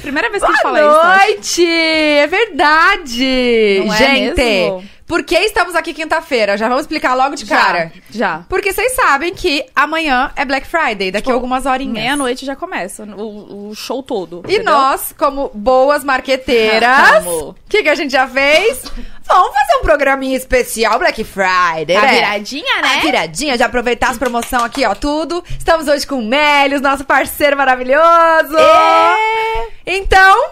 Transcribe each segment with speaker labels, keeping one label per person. Speaker 1: primeira vez que É a gente fala
Speaker 2: Boa
Speaker 1: isso. né? acho.
Speaker 2: noite! É verdade!
Speaker 1: Não é
Speaker 2: Gente,
Speaker 1: mesmo?
Speaker 2: por que estamos aqui quinta-feira? Já vamos explicar logo de
Speaker 1: Já,
Speaker 2: cara.
Speaker 1: já.
Speaker 2: Porque vocês sabem que amanhã é Black Friday, daqui
Speaker 1: Tipo,
Speaker 2: a algumas horinhas.
Speaker 1: Meia-noite já começa o, o show todo.
Speaker 2: E
Speaker 1: né? entendeu?
Speaker 2: nós, como boas
Speaker 1: Ah,
Speaker 2: marqueteiras, o
Speaker 1: amor.
Speaker 2: que, que a gente já fez? Vamos fazer um programinha especial Black Friday, né?
Speaker 1: A Tá viradinha,
Speaker 2: A
Speaker 1: né?
Speaker 2: viradinha, já aproveitar as promoções aqui, ó, tudo. Estamos hoje com o Melios, nosso parceiro maravilhoso. É.
Speaker 1: É.
Speaker 2: Então,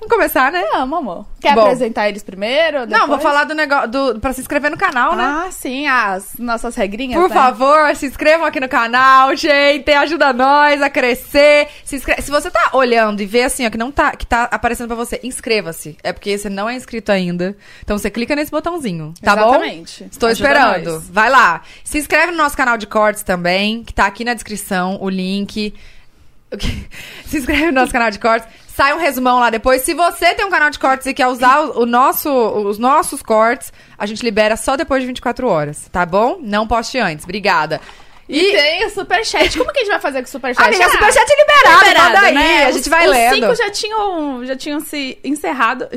Speaker 2: vamos começar, né?
Speaker 1: Vamos, amor. Quer
Speaker 2: Bom.
Speaker 1: apresentar eles primeiro?
Speaker 2: Não, vou
Speaker 1: depois?
Speaker 2: falar do negócio do, pra se inscrever no canal, né?
Speaker 1: Ah, sim, as nossas regrinhas.
Speaker 2: Por
Speaker 1: né?
Speaker 2: favor, se inscrevam aqui no canal, gente. Ajuda nós a crescer. Se, inscre- se você tá olhando e vê assim, ó, que não tá, que tá aparecendo pra você, inscreva-se. É porque você não é inscrito ainda. Então você clica nesse botãozinho, tá
Speaker 1: Exatamente.
Speaker 2: bom? Estou
Speaker 1: Ajuda
Speaker 2: esperando.
Speaker 1: nós.
Speaker 2: Vai lá. Se inscreve no nosso canal de cortes também, que tá aqui na descrição, o link. O que- Se inscreve no nosso canal de cortes. Sai um resumão lá depois. Se você tem um canal de cortes e quer usar o, o nosso, os nossos cortes, a gente libera só depois de 24 horas, tá bom? Não poste antes. Obrigada.
Speaker 1: E tem o superchat. Como que a gente vai fazer com o superchat?
Speaker 2: Amiga,
Speaker 1: Ah,
Speaker 2: superchat é liberado,
Speaker 1: liberado,
Speaker 2: manda aí,
Speaker 1: né?
Speaker 2: a
Speaker 1: Os-
Speaker 2: gente vai
Speaker 1: os
Speaker 2: lendo.
Speaker 1: cinco já tinham, já tinham se encerrado.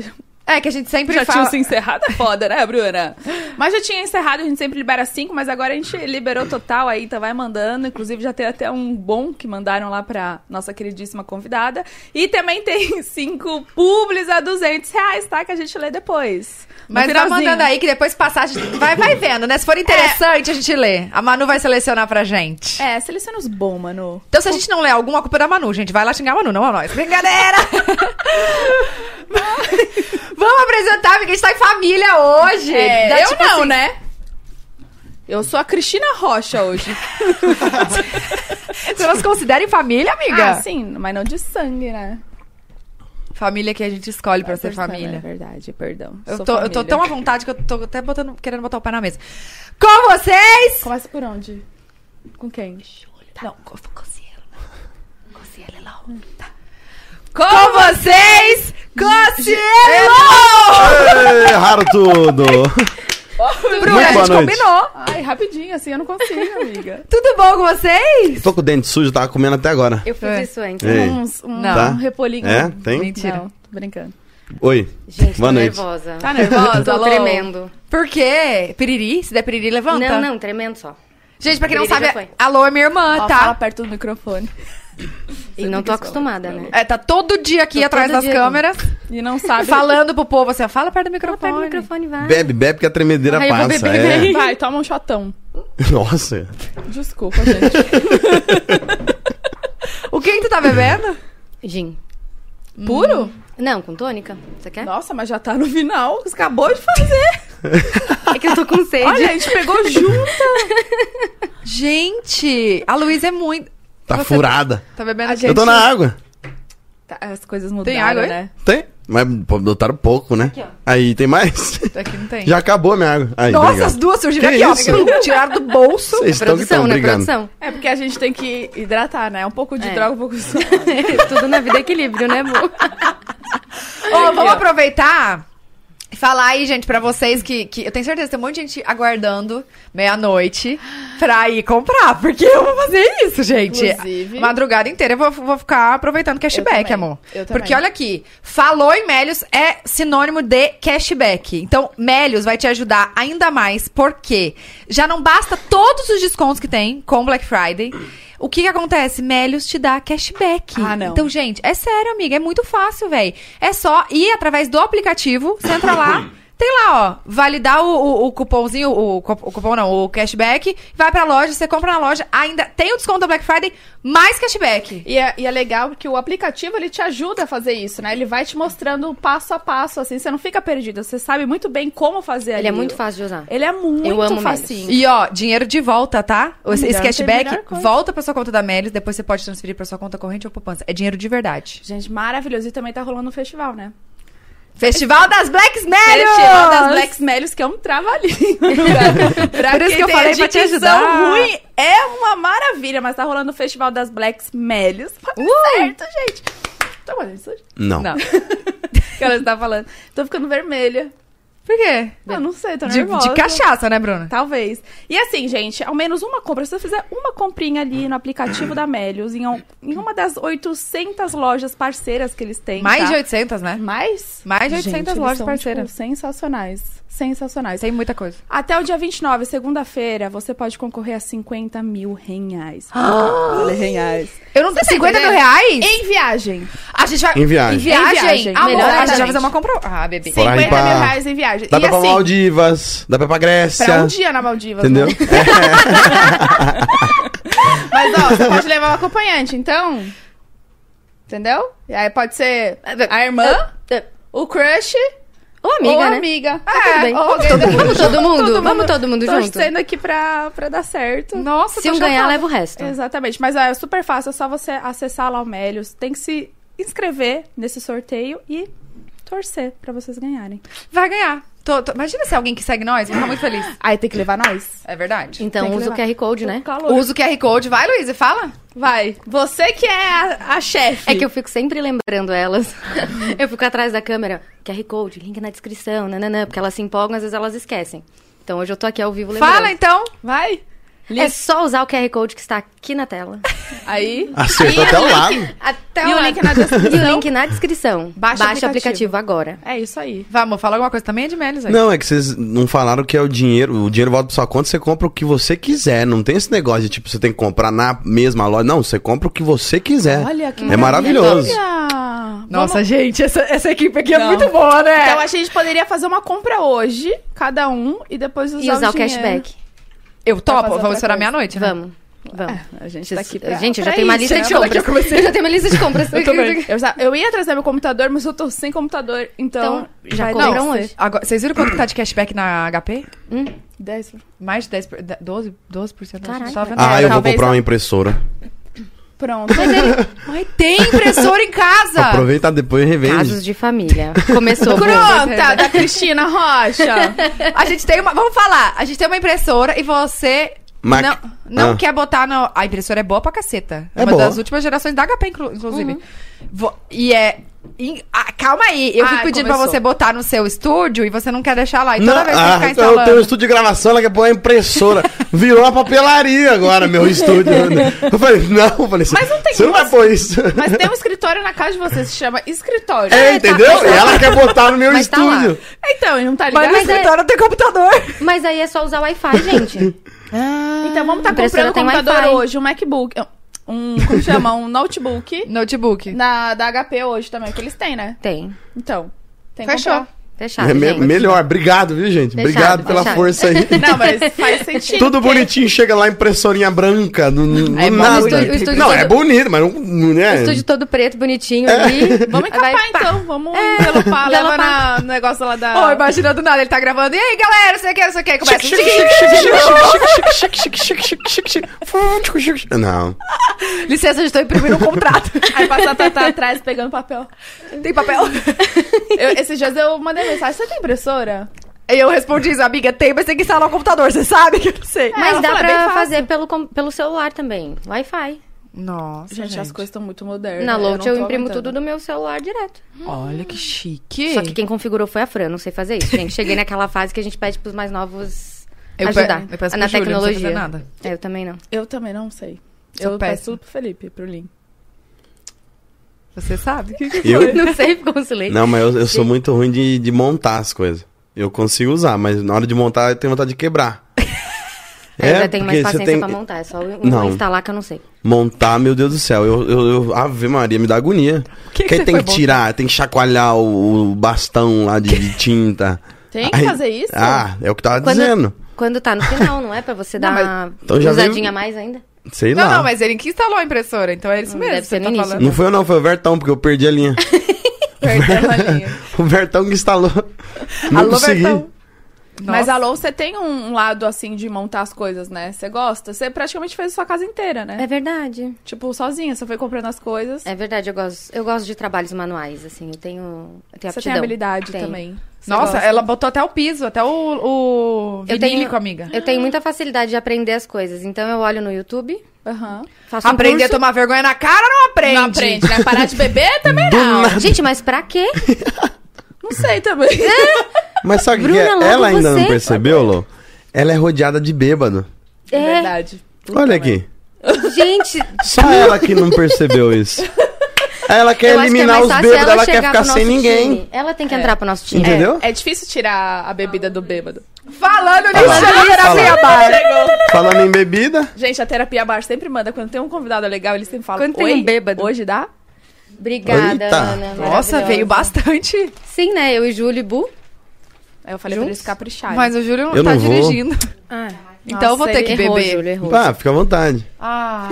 Speaker 2: É que a gente sempre
Speaker 1: Já
Speaker 2: fala...
Speaker 1: tinham se encerrado? É foda, né, Bruna? Mas já tinha encerrado, a gente sempre libera cinco, mas agora a gente liberou total aí, então vai mandando. Inclusive, já tem até um bom que mandaram lá pra nossa queridíssima convidada. E também tem cinco publis a 200 reais, tá? Que a gente lê depois. No
Speaker 2: Mas vai
Speaker 1: finalzinho. É.
Speaker 2: mandando aí que depois passar, a gente vai, vai vendo, né? Se for interessante, a gente lê. A Manu vai selecionar pra gente.
Speaker 1: É, seleciona os bons, mano.
Speaker 2: Então, se a gente não ler alguma, a culpa é da Manu, gente. Vai lá xingar a Manu, não a nós. Brincadeira! Vamos apresentar, porque a gente tá em família hoje.
Speaker 1: É,
Speaker 2: Dá,
Speaker 1: eu
Speaker 2: tipo
Speaker 1: não,
Speaker 2: assim,
Speaker 1: né? Eu sou a Cristina Rocha hoje.
Speaker 2: Você não se considera em família, amiga?
Speaker 1: assim. ah, sim, mas não de sangue, né?
Speaker 2: Família que a gente escolhe pra ser
Speaker 1: Persona, É
Speaker 2: família.
Speaker 1: verdade, perdão.
Speaker 2: Eu
Speaker 1: Sou
Speaker 2: tô, eu tô
Speaker 1: família.
Speaker 2: tão à vontade que eu tô até botando, querendo botar o pé na mesa. Com vocês!
Speaker 1: Começa por onde? Com quem?
Speaker 2: Não, com, com Cielo. Com Cielo, não. Tá. Com vocês, Cossielo!
Speaker 1: é
Speaker 3: Ei, erraram tudo!
Speaker 2: Bruna, a gente
Speaker 3: boa noite.
Speaker 2: combinou.
Speaker 1: Ai, rapidinho, assim, eu não consigo, amiga.
Speaker 2: Tudo bom com vocês?
Speaker 3: Tô com o Um dente sujo, tava comendo até agora.
Speaker 4: Eu fiz
Speaker 2: É.
Speaker 4: isso antes.
Speaker 3: Ei.
Speaker 1: Uns, um,
Speaker 2: Não.
Speaker 3: Tá?
Speaker 1: um repolinho.
Speaker 3: É? Tem?
Speaker 2: Mentira.
Speaker 1: Não, tô brincando.
Speaker 3: Oi.
Speaker 4: Gente,
Speaker 3: Boa
Speaker 4: tô
Speaker 3: noite.
Speaker 4: nervosa.
Speaker 1: Tá nervosa?
Speaker 4: Tô
Speaker 1: Alô?
Speaker 4: tremendo.
Speaker 2: Por quê? Piriri? Se der piriri, levanta.
Speaker 4: Não, não, tremendo só.
Speaker 2: Gente, pra quem não
Speaker 4: Piriri
Speaker 2: sabe,
Speaker 4: já foi.
Speaker 2: alô é minha irmã,
Speaker 1: Ó, Fala
Speaker 2: tá?
Speaker 1: perto do microfone.
Speaker 4: E não tô
Speaker 1: fica escondendo,
Speaker 4: acostumada, né?
Speaker 2: É, tá todo dia aqui
Speaker 4: Tô
Speaker 2: atrás
Speaker 4: todo
Speaker 2: das
Speaker 4: dia aqui.
Speaker 2: câmeras,
Speaker 1: E não sabe.
Speaker 2: falando pro povo assim, ó, fala perto do
Speaker 4: Fala perto do
Speaker 2: microfone.
Speaker 4: microfone, vai.
Speaker 3: Bebe, bebe que a tremedeira
Speaker 4: Ai, eu vou
Speaker 3: passa.
Speaker 4: beber.
Speaker 3: é.
Speaker 1: Vai, toma um shotão.
Speaker 3: Nossa.
Speaker 1: Desculpa, gente.
Speaker 2: O que que tu tá bebendo?
Speaker 4: Gin. Hum.
Speaker 1: Puro?
Speaker 4: Não, com tônica. Você quer?
Speaker 1: Nossa, mas já tá no final. Você acabou de fazer.
Speaker 4: É que eu tô com sede.
Speaker 1: Olha, a gente pegou junto.
Speaker 2: Gente, a Luísa é muito...
Speaker 3: Tá
Speaker 2: Você
Speaker 3: furada.
Speaker 2: Tá bebendo
Speaker 1: A
Speaker 2: o quê?
Speaker 1: gente-
Speaker 3: Eu tô na água.
Speaker 1: Tá, As coisas mudaram,
Speaker 2: água aí?
Speaker 1: né?
Speaker 3: Tem? Mas pô, botaram pouco, né?
Speaker 4: ó.
Speaker 3: Aí, tem mais?
Speaker 2: Aqui não tem.
Speaker 3: Já acabou a minha água. Aí,
Speaker 2: Nossa,
Speaker 3: obrigado.
Speaker 2: as duas surgiram
Speaker 3: Que
Speaker 2: aqui,
Speaker 3: isso?
Speaker 2: ó. plum, Tiraram do bolso.
Speaker 3: Vocês estão que
Speaker 4: produção,
Speaker 3: estão
Speaker 4: né?
Speaker 3: brigando.
Speaker 4: Produção.
Speaker 1: É porque a gente tem que hidratar, né? Um pouco de
Speaker 4: É.
Speaker 1: droga, um pouco de suor.
Speaker 4: Tudo na vida é equilíbrio, né, amor?
Speaker 1: Tá
Speaker 2: Ó,
Speaker 1: Aqui,
Speaker 2: vamos
Speaker 1: ó.
Speaker 2: aproveitar e falar aí, gente, pra vocês que, que. Eu tenho certeza que tem um monte de gente aguardando meia-noite pra ir comprar. Porque eu vou fazer isso, gente.
Speaker 1: Inclusive-
Speaker 2: Madrugada inteira eu vou, vou ficar aproveitando cashback,
Speaker 1: também,
Speaker 2: amor.
Speaker 1: eu também.
Speaker 2: porque olha aqui, falou em Melios é sinônimo de cashback. Então, Melios vai te ajudar ainda mais, porque já não basta todos os descontos que tem com Black Friday. O que, que acontece? Melios te dá cashback.
Speaker 1: Ah, não.
Speaker 2: Então, gente, é sério, amiga. É muito fácil, velho. É só ir através do aplicativo, você entra lá. Tem lá, ó, validar o, o- o cupomzinho, o, cu- o cupom não, o cashback, vai pra loja, você compra na loja, ainda tem o desconto da Black Friday, mais cashback.
Speaker 1: E é, e é legal que o aplicativo ele te ajuda a fazer isso, né? Ele vai te mostrando passo a passo, assim, você não fica perdida, você sabe muito bem como fazer
Speaker 4: Ele
Speaker 1: ali.
Speaker 4: é muito fácil de usar.
Speaker 1: Ele é muito
Speaker 4: Eu amo
Speaker 1: facinho.
Speaker 2: E ó, dinheiro de volta, tá? Esse, esse
Speaker 1: Melhor, tem
Speaker 2: cashback
Speaker 1: melhor coisa.
Speaker 2: volta pra sua conta da Melis, depois você pode transferir pra sua conta corrente ou poupança. É dinheiro de verdade.
Speaker 1: Gente, maravilhoso. E também tá rolando um festival, né?
Speaker 2: Festival das Blacks Melis!
Speaker 1: Festival das Blacks Melios, que é um trabalhinho. pra, pra
Speaker 2: É Por isso
Speaker 1: quem
Speaker 2: que eu
Speaker 1: tem
Speaker 2: falei pra te
Speaker 1: dicção
Speaker 2: ajudar.
Speaker 1: ruim é uma maravilha, mas tá rolando o Festival das Blacks Melios.
Speaker 2: Uh!
Speaker 1: Certo, gente. Tá olhando isso?
Speaker 3: Não.
Speaker 2: Não.
Speaker 1: tá que ela está falando. Tô ficando vermelha.
Speaker 2: Por quê?
Speaker 1: Eu não sei, tô
Speaker 2: De,
Speaker 1: nervosa. Tá,
Speaker 2: de cachaça, né, Bruna?
Speaker 1: Talvez. E assim, gente, ao menos uma compra. Se você fizer uma comprinha ali no aplicativo da Melius, em, um- em uma das 800 lojas parceiras que eles têm.
Speaker 2: Mais
Speaker 1: tá?
Speaker 2: de 800, né?
Speaker 1: Mais?
Speaker 2: Mais de 800
Speaker 1: Gente, eles
Speaker 2: lojas
Speaker 1: são,
Speaker 2: parceiras.
Speaker 1: tipo, sensacionais. Sensacionais.
Speaker 2: Tem muita coisa.
Speaker 1: Até o dia 29, segunda-feira, você pode concorrer a 50 mil reais. Olha, reais.
Speaker 2: Eu não tenho 50 mil
Speaker 4: entendendo?
Speaker 2: reais?
Speaker 1: Em viagem.
Speaker 2: A gente vai.
Speaker 3: Em viagem.
Speaker 2: Em viagem.
Speaker 1: Em viagem.
Speaker 2: Amor, a
Speaker 4: Melhor
Speaker 2: gente
Speaker 4: ainda,
Speaker 2: vai fazer
Speaker 4: gente.
Speaker 2: uma compra. Ah, bebê.
Speaker 3: Sim. Bora
Speaker 1: 50
Speaker 3: aí
Speaker 1: mil
Speaker 3: pra-
Speaker 1: reais em viagem.
Speaker 3: Dá
Speaker 1: e
Speaker 3: pra pra
Speaker 1: assim,
Speaker 3: Maldivas, dá pra ir pra Grécia.
Speaker 1: pra um dia na Maldivas.
Speaker 3: Entendeu?
Speaker 1: né? Mas, ó, você pode levar um acompanhante, então. Entendeu? E aí pode ser É, a irmã, o crush
Speaker 4: Ou
Speaker 1: ou
Speaker 4: amiga,
Speaker 1: a
Speaker 4: né?
Speaker 1: amiga.
Speaker 4: Tá tudo bem.
Speaker 1: ou alguém da-
Speaker 4: Vamos todo mundo? Vamos todo mundo
Speaker 1: Tô
Speaker 4: junto?
Speaker 1: sendo aqui pra, pra dar certo.
Speaker 2: Nossa,
Speaker 4: Se
Speaker 2: tô
Speaker 4: um ganhar,
Speaker 2: chocada.
Speaker 4: leva o resto.
Speaker 1: Exatamente. Mas ó, é super fácil, é só você acessar lá o Melios. Tem que se inscrever nesse sorteio e torcer pra vocês ganharem.
Speaker 2: Vai ganhar. Tô- tô- Imagina se alguém que segue nós, vou ficar muito feliz.
Speaker 1: Aí tem que levar nós.
Speaker 2: É verdade.
Speaker 1: Tem
Speaker 4: Então
Speaker 1: que
Speaker 4: usa o
Speaker 1: levar.
Speaker 4: QR Code, né?
Speaker 1: Calor.
Speaker 2: Usa o QR Code. Vai, Luiz, e fala.
Speaker 1: Vai. Você que é a, a chefe.
Speaker 4: É que eu fico sempre lembrando elas. eu fico atrás da câmera. QR Code, link na descrição, nananã. Porque elas se empolgam, às vezes elas esquecem. Então hoje eu tô aqui ao vivo lembrando.
Speaker 2: Fala então.
Speaker 1: Vai.
Speaker 4: É só usar o QR Code que está aqui na tela.
Speaker 1: Aí.
Speaker 3: Acertou até o lado.
Speaker 2: Até
Speaker 1: e o
Speaker 2: lá.
Speaker 1: link na
Speaker 4: E o
Speaker 1: descrição.
Speaker 4: link na descrição.
Speaker 1: Baixa o
Speaker 4: o
Speaker 1: aplicativo.
Speaker 4: aplicativo agora.
Speaker 1: É isso aí.
Speaker 2: Vai, amor, fala alguma coisa também é de Melis aí.
Speaker 3: Não, é que vocês não falaram que é o dinheiro. O dinheiro volta pra sua conta, você compra o que você quiser. Não tem esse negócio de tipo, você tem que comprar na mesma loja. Não, você compra o que você quiser.
Speaker 1: Olha que
Speaker 3: é maravilhoso.
Speaker 1: maravilha.
Speaker 2: Nossa,
Speaker 1: Vamos-
Speaker 2: gente, essa, essa equipe aqui é
Speaker 1: Não.
Speaker 2: muito boa, né?
Speaker 1: Então a gente poderia fazer uma compra hoje, cada um, e depois usar,
Speaker 4: E usar o,
Speaker 1: dinheiro.
Speaker 4: cashback.
Speaker 2: Eu
Speaker 1: Vai
Speaker 2: topo,
Speaker 1: fazer
Speaker 2: vamos
Speaker 1: outra
Speaker 2: estourar
Speaker 1: coisa.
Speaker 2: meia-noite, né?
Speaker 4: Vamos. Vamos.
Speaker 1: A gente tá aqui pra,
Speaker 4: Gente, eu já
Speaker 1: pra
Speaker 4: tenho uma
Speaker 1: isso,
Speaker 4: lista
Speaker 1: né?
Speaker 4: de
Speaker 1: Vamos
Speaker 4: compras. Eu já tenho uma lista de compras.
Speaker 1: Eu, já- eu ia trazer meu computador, mas eu tô sem computador. Então,
Speaker 4: Então, já
Speaker 1: vai
Speaker 4: compra
Speaker 1: ter
Speaker 4: um
Speaker 1: que
Speaker 4: hoje.
Speaker 1: ser.
Speaker 2: Agora, vocês viram quanto que tá de cashback na HP?
Speaker 1: um Dez.
Speaker 2: Mais de 10%, por- de- 12%, 12% acho que
Speaker 4: Caraca.
Speaker 2: eu tava vendo.
Speaker 3: Ah,
Speaker 1: É,
Speaker 3: eu vou
Speaker 1: talvez
Speaker 3: comprar
Speaker 1: não.
Speaker 3: uma impressora.
Speaker 1: Pronto.
Speaker 2: Mas tem impressora em casa!
Speaker 3: Aproveita depois e revende.
Speaker 4: Casos de família. Começou.
Speaker 1: Pronta, da Cristina Rocha.
Speaker 2: A gente tem uma. Vamos falar. A gente tem uma impressora e você.
Speaker 3: Mac.
Speaker 2: Não, não
Speaker 3: Ah.
Speaker 2: quer botar na. A impressora é boa pra caceta.
Speaker 3: É
Speaker 2: uma
Speaker 3: boa.
Speaker 2: das últimas gerações da HP, inclu- inclusive. Vo- E é. in- ah, calma aí, eu
Speaker 1: Ai,
Speaker 2: fico pedindo pra
Speaker 1: começou.
Speaker 2: você botar no seu estúdio e você não quer deixar lá. E toda
Speaker 3: Não,
Speaker 2: vez que você ficar
Speaker 3: ah, eu tenho um
Speaker 2: instalando.
Speaker 3: estúdio de gravação, ela quer pôr a impressora. Virou uma papelaria agora, meu estúdio. né? Eu falei, não, eu falei assim,
Speaker 1: Mas não tem
Speaker 3: você não vai
Speaker 1: gosto.
Speaker 3: pôr isso.
Speaker 1: Mas tá tem um escritório na casa de vocês, se chama escritório.
Speaker 3: É, entendeu? E ela quer botar no meu
Speaker 4: Mas tá lá.
Speaker 3: estúdio.
Speaker 1: Então, não tá
Speaker 2: Mas
Speaker 1: ligado?
Speaker 2: no
Speaker 4: Mas é-
Speaker 2: escritório tem computador.
Speaker 4: Mas aí é só usar o Wi-Fi, gente.
Speaker 1: Então vamos estar tá
Speaker 4: Impressora
Speaker 1: comprando um
Speaker 4: tem
Speaker 1: computador
Speaker 4: Wi-Fi.
Speaker 1: hoje, um MacBook. Um, como chama? Um notebook
Speaker 2: Notebook.
Speaker 1: na, da HP hoje também, que eles têm, né?
Speaker 4: Tem.
Speaker 1: Então, tem que
Speaker 2: Fechou.
Speaker 1: comprar.
Speaker 4: Fechado,
Speaker 3: É me-
Speaker 4: Tá, gente.
Speaker 3: melhor, obrigado, viu, gente?
Speaker 4: Fechado,
Speaker 3: obrigado pela
Speaker 4: fechado.
Speaker 3: força aí.
Speaker 1: Não, mas faz sentido.
Speaker 3: Tudo
Speaker 1: porque-
Speaker 3: bonitinho, chega lá impressorinha branca, no, no
Speaker 2: É bom,
Speaker 3: nada.
Speaker 2: o estúdio-
Speaker 4: o estúdio
Speaker 3: não,
Speaker 4: todo-
Speaker 3: é bonito, mas não, não
Speaker 4: O
Speaker 3: é.
Speaker 4: estúdio todo preto, bonitinho ali.
Speaker 1: Vamos encapar
Speaker 4: Vai- pá.
Speaker 1: então, vamos envelopar, leva
Speaker 4: envelopar.
Speaker 1: na, no negócio lá da...
Speaker 2: Oh, imagina do nada, ele tá gravando. E aí, galera, não sei o que, não sei o que. Começa. assim,
Speaker 3: Não.
Speaker 2: Licença, eu estou imprimindo um contrato.
Speaker 1: Aí passa a Tatá atrás pegando papel.
Speaker 2: tem papel?
Speaker 1: Eu- esses dias eu mandei mensagem, você tem impressora?
Speaker 2: E eu respondi isso, amiga, tem, mas tem que instalar o computador, você sabe que eu não sei.
Speaker 1: É, ela
Speaker 4: Mas dá
Speaker 1: falou, é bem
Speaker 4: pra
Speaker 1: fácil.
Speaker 4: fazer pelo, com- pelo celular também. Wi-Fi.
Speaker 2: Nossa,
Speaker 1: Gente, as coisas estão muito modernas.
Speaker 4: Na
Speaker 1: não
Speaker 4: Load eu
Speaker 1: tô
Speaker 4: imprimo
Speaker 1: aguentando.
Speaker 4: tudo do meu celular direto.
Speaker 2: Olha que chique.
Speaker 4: Só que quem configurou foi a Fran, não sei fazer isso, gente. Cheguei naquela fase que a gente pede pros mais novos
Speaker 2: Eu pe-
Speaker 4: ajudar
Speaker 2: eu peço pro Júlio, não
Speaker 4: na
Speaker 2: sei
Speaker 4: tecnologia.
Speaker 2: fazer nada.
Speaker 4: É, eu também não.
Speaker 1: Eu também não sei.
Speaker 2: Sou
Speaker 1: eu peço
Speaker 2: péssima.
Speaker 1: tudo pro Felipe, pro Lin.
Speaker 2: Você sabe? Que que
Speaker 3: Eu,
Speaker 4: Não sei, ficou um silêncio.
Speaker 3: não, mas eu, eu sou muito ruim de, de montar as coisas. Eu consigo usar, mas na hora de montar eu tenho vontade de quebrar. É,
Speaker 4: Aí eu já tenho mais
Speaker 3: porque você
Speaker 4: paciência pra montar, é só eu
Speaker 3: Não.
Speaker 4: instalar que eu não sei.
Speaker 3: Montar, meu Deus do céu, eu, eu, eu- Ave Maria, me dá agonia.
Speaker 2: que
Speaker 3: Porque aí
Speaker 2: você
Speaker 3: tem
Speaker 2: foi
Speaker 3: que tirar, tem que chacoalhar o, o bastão lá de, de tinta.
Speaker 1: Tem que
Speaker 3: Aí-
Speaker 1: fazer isso?
Speaker 3: Ah, é o que tava
Speaker 4: Quando-
Speaker 3: dizendo.
Speaker 4: Quando tá no final, não é? Pra você dar uma
Speaker 3: Então já veio-
Speaker 4: usadinha a mais ainda?
Speaker 3: Sei
Speaker 2: Não,
Speaker 3: lá.
Speaker 2: não, mas ele que instalou a impressora, então é isso
Speaker 4: Hum,
Speaker 2: mesmo.
Speaker 4: deve
Speaker 2: que
Speaker 4: ser
Speaker 2: você
Speaker 4: no
Speaker 2: tá
Speaker 4: início.
Speaker 2: falando.
Speaker 3: Não foi eu não, foi o Vertão, porque eu perdi a linha.
Speaker 1: Perdão, Aninha.
Speaker 3: o Vertão que instalou. Não
Speaker 2: Alô,
Speaker 3: consegui.
Speaker 2: Bertão.
Speaker 1: Mas
Speaker 2: Nossa.
Speaker 1: a Low, você tem um lado assim de montar as coisas, né? Você gosta? Você praticamente fez a sua casa inteira, né?
Speaker 4: É verdade.
Speaker 1: Tipo, sozinha, você foi comprando as coisas.
Speaker 4: É verdade, eu gosto, eu gosto de trabalhos manuais, assim, eu tenho, eu tenho
Speaker 1: Você
Speaker 4: aptidão.
Speaker 1: tem habilidade
Speaker 4: Tenho.
Speaker 1: também. Você
Speaker 2: Nossa,
Speaker 1: gosta.
Speaker 2: ela botou até o piso, até o, o
Speaker 4: Eu
Speaker 2: vinílico,
Speaker 4: tenho-
Speaker 2: amiga.
Speaker 4: Eu tenho muita facilidade de aprender as coisas, então eu olho no YouTube,
Speaker 1: Aham.
Speaker 4: faço um
Speaker 2: Aprender a
Speaker 4: curso.
Speaker 2: tomar vergonha na cara não aprende.
Speaker 4: Ah,
Speaker 1: Não aprende, né? Parar de beber também não.
Speaker 4: Gente, mas pra quê?
Speaker 1: é Não sei também.
Speaker 3: Mas sabe o que
Speaker 4: Bruna,
Speaker 3: é?
Speaker 4: logo
Speaker 3: Ela ainda
Speaker 4: você.
Speaker 3: não percebeu, Lô? Ela é rodeada de bêbado.
Speaker 1: É,
Speaker 4: É.
Speaker 1: verdade. Puta
Speaker 3: Olha
Speaker 1: merda.
Speaker 3: aqui.
Speaker 4: Gente,
Speaker 3: Só ela que não percebeu isso. Ela quer
Speaker 4: eu acho que é
Speaker 3: eliminar
Speaker 4: mais
Speaker 3: os
Speaker 4: fácil
Speaker 3: bêbados, ela, quer
Speaker 4: chegar
Speaker 3: ficar
Speaker 4: pro
Speaker 3: sem
Speaker 4: nosso
Speaker 3: ninguém.
Speaker 4: time. Ela
Speaker 2: É.
Speaker 4: tem que entrar pro nosso time.
Speaker 3: Entendi. Entendeu?
Speaker 1: É, é difícil tirar a bebida do bêbado.
Speaker 2: Falando
Speaker 3: Fala.
Speaker 2: nisso, chama a terapia
Speaker 3: Fala.
Speaker 2: bar.
Speaker 4: é.
Speaker 3: Falando em bebida,
Speaker 1: Gente, a terapia bar sempre manda. Quando tem um convidado legal, eles sempre falam.
Speaker 4: Quando tem
Speaker 1: "Oi,
Speaker 4: um bêbado."
Speaker 1: Hoje dá?
Speaker 4: É. Obrigada,
Speaker 3: Eita.
Speaker 4: Ana.
Speaker 2: Nossa,
Speaker 4: maravilhosa.
Speaker 2: veio bastante.
Speaker 4: Sim, né? Eu e Júlio e Bu.
Speaker 1: Aí eu falei pra eles capricharem.
Speaker 2: Mas o Júlio não
Speaker 3: Eu
Speaker 2: tá
Speaker 3: não vou.
Speaker 2: dirigindo. Então eu vou
Speaker 1: Nossa,
Speaker 2: ter que
Speaker 1: ele
Speaker 4: Ah. errou,
Speaker 2: beber.
Speaker 4: Júlio, errou.
Speaker 3: pá, fica à vontade.
Speaker 2: Ah.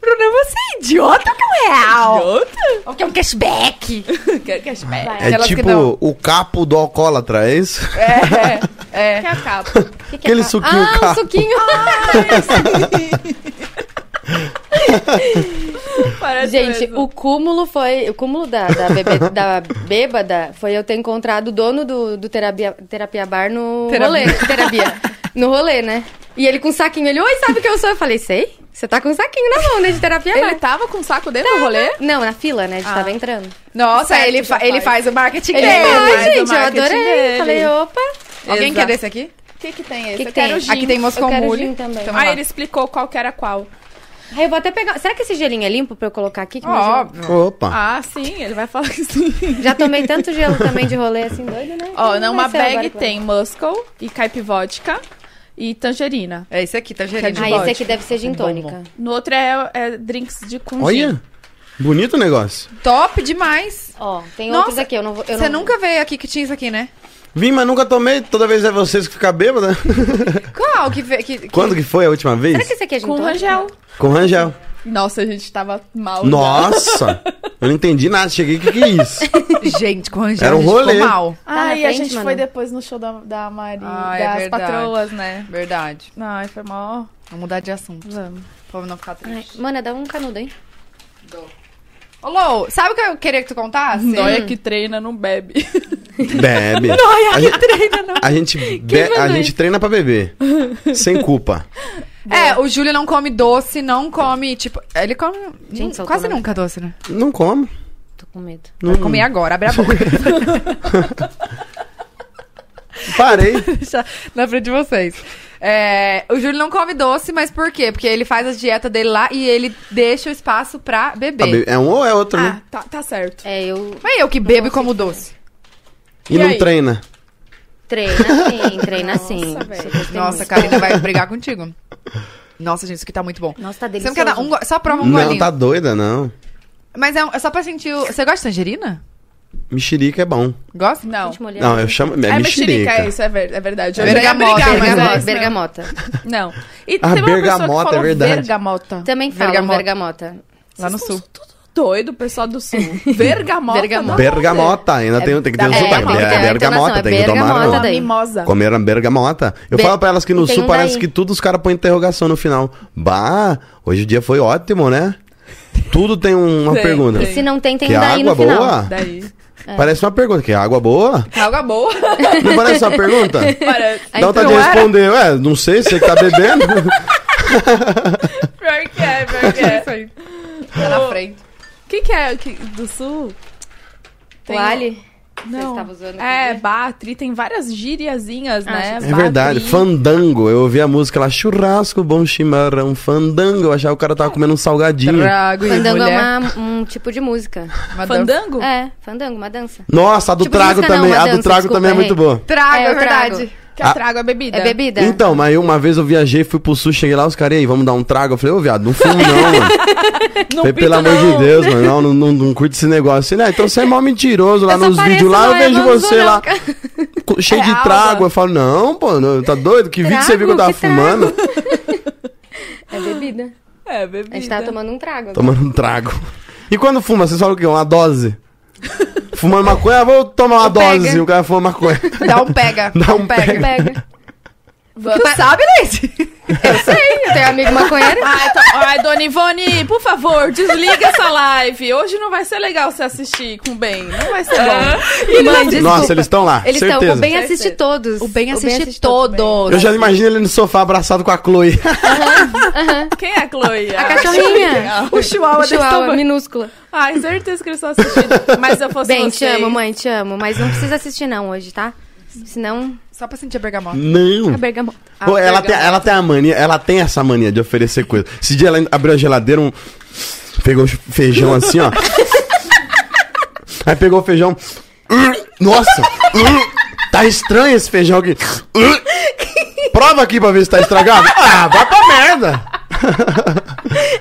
Speaker 2: Bruna, você é idiota ou que é um real?
Speaker 1: Outra?
Speaker 2: Ou que é um cashback?
Speaker 1: Quer cashback?
Speaker 3: É
Speaker 2: Aquelas que dão.
Speaker 3: tipo o capo do alcoólatra, é isso?
Speaker 2: É, é.
Speaker 1: Quer a capa?
Speaker 4: Que que
Speaker 3: Aquele
Speaker 4: é?
Speaker 3: suquinho
Speaker 4: ah,
Speaker 3: capo.
Speaker 4: Um suquinho.
Speaker 2: Ah,
Speaker 1: Parece
Speaker 4: Gente,
Speaker 1: mesmo.
Speaker 4: o cúmulo foi. O cúmulo da, da, bebê- da bêbada foi eu ter encontrado o dono do, do terapia, terapia bar no
Speaker 2: Terapia.
Speaker 4: rolê. Terapia. No rolê, né? E ele com um saquinho. Ele, oi, sabe quem eu sou? Eu falei, sei. Você tá com um saquinho na mão, né? De terapia
Speaker 1: Ele
Speaker 4: bar.
Speaker 1: tava com o saco dentro do rolê?
Speaker 4: Não, na fila, né? A gente tava entrando.
Speaker 2: Nossa,
Speaker 1: Certo,
Speaker 2: ele,
Speaker 1: já
Speaker 2: fa- Ah. ele é
Speaker 1: faz.
Speaker 2: faz o marketing
Speaker 1: Ele
Speaker 2: dele.
Speaker 1: faz.
Speaker 4: Ai,
Speaker 1: mas o
Speaker 4: gente, eu
Speaker 1: marketing
Speaker 4: adorei.
Speaker 1: dele.
Speaker 4: Falei, opa.
Speaker 2: Alguém
Speaker 1: Exato.
Speaker 2: quer desse aqui?
Speaker 1: O que que tem esse?
Speaker 4: Que que
Speaker 1: eu quero
Speaker 4: tem?
Speaker 1: gin.
Speaker 2: Aqui tem
Speaker 4: Eu
Speaker 2: Moscou
Speaker 4: quero
Speaker 2: Mule.
Speaker 4: gin também.
Speaker 2: Então,
Speaker 4: Ah,
Speaker 2: vamos
Speaker 1: Aí
Speaker 2: lá.
Speaker 1: ele explicou qual que era qual.
Speaker 4: Aí eu vou até pegar. Será que esse gelinho é limpo pra eu colocar aqui? Que meu gelo-
Speaker 2: Óbvio.
Speaker 3: Opa.
Speaker 1: Ah, sim, ele vai falar que sim.
Speaker 4: Já tomei tanto gelo também de rolê assim, doido, né?
Speaker 1: Ó,
Speaker 4: Não
Speaker 1: numa
Speaker 4: vai ser agora então.
Speaker 1: bag
Speaker 4: que vai.
Speaker 1: tem Muscle e caipivodka e tangerina.
Speaker 2: É esse aqui, tá gerindo.
Speaker 4: Ah,
Speaker 2: de
Speaker 4: esse
Speaker 2: vodka.
Speaker 4: aqui deve ser gin tônica.
Speaker 1: No outro é, é drinks de com gin.
Speaker 3: Olha, bonito o negócio.
Speaker 2: Top demais.
Speaker 4: Ó, tem
Speaker 2: Nossa,
Speaker 4: outros aqui, eu não vou. eu
Speaker 2: Você
Speaker 4: não-
Speaker 2: nunca veio aqui que tinha isso aqui, né?
Speaker 3: Vim, mas nunca tomei. Toda vez é vocês que ficam bêbados.
Speaker 2: Qual que... ve- que, que...
Speaker 3: Quando que foi a última
Speaker 4: Será que
Speaker 3: vez?
Speaker 4: esse aqui é gin
Speaker 1: Com
Speaker 4: tônica?
Speaker 1: Rangel.
Speaker 3: Com o Rangel.
Speaker 1: Nossa, a gente tava mal.
Speaker 3: Nossa! Eu não entendi nada. Cheguei, o que, que é isso?
Speaker 2: Gente, com o Rangel
Speaker 3: Era um
Speaker 2: a gente ficou
Speaker 3: rolê.
Speaker 2: mal.
Speaker 1: Ah,
Speaker 4: Tá na
Speaker 1: e a
Speaker 4: frente,
Speaker 1: gente
Speaker 4: mano?
Speaker 1: foi depois no show da, da Mari,
Speaker 2: Ah, é
Speaker 1: das
Speaker 2: verdade.
Speaker 1: patroas, né?
Speaker 2: Verdade.
Speaker 1: Ai, foi mal.
Speaker 2: Vamos mudar de assunto.
Speaker 1: Vamos.
Speaker 2: Pra não ficar
Speaker 4: Ai,
Speaker 2: triste.
Speaker 4: Mana, dá um canudo, hein?
Speaker 2: Ô, Lou, sabe o que eu queria que tu contasse?
Speaker 1: Noia é que treina, não bebe.
Speaker 3: Bebe. a, gente, a gente, be- a
Speaker 4: mandou
Speaker 3: gente treina pra beber. Sem culpa.
Speaker 2: É, o Júlio não come doce, não come, tipo... Ele come
Speaker 4: Gente,
Speaker 2: hum,
Speaker 4: soltou
Speaker 2: quase
Speaker 4: na-
Speaker 2: nunca doce, né?
Speaker 3: Não como.
Speaker 4: Tô com medo.
Speaker 3: Não
Speaker 2: Vai comer agora, abre a boca.
Speaker 3: Parei.
Speaker 2: deixar na frente de vocês. É, o Júlio não come doce, mas por quê? Porque ele faz a dieta dele lá e ele deixa o espaço pra
Speaker 3: Ah,
Speaker 2: beber.
Speaker 3: be- É um ou é outro,
Speaker 1: ah,
Speaker 3: né?
Speaker 1: tá, tá certo.
Speaker 4: É, eu
Speaker 2: Mas eu que bebo e como doce.
Speaker 3: E,
Speaker 1: e
Speaker 3: não
Speaker 1: aí?
Speaker 3: treina.
Speaker 4: treino assim, treino assim.
Speaker 1: Nossa, velho.
Speaker 4: Super treino.
Speaker 2: Nossa, então. a Karina vai brigar contigo. Nossa, gente, isso aqui tá muito bom.
Speaker 4: Nossa, tá
Speaker 2: Você não
Speaker 4: delicioso.
Speaker 2: quer dar um go- Só prova um
Speaker 3: não,
Speaker 2: golinho.
Speaker 3: tá doida, não.
Speaker 2: Mas é, um- é só pra sentir o... Você gosta de tangerina?
Speaker 3: Mexerica é bom.
Speaker 2: Gosta?
Speaker 1: Não.
Speaker 4: Gente molhada.
Speaker 3: Não, eu chamo. É,
Speaker 1: É mexerica,
Speaker 3: mexerica.
Speaker 1: é isso, é, ver- é verdade. Eu
Speaker 2: É
Speaker 1: já ia
Speaker 2: bergamota,
Speaker 1: brigar, mas
Speaker 2: bergamota.
Speaker 1: é isso mesmo.
Speaker 4: bergamota.
Speaker 1: Não. E teve
Speaker 3: Ah,
Speaker 1: uma pessoa que
Speaker 3: bergamota, é
Speaker 1: falou
Speaker 3: verdade.
Speaker 1: bergamota.
Speaker 4: Também falam
Speaker 2: Bergamota.
Speaker 4: bergamota.
Speaker 2: Lá no sul.
Speaker 1: Tudo doido, pessoal do sul. Bergamota.
Speaker 4: Bergamota.
Speaker 3: Bergamota, ainda tem, tem que ter um
Speaker 4: é,
Speaker 3: sotaque.
Speaker 4: tem que ter
Speaker 3: É,
Speaker 4: a entonação,
Speaker 3: bergamota,
Speaker 4: é
Speaker 3: tem que tomar.
Speaker 4: bergamota
Speaker 3: uma-
Speaker 1: Uma
Speaker 4: daí.
Speaker 1: mimosa.
Speaker 3: Comeram bergamota. Eu
Speaker 4: Be-
Speaker 3: falo pra elas que no
Speaker 4: Tem
Speaker 3: sul
Speaker 4: um
Speaker 3: parece
Speaker 4: daí.
Speaker 3: que tudo os caras põem interrogação no final. Bah, hoje o dia foi ótimo, né? Tudo tem um, uma
Speaker 1: Tem,
Speaker 3: pergunta.
Speaker 1: tem.
Speaker 4: Se não tem, tem
Speaker 3: Que
Speaker 4: um daí no
Speaker 3: água
Speaker 4: final.
Speaker 3: boa?
Speaker 1: Daí.
Speaker 3: Parece uma pergunta, que é água boa?
Speaker 1: Água boa.
Speaker 3: Não parece uma pergunta?
Speaker 1: Parece.
Speaker 4: Aí
Speaker 3: Dá vontade de
Speaker 4: não Então era.
Speaker 3: responder, ué, não sei, você que tá bebendo.
Speaker 1: Pior que é, pior que é.
Speaker 2: aí. Tá na frente.
Speaker 1: O que, que é que- do sul? Tem-
Speaker 4: O Ali.
Speaker 1: Não.
Speaker 4: estava usando outro
Speaker 1: é,
Speaker 4: dia.
Speaker 1: Batri, tem várias gíriazinhas,
Speaker 4: Ah,
Speaker 1: né?
Speaker 3: é verdade,
Speaker 1: Batri.
Speaker 3: fandango. Eu ouvi a música lá, churrasco, bom chimarrão, fandango. Eu achava que o cara tava comendo um salgadinho.
Speaker 2: Trago e
Speaker 4: Fandango é
Speaker 2: mulher.
Speaker 4: uma- um tipo de música.
Speaker 2: Uma dança.
Speaker 1: Fandango?
Speaker 4: É, fandango, uma dança.
Speaker 3: Nossa, a do
Speaker 4: Tipo,
Speaker 3: trago
Speaker 4: música não,
Speaker 3: também.
Speaker 4: uma
Speaker 3: a do
Speaker 4: dança,
Speaker 3: trago
Speaker 4: desculpa,
Speaker 3: também é
Speaker 4: errei.
Speaker 3: muito boa.
Speaker 2: Trago,
Speaker 4: É,
Speaker 2: é
Speaker 4: eu trago.
Speaker 2: verdade.
Speaker 1: Que a
Speaker 3: Ah.
Speaker 1: trago é bebida.
Speaker 4: É bebida.
Speaker 3: Então, mas uma vez eu viajei, fui pro sul, cheguei lá, os caras, e aí, vamos dar um trago? Eu falei, ô viado, não fumo não, mano.
Speaker 1: Não
Speaker 3: Falei,
Speaker 1: pinto,
Speaker 3: Então, pelo amor
Speaker 1: não.
Speaker 3: de Deus, mano, não, não, não, não curte esse negócio. Ele, ah, então você é mó mentiroso lá
Speaker 4: só
Speaker 3: nos
Speaker 4: pareço
Speaker 3: vídeos lá, eu
Speaker 4: uma
Speaker 3: vejo
Speaker 4: Amazona,
Speaker 3: você lá,
Speaker 4: cara.
Speaker 3: co- cheio
Speaker 1: É
Speaker 3: de
Speaker 1: alba.
Speaker 3: trago. Eu falo, não, pô, não, tá doido? Que vídeo você viu que eu tava
Speaker 4: Trago, que trago.
Speaker 3: fumando?
Speaker 4: É bebida.
Speaker 1: É, bebida.
Speaker 4: A gente tava tomando um trago.
Speaker 3: Tomando um trago. E quando fuma, vocês falam o quê? Uma dose? Fumando maconha, ah, vou tomar uma
Speaker 2: Pega.
Speaker 3: dose. O cara fuma maconha.
Speaker 2: Dá um pega.
Speaker 3: Dá um pega.
Speaker 4: Pega.
Speaker 2: Tu sabe, Leite?
Speaker 4: Tá. Eu sei, eu tenho amigo maconheiro.
Speaker 1: Ai, tô- ai, Dona Ivone, por favor, desliga essa live. Hoje não vai ser legal se assistir com o bem. Não vai ser bom.
Speaker 4: Mas,
Speaker 3: Nossa, eles estão lá,
Speaker 4: Eles estão,
Speaker 3: certeza.
Speaker 4: tá o bem
Speaker 1: Certeza.
Speaker 4: assiste todos.
Speaker 2: O Ben assiste,
Speaker 4: todos.
Speaker 2: todos.
Speaker 3: Eu já imagino ele no sofá abraçado com a Chloe.
Speaker 1: Quem é a Chloe?
Speaker 4: A cachorrinha.
Speaker 2: O Chihuahua desse
Speaker 4: Chihuava,
Speaker 2: tamanho.
Speaker 4: minúscula.
Speaker 1: Ai, certeza que eles estão assistindo. Mas se eu fosse
Speaker 4: Bem, te
Speaker 1: vocês-
Speaker 4: amo, mãe, te amo. Mas não precisa assistir não hoje, tá? Senão,
Speaker 2: Só pra sentir a bergamota.
Speaker 3: Não.
Speaker 4: a bergamota.
Speaker 2: Ah,
Speaker 3: Pô,
Speaker 2: tá
Speaker 3: ela,
Speaker 1: pega
Speaker 3: tem, ela tem a mania, ela tem essa mania de oferecer coisa. Esse dia ela abriu a geladeira, um. Pegou o feijão assim, ó. Aí pegou o feijão. Hum, Nossa! hum, Tá estranho esse feijão aqui. Hum, Prova aqui pra ver se tá estragado. Ah, vai pra merda!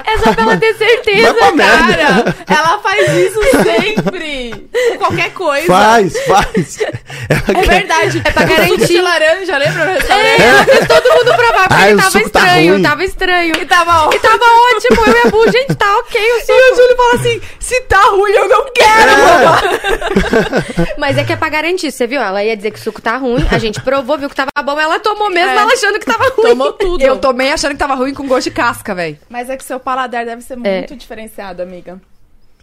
Speaker 4: É só pra ela ter certeza,
Speaker 3: Vai pra merda!
Speaker 1: Cara, ela faz isso sempre. Com Qualquer coisa.
Speaker 3: Faz, faz! Ela
Speaker 1: É verdade. É pra
Speaker 4: garantir.
Speaker 1: de laranja, lembra no restaurante?
Speaker 3: É.
Speaker 4: todo mundo provar, porque
Speaker 3: Ai, o
Speaker 4: tava
Speaker 3: suco tá
Speaker 4: estranho,
Speaker 3: ruim.
Speaker 4: tava estranho.
Speaker 1: E tava ó,
Speaker 4: E tava ótimo, eu e a Bu, gente, tá ok o suco.
Speaker 2: E o Júlio fala assim: se tá ruim, eu não quero!
Speaker 4: Mas é que é pra garantir, você viu? Ela ia dizer que o suco tá ruim, a gente provou, viu que tava bom, ela tomou mesmo,
Speaker 1: É.
Speaker 4: ela achando que tava ruim.
Speaker 1: tomou tudo.
Speaker 2: Eu tomei achando que tava ruim com gosto de casca, velho.
Speaker 1: Mas é que seu paladar deve ser
Speaker 4: É.
Speaker 1: muito diferenciado, amiga.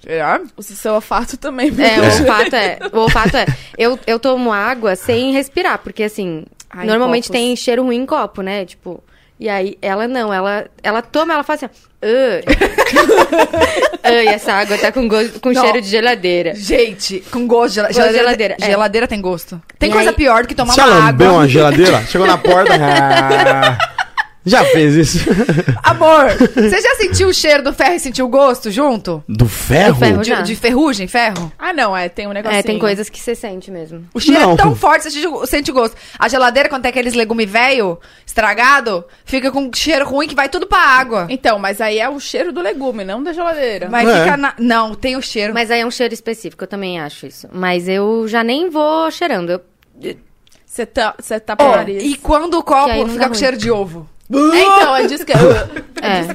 Speaker 2: Será?
Speaker 1: O seu olfato também.
Speaker 4: É, o
Speaker 1: viu?
Speaker 4: olfato é. O olfato é. Eu, eu tomo água sem respirar, porque assim,
Speaker 1: Ah, em
Speaker 4: normalmente
Speaker 1: copos.
Speaker 4: tem cheiro ruim em copo, né? Tipo. E aí, ela não, ela, ela toma, ela fala assim, ai, ai, essa água tá com, gosto, com
Speaker 2: Não.
Speaker 4: cheiro de geladeira.
Speaker 2: Gente, com gosto de gela-
Speaker 4: Gosto
Speaker 2: geladeira.
Speaker 4: de geladeira, é.
Speaker 2: Geladeira tem gosto. Tem
Speaker 4: E
Speaker 2: coisa
Speaker 4: aí-
Speaker 2: pior do que tomar
Speaker 3: Se
Speaker 2: uma
Speaker 3: ela lambeu
Speaker 2: água.
Speaker 3: uma geladeira, chegou na porta. ah, já fez isso.
Speaker 2: Amor, você já sentiu o cheiro do ferro e sentiu o gosto junto?
Speaker 3: Do ferro?
Speaker 4: Do ferro.
Speaker 2: De,
Speaker 4: Já.
Speaker 2: de ferrugem, ferro?
Speaker 1: Ah, não, é, tem um negocinho.
Speaker 4: É, tem coisas que você sente mesmo.
Speaker 2: O cheiro
Speaker 3: Não.
Speaker 2: é tão forte, você sente- sente o gosto. A geladeira, quando tem aqueles legumes velho, estragado, fica com um cheiro ruim que vai tudo pra água.
Speaker 1: Então, mas aí é o cheiro do legume, não da geladeira.
Speaker 2: Mas
Speaker 3: É.
Speaker 2: fica na... Não, tem o cheiro.
Speaker 4: Mas aí é um cheiro específico, eu também acho isso. Mas eu já nem vou cheirando. Eu,
Speaker 1: Você tá, você tá
Speaker 2: Ó,
Speaker 1: pro nariz.
Speaker 2: e quando o
Speaker 4: é Que aí
Speaker 2: copo
Speaker 4: não
Speaker 2: fica
Speaker 4: dá
Speaker 2: com
Speaker 4: ruim.
Speaker 2: cheiro de ovo?
Speaker 1: É, então, é disso que... É,
Speaker 4: É.
Speaker 1: disso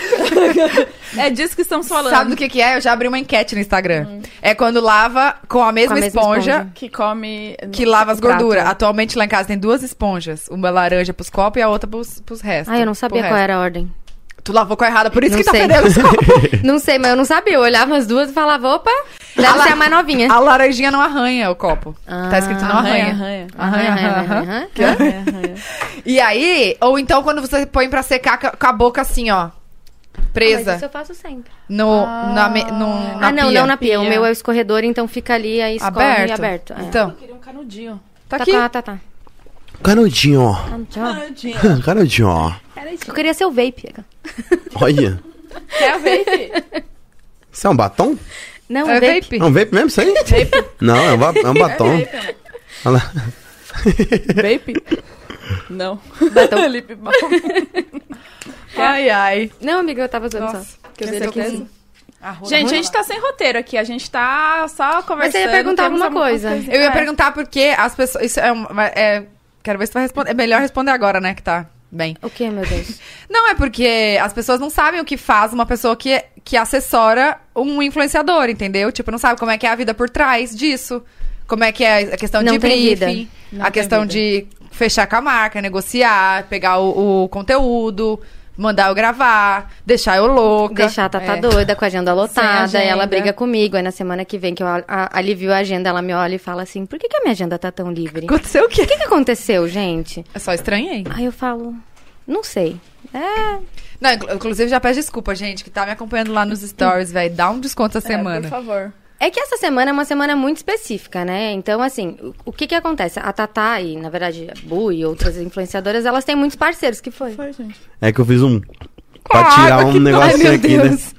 Speaker 1: que... é disso que estamos falando.
Speaker 2: Sabe do que que é? Eu já abri uma enquete no Instagram. É quando lava com a mesma,
Speaker 4: Hum. mesma
Speaker 2: esponja,
Speaker 4: esponja.
Speaker 1: Que come...
Speaker 2: que lava as
Speaker 1: prato.
Speaker 2: gorduras. Atualmente lá em casa tem duas esponjas. Uma laranja pros copos e a outra pros, pros restos.
Speaker 4: ah, eu não
Speaker 2: pro
Speaker 4: sabia qual
Speaker 2: resto.
Speaker 4: era a ordem.
Speaker 2: Tu lavou com a errada, por isso
Speaker 4: Não
Speaker 2: que
Speaker 4: sei.
Speaker 2: tá perdendo os copos.
Speaker 4: Não sei, mas eu não sabia. Eu olhava as duas e falava, opa, deve
Speaker 2: A la-
Speaker 4: ser a mais novinha.
Speaker 2: A laranjinha não arranha o copo. tá
Speaker 4: Ah,
Speaker 2: escrito não arranha.
Speaker 1: arranha.
Speaker 2: Arranha, arranha, arranha.
Speaker 4: aham.
Speaker 1: Arranha, arranha.
Speaker 2: E aí, ou então quando você põe pra secar ca- com a boca assim, ó.
Speaker 4: Ah, mas isso
Speaker 2: Presa.
Speaker 4: eu faço sempre.
Speaker 2: No, na, me- no, na
Speaker 4: ah, não,
Speaker 2: pia.
Speaker 4: não na pia. O
Speaker 1: Pia.
Speaker 4: meu é o escorredor, então fica ali, aí escorre
Speaker 2: Aberto.
Speaker 4: aberto. aberto. É.
Speaker 2: Então,
Speaker 1: Eu queria um canudinho.
Speaker 2: tá
Speaker 4: tá,
Speaker 2: aqui.
Speaker 4: tá, tá, tá.
Speaker 3: Canudinho, ó.
Speaker 4: Ah, tchau.
Speaker 1: Canudinho.
Speaker 3: Canudinho, ó.
Speaker 4: Eu queria ser o vape.
Speaker 3: Olha.
Speaker 1: Quer ver? fi?
Speaker 3: Isso é um batom?
Speaker 4: Não,
Speaker 2: É
Speaker 4: vape.
Speaker 2: vape.
Speaker 3: É um vape mesmo isso aí? Não, é um, ba- é um batom. Olha lá.
Speaker 1: Vape? Não.
Speaker 4: Batom.
Speaker 1: Lip balm.
Speaker 2: Ai, ai.
Speaker 4: Não, amiga, eu tava usando
Speaker 2: Nossa,
Speaker 4: só.
Speaker 1: Que
Speaker 2: eu
Speaker 1: eu
Speaker 2: sei
Speaker 1: tô
Speaker 2: que
Speaker 1: com-
Speaker 2: sim. Arrola.
Speaker 1: Gente, a gente tá sem roteiro aqui. A gente tá só conversando.
Speaker 4: Mas você ia perguntar
Speaker 1: temos
Speaker 4: alguma coisa.
Speaker 1: coisinha.
Speaker 2: Eu ia
Speaker 1: É.
Speaker 2: perguntar porque as pessoas. Isso é, uma- é- Quero ver se tu vai responder. É melhor responder agora, né? Que tá bem.
Speaker 4: O que, meu Deus?
Speaker 2: Não, é porque as pessoas não sabem o que faz uma pessoa que, que assessora um influenciador, entendeu? Tipo, não sabe como é que é a vida por trás disso. Como é que é a questão de
Speaker 4: Não tem
Speaker 2: briefing,
Speaker 4: vida.
Speaker 1: Não
Speaker 2: a
Speaker 1: tem
Speaker 2: questão
Speaker 1: vida.
Speaker 2: de fechar com a marca, negociar, pegar o, o conteúdo, mandar eu gravar, deixar eu louca.
Speaker 4: Deixar tá, a Tata
Speaker 2: É.
Speaker 4: doida com a agenda lotada,
Speaker 1: agenda.
Speaker 4: aí ela briga comigo. Aí na semana que vem que eu a- a- alivio a agenda, ela me olha e fala assim: por que, que a minha agenda tá tão livre? O
Speaker 2: Aconteceu o quê?
Speaker 4: que, que aconteceu, gente?
Speaker 2: Eu só estranhei.
Speaker 4: Aí eu falo: não sei. É,
Speaker 2: Não, inclu- inclusive já peço desculpa, gente, que tá me acompanhando lá nos stories, velho. Dá um desconto essa
Speaker 1: É,
Speaker 2: semana.
Speaker 1: Por favor.
Speaker 4: É que essa semana é uma semana muito específica, né? Então, assim, o, o que que acontece? A Tatá e, na verdade, a Bu e outras influenciadoras, elas têm muitos parceiros, que foi?
Speaker 1: Foi, gente.
Speaker 3: É que eu fiz um. Pra
Speaker 2: Ah,
Speaker 3: tirar
Speaker 2: água que
Speaker 3: um
Speaker 2: dói,
Speaker 3: negocinho
Speaker 2: meu
Speaker 3: aqui, né?
Speaker 2: Deus.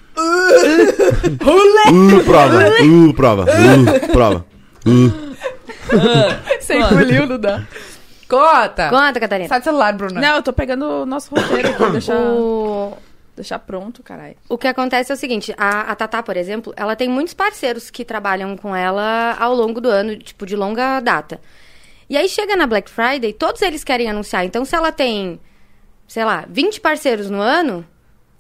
Speaker 3: Uh, prova. Uh, prova. Uh, prova. Uh.
Speaker 2: Você engoliu, não dá. Cota!
Speaker 4: Conta, Catarina.
Speaker 2: Sai do celular, Bruna.
Speaker 1: Não, eu tô pegando o nosso roteiro aqui. Deixar,
Speaker 4: O,
Speaker 1: deixar pronto, caralho.
Speaker 4: o que acontece é o seguinte, a, a Tatá, por exemplo, ela tem muitos parceiros que trabalham com ela ao longo do ano, tipo, de longa data. E aí chega na Black Friday, todos eles querem anunciar. Então, se ela tem, sei lá, 20 parceiros no ano,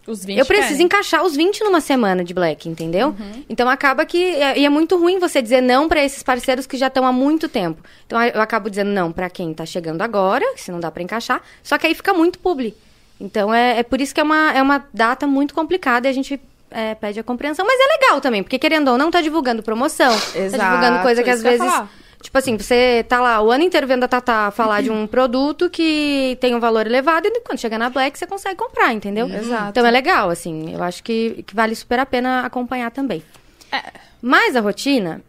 Speaker 1: Os 20
Speaker 4: Eu preciso
Speaker 1: querem.
Speaker 4: encaixar os 20 numa semana de black, entendeu? Então acaba que. E é muito ruim você dizer não pra esses parceiros que já estão há muito tempo. Então eu acabo dizendo não pra quem tá chegando agora, que se não dá pra encaixar. Só que aí fica muito publi. Então é, é por isso que é uma, é uma data muito complicada e a gente. é, pede a compreensão, mas é legal também, porque querendo ou não, tá divulgando promoção,
Speaker 1: Exato,
Speaker 4: tá divulgando coisa que
Speaker 1: isso
Speaker 4: às
Speaker 1: que eu ia
Speaker 4: vezes.
Speaker 1: falar.
Speaker 4: Tipo assim, você tá lá o ano inteiro vendo a Tatá falar de
Speaker 2: Uhum.
Speaker 4: um produto que tem um valor elevado e quando chega na Black você consegue comprar, entendeu?
Speaker 1: Exato.
Speaker 4: Então é legal, assim. Eu acho que, que vale super a pena acompanhar também.
Speaker 2: É.
Speaker 4: Mas a rotina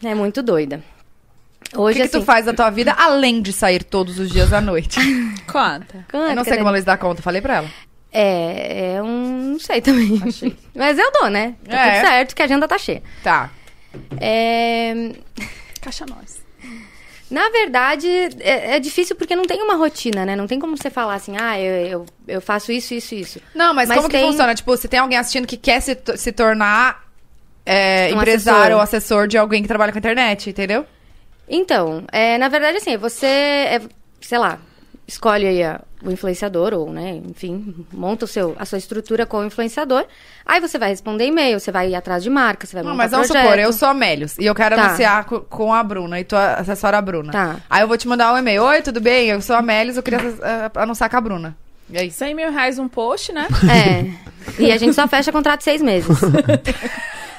Speaker 4: é muito doida.
Speaker 2: O
Speaker 4: Hoje,
Speaker 2: que, que
Speaker 4: assim...
Speaker 2: tu faz da tua vida além de sair todos os dias à noite?
Speaker 1: Conta.
Speaker 4: Canta,
Speaker 2: Eu não sei
Speaker 4: Ah, cadê-
Speaker 2: como a Luiz dá conta, falei pra ela.
Speaker 4: É, é um... Não sei também. Mas eu dou, né? Tá
Speaker 2: É.
Speaker 4: tudo certo que a agenda tá cheia.
Speaker 2: Tá.
Speaker 4: É...
Speaker 1: Caixa nós.
Speaker 4: Na verdade, é, é difícil porque não tem uma rotina, né? Não tem como você falar assim, ah, eu, eu, eu faço isso, isso, isso.
Speaker 2: Não, mas, como que
Speaker 4: tem-
Speaker 2: funciona? Tipo, se tem alguém assistindo que quer se, to- se tornar é,
Speaker 4: Um
Speaker 2: empresário
Speaker 4: assessor.
Speaker 2: ou assessor de alguém que trabalha com a internet, entendeu?
Speaker 4: Então, é, na verdade, assim, você, é, sei lá, escolhe aí a- o influenciador ou, né, enfim, monta o seu, a sua estrutura com o influenciador. Aí você vai responder e-mail, você vai ir atrás de marca, você vai
Speaker 2: Não,
Speaker 4: montar
Speaker 2: mas vamos
Speaker 4: projeto.
Speaker 2: supor, eu sou a Melios e eu quero
Speaker 4: Tá.
Speaker 2: anunciar co- com a Bruna e tu a- assessora a Bruna.
Speaker 4: Tá.
Speaker 2: Aí eu vou te mandar um e-mail. Oi, tudo bem? Eu sou a Melios, eu queria ass- ah, anunciar com a Bruna. E é isso.
Speaker 1: 100 mil reais um post, né?
Speaker 4: É, e a gente só fecha contrato seis meses.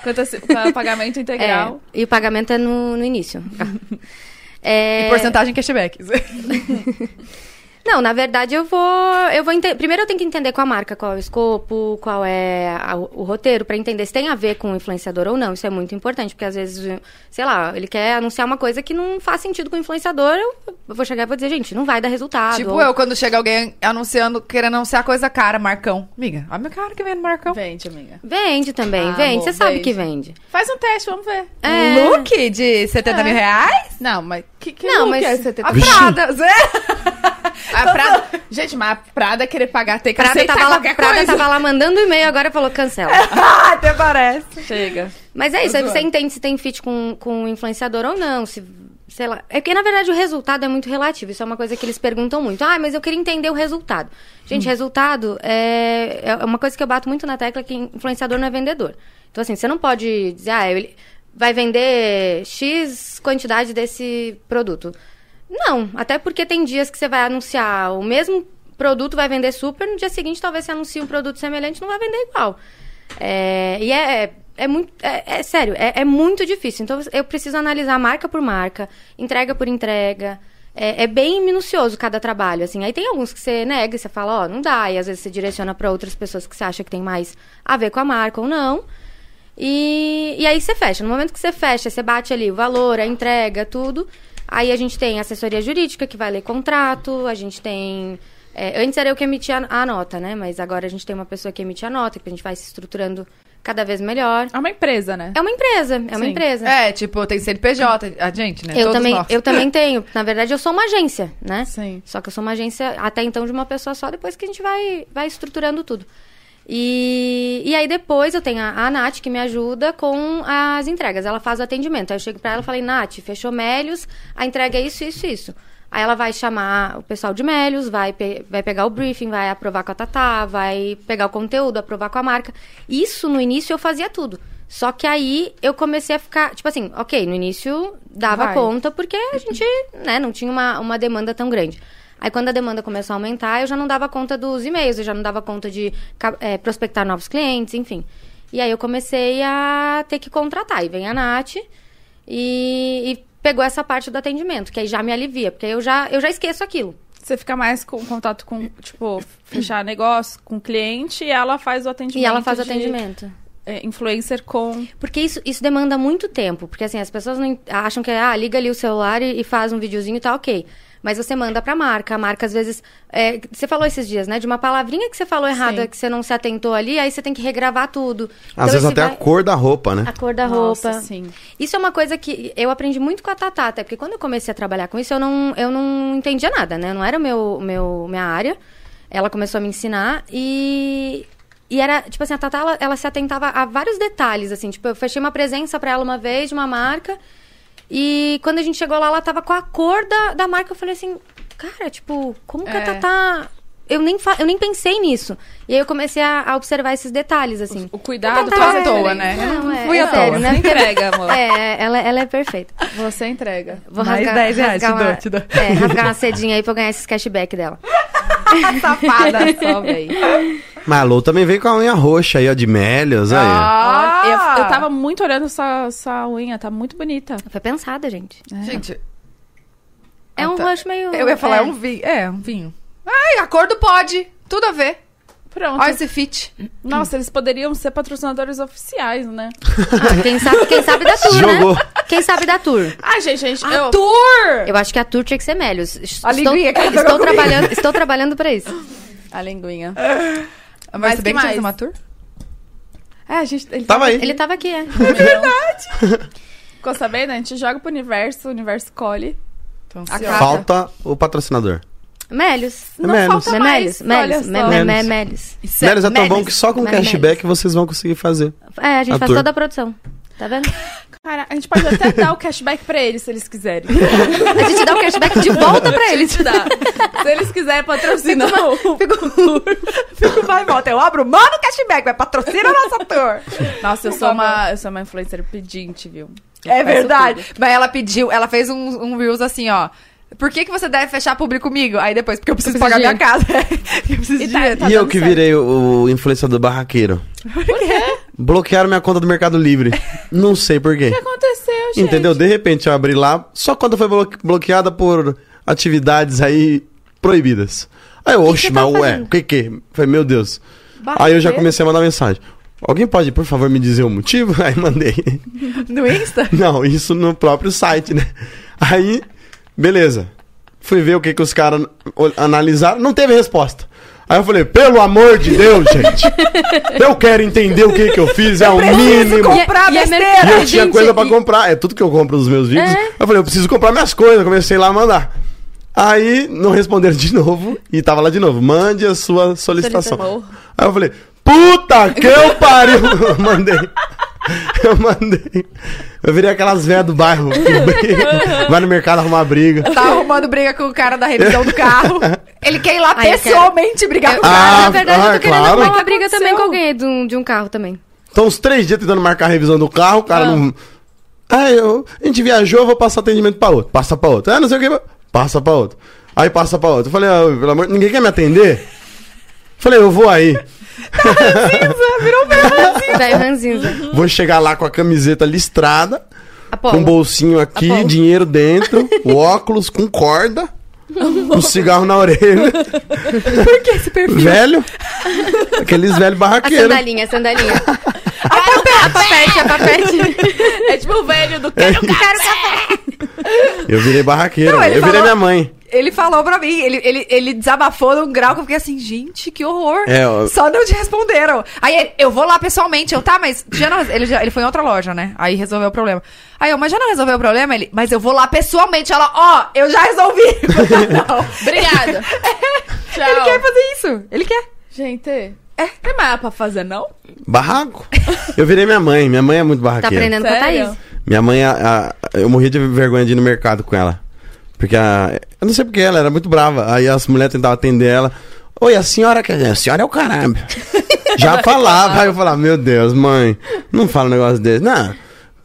Speaker 1: Quanto a- pagamento
Speaker 4: é,
Speaker 1: integral.
Speaker 4: e o pagamento é no, no início. É,
Speaker 2: E porcentagem cashback. Tipo
Speaker 4: Não, na verdade eu vou, eu vou ente- primeiro eu tenho que entender com a marca qual é o escopo, qual é a- o roteiro pra entender se tem a ver com o influenciador ou não. Isso é muito importante, porque às vezes, sei lá, ele quer anunciar uma coisa que não faz sentido com o influenciador, eu eu vou chegar e vou dizer, gente, não vai dar resultado.
Speaker 2: tipo
Speaker 4: ou-
Speaker 2: eu, quando chega alguém anunciando, querendo anunciar coisa cara, Marcão. Amiga, olha meu cara que vem no
Speaker 4: É.
Speaker 2: Marcão.
Speaker 1: Vende, amiga.
Speaker 4: Vende também,
Speaker 1: Ah,
Speaker 4: vende,
Speaker 1: amor,
Speaker 4: você sabe
Speaker 1: vende.
Speaker 4: que vende.
Speaker 1: Faz um teste, vamos ver.
Speaker 4: É.
Speaker 2: Um look de 70 mil reais?
Speaker 1: Não, mas que, que
Speaker 4: Não,
Speaker 1: look
Speaker 4: mas-
Speaker 1: é esse?
Speaker 2: A
Speaker 3: Vixe.
Speaker 2: Prada. É. Zé.
Speaker 1: A Prada... Gente, mas a Prada querer pagar, ter que
Speaker 4: Prada
Speaker 1: aceitar
Speaker 4: tava, lá,
Speaker 1: qualquer
Speaker 4: Prada
Speaker 1: coisa.
Speaker 4: tava lá mandando e-mail, agora falou cancela.
Speaker 2: Até parece.
Speaker 1: Chega.
Speaker 4: Mas é isso,
Speaker 2: Tô
Speaker 4: aí você
Speaker 2: zoando.
Speaker 4: entende se tem fit com, com o influenciador ou não, se, sei lá. É porque, na verdade, o resultado é muito relativo. Isso é uma coisa que eles perguntam muito. Ah, mas eu queria entender o resultado. Gente, resultado é, é uma coisa que eu bato muito na tecla que influenciador não é vendedor. Então, assim, você não pode dizer, ah, ele vai vender X quantidade desse produto. Não, até porque tem dias que você vai anunciar o mesmo produto, vai vender super, no dia seguinte talvez você anuncie um produto semelhante, não vai vender igual. É, e é, é, é muito. É, é sério, é, é muito difícil. Então eu preciso analisar marca por marca, entrega por entrega. É, é bem minucioso cada trabalho, assim. Aí tem alguns que você nega e você fala, ó, não dá. E às vezes você direciona para outras pessoas que você acha que tem mais a ver com a marca ou não. E, e aí você fecha. No momento que você fecha, você bate ali o valor, a entrega, tudo. Aí a gente tem assessoria jurídica que vai ler contrato, a gente tem. é, antes era eu que emitia a nota, né? Mas agora a gente tem uma pessoa que emite a nota, que a gente vai se estruturando cada vez melhor.
Speaker 1: É uma empresa, né?
Speaker 4: É uma empresa, é uma
Speaker 1: Sim.
Speaker 4: empresa.
Speaker 2: É, tipo, tem CNPJ, a gente, né?
Speaker 4: Eu
Speaker 2: Todos
Speaker 4: também,
Speaker 2: nós.
Speaker 4: eu também tenho. Na verdade, eu sou uma agência, né?
Speaker 1: Sim.
Speaker 4: Só que eu sou uma agência até então de uma pessoa só, depois que a gente vai, vai estruturando tudo. E, e aí depois eu tenho a, a Nath que me ajuda com as entregas. Ela faz o atendimento. Aí eu chego pra ela e falei, Nath, fechou Melios, a entrega é isso, isso, isso. Aí ela vai chamar o pessoal de Melios, vai, pe- vai pegar o briefing, vai aprovar com a Tatá, vai pegar o conteúdo, aprovar com a marca. Isso no início eu fazia tudo. Só que aí eu comecei a ficar, tipo assim, ok, no início dava
Speaker 1: Vai.
Speaker 4: conta conta, porque a gente né, não tinha uma, uma demanda tão grande. Aí, quando a demanda começou a aumentar, eu já não dava conta dos e-mails, eu já não dava conta de ca- eh, prospectar novos clientes, enfim. E aí, eu comecei a ter que contratar. E vem a Nath e, e pegou essa parte do atendimento, que aí já me alivia, porque aí eu já, eu já esqueço aquilo.
Speaker 1: Você fica mais com contato com, tipo, fechar negócio com o cliente e ela faz o atendimento.
Speaker 4: E ela faz o
Speaker 1: de,
Speaker 4: atendimento.
Speaker 1: é, influencer com.
Speaker 4: Porque isso, isso demanda muito tempo. Porque assim, as pessoas não en- acham que ah, liga ali o celular e, e faz um videozinho e tá ok. Mas você manda pra marca. A marca, às vezes. é, você falou esses dias, né? De uma palavrinha que você falou errada,
Speaker 1: Sim.
Speaker 4: que você não se atentou ali, aí você tem que regravar tudo. Então,
Speaker 3: Às vezes
Speaker 4: esse
Speaker 3: até
Speaker 4: vai-
Speaker 3: a cor da roupa, né?
Speaker 4: a cor da
Speaker 1: Nossa,
Speaker 4: roupa.
Speaker 1: sim.
Speaker 4: Isso é uma coisa que eu aprendi muito com a Tatá, até porque quando eu comecei a trabalhar com isso, eu não, eu não entendia nada, né? Não era o meu, meu, minha área. Ela começou a me ensinar e. E era, tipo assim, a Tatá, ela, ela se atentava a vários detalhes, assim. Tipo, eu fechei uma presença pra ela uma vez de uma marca. E quando a gente chegou lá, ela tava com a cor da, da marca. Eu falei assim, cara, tipo, como que
Speaker 1: É.
Speaker 4: a Tatá eu nem, fa- eu nem pensei nisso. E aí eu comecei a, a observar esses detalhes, assim.
Speaker 1: O cuidado
Speaker 4: Então
Speaker 1: tá
Speaker 4: tá
Speaker 1: à
Speaker 4: diferente.
Speaker 1: toa, né?
Speaker 4: Não, é,
Speaker 2: Fui
Speaker 4: é
Speaker 2: à
Speaker 4: sério,
Speaker 2: toa.
Speaker 1: Você
Speaker 4: né?
Speaker 1: entrega, amor.
Speaker 4: É, ela, ela é perfeita.
Speaker 1: Você entrega.
Speaker 4: Vou
Speaker 2: Mais
Speaker 4: rasgar,
Speaker 2: 10 reais, né?
Speaker 4: rasgar
Speaker 2: te dou,
Speaker 4: uma,
Speaker 2: te dou.
Speaker 4: É, rasgar uma cedinha aí pra eu ganhar esses cashback dela.
Speaker 2: Safada.
Speaker 1: Só veio.
Speaker 3: Mas a Lou também veio com a unha roxa aí, ó, de Melios. Aí.
Speaker 1: Olha,
Speaker 2: Ah!
Speaker 1: Eu, eu tava muito olhando essa, essa unha, tá muito bonita.
Speaker 4: Foi pensada, gente.
Speaker 2: Gente,
Speaker 4: É um
Speaker 2: Então,
Speaker 4: roxo meio...
Speaker 2: eu ia falar, é um vinho. É, um vinho. Ai, a cor do pod. Tudo a ver.
Speaker 1: Pronto.
Speaker 2: Olha esse fit.
Speaker 1: Nossa, eles poderiam ser patrocinadores oficiais, né?
Speaker 4: Ah, quem, sabe, quem sabe da tour,
Speaker 3: Jogou.
Speaker 4: né? Quem sabe da tour.
Speaker 1: Ah, gente, gente. eu...
Speaker 2: Tour!
Speaker 4: Eu acho que a tour tinha que ser Melios. Es-
Speaker 2: A
Speaker 4: Estou,
Speaker 2: linguinha que ela
Speaker 4: estou
Speaker 2: jogou comigo.
Speaker 4: trabalhando, estou trabalhando pra isso.
Speaker 1: A linguinha.
Speaker 2: Mas
Speaker 1: Mas
Speaker 2: você bem
Speaker 1: que
Speaker 2: que tinha
Speaker 1: mais?
Speaker 2: uma tour?
Speaker 1: É, a gente. Ele tá
Speaker 3: Tava aí.
Speaker 4: Ele tava aqui, é.
Speaker 1: Ficou sabendo? A gente joga pro universo, o universo colhe.
Speaker 2: Então,
Speaker 1: A
Speaker 2: se-
Speaker 1: cara.
Speaker 3: Falta o patrocinador.
Speaker 4: Melios.
Speaker 3: É
Speaker 1: Não
Speaker 3: Melios.
Speaker 1: falta
Speaker 4: É
Speaker 1: mais.
Speaker 4: Melios,
Speaker 1: olha
Speaker 4: Melios,
Speaker 1: só.
Speaker 4: me- me- me-
Speaker 3: Melios.
Speaker 4: Melios.
Speaker 2: Isso
Speaker 3: Melios é tão bom
Speaker 2: Melis.
Speaker 3: que só com
Speaker 4: Melis.
Speaker 3: cashback vocês vão conseguir fazer.
Speaker 4: É, a gente faz
Speaker 3: Ator.
Speaker 4: toda a produção. Tá vendo?
Speaker 1: Cara, a gente pode até dar o cashback pra eles, se eles quiserem.
Speaker 4: A gente dá o cashback de volta pra eles.
Speaker 1: Te dá. se eles quiserem patrocinar o-
Speaker 2: Fico vai e volta. Eu abro, manda o cashback, vai patrocina a nossa tour.
Speaker 1: Nossa, eu sou, uma, eu sou uma influencer pedinte, viu? Eu
Speaker 2: É
Speaker 1: faço
Speaker 2: verdade.
Speaker 1: tudo.
Speaker 2: Mas ela pediu, ela fez um, um Reels assim, ó. Por que, que você deve fechar público comigo? Aí depois, porque eu preciso,
Speaker 1: preciso
Speaker 2: pagar minha
Speaker 1: de
Speaker 2: casa. eu preciso
Speaker 1: E
Speaker 2: de
Speaker 1: tá-
Speaker 2: dinheiro.
Speaker 1: tá
Speaker 3: e eu
Speaker 1: dando
Speaker 3: que
Speaker 1: certo.
Speaker 3: virei o, o influenciador barraqueiro. Bloquearam minha conta do Mercado Livre. Não sei por quê.
Speaker 1: O que aconteceu, gente?
Speaker 3: Entendeu? De repente eu abri lá, só quando foi blo- bloqueada por atividades aí proibidas. Aí eu, oxe,
Speaker 4: você
Speaker 3: mas
Speaker 4: tava
Speaker 3: ué,
Speaker 4: fazendo?"
Speaker 3: o que que? Falei, meu Deus.
Speaker 1: tá Barraqueiro.
Speaker 3: Aí eu já comecei a mandar mensagem. Alguém pode, por favor, me dizer o motivo? Aí mandei.
Speaker 2: No Insta?
Speaker 3: Não, isso no próprio site, né? Aí, beleza. Fui ver o que que os caras ol- analisaram, não teve resposta. Aí eu falei, pelo amor de Deus, gente. eu quero entender o que que eu fiz, é o mínimo.
Speaker 2: comprar
Speaker 4: E é- e é
Speaker 2: besteira.
Speaker 3: E
Speaker 4: mercado-
Speaker 3: eu tinha
Speaker 4: Gente,
Speaker 3: coisa pra
Speaker 4: e-
Speaker 3: comprar. É tudo que eu compro nos meus vídeos. Eu falei, eu preciso comprar minhas coisas. Eu Comecei lá a mandar. Aí não responderam de novo. E tava lá de novo. Mande a sua solicitação.
Speaker 1: Solicitação.
Speaker 3: Aí eu falei, puta que eu pariu! Eu mandei. Eu mandei. Eu virei aquelas velhas do bairro. que briga, Vai no mercado arrumar briga.
Speaker 2: Tá arrumando briga com o cara da revisão do carro. Ele quer ir lá
Speaker 4: Ai, eu quero-
Speaker 2: pessoalmente brigar com o cara.
Speaker 4: na verdade, eu
Speaker 3: ah,
Speaker 4: tô querendo
Speaker 3: claro.
Speaker 4: arrumar uma briga
Speaker 1: Aconteceu.
Speaker 4: também com alguém de um, de um carro também.
Speaker 3: Então, uns três dias tentando marcar a revisão do carro, o cara não. Ah, eu... a gente viajou, eu vou passar atendimento pra outro. Passa pra outro. Ah, não sei o que. Passa pra outro. Aí passa pra outro. Eu falei, ah, pelo amor, ninguém quer me atender? Falei, eu vou aí.
Speaker 4: Velho Ranzinza.
Speaker 3: Vou chegar lá com a camiseta listrada, com um
Speaker 4: Apolo.
Speaker 2: Tá
Speaker 3: bolsinho aqui,
Speaker 4: Apolo.
Speaker 3: dinheiro dentro, o óculos com corda, um cigarro na orelha.
Speaker 2: Por que esse perfil?
Speaker 3: velho. Aqueles velhos
Speaker 4: A
Speaker 3: barraqueiros.
Speaker 4: sandalinha, a sandalinha.
Speaker 3: Ah,
Speaker 4: a papete, a papete.
Speaker 1: É tipo o velho do
Speaker 3: É
Speaker 1: quero
Speaker 3: isso.
Speaker 1: café.
Speaker 3: Eu virei barraqueiro.
Speaker 2: Não, ele
Speaker 3: eu virei
Speaker 2: falou-
Speaker 3: minha mãe.
Speaker 2: Ele falou pra mim, ele, ele, ele desabafou num grau que eu fiquei assim, gente, que horror.
Speaker 3: É, ó.
Speaker 2: Só não te responderam. Aí ele, eu vou lá pessoalmente, eu, tá, mas já não, ele, já, ele foi em outra loja, né? Aí resolveu o problema. Aí eu, mas já não resolveu o problema? Ele, mas eu vou lá pessoalmente. Ela, ó, eu já resolvi. não.
Speaker 1: Obrigada. Tchau.
Speaker 2: Ele quer fazer isso, ele quer.
Speaker 1: Gente, é. tem mais pra fazer, não?
Speaker 3: Barraco? Eu virei minha mãe. Minha mãe é muito
Speaker 4: Tá
Speaker 3: barraqueira.
Speaker 4: aprendendo com a
Speaker 1: Sério?
Speaker 4: Thaís.
Speaker 3: Minha mãe, a- a- eu morria de vergonha de ir no mercado com ela. Porque a, eu não sei porque ela era muito brava. Aí as mulheres tentavam atender ela. Oi, a senhora quer dizer, a senhora é o caramba. Já falava, aí eu falava, meu Deus, mãe, não fala um negócio desse. Não,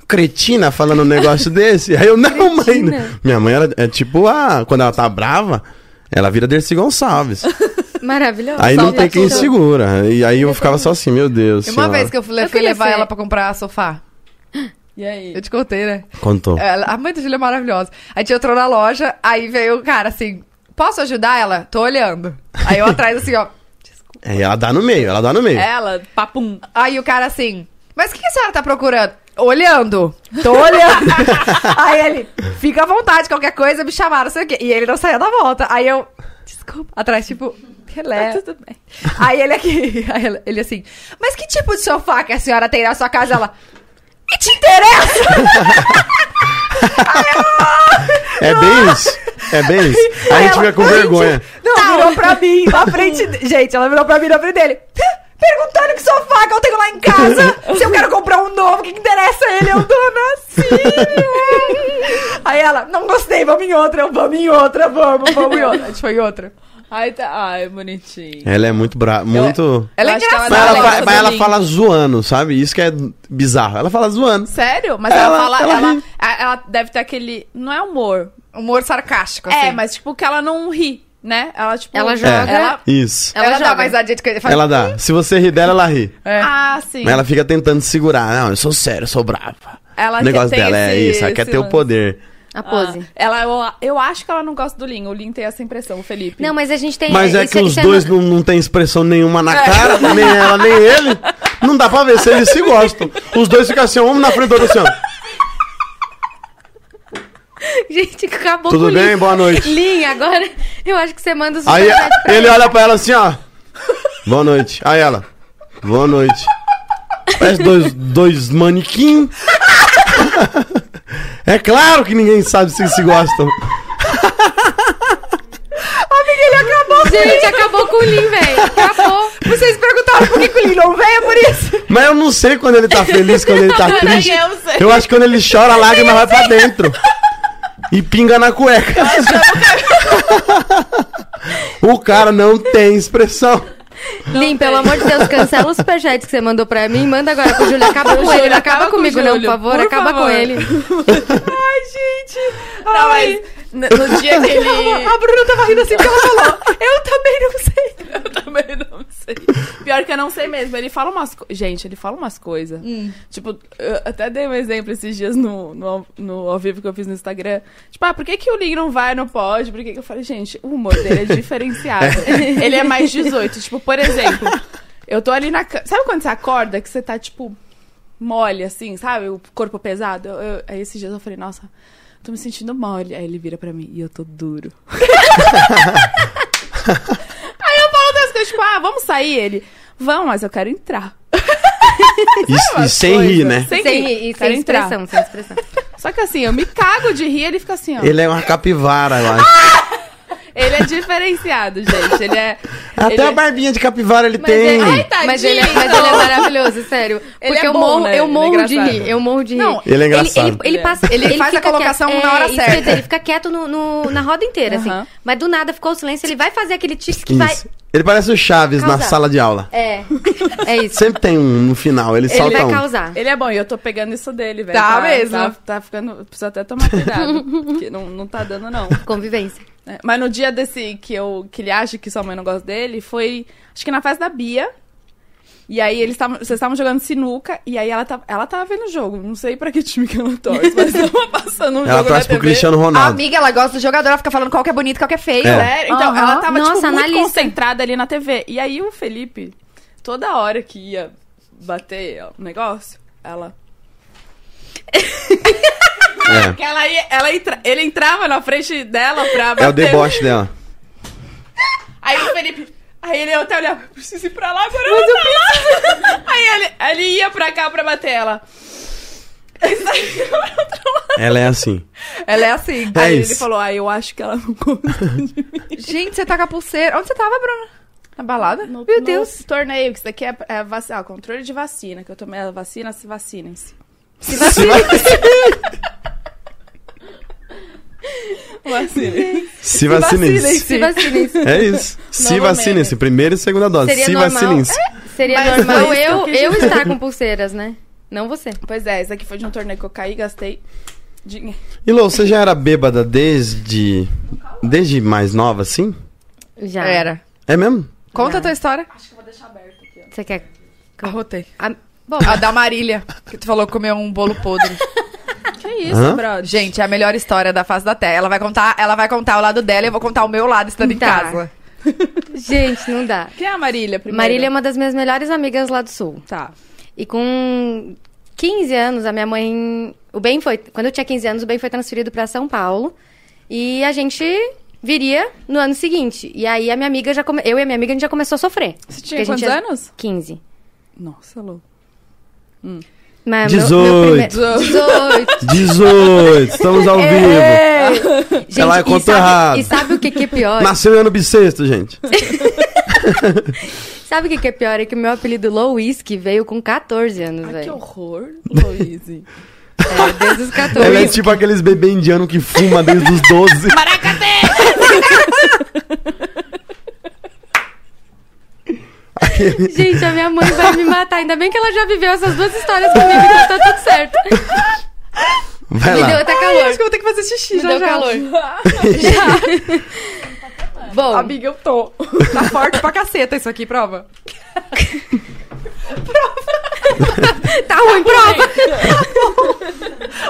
Speaker 3: cretina falando um negócio desse. Aí eu, não, mãe. não." Minha mãe era, é tipo, ah, quando ela tá brava, ela vira Dercy Gonçalves.
Speaker 4: Maravilhoso.
Speaker 3: Aí não
Speaker 4: Solta
Speaker 3: tem quem
Speaker 4: tudo.
Speaker 3: segura. E aí eu ficava só assim, meu Deus.
Speaker 2: uma
Speaker 3: senhora.
Speaker 2: vez que eu fui,
Speaker 4: Eu
Speaker 2: fui
Speaker 4: queria
Speaker 2: levar
Speaker 4: ser.
Speaker 2: ela pra comprar sofá,
Speaker 1: E aí?
Speaker 2: eu te contei, né?
Speaker 3: Contou.
Speaker 2: Ela- a mãe do Júlio é maravilhosa. A gente entrou na loja, aí veio o cara assim, posso ajudar ela? Tô olhando. Aí eu atrás assim, ó.
Speaker 3: É, ela dá no meio, ela dá no meio.
Speaker 1: É Ela, papum.
Speaker 2: Aí o cara assim, mas o que, que a senhora tá procurando? Olhando. Tô olhando. aí ele, fica à vontade, qualquer coisa, me chamaram, não sei o quê. E ele não saía da volta. Aí eu, desculpa. Atrás, tipo,
Speaker 1: Tá
Speaker 2: relé.
Speaker 1: tudo bem.
Speaker 2: Aí ele aqui, aí ela- ele assim, mas que tipo de sofá que a senhora tem na sua casa? Ela, me te interessa?
Speaker 3: É bem isso. É bem isso. A
Speaker 2: Aí
Speaker 3: gente
Speaker 2: ela,
Speaker 3: fica com
Speaker 2: "A gente-
Speaker 3: vergonha. Tá,
Speaker 2: Não, virou pra mim, na frente. de- Gente, ela virou pra mim na frente dele. Perguntando que sofá que eu tenho lá em casa. se eu quero comprar um novo, o que que interessa a ele? Eu dona Cília. Aí ela, não gostei, vamos em outra, eu, vamos em outra, vamos, vamos em outra. A gente foi em outra.
Speaker 1: Ai, tá. Ai, bonitinho.
Speaker 3: Ela é muito brava. Muito.
Speaker 2: Ela é
Speaker 1: Eu acho que ela
Speaker 2: engraçada.
Speaker 3: Mas, ela,
Speaker 1: gosta
Speaker 3: fa-
Speaker 1: do
Speaker 3: mas ela
Speaker 1: Link.
Speaker 3: fala zoando, sabe? Isso que é bizarro. Ela fala zoando.
Speaker 1: Sério? Mas ela,
Speaker 3: Ela-
Speaker 1: fala.
Speaker 3: ela
Speaker 1: Ela,
Speaker 3: ri.
Speaker 1: a- É, ela deve ter aquele. Não é humor.
Speaker 2: é Humor sarcástico, assim.
Speaker 1: É, mas tipo, que ela não ri, né? Ela, tipo.
Speaker 4: Ela
Speaker 3: É.
Speaker 4: joga.
Speaker 1: ela-
Speaker 3: Isso.
Speaker 2: Ela,
Speaker 4: Ela
Speaker 2: dá
Speaker 4: joga.
Speaker 2: mais a dica que
Speaker 3: Ela dá. Se você rir dela, ela ri.
Speaker 2: É.
Speaker 1: Ah, sim.
Speaker 3: Mas ela fica tentando segurar. Não, eu sou sério, eu sou brava.
Speaker 1: Ela
Speaker 3: o
Speaker 1: quer-
Speaker 3: negócio
Speaker 1: tem
Speaker 3: dela é
Speaker 1: esse-
Speaker 3: isso, ela quer
Speaker 1: esse
Speaker 3: ter o
Speaker 1: lance.
Speaker 3: poder.
Speaker 4: A
Speaker 1: Ah,
Speaker 4: pose.
Speaker 1: ela, eu, eu acho que ela não gosta do Lin. O Lin tem essa impressão, o Felipe.
Speaker 4: Não, mas a gente tem.
Speaker 3: Mas é
Speaker 4: isso
Speaker 3: que os
Speaker 4: isso
Speaker 3: dois
Speaker 4: no-
Speaker 3: não, não tem expressão nenhuma na cara, nem ela, nem ele. Não dá pra ver se eles se gostam. Os dois ficam assim, ó, um na frente do outro assim, ó.
Speaker 4: Gente, acabou
Speaker 3: Tudo
Speaker 4: com o Lin.
Speaker 3: bem? Boa noite.
Speaker 4: Lin, agora eu acho que você manda os
Speaker 3: Aí
Speaker 4: superchats pra
Speaker 3: ele olha pra ela assim, ó. Boa noite. Aí ela. Boa noite. Parece dois, dois manequim. É claro que ninguém sabe se se gostam.
Speaker 4: Gente, acabou com o Lin, velho. Acabou.
Speaker 2: Vocês perguntaram tá, por que, que o Lin não veio, é por isso.
Speaker 3: Mas eu não sei quando ele tá feliz, quando ele tá
Speaker 1: Nem
Speaker 3: triste.
Speaker 1: eu sei.
Speaker 3: Eu acho que quando ele chora, a lágrima vai pra dentro. E pinga na cueca. o cara não tem expressão.
Speaker 4: Lin, pelo amor de Deus, cancela os superchats que você mandou pra mim. Manda agora pro Júlio. Acaba com
Speaker 1: Júlio,
Speaker 4: ele. Não
Speaker 1: acaba
Speaker 4: acaba
Speaker 1: com o
Speaker 4: comigo, não, por
Speaker 1: Júlio,
Speaker 4: favor.
Speaker 1: por
Speaker 4: acaba com
Speaker 1: favor.
Speaker 4: ele.
Speaker 1: Ai, gente. Não, mas n- no dia que ele.
Speaker 2: A Bruna tava rindo assim porque ela falou.
Speaker 1: Eu também não sei. Eu também não sei. Pior que eu não sei mesmo. Ele fala umas coisas. Gente, ele fala umas coisas. Tipo, eu até dei um exemplo esses dias no, no, ao- no ao vivo que eu fiz no Instagram. Tipo, ah, por que, que o Lin não vai, não pode? Por que, que eu falei, gente, o humor dele é diferenciado. ele é mais 18. Tipo, por exemplo, eu tô ali na. ca- Sabe quando você acorda que você tá, tipo, mole, assim, sabe? O corpo pesado. Eu- eu- aí esses dias eu falei, nossa. Tô me sentindo mole. Aí ele vira pra mim e eu tô duro. Aí eu falo das coisas, tipo, ah, vamos sair? Ele, vamos, mas eu quero entrar.
Speaker 3: E, e sem
Speaker 1: Coisa.
Speaker 3: rir, né?
Speaker 1: Sem,
Speaker 4: Sem,
Speaker 1: rir,
Speaker 4: e
Speaker 1: quero
Speaker 4: sem
Speaker 1: entrar.
Speaker 4: expressão, sem expressão.
Speaker 1: Só que assim, eu me cago de rir, ele fica assim, ó. Ele,
Speaker 3: Ele é uma capivara, eu acho.
Speaker 1: é diferenciado, gente. Ele é.
Speaker 3: Até
Speaker 1: ele
Speaker 3: a
Speaker 1: é-
Speaker 3: barbinha de capivara ele tem.
Speaker 1: ele- Ai, tadinho!
Speaker 4: Mas ele, é, mas ele é maravilhoso, sério.
Speaker 1: Ele
Speaker 4: Porque
Speaker 1: é
Speaker 4: eu
Speaker 1: bom,
Speaker 4: morro,
Speaker 1: né?
Speaker 4: eu
Speaker 1: Ele é
Speaker 4: morro de
Speaker 1: engraçado.
Speaker 4: rir. Eu morro de rir.
Speaker 1: Não,
Speaker 3: Ele é engraçado.
Speaker 4: Ele, ele passa,
Speaker 2: Ele faz a
Speaker 4: fica
Speaker 2: colocação
Speaker 4: quieto,
Speaker 2: na hora
Speaker 4: é, isso que eu ia
Speaker 2: certa.
Speaker 4: dizer, Ele fica quieto no, no- na roda inteira,
Speaker 1: Aham.
Speaker 4: assim. Mas do nada ficou o silêncio, ele vai fazer aquele tique que vai.
Speaker 3: Isso. Ele parece o Chaves na
Speaker 4: Causar.
Speaker 3: sala de aula.
Speaker 4: É. É isso.
Speaker 3: Sempre tem um no final, ele,
Speaker 4: Ele
Speaker 3: solta
Speaker 4: vai
Speaker 3: um.
Speaker 4: causar.
Speaker 1: Ele é bom, e eu tô pegando isso dele, velho.
Speaker 2: Tá mesmo.
Speaker 1: Tá, tá ficando. Preciso até tomar cuidado. porque não, não tá dando, não.
Speaker 4: Convivência.
Speaker 1: né? Mas no dia desse que, eu, que ele acha que sua mãe não gosta dele, foi. Acho que na festa da Bia. E aí eles estavam. Vocês estavam jogando sinuca, e aí ela tava, ela tava vendo o jogo. Não sei pra que time que ela torce, mas tava passando um
Speaker 3: Ela
Speaker 1: jogo
Speaker 3: torce
Speaker 1: na
Speaker 3: pro
Speaker 1: TV.
Speaker 3: Cristiano
Speaker 2: A
Speaker 3: Ronaldo.
Speaker 2: amiga, ela gosta do jogador, ela fica falando qual que é bonito, qual que é feio.
Speaker 3: É.
Speaker 4: né?
Speaker 1: Sério? Então,
Speaker 4: Aham.
Speaker 1: ela tava,
Speaker 4: Nossa,
Speaker 1: tipo, muito
Speaker 4: analista.
Speaker 1: concentrada ali na TV. E aí o Felipe, toda hora que ia bater ó, o negócio, ela...
Speaker 3: É.
Speaker 1: Que ela ia, ela entra- ele entrava na frente dela pra bater.
Speaker 3: É o deboche dela.
Speaker 1: Aí o Felipe... Aí ele até olhava, eu preciso ir pra lá agora, Mas eu pra lá. Aí ele, ele ia pra cá pra bater ela. Aí saiu pra outro lado.
Speaker 3: Ela é assim.
Speaker 2: Ela é assim.
Speaker 3: É
Speaker 1: Aí ele
Speaker 3: isso.
Speaker 1: falou, ah, eu acho que ela não gosta de mim.
Speaker 2: Gente, você tá com a pulseira. Onde você tava, Bruna? Na balada?
Speaker 1: No-
Speaker 2: Meu
Speaker 1: no
Speaker 2: Deus.
Speaker 1: Torneio, que isso daqui é, é vac- ah, controle de vacina, que eu tomei a vacina, se vacinem-se.
Speaker 2: Se vacina.
Speaker 1: Vacinem.
Speaker 3: Se vacinem-se.
Speaker 2: Tipo
Speaker 4: Se vacinem.
Speaker 3: É isso. Se
Speaker 1: Novamente.
Speaker 3: vacinem-se. Primeira e segunda dose.
Speaker 4: Seria
Speaker 3: se
Speaker 4: normal.
Speaker 3: vacinem-se.
Speaker 4: É, Seria
Speaker 1: Mas
Speaker 4: normal
Speaker 1: foi isso
Speaker 4: eu,
Speaker 1: que eu
Speaker 4: eu estar com pulseiras, né? Não você.
Speaker 1: Pois é, esse aqui foi de um torneio que eu caí e gastei dinheiro.
Speaker 3: E Lô, você já era bêbada desde. Desde mais nova, assim?
Speaker 4: Já.
Speaker 2: Era.
Speaker 3: É mesmo?
Speaker 2: Conta
Speaker 4: Já.
Speaker 2: a tua história.
Speaker 4: Você quer.
Speaker 2: Arrotei.
Speaker 4: Ah, bom,
Speaker 2: A da Marília, que tu falou que comeu um bolo podre.
Speaker 1: Que isso,
Speaker 3: Hã?
Speaker 1: brother?
Speaker 2: Gente, é a melhor história da face da Terra. Ela vai contar, ela vai contar o lado dela e eu vou contar o meu lado estando
Speaker 4: Tá.
Speaker 2: em casa.
Speaker 4: gente, não dá.
Speaker 1: Quem é a Marília primeiro?
Speaker 4: Marília é uma das minhas melhores amigas lá do sul.
Speaker 1: Tá.
Speaker 4: E com 15 anos, a minha mãe. O Ben foi. Quando eu tinha 15 anos, o Ben foi transferido para São Paulo. E a gente viria no ano seguinte. E aí a minha amiga já come... Eu e a minha amiga a gente já começou a sofrer.
Speaker 1: Você
Speaker 4: Porque
Speaker 1: tinha
Speaker 4: a gente
Speaker 1: quantos
Speaker 4: é-
Speaker 1: anos?
Speaker 4: 15.
Speaker 1: Nossa, Lou.
Speaker 4: Mas
Speaker 3: 18.
Speaker 4: 18.
Speaker 3: 18, estamos ao
Speaker 4: É.
Speaker 3: vivo.
Speaker 4: Gente,
Speaker 3: Ela
Speaker 4: e
Speaker 3: contou
Speaker 4: sabe-
Speaker 3: errado.
Speaker 4: E sabe o que, que é pior?
Speaker 3: Nasceu em ano bissexto, gente.
Speaker 4: Sabe o que, que é pior? É que o meu apelido Low Whisky veio com 14 anos,
Speaker 1: Ai, que
Speaker 4: velho.
Speaker 1: horror, Louise.
Speaker 4: É, desde os 14.
Speaker 3: Ela é tipo aqueles bebês indianos que fuma desde os 12.
Speaker 1: Maracatê!
Speaker 3: aquele.
Speaker 4: Gente, a minha mãe vai me matar. Ainda bem que ela já viveu essas duas histórias comigo, então tá tudo certo.
Speaker 3: Vai
Speaker 4: Me
Speaker 3: lá.
Speaker 4: deu até
Speaker 1: Ai, acho
Speaker 4: calor.
Speaker 1: que eu vou ter que fazer xixi
Speaker 4: Me
Speaker 1: já
Speaker 4: deu
Speaker 1: já.
Speaker 4: calor. Bom,
Speaker 1: Amiga, eu tô.
Speaker 2: Tá forte pra caceta isso aqui, prova.
Speaker 4: tá ruim, prova.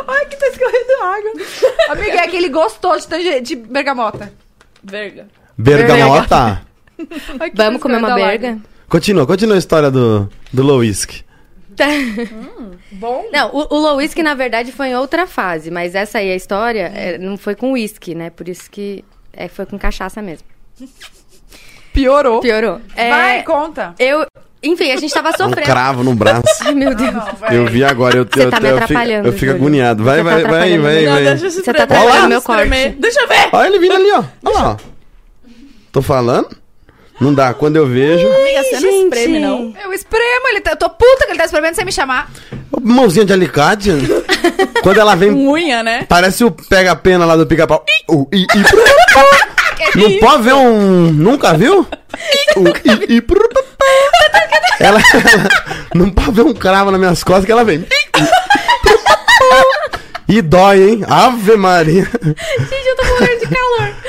Speaker 2: Ai, que tá escorrendo água. Amiga, é que ele gostou de, tange- de bergamota.
Speaker 1: Verga.
Speaker 3: Bergamota.
Speaker 2: Ai, que
Speaker 4: Vamos comer
Speaker 2: escorrendo
Speaker 4: uma
Speaker 2: a lágrima.
Speaker 4: berga?
Speaker 3: Continua, continua a história do, do Lowisk.
Speaker 4: Tá.
Speaker 1: Bom.
Speaker 4: Não, o, o low whisky, na verdade, foi em outra fase, mas essa aí, a história, é, não foi com whisky, né? Por isso que é, foi com cachaça mesmo.
Speaker 2: Piorou.
Speaker 4: Piorou. É,
Speaker 2: Vai, conta.
Speaker 4: eu, enfim, a gente tava
Speaker 3: Um
Speaker 4: sofrendo.
Speaker 3: cravo no braço.
Speaker 4: Ai, meu Deus.
Speaker 3: Eu vi agora, eu,
Speaker 4: Você
Speaker 3: eu,
Speaker 4: tá me
Speaker 3: eu, fico,
Speaker 4: atrapalhando,
Speaker 3: eu fico
Speaker 4: Júlio.
Speaker 3: agoniado. Vai,
Speaker 4: Você tá
Speaker 3: vai, vai,
Speaker 4: atrapalhando
Speaker 3: vai,
Speaker 4: muito.
Speaker 1: Não,
Speaker 3: vai.
Speaker 1: deixa eu se
Speaker 4: Você tá
Speaker 1: tremer, deixa
Speaker 4: atrapalhando meu
Speaker 1: eu se tremer.
Speaker 4: corte.
Speaker 1: Deixa eu ver.
Speaker 3: Olha ele vindo ali, ó. Olha lá. ó. Tô falando? Não dá. Quando eu vejo.
Speaker 1: Amiga, você não
Speaker 4: gente.
Speaker 1: espreme, não.
Speaker 2: Eu espremo, ele tá- eu tô puta que ele tá espremendo sem me chamar.
Speaker 3: Ô, Mãozinha de alicate. Quando ela vem.
Speaker 1: Com unha, né?
Speaker 3: Parece o pega-pena lá do pica-pau. Ih, uh, ih, ih. Não pode ver um. Nunca viu? Uh, ih, ih, pru, pru, pru. Ela, ela- Não pode ver um cravo nas minhas costas que ela vem. Ih, ih, pru, pru. E dói, hein? Ave Maria.
Speaker 4: Gente, eu tô morrendo de calor.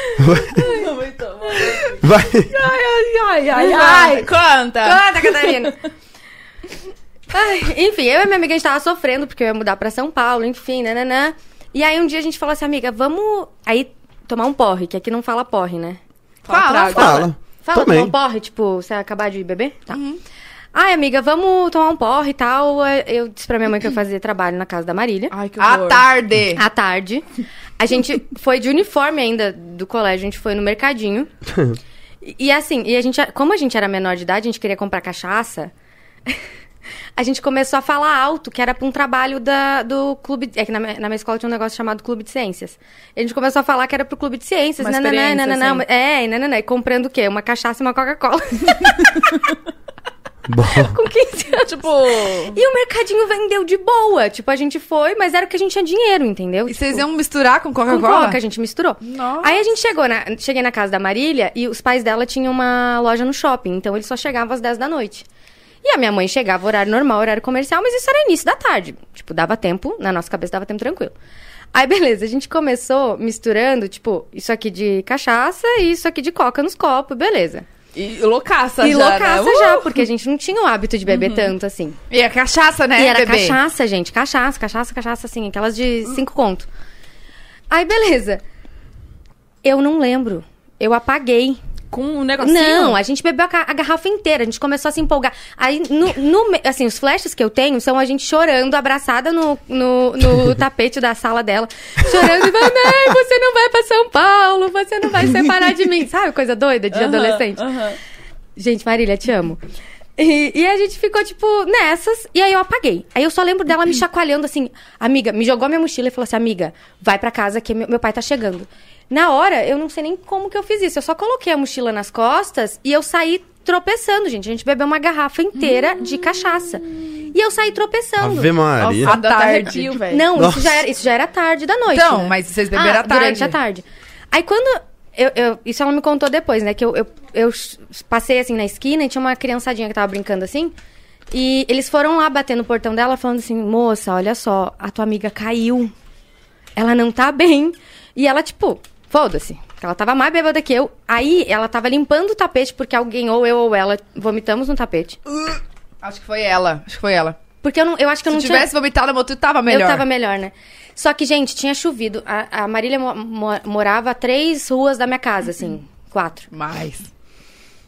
Speaker 3: Vai.
Speaker 1: Ai, ai, ai, ai,
Speaker 2: Vai.
Speaker 1: ai. Conta.
Speaker 4: Conta, Catarina. Ai, enfim, eu e minha amiga, a gente tava sofrendo, porque eu ia mudar pra São Paulo, enfim, nananã. E aí um dia a gente falou assim, amiga, vamos aí tomar um porre, que aqui não fala porre, né?
Speaker 2: Fala,
Speaker 1: Traga.
Speaker 3: Fala.
Speaker 4: Fala
Speaker 3: Também.
Speaker 4: tomar um porre, tipo, você acabar de beber? Tá.
Speaker 1: Uhum.
Speaker 4: Ai, amiga, vamos tomar um porre e tal. Eu disse pra minha mãe que eu fazia trabalho na casa da Marília. Ah, tá,
Speaker 1: Ai, que
Speaker 2: À
Speaker 1: horror. É.
Speaker 2: tarde.
Speaker 4: À tarde. A gente foi de uniforme ainda do colégio, a gente foi no mercadinho. E, e assim, e a gente, como a gente era menor de idade, a gente queria comprar cachaça. A gente começou a falar alto, que era pra um trabalho da, do clube. É que na, minha- na minha escola tinha um negócio chamado Clube de Ciências. A gente começou a falar que era pro Clube de Ciências.
Speaker 1: Uma
Speaker 4: Nananã,
Speaker 1: experiência,
Speaker 4: nananã,
Speaker 1: assim.
Speaker 4: É, e nananã. E comprando o quê? Uma cachaça e uma Coca-Cola.
Speaker 3: Bom.
Speaker 4: Com 15 anos.
Speaker 1: Tipo...
Speaker 4: E o mercadinho vendeu de boa. Tipo, a gente foi, mas era o que a gente tinha dinheiro, entendeu?
Speaker 2: E
Speaker 4: Tipo,
Speaker 2: vocês iam misturar com
Speaker 4: Com
Speaker 2: Coca-Cola?
Speaker 4: coca, a gente misturou.
Speaker 1: Nossa.
Speaker 4: Aí a gente chegou na, cheguei na casa da Marília e os pais dela tinham uma loja no shopping, então eles só chegavam às 10 da noite. E a minha mãe chegava horário normal, horário comercial, mas isso era início da tarde. Tipo, dava tempo, na nossa cabeça dava tempo tranquilo. Aí beleza, a gente começou misturando, tipo, isso aqui de cachaça e isso aqui de coca nos copos, beleza.
Speaker 1: E loucaça
Speaker 4: e
Speaker 1: já,
Speaker 4: loucaça
Speaker 1: né? Uhum.
Speaker 4: já, porque a gente não tinha o hábito de beber tanto assim.
Speaker 2: E a cachaça, né,
Speaker 4: E era
Speaker 2: bebê?
Speaker 4: cachaça, gente. Cachaça, cachaça, cachaça, assim. Aquelas de cinco conto. Aí, beleza. Eu não lembro. Eu apaguei.
Speaker 1: Com um negocinho.
Speaker 4: Não, a gente bebeu a, ca- a garrafa inteira. A gente começou a se empolgar. Aí, no, no me- assim, os flashes que eu tenho são a gente chorando, abraçada no, no, no tapete da sala dela. Chorando e falando, "Ai, você não vai pra São Paulo, você não vai separar de mim. Sabe, coisa doida de
Speaker 1: Aham,
Speaker 4: é adolescente.
Speaker 1: aham.
Speaker 4: Gente, Marília, te amo. E, e a gente ficou, tipo, nessas. E aí eu apaguei. Aí eu só lembro dela me chacoalhando assim. Amiga, me jogou minha mochila e falou assim: Amiga, vai pra casa que meu, meu pai tá chegando. Na hora, eu não sei nem como que eu fiz isso. Eu só coloquei a mochila nas costas e eu saí tropeçando, gente. A gente bebeu uma garrafa inteira de cachaça. E eu saí tropeçando.
Speaker 3: Ave Maria.
Speaker 1: Nossa, dá
Speaker 2: À
Speaker 1: até
Speaker 2: tarde.
Speaker 1: arrepio, velho.
Speaker 4: Não, isso
Speaker 3: Nossa.
Speaker 4: já, era, isso já era tarde da noite.
Speaker 2: Então,
Speaker 4: né?
Speaker 2: mas vocês beberam
Speaker 4: Ah,
Speaker 2: à tarde.
Speaker 4: Durante a tarde. Aí quando. eu- eu- isso ela me contou depois, né? Que eu, eu- eu ch- passei assim na esquina e tinha uma criançadinha que tava brincando assim. E eles foram lá bater no portão dela falando assim: moça, olha só, a tua amiga caiu. Ela não tá bem. E ela, tipo, foda-se. porque Ela tava mais bêbada que eu. Aí ela tava limpando o tapete porque alguém, ou eu ou ela, vomitamos no tapete.
Speaker 2: Acho que foi ela. Acho que foi ela.
Speaker 4: Porque eu, não, eu acho que eu
Speaker 2: Se
Speaker 4: não tinha.
Speaker 2: tivesse vomitado, meu tu tava melhor.
Speaker 4: Eu tava melhor, né? Só que, gente, tinha chovido. A, a Marília mo- mo- morava a três ruas da minha casa, assim, quatro.
Speaker 2: Mas...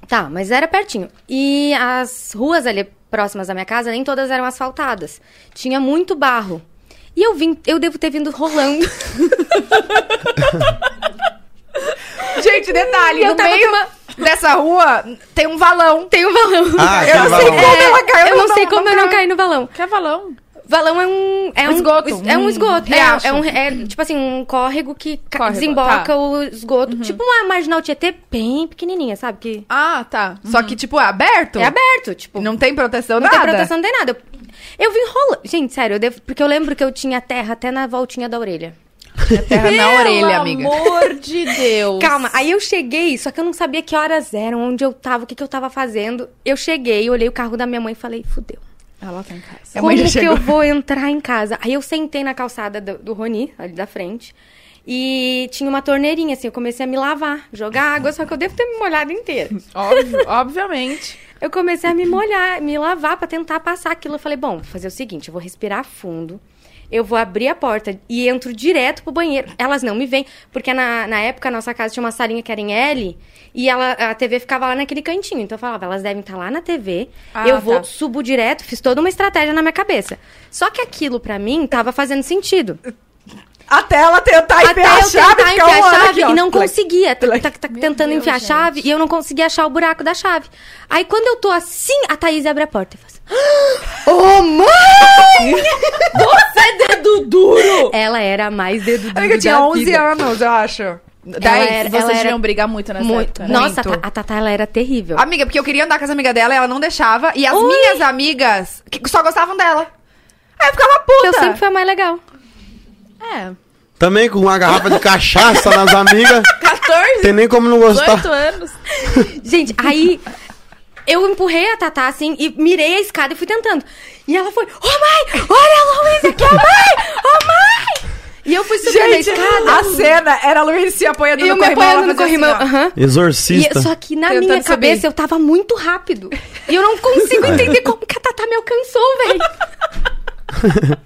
Speaker 4: Tá, mas era pertinho. E as ruas ali próximas da minha casa, nem todas eram asfaltadas. Tinha muito barro. E eu vim, eu devo ter vindo rolando.
Speaker 2: Gente, detalhe.
Speaker 4: Eu
Speaker 2: no
Speaker 4: tava
Speaker 2: meio dessa rua, tem um valão.
Speaker 4: Tem um balão.
Speaker 3: Ah, aquele
Speaker 2: Eu não sei
Speaker 3: balão.
Speaker 2: como ela caiu
Speaker 4: eu
Speaker 2: no
Speaker 4: não sei
Speaker 2: balão,
Speaker 4: como eu não
Speaker 2: cara.
Speaker 4: caí no balão.
Speaker 1: Que é valão.
Speaker 4: Valão é um. É um,
Speaker 2: esgoto.
Speaker 4: É um
Speaker 2: Um
Speaker 4: esgoto.
Speaker 2: riacho.
Speaker 4: É, é um, é, tipo assim, um córrego que ca-
Speaker 1: Córrego,
Speaker 4: desemboca
Speaker 1: tá.
Speaker 4: o esgoto.
Speaker 2: Uhum.
Speaker 4: Tipo uma marginal Tietê bem pequenininha, sabe? Que
Speaker 1: Ah, tá.
Speaker 2: Só que, tipo, é aberto?
Speaker 4: Uhum. é aberto, tipo.
Speaker 2: Não tem proteção,
Speaker 4: Não
Speaker 2: nada.
Speaker 4: tem proteção, não tem nada. Eu, eu vim rolando. Gente, sério, eu devo, porque eu lembro que eu tinha terra até na voltinha da orelha.
Speaker 2: É terra na
Speaker 1: Pelo
Speaker 2: orelha, amiga.
Speaker 1: amor de Deus.
Speaker 4: Calma, aí eu cheguei, só que eu não sabia que horas eram, onde eu tava, o que, que eu tava fazendo. Eu cheguei, olhei o carro da minha mãe e falei, fudeu.
Speaker 1: Ela tá em casa.
Speaker 2: A
Speaker 4: Como
Speaker 2: mãe já
Speaker 4: que
Speaker 2: chegou.
Speaker 4: eu vou entrar em casa? Aí eu sentei na calçada do, do Roni, ali da frente, e tinha uma torneirinha, assim, eu comecei a me lavar, jogar água, só que eu devo ter me molhado inteira.
Speaker 1: Óbvio, obviamente.
Speaker 4: Eu comecei a me molhar, me lavar pra tentar passar aquilo. Eu falei, bom, vou fazer o seguinte, eu vou respirar fundo. Eu vou abrir a porta e entro direto pro banheiro. Elas não me veem, porque na, na época a nossa casa tinha uma salinha que era em L e ela, a TV ficava lá naquele cantinho. Então eu falava, elas devem estar lá na TV.
Speaker 1: Ah,
Speaker 4: eu vou,
Speaker 1: tá.
Speaker 4: subo direto, fiz toda uma estratégia na minha cabeça. Só que aquilo pra mim tava fazendo sentido.
Speaker 2: Até ela tentar
Speaker 4: Até
Speaker 2: enfiar a
Speaker 4: eu
Speaker 2: chave,
Speaker 4: tentar
Speaker 2: ficar
Speaker 4: enfiar
Speaker 2: uma
Speaker 4: a
Speaker 2: hora
Speaker 4: chave
Speaker 2: aqui, ó.
Speaker 4: e não
Speaker 2: Clac.
Speaker 4: conseguia. Tá, tá- tá tentando
Speaker 1: Deus,
Speaker 4: enfiar a chave e eu não conseguia achar o buraco da chave. Aí quando eu tô assim, a Thaís abre a porta e fala assim,
Speaker 2: Ô, mãe!
Speaker 1: Você é dedo duro!
Speaker 4: Ela era a mais dedo duro
Speaker 2: Amiga, eu tinha
Speaker 4: da
Speaker 2: 11
Speaker 4: vida.
Speaker 2: anos, eu acho.
Speaker 1: Daí,
Speaker 4: era-
Speaker 1: vocês
Speaker 4: ela era
Speaker 1: deviam brigar muito nessa
Speaker 4: Muito.
Speaker 1: época. né?
Speaker 4: Nossa,
Speaker 2: Muito.
Speaker 4: a Ta- a Tatá, ela era terrível.
Speaker 2: Amiga, porque eu queria andar com as amigas dela e ela não deixava. E as
Speaker 4: Ui.
Speaker 2: minhas amigas que só gostavam dela. Aí eu ficava
Speaker 4: Porque eu
Speaker 2: puta.
Speaker 4: sempre fui a mais legal.
Speaker 1: É.
Speaker 3: Também com uma garrafa de cachaça nas amigas.
Speaker 1: 14,
Speaker 3: Tem nem como não gostar.
Speaker 1: 18 anos.
Speaker 4: Gente, aí eu empurrei a Tatá, assim, e mirei a escada e fui tentando. E ela foi, ô mãe, olha a Luísa aqui, ô mãe, ô mãe! E eu fui subindo a
Speaker 2: Gente, um.
Speaker 4: escada.
Speaker 2: a cena era a Luiz se apoiando
Speaker 4: E eu
Speaker 2: no
Speaker 4: me
Speaker 2: corrimão.
Speaker 4: apoiando
Speaker 2: ela
Speaker 4: no
Speaker 2: fazia
Speaker 4: corrimão.
Speaker 2: assim, ó.
Speaker 4: aham. E
Speaker 3: Exorcista.
Speaker 4: eu- só que na
Speaker 2: Tentando
Speaker 4: minha cabeça
Speaker 2: subir.
Speaker 4: eu tava muito rápido. E eu não consigo entender como que a Tatá me alcançou, velho.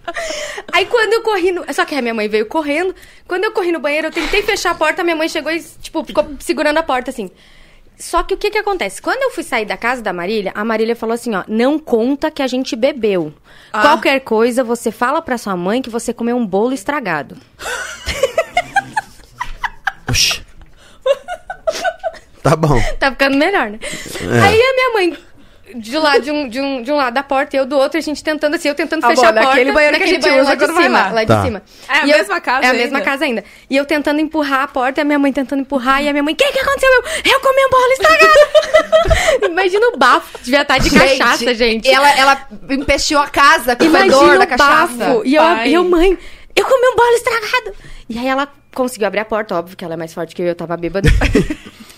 Speaker 4: Aí quando eu corri no... Só que a minha mãe veio correndo. Quando eu corri no banheiro, eu tentei fechar a porta, minha mãe chegou e, tipo, ficou segurando a porta, assim. Só que o que que acontece? Quando eu fui sair da casa da Marília, a Marília falou assim, ó, não conta que a gente bebeu.
Speaker 2: Ah.
Speaker 4: Qualquer coisa, você fala pra sua mãe que você comeu um bolo estragado.
Speaker 3: Oxi. Tá bom.
Speaker 4: Tá ficando melhor, né? Aí a minha mãe, de lá de um, de, um, de um lado da porta e eu do outro, a gente tentando assim, eu tentando
Speaker 2: Ah, bom,
Speaker 4: fechar a porta.
Speaker 2: daquele banheiro que a
Speaker 4: naquele
Speaker 2: gente usa
Speaker 4: lá de
Speaker 2: quando vai
Speaker 4: cima.
Speaker 2: lá.
Speaker 4: lá
Speaker 3: Tá.
Speaker 4: de cima.
Speaker 1: É a
Speaker 4: E eu-
Speaker 1: mesma casa
Speaker 4: É a
Speaker 1: ainda?
Speaker 4: mesma casa ainda. E eu tentando empurrar a porta, e a minha mãe tentando empurrar, e a minha mãe, o que que aconteceu? Eu, eu comi um bolo estragado. Imagina o bafo, devia estar de cachaça, gente.
Speaker 2: Ela, ela empesteou a casa com o
Speaker 4: Imagina
Speaker 2: fedor
Speaker 4: o
Speaker 2: da cachaça.
Speaker 4: bafo. E eu,
Speaker 1: Pai.
Speaker 4: e eu, mãe, eu comi um bolo estragado. E aí ela conseguiu abrir a porta, óbvio que ela é mais forte que eu, eu tava bêbada.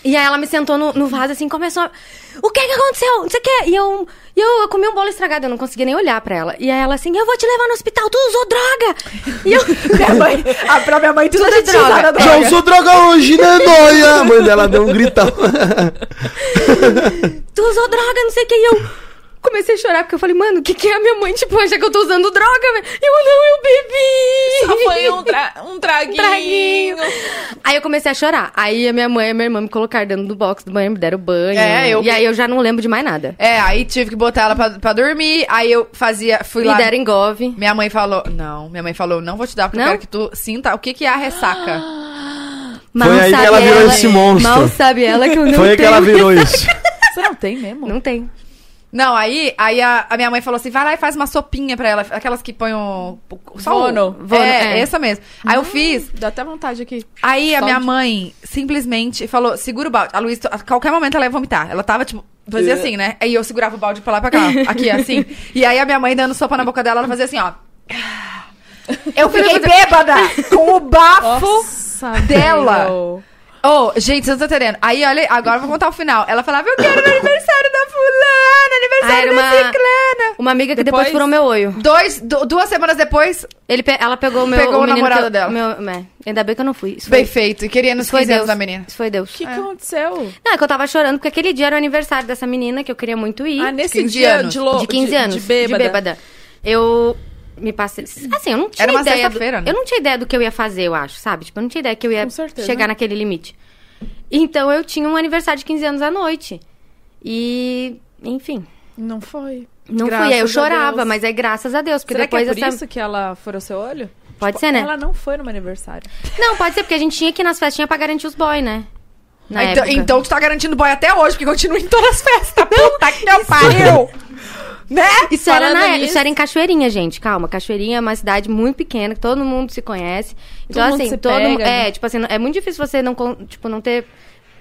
Speaker 4: e aí ela me sentou no, no vaso, assim, começou a... O que que aconteceu? Não sei o que. E eu, e eu, eu comi um bolo estragado, eu não conseguia nem olhar pra ela. E aí ela assim, eu vou te levar no hospital, tu usou droga. E eu...
Speaker 2: Minha mãe, a própria mãe, tudo,
Speaker 4: Tudo
Speaker 2: a gente
Speaker 4: droga.
Speaker 2: usava droga.
Speaker 3: Já usou droga hoje, né, noia? A mãe dela deu um gritão.
Speaker 4: tu usou droga, não sei o que. E eu comecei a chorar, porque eu falei, mano, o que que é a minha mãe? Tipo, acha que eu tô usando droga, velho. Eu, não, eu bebi.
Speaker 1: Só foi um, tra- um traguinho.
Speaker 4: traguinho. Aí eu comecei a chorar. Aí a minha mãe e a minha irmã me colocaram dentro do box do banheiro, me deram banho.
Speaker 2: É, eu-
Speaker 4: E aí eu já não lembro de mais nada.
Speaker 2: É, aí tive que botar ela pra, pra dormir. Aí eu fazia, fui
Speaker 4: Me
Speaker 2: lá.
Speaker 4: deram engove.
Speaker 2: Minha mãe falou, não, minha mãe falou, não vou te dar, porque eu
Speaker 4: Não?
Speaker 2: quero que tu sinta o que, que é a ressaca.
Speaker 4: Mal
Speaker 3: aí que
Speaker 4: sabe
Speaker 3: ela virou esse monstro.
Speaker 4: Mal sabe ela que eu não
Speaker 3: Foi aí
Speaker 4: tenho.
Speaker 3: que ela virou isso.
Speaker 1: Você não tem mesmo?
Speaker 4: Não tem.
Speaker 2: Não, aí, aí a, a minha mãe falou assim, vai lá e faz uma sopinha pra ela, aquelas que põem o... o- só o-
Speaker 1: Vono.
Speaker 4: Vono,
Speaker 2: é,
Speaker 4: é.
Speaker 2: essa mesmo. Aí eu fiz,
Speaker 1: Dá até vontade aqui.
Speaker 2: aí a
Speaker 1: Só
Speaker 2: minha
Speaker 1: de-
Speaker 2: mãe simplesmente falou, segura o balde. A Luísa, a qualquer momento ela ia vomitar. Ela tava, tipo, fazia assim, né? Aí eu segurava o balde pra lá e pra cá, aqui, assim. E aí a minha mãe dando sopa na boca dela, ela fazia assim, ó. Eu fiquei bêbada com o bafo
Speaker 1: Nossa,
Speaker 2: dela.
Speaker 1: meu.
Speaker 2: Ô, gente, vocês não estão entendendo. Aí, olha, agora eu vou contar o final. Ela falava, eu quero o aniversário da fulana,
Speaker 4: Ah, era
Speaker 2: aniversário da
Speaker 4: uma-
Speaker 2: ciclana.
Speaker 4: Uma amiga que depois,
Speaker 1: Depois-
Speaker 4: furou meu olho.
Speaker 2: Dois, du- duas semanas depois,
Speaker 4: Ele pe- Ela pegou o meu
Speaker 2: Pegou o
Speaker 4: menino
Speaker 2: namorado
Speaker 4: que eu-
Speaker 2: dela.
Speaker 4: Meu... é. Ainda bem que eu não fui. Isso
Speaker 2: bem
Speaker 4: foi,
Speaker 2: feito. E queria nos
Speaker 4: isso foi
Speaker 2: 15
Speaker 4: Deus.
Speaker 2: anos da menina.
Speaker 4: Isso foi Deus.
Speaker 1: O que, que aconteceu?
Speaker 4: Não, é que eu tava chorando, porque aquele dia era o aniversário dessa menina que eu queria muito ir.
Speaker 1: Ah, nesse
Speaker 2: 15
Speaker 1: dia
Speaker 2: anos.
Speaker 1: de louco.
Speaker 4: de 15 anos.
Speaker 1: De, bêbada.
Speaker 4: Eu me passei. Assim, eu não tinha
Speaker 2: Era uma
Speaker 4: ideia.
Speaker 2: sexta-feira,
Speaker 4: do-
Speaker 2: né?
Speaker 4: Eu não tinha ideia do que eu ia fazer, eu acho, sabe? Tipo, eu não tinha ideia que eu ia
Speaker 1: Com certeza. né?
Speaker 4: chegar naquele limite. Então eu tinha um aniversário de 15 anos à noite. E, enfim.
Speaker 1: Não foi.
Speaker 4: Não
Speaker 1: Graças
Speaker 4: fui. Aí eu
Speaker 1: a
Speaker 4: chorava,
Speaker 1: Deus.
Speaker 4: mas é graças a Deus. Porque
Speaker 1: Será que é
Speaker 4: depois
Speaker 1: por
Speaker 4: essa.
Speaker 1: isso que ela furou seu olho? Tipo,
Speaker 4: Pode ser, né?
Speaker 1: Ela não foi no meu aniversário.
Speaker 4: Não, pode ser, porque a gente tinha que ir nas festinhas pra garantir os boy, né? Na
Speaker 2: Ah, então,
Speaker 4: época.
Speaker 2: então tu tá garantindo boy até hoje, porque continua em todas as festas. Puta que eu pariu! né?
Speaker 4: Isso é era,
Speaker 1: Falando
Speaker 4: na,
Speaker 1: nisso-
Speaker 4: isso era em Cachoeirinha, gente. Calma, Cachoeirinha é uma cidade muito pequena, que todo mundo se conhece. Então,
Speaker 1: Todo mundo
Speaker 4: assim,
Speaker 1: se
Speaker 4: todo
Speaker 1: pega,
Speaker 4: mundo.
Speaker 1: né?
Speaker 4: É, tipo assim, é muito difícil você não, con- tipo, não ter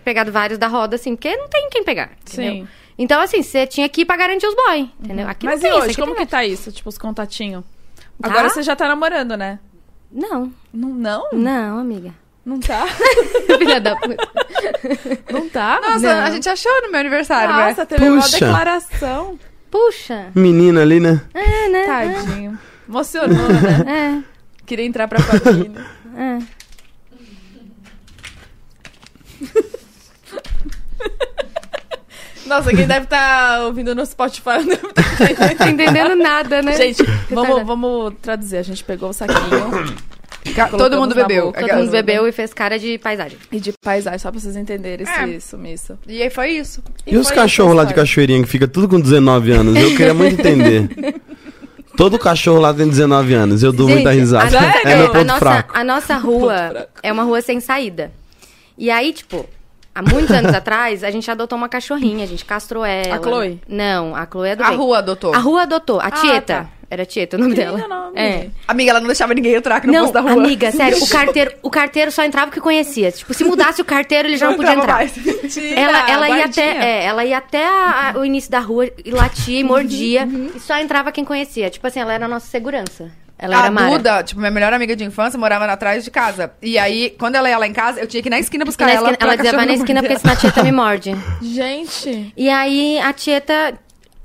Speaker 4: pegado vários da roda, assim, porque não tem quem pegar.
Speaker 1: Sim.
Speaker 4: Entendeu? Então, assim, você tinha que ir pra garantir os boy, entendeu? Aqui
Speaker 1: Mas
Speaker 4: não
Speaker 1: e
Speaker 4: tem, isso
Speaker 1: hoje,
Speaker 4: aqui
Speaker 1: como
Speaker 4: tem.
Speaker 1: que tá isso? Tipo, os contatinhos.
Speaker 4: Tá?
Speaker 1: Agora você já tá namorando, né?
Speaker 4: Não,
Speaker 1: Não, não?
Speaker 4: não, amiga.
Speaker 1: Não tá?
Speaker 4: Filha da puta.
Speaker 1: Não tá?
Speaker 2: Nossa,
Speaker 4: Não.
Speaker 2: a gente achou no meu aniversário, né?
Speaker 1: Nossa, teve uma
Speaker 3: Puxa.
Speaker 1: declaração.
Speaker 4: Puxa.
Speaker 3: Menina ali, né?
Speaker 4: É, né?
Speaker 1: Tá. Tadinho. Emocionou, né?
Speaker 4: É,
Speaker 1: Queria entrar pra família.
Speaker 4: é.
Speaker 1: Nossa, quem deve estar ouvindo no Spotify não deve tá
Speaker 4: Não tô entendendo nada, né?
Speaker 1: Gente, vamos,
Speaker 4: Retardada.
Speaker 1: vamos traduzir. A gente pegou o saquinho
Speaker 2: Ca- Todo mundo
Speaker 1: Colocamos na
Speaker 2: bebeu.
Speaker 1: boca,
Speaker 4: Todo mundo bebeu e fez cara de paisagem.
Speaker 1: e de paisagem, só pra vocês entenderem esse
Speaker 2: É.
Speaker 1: sumiço.
Speaker 2: E aí foi isso.
Speaker 3: E, os
Speaker 1: foi essa
Speaker 3: cachorros lá de
Speaker 1: história.
Speaker 3: cachoeirinha que fica tudo com 19 anos? Eu queria muito entender. Todo cachorro lá tem 19 anos. Eu dou muita
Speaker 4: Gente,
Speaker 3: risada.
Speaker 4: a nossa-
Speaker 3: É meu
Speaker 4: a
Speaker 3: ponto
Speaker 4: nossa,
Speaker 3: fraco.
Speaker 4: A nossa rua é uma rua sem saída. E aí, tipo, há muitos anos atrás, a gente adotou uma cachorrinha, a gente castrou ela.
Speaker 1: A Chloe?
Speaker 4: Não, a Chloe é do
Speaker 2: A
Speaker 4: bem.
Speaker 2: rua adotou.
Speaker 4: A rua adotou, a
Speaker 1: Ah,
Speaker 4: Tieta.
Speaker 1: tá.
Speaker 4: Era Tieta o nome
Speaker 1: Que lindo
Speaker 4: dela.
Speaker 1: nome.
Speaker 4: É.
Speaker 2: Amiga, ela não deixava ninguém entrar aqui no
Speaker 4: Não,
Speaker 2: posto da rua.
Speaker 4: amiga, sério, o carteiro, o carteiro só entrava que conhecia. Tipo, se mudasse o carteiro, ele já não, podia
Speaker 2: entrava
Speaker 4: entrar.
Speaker 2: mais.
Speaker 1: Mentira,
Speaker 4: Ela, ela, ia até,
Speaker 1: guardinha.
Speaker 4: é, ela ia até a- a- o início da rua e latia e mordia.
Speaker 2: Uhum.
Speaker 4: E só entrava quem conhecia. Tipo assim, ela era a nossa segurança. Ela era
Speaker 2: a
Speaker 4: Mara.
Speaker 2: Duda, tipo, minha melhor amiga de infância, morava lá atrás de casa. E aí, quando ela ia lá em casa, eu tinha que ir na esquina buscar
Speaker 4: Na
Speaker 2: ela.
Speaker 4: esquina-
Speaker 2: pra
Speaker 4: ela dizia,
Speaker 2: cachorro
Speaker 4: vai na
Speaker 2: não
Speaker 4: esquina porque
Speaker 2: morder.
Speaker 4: senão a Tieta me morde.
Speaker 1: Gente,
Speaker 4: E aí a Tieta.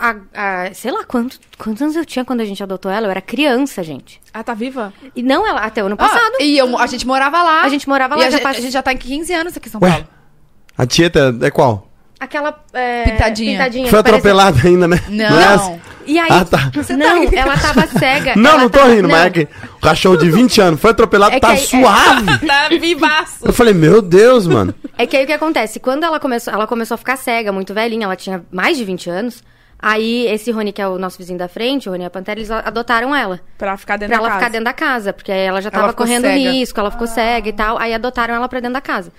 Speaker 4: a- a- sei lá quanto, quantos anos eu tinha quando a gente adotou ela. Eu era criança, gente.
Speaker 1: ah, tá viva?
Speaker 4: E não ela, até o ano
Speaker 2: Ah,
Speaker 4: passado.
Speaker 2: e eu- a gente morava lá.
Speaker 4: A gente morava
Speaker 2: E
Speaker 4: lá,
Speaker 2: a,
Speaker 4: já
Speaker 2: gente,
Speaker 4: passou-
Speaker 2: a gente já tá em 15 anos aqui em São
Speaker 3: Ué,
Speaker 2: Paulo.
Speaker 3: a Tieta é qual?
Speaker 4: Aquela. é,
Speaker 2: Pintadinha.
Speaker 4: pintadinha
Speaker 3: Foi
Speaker 4: que parecia-
Speaker 3: atropelada ainda, né?
Speaker 2: Não.
Speaker 3: é essa?
Speaker 4: E aí.
Speaker 3: Ah, tá.
Speaker 4: Não, ela tava cega.
Speaker 3: Não,
Speaker 4: ela
Speaker 3: não tô
Speaker 4: tava-
Speaker 3: rindo, mas é que o cachorro de 20 anos foi atropelado,
Speaker 4: É que
Speaker 3: tá
Speaker 4: aí- é-
Speaker 3: suave.
Speaker 1: Tá vivaço.
Speaker 3: Eu falei, meu Deus, mano.
Speaker 4: É que aí o que acontece? Quando ela começou, ela começou a ficar cega, muito velhinha, ela tinha mais de 20 anos. Aí esse Rony, que é o nosso vizinho da frente, o Rony e a Pantera, eles a- adotaram ela.
Speaker 1: Pra ficar dentro
Speaker 4: Pra
Speaker 1: da
Speaker 4: ela
Speaker 1: casa.
Speaker 4: ficar dentro da casa, porque aí ela já
Speaker 2: Ela
Speaker 4: tava
Speaker 2: ficou
Speaker 4: correndo
Speaker 2: cega.
Speaker 4: risco, ela ficou
Speaker 1: Ah.
Speaker 4: cega e tal. Aí adotaram ela pra dentro da casa.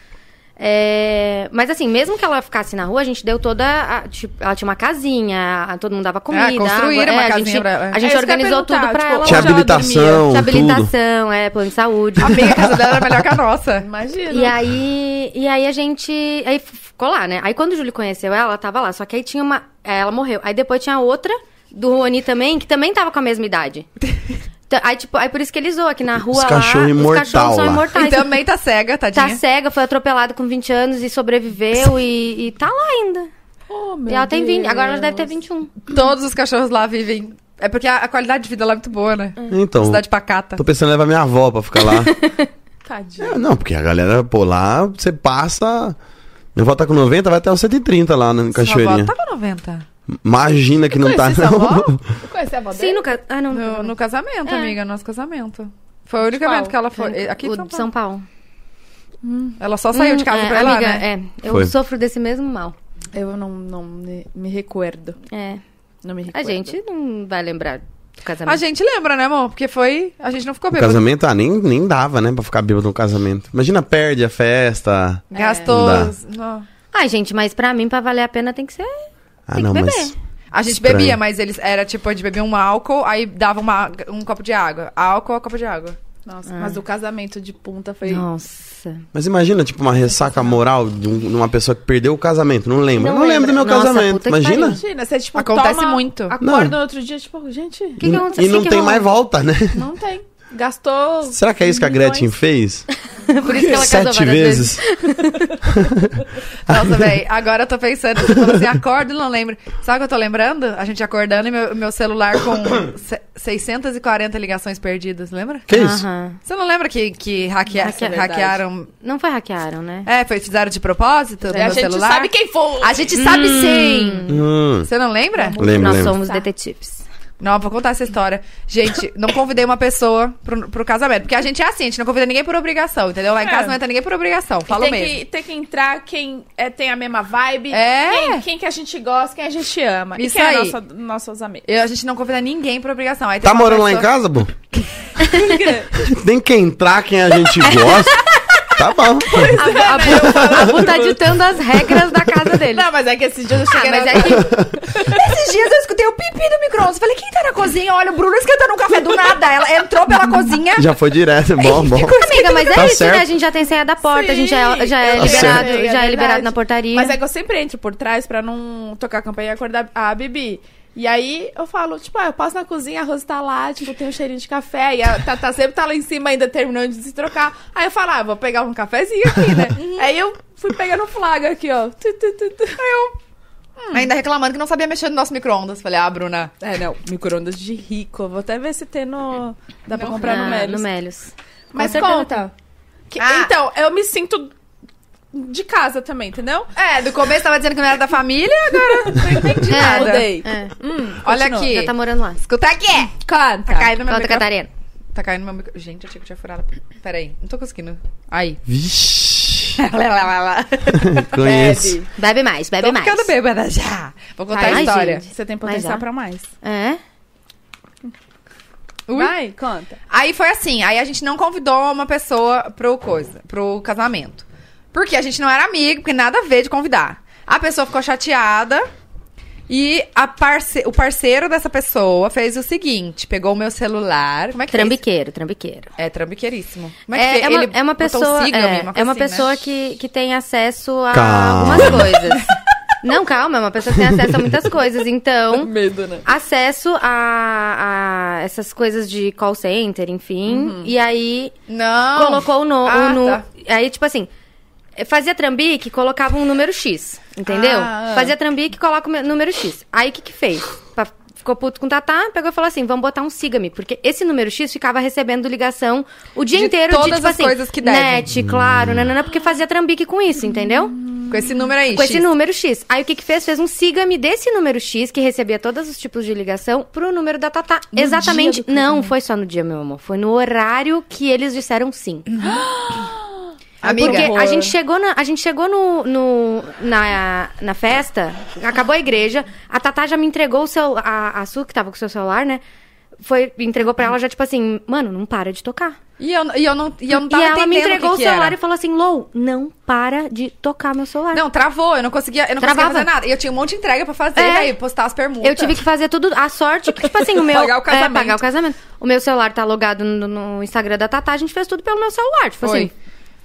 Speaker 4: É, Mas assim, mesmo que ela ficasse na rua, a gente deu toda. a- tipo, ela tinha uma casinha, a- todo mundo
Speaker 1: Ah,
Speaker 4: dava comida.
Speaker 2: construíram
Speaker 4: água,
Speaker 2: uma
Speaker 4: é, a
Speaker 2: casinha
Speaker 4: gente,
Speaker 2: pra ela.
Speaker 4: A gente
Speaker 1: É isso que eu ia
Speaker 4: organizou tudo
Speaker 1: perguntar,
Speaker 4: pra
Speaker 1: tipo,
Speaker 4: ela.
Speaker 1: onde
Speaker 3: Tinha
Speaker 1: ela
Speaker 3: habilitação.
Speaker 1: dormia?
Speaker 4: Tinha
Speaker 3: tudo.
Speaker 4: habilitação, é, plano de saúde.
Speaker 2: Amiga, a casa dela era melhor que a nossa.
Speaker 1: Imagina.
Speaker 4: E aí, e aí a gente. Aí f- ficou lá, né? Aí quando o Júlio conheceu ela, ela tava lá. Só que aí tinha uma. é, Ela morreu. Aí depois tinha outra do Rony também, que também tava com a mesma idade. Então, aí, tipo, aí por isso que eles zoam, que na rua. lá,
Speaker 3: cachorro imortal
Speaker 4: os cachorros são
Speaker 3: lá.
Speaker 4: imortais.
Speaker 2: E também tá cega, tadinha.
Speaker 4: Tá cega, foi atropelada com 20 anos e sobreviveu e, e tá lá ainda.
Speaker 1: Oh, meu
Speaker 4: e ela tem 20. Agora ela
Speaker 1: Deus.
Speaker 4: deve ter 21.
Speaker 2: Todos os cachorros lá vivem. É porque a, a qualidade de vida lá é muito boa, né?
Speaker 3: Então,
Speaker 2: Cidade pacata.
Speaker 3: tô pensando em levar minha avó pra ficar lá.
Speaker 1: Tadinha.
Speaker 3: É, não, porque a galera, pô, lá você passa. Minha avó tá com 90, vai até os 130 lá na
Speaker 2: Sua
Speaker 3: Cachoeirinha.
Speaker 2: avó tava 90.
Speaker 4: tá-
Speaker 3: Imagina que não tá,
Speaker 1: Conheci sua avó?
Speaker 3: não.
Speaker 1: Eu Conheci a avó
Speaker 4: Sim,
Speaker 1: dele?
Speaker 4: no ca- Ah, não.
Speaker 2: No, no casamento,
Speaker 4: É.
Speaker 2: amiga, nosso casamento. Foi o único
Speaker 1: Qual?
Speaker 2: evento que ela foi. Aqui em
Speaker 4: o
Speaker 2: São
Speaker 4: de São
Speaker 2: Paulo.
Speaker 4: Paulo.
Speaker 2: Ela só saiu de casa
Speaker 4: Hum, é,
Speaker 2: pra ir lá,
Speaker 4: amiga,
Speaker 2: né?
Speaker 4: É, eu
Speaker 3: Foi.
Speaker 4: sofro desse mesmo mal.
Speaker 1: Eu não, não me, me recuerdo.
Speaker 4: É.
Speaker 1: Não me
Speaker 4: A
Speaker 1: recuerdo.
Speaker 4: gente não vai lembrar do casamento.
Speaker 2: A gente lembra, né, amor? Porque foi. A gente não ficou
Speaker 3: O
Speaker 2: bêbado.
Speaker 3: casamento, ah, nem, nem dava, né, pra ficar bêbado no casamento. Imagina, perde a festa.
Speaker 4: É.
Speaker 2: Gastou.
Speaker 3: Não dá.
Speaker 2: os- não.
Speaker 4: Ai, gente, mas pra mim, pra valer a pena, tem que ser.
Speaker 3: Ah,
Speaker 4: Tem que
Speaker 3: não,
Speaker 4: beber.
Speaker 3: mas.
Speaker 2: A gente
Speaker 3: Estranho.
Speaker 2: bebia, mas eles era tipo, a gente bebia um álcool, aí dava uma, um copo de água. Álcool, copo de água.
Speaker 1: Nossa,
Speaker 4: Ah.
Speaker 1: mas o casamento de punta foi...
Speaker 4: Nossa.
Speaker 3: Mas imagina, tipo, uma ressaca moral de um- de uma pessoa que perdeu o casamento. Não lembro.
Speaker 4: Não
Speaker 3: não lembro
Speaker 4: lembra.
Speaker 3: do meu
Speaker 4: Nossa,
Speaker 3: casamento.
Speaker 4: puta que
Speaker 3: Imagina.
Speaker 4: pariu.
Speaker 1: Imagina, você, tipo,
Speaker 2: Acontece
Speaker 1: toma-
Speaker 2: muito.
Speaker 3: Não.
Speaker 1: Acorda no outro dia, tipo, gente,
Speaker 4: O que, que aconteceu?
Speaker 3: E não
Speaker 4: Que
Speaker 3: tem
Speaker 4: eu-
Speaker 3: mais volta, né?
Speaker 1: não tem. Gastou...
Speaker 3: Será que é isso que a
Speaker 1: milhões.
Speaker 3: Gretchen fez?
Speaker 4: Por isso que ela casou
Speaker 3: Sete
Speaker 4: várias vezes.
Speaker 3: vezes.
Speaker 2: Nossa, véi, agora eu tô pensando, você falou assim, acordo e não lembro. Sabe o que eu tô lembrando? A gente acordando e meu, meu celular com se- 640 ligações perdidas, lembra?
Speaker 3: Que isso?
Speaker 4: Aham.
Speaker 2: Você não lembra que, que hackea-
Speaker 4: Hacke-
Speaker 1: é
Speaker 2: hackearam.
Speaker 4: Não foi hackearam, né?
Speaker 2: É, foi, fizeram de propósito no
Speaker 1: É, a
Speaker 2: meu
Speaker 1: gente
Speaker 2: celular?
Speaker 1: sabe quem foi.
Speaker 2: A gente sabe sim!
Speaker 3: Hum,
Speaker 2: Você não lembra?
Speaker 3: lembro,
Speaker 4: Nós
Speaker 3: lembro.
Speaker 4: somos detetives.
Speaker 2: Não, eu vou contar essa história. Gente, não convidei uma pessoa pro, pro casamento. Porque a gente é assim, a gente não convida ninguém por obrigação, entendeu? Lá em
Speaker 1: É.
Speaker 2: casa não entra ninguém por obrigação.
Speaker 1: E
Speaker 2: Falo
Speaker 1: tem,
Speaker 2: mesmo.
Speaker 1: que, tem que entrar quem é, tem a mesma vibe,
Speaker 2: É.
Speaker 1: quem, quem que a gente gosta, quem a gente ama.
Speaker 2: Isso
Speaker 1: e quem
Speaker 2: aí.
Speaker 1: é nossa, nossos amigos.
Speaker 2: Eu- a gente não convida ninguém por obrigação. Aí tem
Speaker 3: Tá
Speaker 2: uma
Speaker 3: morando lá em
Speaker 2: pessoa-
Speaker 3: casa, Bo? Tem que entrar quem a gente gosta. Tá bom.
Speaker 4: A, a, Bu- a Bu tá ditando as regras da casa dele.
Speaker 1: Não, mas é que esses dias eu
Speaker 4: Ah,
Speaker 1: cheguei
Speaker 4: mas
Speaker 1: na...
Speaker 4: é que
Speaker 2: Esses dias eu escutei o pipi do micro-ondas. Falei, quem tá na cozinha? Olha, o Bruno esquentando um café do nada. Ela entrou pela cozinha.
Speaker 3: Já foi direto, é bom, bom.
Speaker 4: Amiga, mas é
Speaker 3: Tá
Speaker 4: isso,
Speaker 3: certo.
Speaker 4: né? A gente já tem senha da porta, a gente já, é- já é
Speaker 1: Sim,
Speaker 3: Tá
Speaker 4: liberado,
Speaker 1: certo.
Speaker 4: já é
Speaker 1: verdade.
Speaker 4: liberado na portaria.
Speaker 1: Mas é que eu sempre entro por trás pra não tocar a campainha e acordar a Bibi. E aí eu falo, tipo, ah, eu passo na cozinha, a Rose tá lá, tipo, tem um cheirinho de café, e a Tata sempre tá lá em cima ainda terminando de se trocar. Aí eu falo, ah, vou pegar um cafezinho aqui, né?
Speaker 4: Uhum.
Speaker 1: aí eu fui pegando o flaga aqui, ó. Tu, tu, tu, tu. Aí eu.
Speaker 2: Ainda reclamando que não sabia mexer no nosso micro-ondas. Falei, ah, Bruna.
Speaker 1: É, não, micro-ondas de rico. Vou até ver se tem no. Dá pra comprar tá no
Speaker 4: Ah,
Speaker 1: Melis.
Speaker 4: No Melios. Com
Speaker 1: Mas
Speaker 4: certeza
Speaker 1: conta. Que-
Speaker 2: Ah.
Speaker 1: Então, eu me sinto de casa também, entendeu?
Speaker 2: É, do começo tava dizendo que não era da família, agora não entendi
Speaker 4: É,
Speaker 2: nada.
Speaker 1: mudei.
Speaker 4: É,
Speaker 1: Hum,
Speaker 2: Olha
Speaker 1: continua.
Speaker 2: aqui.
Speaker 4: já tá morando lá.
Speaker 2: Escuta aqui!
Speaker 1: Conta.
Speaker 2: Tá caindo no meu
Speaker 4: Conta,
Speaker 2: microfone.
Speaker 4: Catarina.
Speaker 2: Tá caindo no meu micro... Gente, achei que eu tinha furado. Peraí, não tô conseguindo. Aí.
Speaker 3: Vixe.
Speaker 2: Lá, lá, lá, lá.
Speaker 3: Conheço.
Speaker 4: Bebe mais, bebe
Speaker 2: Tô
Speaker 4: mais.
Speaker 2: ficando bêbada já. Vou contar
Speaker 4: É Ai,
Speaker 2: a história.
Speaker 4: gente.
Speaker 1: Você tem
Speaker 4: Mas
Speaker 1: potencial
Speaker 4: já.
Speaker 1: pra mais.
Speaker 4: É?
Speaker 2: Ui.
Speaker 1: Vai, conta.
Speaker 2: Aí foi assim, aí a gente não convidou uma pessoa pro coisa, pro casamento. Porque a gente não era amigo, porque nada a ver de convidar. A pessoa ficou chateada e a parce o parceiro dessa pessoa fez o seguinte, pegou o meu celular. Como é que fez?
Speaker 4: Trambiqueiro, trambiqueiro.
Speaker 2: É trambiqueiríssimo. Como
Speaker 4: É,
Speaker 2: que
Speaker 4: é
Speaker 2: fez?
Speaker 4: uma,
Speaker 2: Ele
Speaker 4: é
Speaker 2: botou
Speaker 4: uma
Speaker 2: um
Speaker 4: pessoa,
Speaker 2: sigla,
Speaker 4: é,
Speaker 2: coisa
Speaker 4: é uma
Speaker 2: assim, né?
Speaker 4: pessoa que, que tem acesso a
Speaker 3: Calma.
Speaker 4: algumas coisas. Não, calma, é uma pessoa que tem acesso a muitas coisas. Então,
Speaker 1: Medo, né?
Speaker 4: acesso a, a essas coisas de call center, enfim.
Speaker 2: Uhum.
Speaker 4: E aí
Speaker 2: Não.
Speaker 4: colocou o, no,
Speaker 2: Ah,
Speaker 4: o nu-
Speaker 2: tá.
Speaker 4: Aí, tipo assim, fazia trambique, colocava um número X, entendeu?
Speaker 2: Ah.
Speaker 4: Fazia trambique, coloca o me- número X. Aí, o que que fez? Pa- Ficou puto com o Tatá, pegou e falou assim, vamos botar um siga-me. Porque esse número X ficava recebendo ligação o dia
Speaker 2: De
Speaker 4: inteiro
Speaker 2: todas
Speaker 4: de, tipo
Speaker 2: as
Speaker 4: assim,
Speaker 2: coisas que devem.
Speaker 4: net, claro, nanana, porque fazia trambique com isso, entendeu?
Speaker 2: Com esse número aí.
Speaker 4: Com
Speaker 2: X.
Speaker 4: esse número X. Aí o que que fez? Fez um siga-me desse número X, que recebia todos os tipos de ligação, pro número da Tatá. Exatamente. Não, foi só no dia, meu amor. Foi no horário que eles disseram sim.
Speaker 2: Amiga,
Speaker 4: Porque a gente chegou, na, a gente chegou no, no- na, na festa, acabou a igreja, a Tatá já me entregou o seu. A, a Su, que tava com o seu celular, né? Foi, entregou pra ela já, tipo assim, mano, não para de tocar.
Speaker 2: e eu, e eu não e eu não tava
Speaker 4: e ela me
Speaker 2: entendendo
Speaker 4: entregou
Speaker 2: que
Speaker 4: o
Speaker 2: que
Speaker 4: celular
Speaker 2: era.
Speaker 4: e falou assim, Lou, não para de tocar meu celular.
Speaker 2: Não, travou, eu não conseguia, eu não
Speaker 4: Travava.
Speaker 2: conseguia fazer nada. E eu tinha um monte de entrega pra fazer,
Speaker 4: É.
Speaker 2: e aí postar as permutas.
Speaker 4: Eu tive que fazer tudo. A sorte, que, tipo assim, o meu.
Speaker 2: Pagar o casamento.
Speaker 4: É, pagar o casamento. O meu celular tá logado no, no Instagram da Tatá, a gente fez tudo pelo meu celular. Tipo
Speaker 2: Foi.
Speaker 4: assim.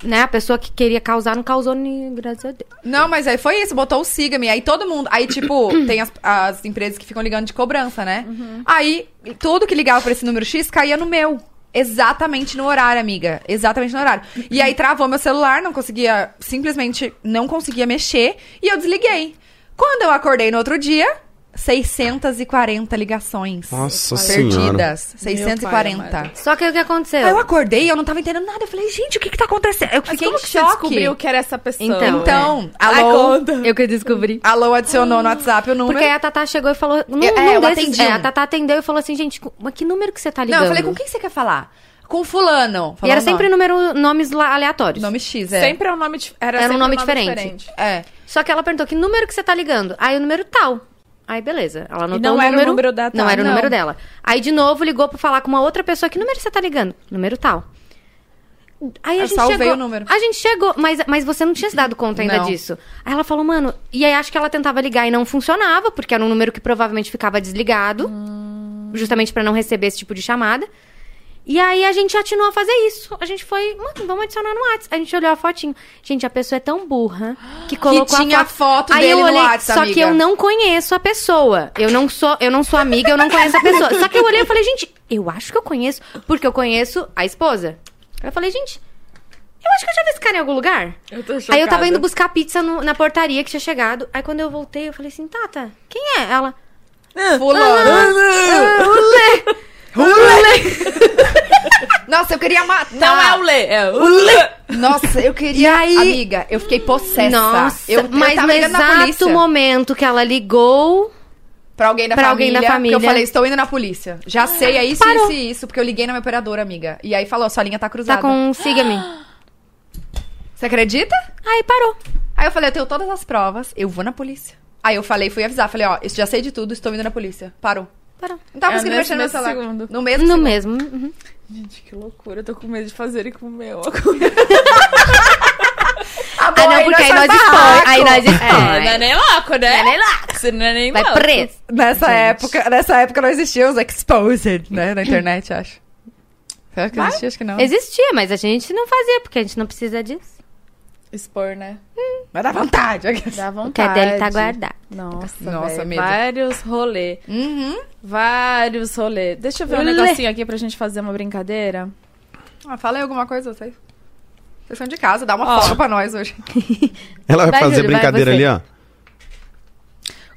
Speaker 4: Né? A pessoa que queria causar não causou, nem, graças a Deus.
Speaker 2: Não, mas aí foi isso, botou o Siga-me. Aí todo mundo. Aí, tipo, tem as, as empresas que ficam ligando de cobrança, né?
Speaker 4: Uhum.
Speaker 2: Aí, tudo que ligava pra esse número X caía no meu. Exatamente no horário, amiga. Exatamente no horário. E aí travou meu celular, não conseguia. Simplesmente não conseguia mexer. E eu desliguei. Quando eu acordei no outro dia, 640 ligações.
Speaker 3: Nossa senhora.
Speaker 2: perdidas.
Speaker 1: Meu pai
Speaker 2: 640.
Speaker 1: amado.
Speaker 4: Só que o que aconteceu?
Speaker 2: Aí eu acordei, eu não tava entendendo nada. Eu falei, gente, o que que tá acontecendo? Eu
Speaker 1: Mas
Speaker 2: fiquei
Speaker 1: como
Speaker 2: em
Speaker 1: que você
Speaker 2: choque.
Speaker 1: descobriu que era essa pessoa?
Speaker 4: Então,
Speaker 2: Então,
Speaker 1: Ai,
Speaker 2: alô,
Speaker 1: conta.
Speaker 4: Eu que descobri.
Speaker 2: alô adicionou no WhatsApp o número.
Speaker 4: Porque é aí a Tatá chegou e falou. Num,
Speaker 2: É,
Speaker 4: num
Speaker 2: eu
Speaker 4: desses-
Speaker 2: atendi
Speaker 4: é,
Speaker 2: um.
Speaker 4: a Tatá atendeu e falou assim, gente, com- mas que número que você tá ligando?
Speaker 2: Não, eu falei, com quem você quer falar? Com fulano.
Speaker 4: E
Speaker 2: Falou
Speaker 4: era
Speaker 2: o
Speaker 4: sempre
Speaker 2: nome.
Speaker 4: número, nomes lá aleatórios.
Speaker 2: Nome X, é.
Speaker 1: Sempre é um nome dif- era,
Speaker 4: Era um
Speaker 1: sempre
Speaker 4: nome diferente.
Speaker 2: É.
Speaker 4: Só que ela perguntou que número que você tá ligando. Aí o número tal. Aí beleza. Ela anotou
Speaker 1: não
Speaker 4: o
Speaker 1: era o
Speaker 4: número.
Speaker 1: número da
Speaker 4: Não
Speaker 1: tal,
Speaker 4: era o
Speaker 1: não.
Speaker 4: número dela. Aí de novo ligou pra falar com uma outra pessoa. Que número você tá ligando? Número tal. Aí a
Speaker 2: Eu
Speaker 4: gente
Speaker 2: salvei
Speaker 4: chegou.
Speaker 2: o número.
Speaker 4: A gente chegou, mas, mas você não tinha se dado conta ainda
Speaker 2: Não.
Speaker 4: disso. Aí ela falou, mano. E aí acho que ela tentava ligar e não funcionava, porque era um número que provavelmente ficava desligado
Speaker 1: Hum.
Speaker 4: justamente pra não receber esse tipo de chamada. E aí a gente atinou a fazer isso. A gente foi, mano, vamos adicionar no WhatsApp. A gente olhou a fotinho. Gente, a pessoa é tão burra que colocou
Speaker 2: tinha a
Speaker 4: foto.
Speaker 2: foto
Speaker 4: aí
Speaker 2: dele
Speaker 4: eu
Speaker 2: no
Speaker 4: olhei,
Speaker 2: WhatsApp,
Speaker 4: Só
Speaker 2: amiga.
Speaker 4: que eu não conheço a pessoa. Eu não sou, eu não sou amiga, eu não conheço a pessoa. Só que eu olhei e falei, gente, eu acho que eu conheço, porque eu conheço a esposa. Aí Eu falei, gente, eu acho que eu já vi esse cara em algum lugar.
Speaker 1: Eu tô
Speaker 4: Aí eu tava
Speaker 1: chocada.
Speaker 4: indo buscar pizza no- na portaria que tinha chegado. Aí quando eu voltei, eu falei assim, Tata, quem é? Ela.
Speaker 2: Fulano.
Speaker 4: Ah.
Speaker 2: Nossa, eu queria matar.
Speaker 1: Não
Speaker 4: Tá.
Speaker 1: é o Lê, é o Lê.
Speaker 2: Nossa, eu
Speaker 4: E
Speaker 2: queria.
Speaker 4: aí-
Speaker 2: Amiga, eu fiquei possessa.
Speaker 4: Nossa,
Speaker 2: eu, eu
Speaker 4: mas
Speaker 2: tava
Speaker 4: no
Speaker 2: ligando na polícia.
Speaker 4: exato momento que ela ligou, tá
Speaker 2: Pra alguém da
Speaker 4: pra
Speaker 2: família.
Speaker 4: alguém da família.
Speaker 2: Porque eu falei, estou indo na polícia. Já sei, é isso,
Speaker 4: Parou.
Speaker 2: isso e isso. Porque eu liguei na minha operadora, amiga. E aí falou, sua linha tá cruzada.
Speaker 4: tá com um siga-me.
Speaker 2: Você acredita?
Speaker 4: Aí parou.
Speaker 2: Aí eu falei, eu tenho todas as provas, eu vou na polícia. Aí eu falei, fui avisar. Falei, ó, eu já sei de tudo, estou indo na polícia. Parou.
Speaker 4: Parou.
Speaker 2: Não tava
Speaker 1: É,
Speaker 2: conseguindo mexer
Speaker 1: nesse
Speaker 2: no meu
Speaker 1: mesmo
Speaker 2: celular.
Speaker 1: segundo.
Speaker 2: No mesmo
Speaker 4: No
Speaker 2: segundo.
Speaker 4: mesmo. uhum.
Speaker 1: Gente, que loucura. Eu tô com medo de fazerem com o meu.
Speaker 2: Ah, bom,
Speaker 4: Ah, não,
Speaker 2: aí
Speaker 4: porque aí
Speaker 2: faz
Speaker 4: nós expõe.
Speaker 2: barraco.
Speaker 4: Aí nós expõe.
Speaker 1: não é nem louco, né?
Speaker 4: Não é nem louco.
Speaker 1: Você não é nem
Speaker 4: Vai
Speaker 1: louco.
Speaker 4: preso.
Speaker 2: Nessa época, nessa época não existiam os exposed, né? Na internet, acho. Será que existia? Acho que não.
Speaker 4: Existia, mas a gente não fazia, porque a gente não precisa disso.
Speaker 1: Expor, né?
Speaker 2: Vai dar vontade.
Speaker 1: Dá
Speaker 4: O
Speaker 1: vontade.
Speaker 4: que é dele tá guardado.
Speaker 1: Nossa,
Speaker 2: Nossa,
Speaker 1: velho,
Speaker 2: medo.
Speaker 1: vários rolê.
Speaker 2: Uhum.
Speaker 1: Vários rolê. Deixa eu ver um
Speaker 4: Rolê.
Speaker 1: negocinho aqui pra gente fazer uma brincadeira.
Speaker 2: Ah, falei alguma coisa, vocês. Vocês são de casa, dá uma
Speaker 1: Ó.
Speaker 2: folga pra nós hoje.
Speaker 3: Ela vai,
Speaker 4: Vai,
Speaker 3: fazer
Speaker 4: Júlio, vai
Speaker 3: brincadeira
Speaker 4: você.
Speaker 3: ali, ó.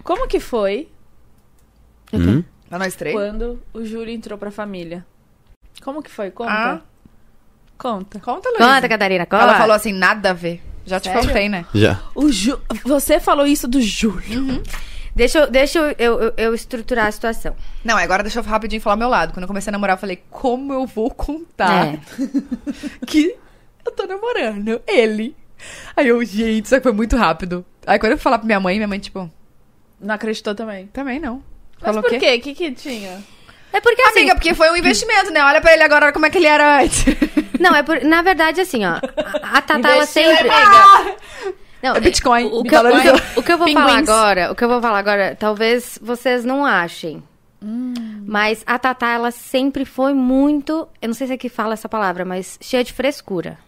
Speaker 1: Como que foi
Speaker 3: Hum?
Speaker 2: Pra nós três.
Speaker 1: quando o Júlio entrou pra família? Como que foi?
Speaker 2: Ah.
Speaker 1: Conta. Conta.
Speaker 2: Conta, Luiz.
Speaker 4: Conta, Catarina,
Speaker 2: é.
Speaker 4: conta.
Speaker 2: Ela falou assim, nada a ver. Já te
Speaker 1: Sério?
Speaker 2: contei, né?
Speaker 3: Já.
Speaker 1: O Ju... Você falou isso do Júlio.
Speaker 4: Deixa, eu, deixa eu, eu, eu- eu estruturar a situação.
Speaker 2: Não, agora deixa eu rapidinho falar meu lado. Quando eu comecei a namorar, eu falei, como eu vou contar
Speaker 4: É.
Speaker 2: que eu tô namorando ele? Aí eu, gente, só que foi muito rápido. Aí quando eu fui falar pra minha mãe, minha mãe, tipo,
Speaker 1: Não acreditou também.
Speaker 2: também não.
Speaker 1: Mas
Speaker 2: Falou o
Speaker 1: por
Speaker 2: quê?
Speaker 1: quê? O que que tinha?
Speaker 4: É porque assim.
Speaker 2: Amiga, porque foi um investimento, né? Olha pra ele agora, olha como é que ele era antes.
Speaker 4: Não, é por. Na verdade, assim, ó. A, a Tatá, ela
Speaker 1: Investiu,
Speaker 4: sempre. Não,
Speaker 2: É Bitcoin,
Speaker 4: O, o
Speaker 2: me
Speaker 4: que eu,
Speaker 2: valorizou.
Speaker 4: o que eu vou falar
Speaker 1: Pinguins.
Speaker 4: agora, o que eu vou falar agora, talvez vocês não achem.
Speaker 2: Hum.
Speaker 4: Mas a Tatá, ela sempre foi muito. Eu não sei se é que fala essa palavra, mas cheia de frescura.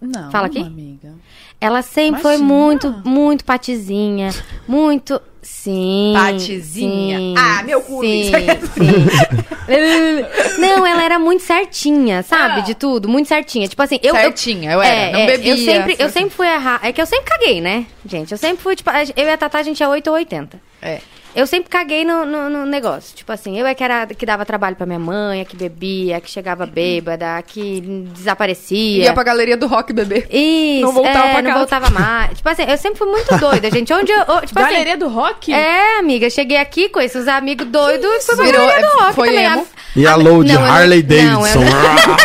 Speaker 1: Não,
Speaker 4: Fala aqui?
Speaker 1: amiga.
Speaker 4: Ela sempre foi
Speaker 1: Imagina.
Speaker 4: muito, muito patizinha. Muito. Sim.
Speaker 2: Patizinha?
Speaker 4: sim,
Speaker 2: Ah, meu cu,
Speaker 4: Sim,
Speaker 2: Luiz.
Speaker 4: sim. não, ela era muito certinha, sabe? De tudo, muito certinha. Tipo assim, eu. eu-
Speaker 2: Ah. Certinha, eu era. Não bebia,
Speaker 4: é, Eu sempre, eu
Speaker 2: assim.
Speaker 4: sempre fui errar. É que eu sempre caguei, né, gente? Eu sempre fui, tipo, a- eu e a Tatá, a gente é 8 ou 80.
Speaker 2: É.
Speaker 4: Eu sempre caguei no, no- no negócio. Tipo assim, eu é que era que dava trabalho pra minha mãe, a que bebia, a que chegava bêbada, a que desaparecia.
Speaker 2: Ia pra galeria do rock, bebê.
Speaker 4: Isso,
Speaker 2: Não voltava
Speaker 4: é,
Speaker 2: pra
Speaker 4: não
Speaker 2: casa.
Speaker 4: voltava mais. Tipo assim, eu sempre fui muito doida, gente. Onde eu. eu- Tipo assim,
Speaker 1: Galeria do Rock?
Speaker 4: é, amiga, cheguei aqui com esses amigos doidos e fui pra
Speaker 2: Virou- é,
Speaker 4: galeria do rock
Speaker 2: foi
Speaker 4: também.
Speaker 2: emo?
Speaker 3: E a low de
Speaker 4: Ah, não, eu não-
Speaker 3: Harley
Speaker 4: não, eu
Speaker 3: Davidson.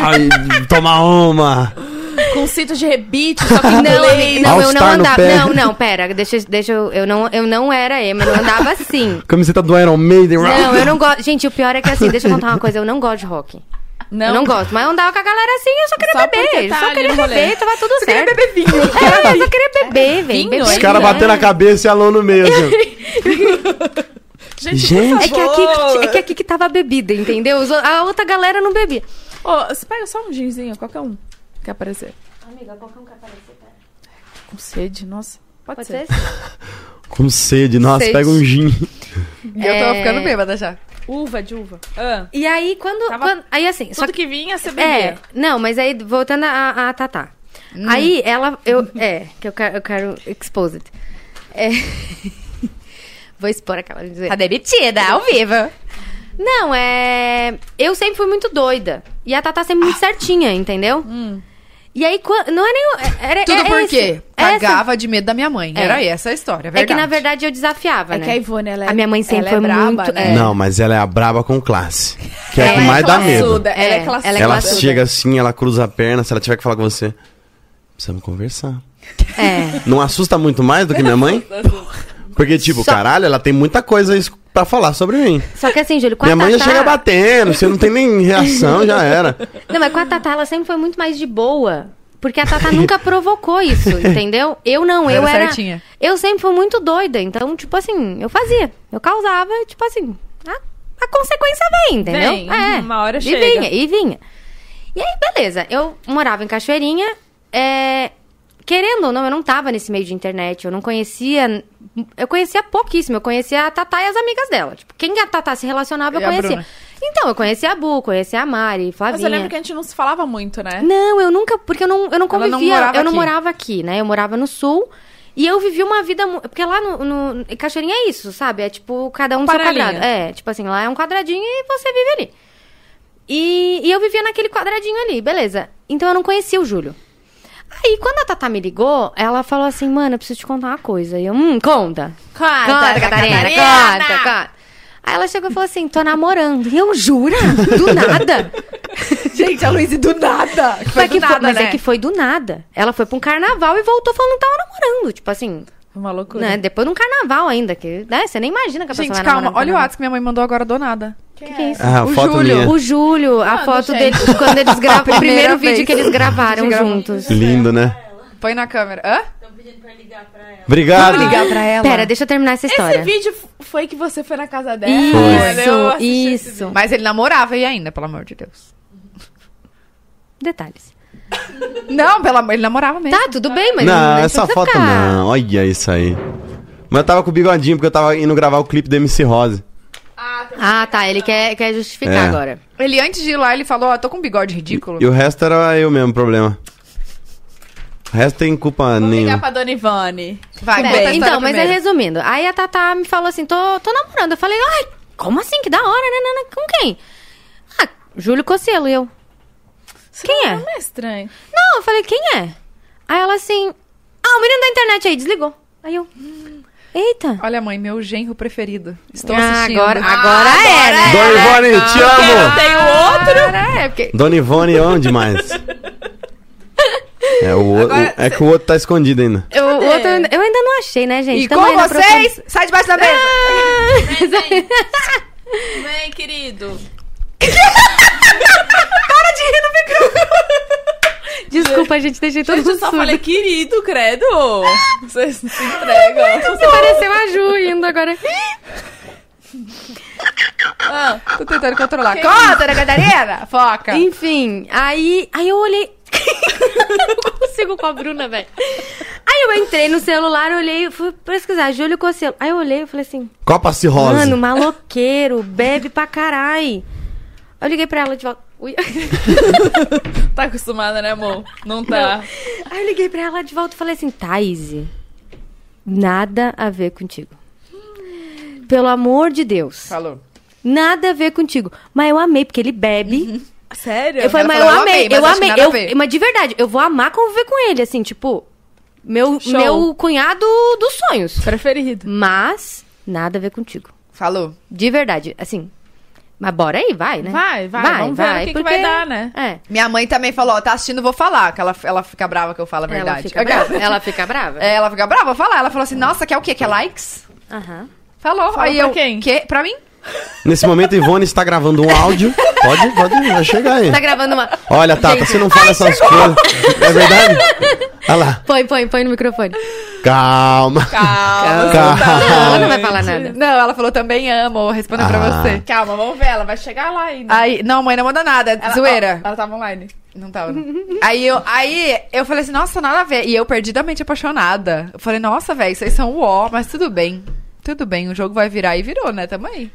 Speaker 3: Ah, Toma uma.
Speaker 1: Com cinto de rebite, só que em
Speaker 4: Não,
Speaker 1: inglês.
Speaker 4: amiga, não, eu não
Speaker 3: All-Star no
Speaker 4: andava.
Speaker 3: pé.
Speaker 4: Não, não, pera, deixa, eu- deixa eu. Eu não, eu não era emo, eu andava assim.
Speaker 3: Camiseta do Iron Maiden.
Speaker 4: Não, eu não gosto. Gente, o pior é que assim, deixa eu contar uma coisa, eu não gosto de rock. Eu não gosto, mas eu andava com a galera assim, eu só queria
Speaker 1: Só porque
Speaker 4: beber.
Speaker 1: tá
Speaker 4: só
Speaker 1: ali
Speaker 4: queria
Speaker 1: no rolê.
Speaker 4: beber, tava tudo certo.
Speaker 2: queria beber vinho.
Speaker 4: É, eu só queria beber, velho.
Speaker 1: Vinho,
Speaker 4: beber.
Speaker 1: hein?
Speaker 3: Os caras batendo a cabeça e a low no meio. assim.
Speaker 1: Gente,
Speaker 3: Gente.
Speaker 1: por
Speaker 4: É que, aqui, que
Speaker 1: favor.
Speaker 4: ti- é que aqui que tava a bebida, entendeu? Os o- A outra galera não bebia.
Speaker 1: Ô, você pega só um ginzinho, qualquer um que aparecer.
Speaker 4: Amiga, qualquer um que aparecer, pera.
Speaker 1: Com sede, nossa. Pode,
Speaker 4: Pode
Speaker 1: ser.
Speaker 4: ser? assim?
Speaker 3: Com sede. Nossa,
Speaker 2: Sede.
Speaker 3: pega um gin.
Speaker 2: E eu
Speaker 4: É.
Speaker 2: tava ficando bêbada já.
Speaker 1: Uva de uva. Ah,
Speaker 4: E aí, quando.
Speaker 1: Tava
Speaker 4: quando- aí assim, só
Speaker 1: tudo
Speaker 4: que.
Speaker 1: que vinha, você
Speaker 4: É,
Speaker 1: bebia. Hum.
Speaker 4: não, mas aí, voltando a, a Tatá. Aí ela. Eu, é, que eu quero, eu quero expose it. É. Vou expor aquela de dizer.
Speaker 2: demitida, ao vivo.
Speaker 4: Não, é. Eu sempre fui muito doida. E a Tatá sempre muito
Speaker 1: Ah.
Speaker 4: certinha, entendeu?
Speaker 1: Hum.
Speaker 4: E aí, quan- não é nem. Era,
Speaker 2: Tudo
Speaker 4: é
Speaker 2: por
Speaker 4: esse-
Speaker 2: quê?
Speaker 4: essa-
Speaker 2: Cagava de medo da minha mãe.
Speaker 4: É.
Speaker 2: Era essa a história,
Speaker 4: É que na verdade eu desafiava,
Speaker 1: É
Speaker 4: né?
Speaker 1: que a Ivone, ela é-
Speaker 4: A minha mãe
Speaker 1: ela
Speaker 4: sempre
Speaker 1: é
Speaker 4: foi
Speaker 1: braba,
Speaker 4: muito.
Speaker 1: né? É.
Speaker 3: Não, mas ela é a braba com classe. Que é a
Speaker 4: Ela
Speaker 3: que
Speaker 4: é
Speaker 3: mais dá medo.
Speaker 1: classuda, Ela é
Speaker 4: É,
Speaker 1: classuda.
Speaker 4: ela é
Speaker 3: Ela
Speaker 4: classuda.
Speaker 3: chega assim, ela cruza a perna. Se ela tiver que falar com você, precisamos conversar.
Speaker 4: É.
Speaker 3: Não assusta muito mais do que minha mãe? Porque, tipo,
Speaker 4: Só-
Speaker 3: caralho, ela tem muita coisa isso pra falar sobre mim.
Speaker 4: Só que assim, Júlio, com
Speaker 3: Minha
Speaker 4: a
Speaker 3: mãe já
Speaker 4: Tatá-
Speaker 3: chega batendo, você não tem nem reação, já era.
Speaker 4: Não, mas com a Tatá ela sempre foi muito mais de boa. Porque a Tatá nunca provocou isso, entendeu? Eu não, eu
Speaker 2: Era
Speaker 4: era.
Speaker 2: certinha.
Speaker 4: Eu sempre fui muito doida. Então, tipo assim, eu fazia. Eu causava, tipo assim. A, a consequência vem, entendeu? É,
Speaker 1: Vem, uma hora
Speaker 4: e
Speaker 1: chega.
Speaker 4: Vinha, e vinha. E aí, beleza. Eu morava em Cachoeirinha. é, Querendo ou não, eu não tava nesse meio de internet. Eu não conhecia. Eu conhecia pouquíssimo. Eu conhecia a Tatá e as amigas dela. Tipo, quem a Tatá se relacionava,
Speaker 2: E
Speaker 4: eu
Speaker 2: a
Speaker 4: conhecia.
Speaker 2: Bruna?
Speaker 4: Então, eu conhecia a Bu, conhecia a Mari, Flavinha.
Speaker 1: Mas eu lembro que a gente não se falava muito, né?
Speaker 4: Não, eu nunca, porque eu não, eu não
Speaker 2: Ela não
Speaker 4: convivia,
Speaker 2: morava
Speaker 4: eu não
Speaker 2: aqui.
Speaker 4: morava aqui, né? Eu morava no sul. E eu vivi uma vida. mu- Porque lá no, no. em Cachoeirinha é isso, sabe? É tipo, cada um no seu
Speaker 1: Panelinha.
Speaker 4: quadrado. É, tipo assim, lá é um quadradinho e você vive ali. E, e eu vivia naquele quadradinho ali, beleza. Então eu não conhecia o Júlio. Aí, quando a Tatá me ligou, ela falou assim, mano, eu preciso te contar uma coisa. E eu, hum, conta.
Speaker 1: Conta, Catarina.
Speaker 4: conta, conta. Aí ela chegou e falou assim, tô namorando. E eu, jura? Do nada?
Speaker 2: Gente, a Luísa do nada. que Foi
Speaker 4: mas que
Speaker 2: do nada,
Speaker 4: foi, mas
Speaker 2: né?
Speaker 4: é que foi do nada. Ela foi pra um carnaval e voltou falando que tava namorando. Tipo assim,
Speaker 1: Uma loucura.
Speaker 4: né? Depois de um carnaval ainda. Que, né? Você nem imagina que a pessoa
Speaker 2: Gente,
Speaker 4: vai
Speaker 2: calma.
Speaker 4: namorar no
Speaker 2: Olha o
Speaker 4: carnaval.
Speaker 2: ato que minha mãe mandou agora do nada.
Speaker 4: Que que é isso?
Speaker 3: Ah,
Speaker 2: O
Speaker 3: foto
Speaker 2: Júlio,
Speaker 3: minha.
Speaker 4: O Júlio,
Speaker 2: Ah,
Speaker 4: a foto
Speaker 1: gente.
Speaker 4: dele quando eles gravaram. o
Speaker 2: primeira
Speaker 4: primeiro vídeo
Speaker 2: vez.
Speaker 4: que eles gravaram
Speaker 2: Eles gravaram.
Speaker 4: juntos.
Speaker 3: Lindo, né?
Speaker 2: Põe na câmera. Hã?
Speaker 3: Obrigado.
Speaker 2: pra
Speaker 4: Pera, deixa eu terminar essa história.
Speaker 1: Esse vídeo f- foi que você foi na casa dela. né? Eu
Speaker 4: Isso,
Speaker 1: assisti esse
Speaker 4: isso.
Speaker 2: Mas ele namorava e ainda, pelo amor de Deus.
Speaker 4: Detalhes.
Speaker 2: Não, pelo amor, ele namorava mesmo.
Speaker 4: Tá, tudo bem, mas
Speaker 3: não,
Speaker 4: a gente
Speaker 3: essa
Speaker 4: precisa
Speaker 3: foto
Speaker 4: ficar-
Speaker 3: não. Olha isso aí. Mas eu tava com o bigodinho porque eu tava indo gravar o clipe do MC Rose.
Speaker 4: Ah, tá, ele quer, quer justificar
Speaker 3: É.
Speaker 4: agora.
Speaker 2: Ele, antes de ir lá, ele falou, ó, tô com um bigode ridículo.
Speaker 3: E o resto era eu mesmo, o problema. O resto tem culpa
Speaker 1: Vou ligar
Speaker 3: nenhuma.
Speaker 1: pra Dona Ivone.
Speaker 2: Vai,
Speaker 4: Bem,
Speaker 2: conta a história
Speaker 4: então, mas aí
Speaker 2: primeiro.
Speaker 4: resumindo. Aí a Tatá me falou assim: tô, tô namorando. Eu falei, ai, como assim? Que da hora, né, Nana? Com quem? Ah, Júlio Cocielo e eu. Quem é?
Speaker 1: Não é estranho.
Speaker 4: Não, eu falei, quem é? Aí ela assim, ah, o menino da internet aí, desligou. Aí eu, eita.
Speaker 2: Olha, mãe, meu genro preferido. Estou
Speaker 4: Ah,
Speaker 2: assistindo. Ah,
Speaker 4: Agora, agora é, né?
Speaker 3: Dona Ivone, te
Speaker 1: Eu
Speaker 3: amo!
Speaker 1: tenho outro.
Speaker 2: Cara, é, porque...
Speaker 3: Dona Ivone, eu amo demais. É, o outro,
Speaker 2: Agora,
Speaker 3: é que o outro tá escondido ainda.
Speaker 4: Eu, o outro, eu ainda não achei, né, gente?
Speaker 2: E
Speaker 4: Tamo
Speaker 2: com
Speaker 4: aí na
Speaker 2: vocês, sai debaixo da mesa.
Speaker 1: Vem, Vem, querido.
Speaker 4: produção. Desculpa, gente, deixei todo
Speaker 1: Gente,
Speaker 4: mundo
Speaker 1: eu só
Speaker 4: surdo.
Speaker 1: falei querido, credo. Vocês não se entregam.
Speaker 4: Você pareceu a Ju indo agora.
Speaker 1: Ah,
Speaker 2: Tô tentando controlar. Conta, Ana Catarina! Foca!
Speaker 4: Enfim, aí, aí eu olhei. eu não consigo com a Bruna, velho. Aí eu entrei no celular, olhei, fui pesquisar, Júlio Cocielo. Aí eu olhei e falei assim,
Speaker 3: Copa Cirrose.
Speaker 4: Mano, maloqueiro, bebe pra carai. Eu liguei pra ela de volta. Ui.
Speaker 1: tá acostumada, né, amor? Não tá.
Speaker 4: Aí eu liguei pra ela de volta e falei assim, Thaís, nada a ver contigo. Pelo amor de Deus.
Speaker 2: Falou.
Speaker 4: Nada a ver contigo. Mas eu amei, porque ele bebe.
Speaker 1: Sério?
Speaker 4: Eu falei,
Speaker 2: Ela
Speaker 4: mas
Speaker 2: falou,
Speaker 4: eu amei,
Speaker 2: "Eu amei, mas
Speaker 4: eu
Speaker 2: acho que
Speaker 4: amei.
Speaker 2: nada a
Speaker 4: eu-
Speaker 2: ver."
Speaker 4: mas de verdade, eu vou amar conviver com ele, assim, tipo, meu,
Speaker 1: Show.
Speaker 4: meu cunhado dos sonhos.
Speaker 1: Preferido.
Speaker 4: Mas nada a ver contigo.
Speaker 2: Falou.
Speaker 4: De verdade, assim. Mas bora aí, vai, né?
Speaker 1: Vai, vai, vamos ver o que que vai dar, né?
Speaker 4: É.
Speaker 2: Minha mãe também falou, ó, tá assistindo, vou falar. Que ela, ela fica brava que eu falo a
Speaker 4: Ela
Speaker 2: verdade.
Speaker 4: fica brava. Ela fica brava?
Speaker 2: É, ela fica brava, vou falar. Ela falou assim, nossa, quer o quê? Quer likes?
Speaker 4: Aham.
Speaker 2: Falou.
Speaker 1: Fala
Speaker 2: Aí
Speaker 1: pra
Speaker 2: eu,
Speaker 1: quem?
Speaker 2: "Quê? Pra mim?
Speaker 3: Nesse momento, Ivone está gravando um áudio. Pode, pode, vai chegar aí.
Speaker 4: Tá gravando uma.
Speaker 3: Olha, Tata, você não fala essas coisas. É verdade? Olha lá.
Speaker 4: Põe, põe, põe no microfone.
Speaker 3: Calma.
Speaker 1: Calma.
Speaker 3: Calma.
Speaker 4: Não, ela não vai falar nada.
Speaker 2: Não, ela falou, também amo, respondeu
Speaker 3: Ah.
Speaker 2: pra você.
Speaker 1: Calma, vamos ver. Ela vai chegar lá ainda.
Speaker 2: Aí, não, mãe, não manda nada,
Speaker 1: Ela-
Speaker 2: Ah, zoeira.
Speaker 1: ó, Ela tava online.
Speaker 2: Não tava. não. aí, eu, aí eu falei assim, nossa, nada a ver. E eu perdidamente apaixonada. Eu falei, nossa, velho, vocês são uó, mas tudo bem. Tudo bem, o jogo vai virar e virou, né? Tamo aí.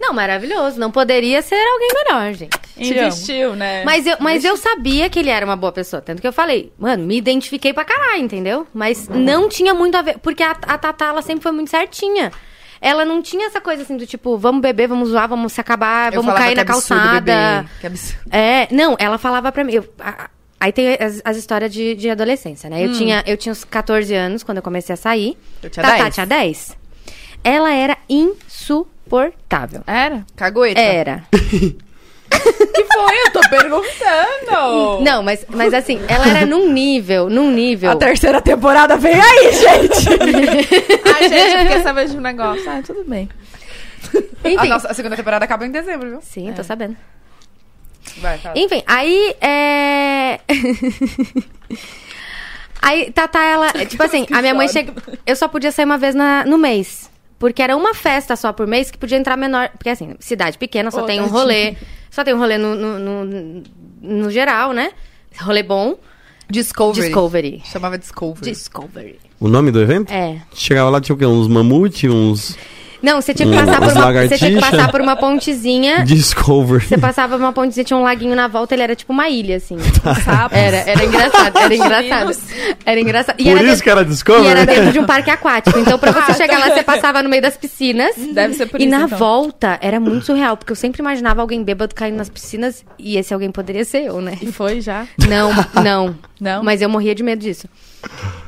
Speaker 4: Não, maravilhoso. Não poderia ser alguém melhor, gente.
Speaker 1: Investiu, né?
Speaker 2: É.
Speaker 4: Mas eu, mas eu sabia que ele era uma boa pessoa. Tanto que eu falei, mano, me identifiquei pra caralho, entendeu? Mas não tinha muito a ver. Porque a, a Tatá, ela sempre foi muito certinha. Ela não tinha essa coisa assim do tipo, vamos beber, vamos zoar, vamos se acabar,
Speaker 2: Eu
Speaker 4: vamos
Speaker 2: falava,
Speaker 4: cair
Speaker 2: "Que
Speaker 4: na
Speaker 2: absurdo,
Speaker 4: calçada.
Speaker 2: bebê, Que absurdo.
Speaker 4: É, não, ela falava pra mim. eu- a- a- aí tem as, as histórias de, de adolescência, né? Eu, tinha, eu tinha uns 14 anos quando eu comecei a sair.
Speaker 2: Hum. Eu tinha
Speaker 4: Tatá
Speaker 2: 10.
Speaker 4: tinha 10. Ela era insuportável.
Speaker 1: Era?
Speaker 2: Cagueta?
Speaker 4: Era.
Speaker 1: Que foi? Eu tô perguntando.
Speaker 4: Não, mas, mas assim, ela era num nível, num nível.
Speaker 2: A terceira temporada vem aí, gente!
Speaker 1: Ai, gente, eu fiquei sabendo de um negócio. Ah, tudo bem.
Speaker 4: Enfim.
Speaker 2: A, nossa, a segunda temporada acaba em dezembro, viu?
Speaker 4: Sim, tô sabendo.
Speaker 2: Vai, tá. fala.
Speaker 4: Enfim, aí é. aí, Tata, ela. Tipo assim, a minha mãe chega. Eu só podia sair uma vez na- no mês. Porque era uma festa só por mês que podia entrar menor. Porque assim, cidade pequena, só
Speaker 1: Ô,
Speaker 4: tem um
Speaker 1: tadinha.
Speaker 4: rolê. Só tem um rolê no, no, no, no geral, né? Rolê bom.
Speaker 2: Discovery.
Speaker 4: Discovery.
Speaker 2: Chamava Discovery.
Speaker 4: Discovery.
Speaker 3: O nome do evento?
Speaker 4: É.
Speaker 3: Chegava lá, tinha o quê? Uns mamute, uns
Speaker 4: Não, você tinha que
Speaker 3: Hum,
Speaker 4: passar por
Speaker 3: as
Speaker 4: uma. Você tinha que
Speaker 3: lagartixas.
Speaker 4: passar por uma pontezinha.
Speaker 3: Discovery.
Speaker 4: Você passava por uma pontezinha, tinha um laguinho na volta, ele era tipo uma ilha, assim.
Speaker 1: Sapos.
Speaker 4: Era, era engraçado, era engraçado. Era engraçado. E
Speaker 3: Por
Speaker 4: era
Speaker 3: isso
Speaker 4: dentro-
Speaker 3: que era
Speaker 4: E
Speaker 3: Discovery?
Speaker 4: era dentro de um parque aquático. Então, pra você chegar lá, você passava no meio das piscinas.
Speaker 1: Ah, tá. Uhum. Deve ser por
Speaker 4: E
Speaker 1: isso,
Speaker 4: na
Speaker 1: então.
Speaker 4: volta, era muito surreal, porque eu sempre imaginava alguém bêbado caindo nas piscinas e esse alguém poderia ser eu, né?
Speaker 1: E foi já?
Speaker 4: Não, não.
Speaker 1: Não?
Speaker 4: Mas eu morria de medo disso.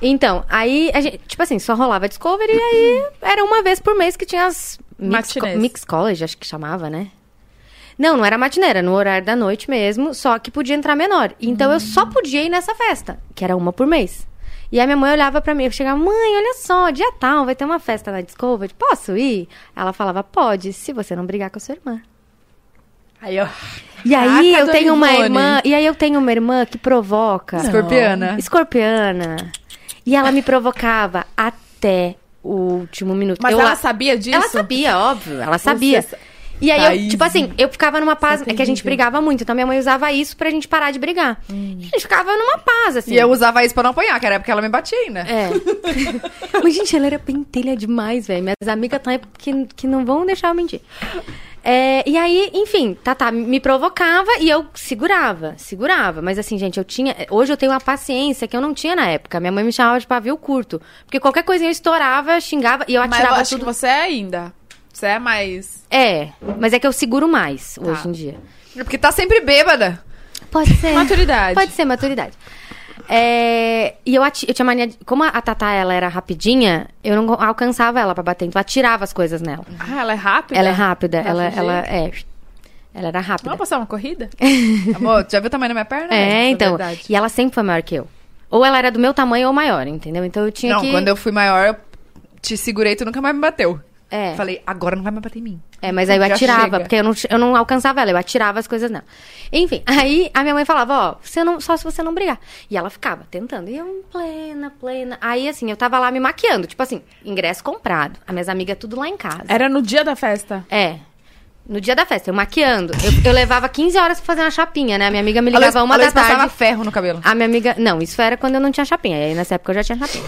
Speaker 4: Então, aí, a gente, tipo assim, só rolava Discovery e aí era uma vez por mês que tinha as mix,
Speaker 1: Matinês.
Speaker 4: co- mix College, acho que chamava, né? Não, não era matiné, era no horário da noite mesmo, só que podia entrar menor. Então eu só podia ir nessa festa, que era uma por mês. E aí minha mãe olhava pra mim, eu chegava, mãe, olha só, dia tal, vai ter uma festa na Discovery, posso ir? Ela falava, pode, se você não brigar com a sua irmã.
Speaker 2: Aí, ó.
Speaker 4: E aí
Speaker 1: Caraca,
Speaker 4: eu tenho uma
Speaker 1: Dona Ivone.
Speaker 4: irmã, e aí eu tenho uma irmã que provoca.
Speaker 2: Escorpiana.
Speaker 4: Escorpiana. E ela me provocava até o último minuto.
Speaker 1: Mas
Speaker 4: Eu
Speaker 1: ela
Speaker 4: lá-
Speaker 1: sabia disso?
Speaker 4: Ela sabia, óbvio. Ela sabia.
Speaker 1: Você sa-
Speaker 4: E aí,
Speaker 1: Thaís.
Speaker 4: eu, tipo assim, eu ficava numa paz. É que a
Speaker 1: terrível.
Speaker 4: gente brigava muito, então minha mãe usava isso pra gente parar de brigar.
Speaker 1: Hum.
Speaker 4: E a gente ficava numa paz, assim.
Speaker 2: E eu usava isso pra não apanhar, que era porque ela me batia ainda.
Speaker 4: É. Mas, gente, ela era pentelha demais, velho. Minhas amigas tão- que, que não vão deixar eu mentir. É, e aí, enfim, Tatá me provocava e eu segurava, segurava. Mas assim, gente, eu tinha. Hoje eu tenho uma paciência que eu não tinha na época. Minha mãe me chamava de pavio curto. Porque qualquer coisinha eu estourava, xingava e eu
Speaker 1: Mas eu
Speaker 4: atirava
Speaker 1: acho
Speaker 4: tudo.
Speaker 1: que você é ainda. Você é mais.
Speaker 4: É, mas é que eu seguro mais hoje em dia.
Speaker 2: Porque tá sempre bêbada.
Speaker 4: Pode ser.
Speaker 1: Maturidade.
Speaker 4: Pode ser, maturidade. É, e eu, ati- eu tinha mania. De, como a a Tatá ela era rapidinha, eu não alcançava ela pra bater, então eu atirava as coisas nela.
Speaker 1: Ah, ela é rápida?
Speaker 4: Ela é rápida,
Speaker 1: Pra
Speaker 4: ela,
Speaker 1: fugir?
Speaker 4: ela é. Ela era rápida.
Speaker 1: Vamos passar uma corrida?
Speaker 2: Amor, tu já viu o tamanho da minha perna?
Speaker 4: é, então.
Speaker 1: verdade.
Speaker 4: E ela sempre foi maior que eu. Ou ela era do meu tamanho ou maior, entendeu? Então eu tinha
Speaker 2: Não,
Speaker 4: que.
Speaker 2: quando eu fui maior, eu te segurei, tu nunca mais me bateu.
Speaker 4: É.
Speaker 2: Falei, agora não vai mais bater em mim.
Speaker 4: É, mas aí eu
Speaker 2: Já
Speaker 4: atirava,
Speaker 2: chega.
Speaker 4: porque eu não, eu não alcançava ela, eu atirava as coisas nela. Enfim, aí a minha mãe falava, ó, você não, só se você não brigar. E ela ficava tentando, e eu em plena, plena. Aí assim, eu tava lá me maquiando, tipo assim, ingresso comprado, as minhas amigas tudo lá em casa.
Speaker 1: Era no dia da festa.
Speaker 4: É. No dia da festa, eu maquiando. Eu, eu levava 15 horas pra fazer uma chapinha, né? Minha amiga me ligava
Speaker 2: Ela-
Speaker 4: uma
Speaker 2: ela
Speaker 4: da tarde.
Speaker 2: passava ferro no cabelo.
Speaker 4: A minha amiga. Não, isso era quando eu não tinha chapinha. Aí nessa época eu já tinha chapinha.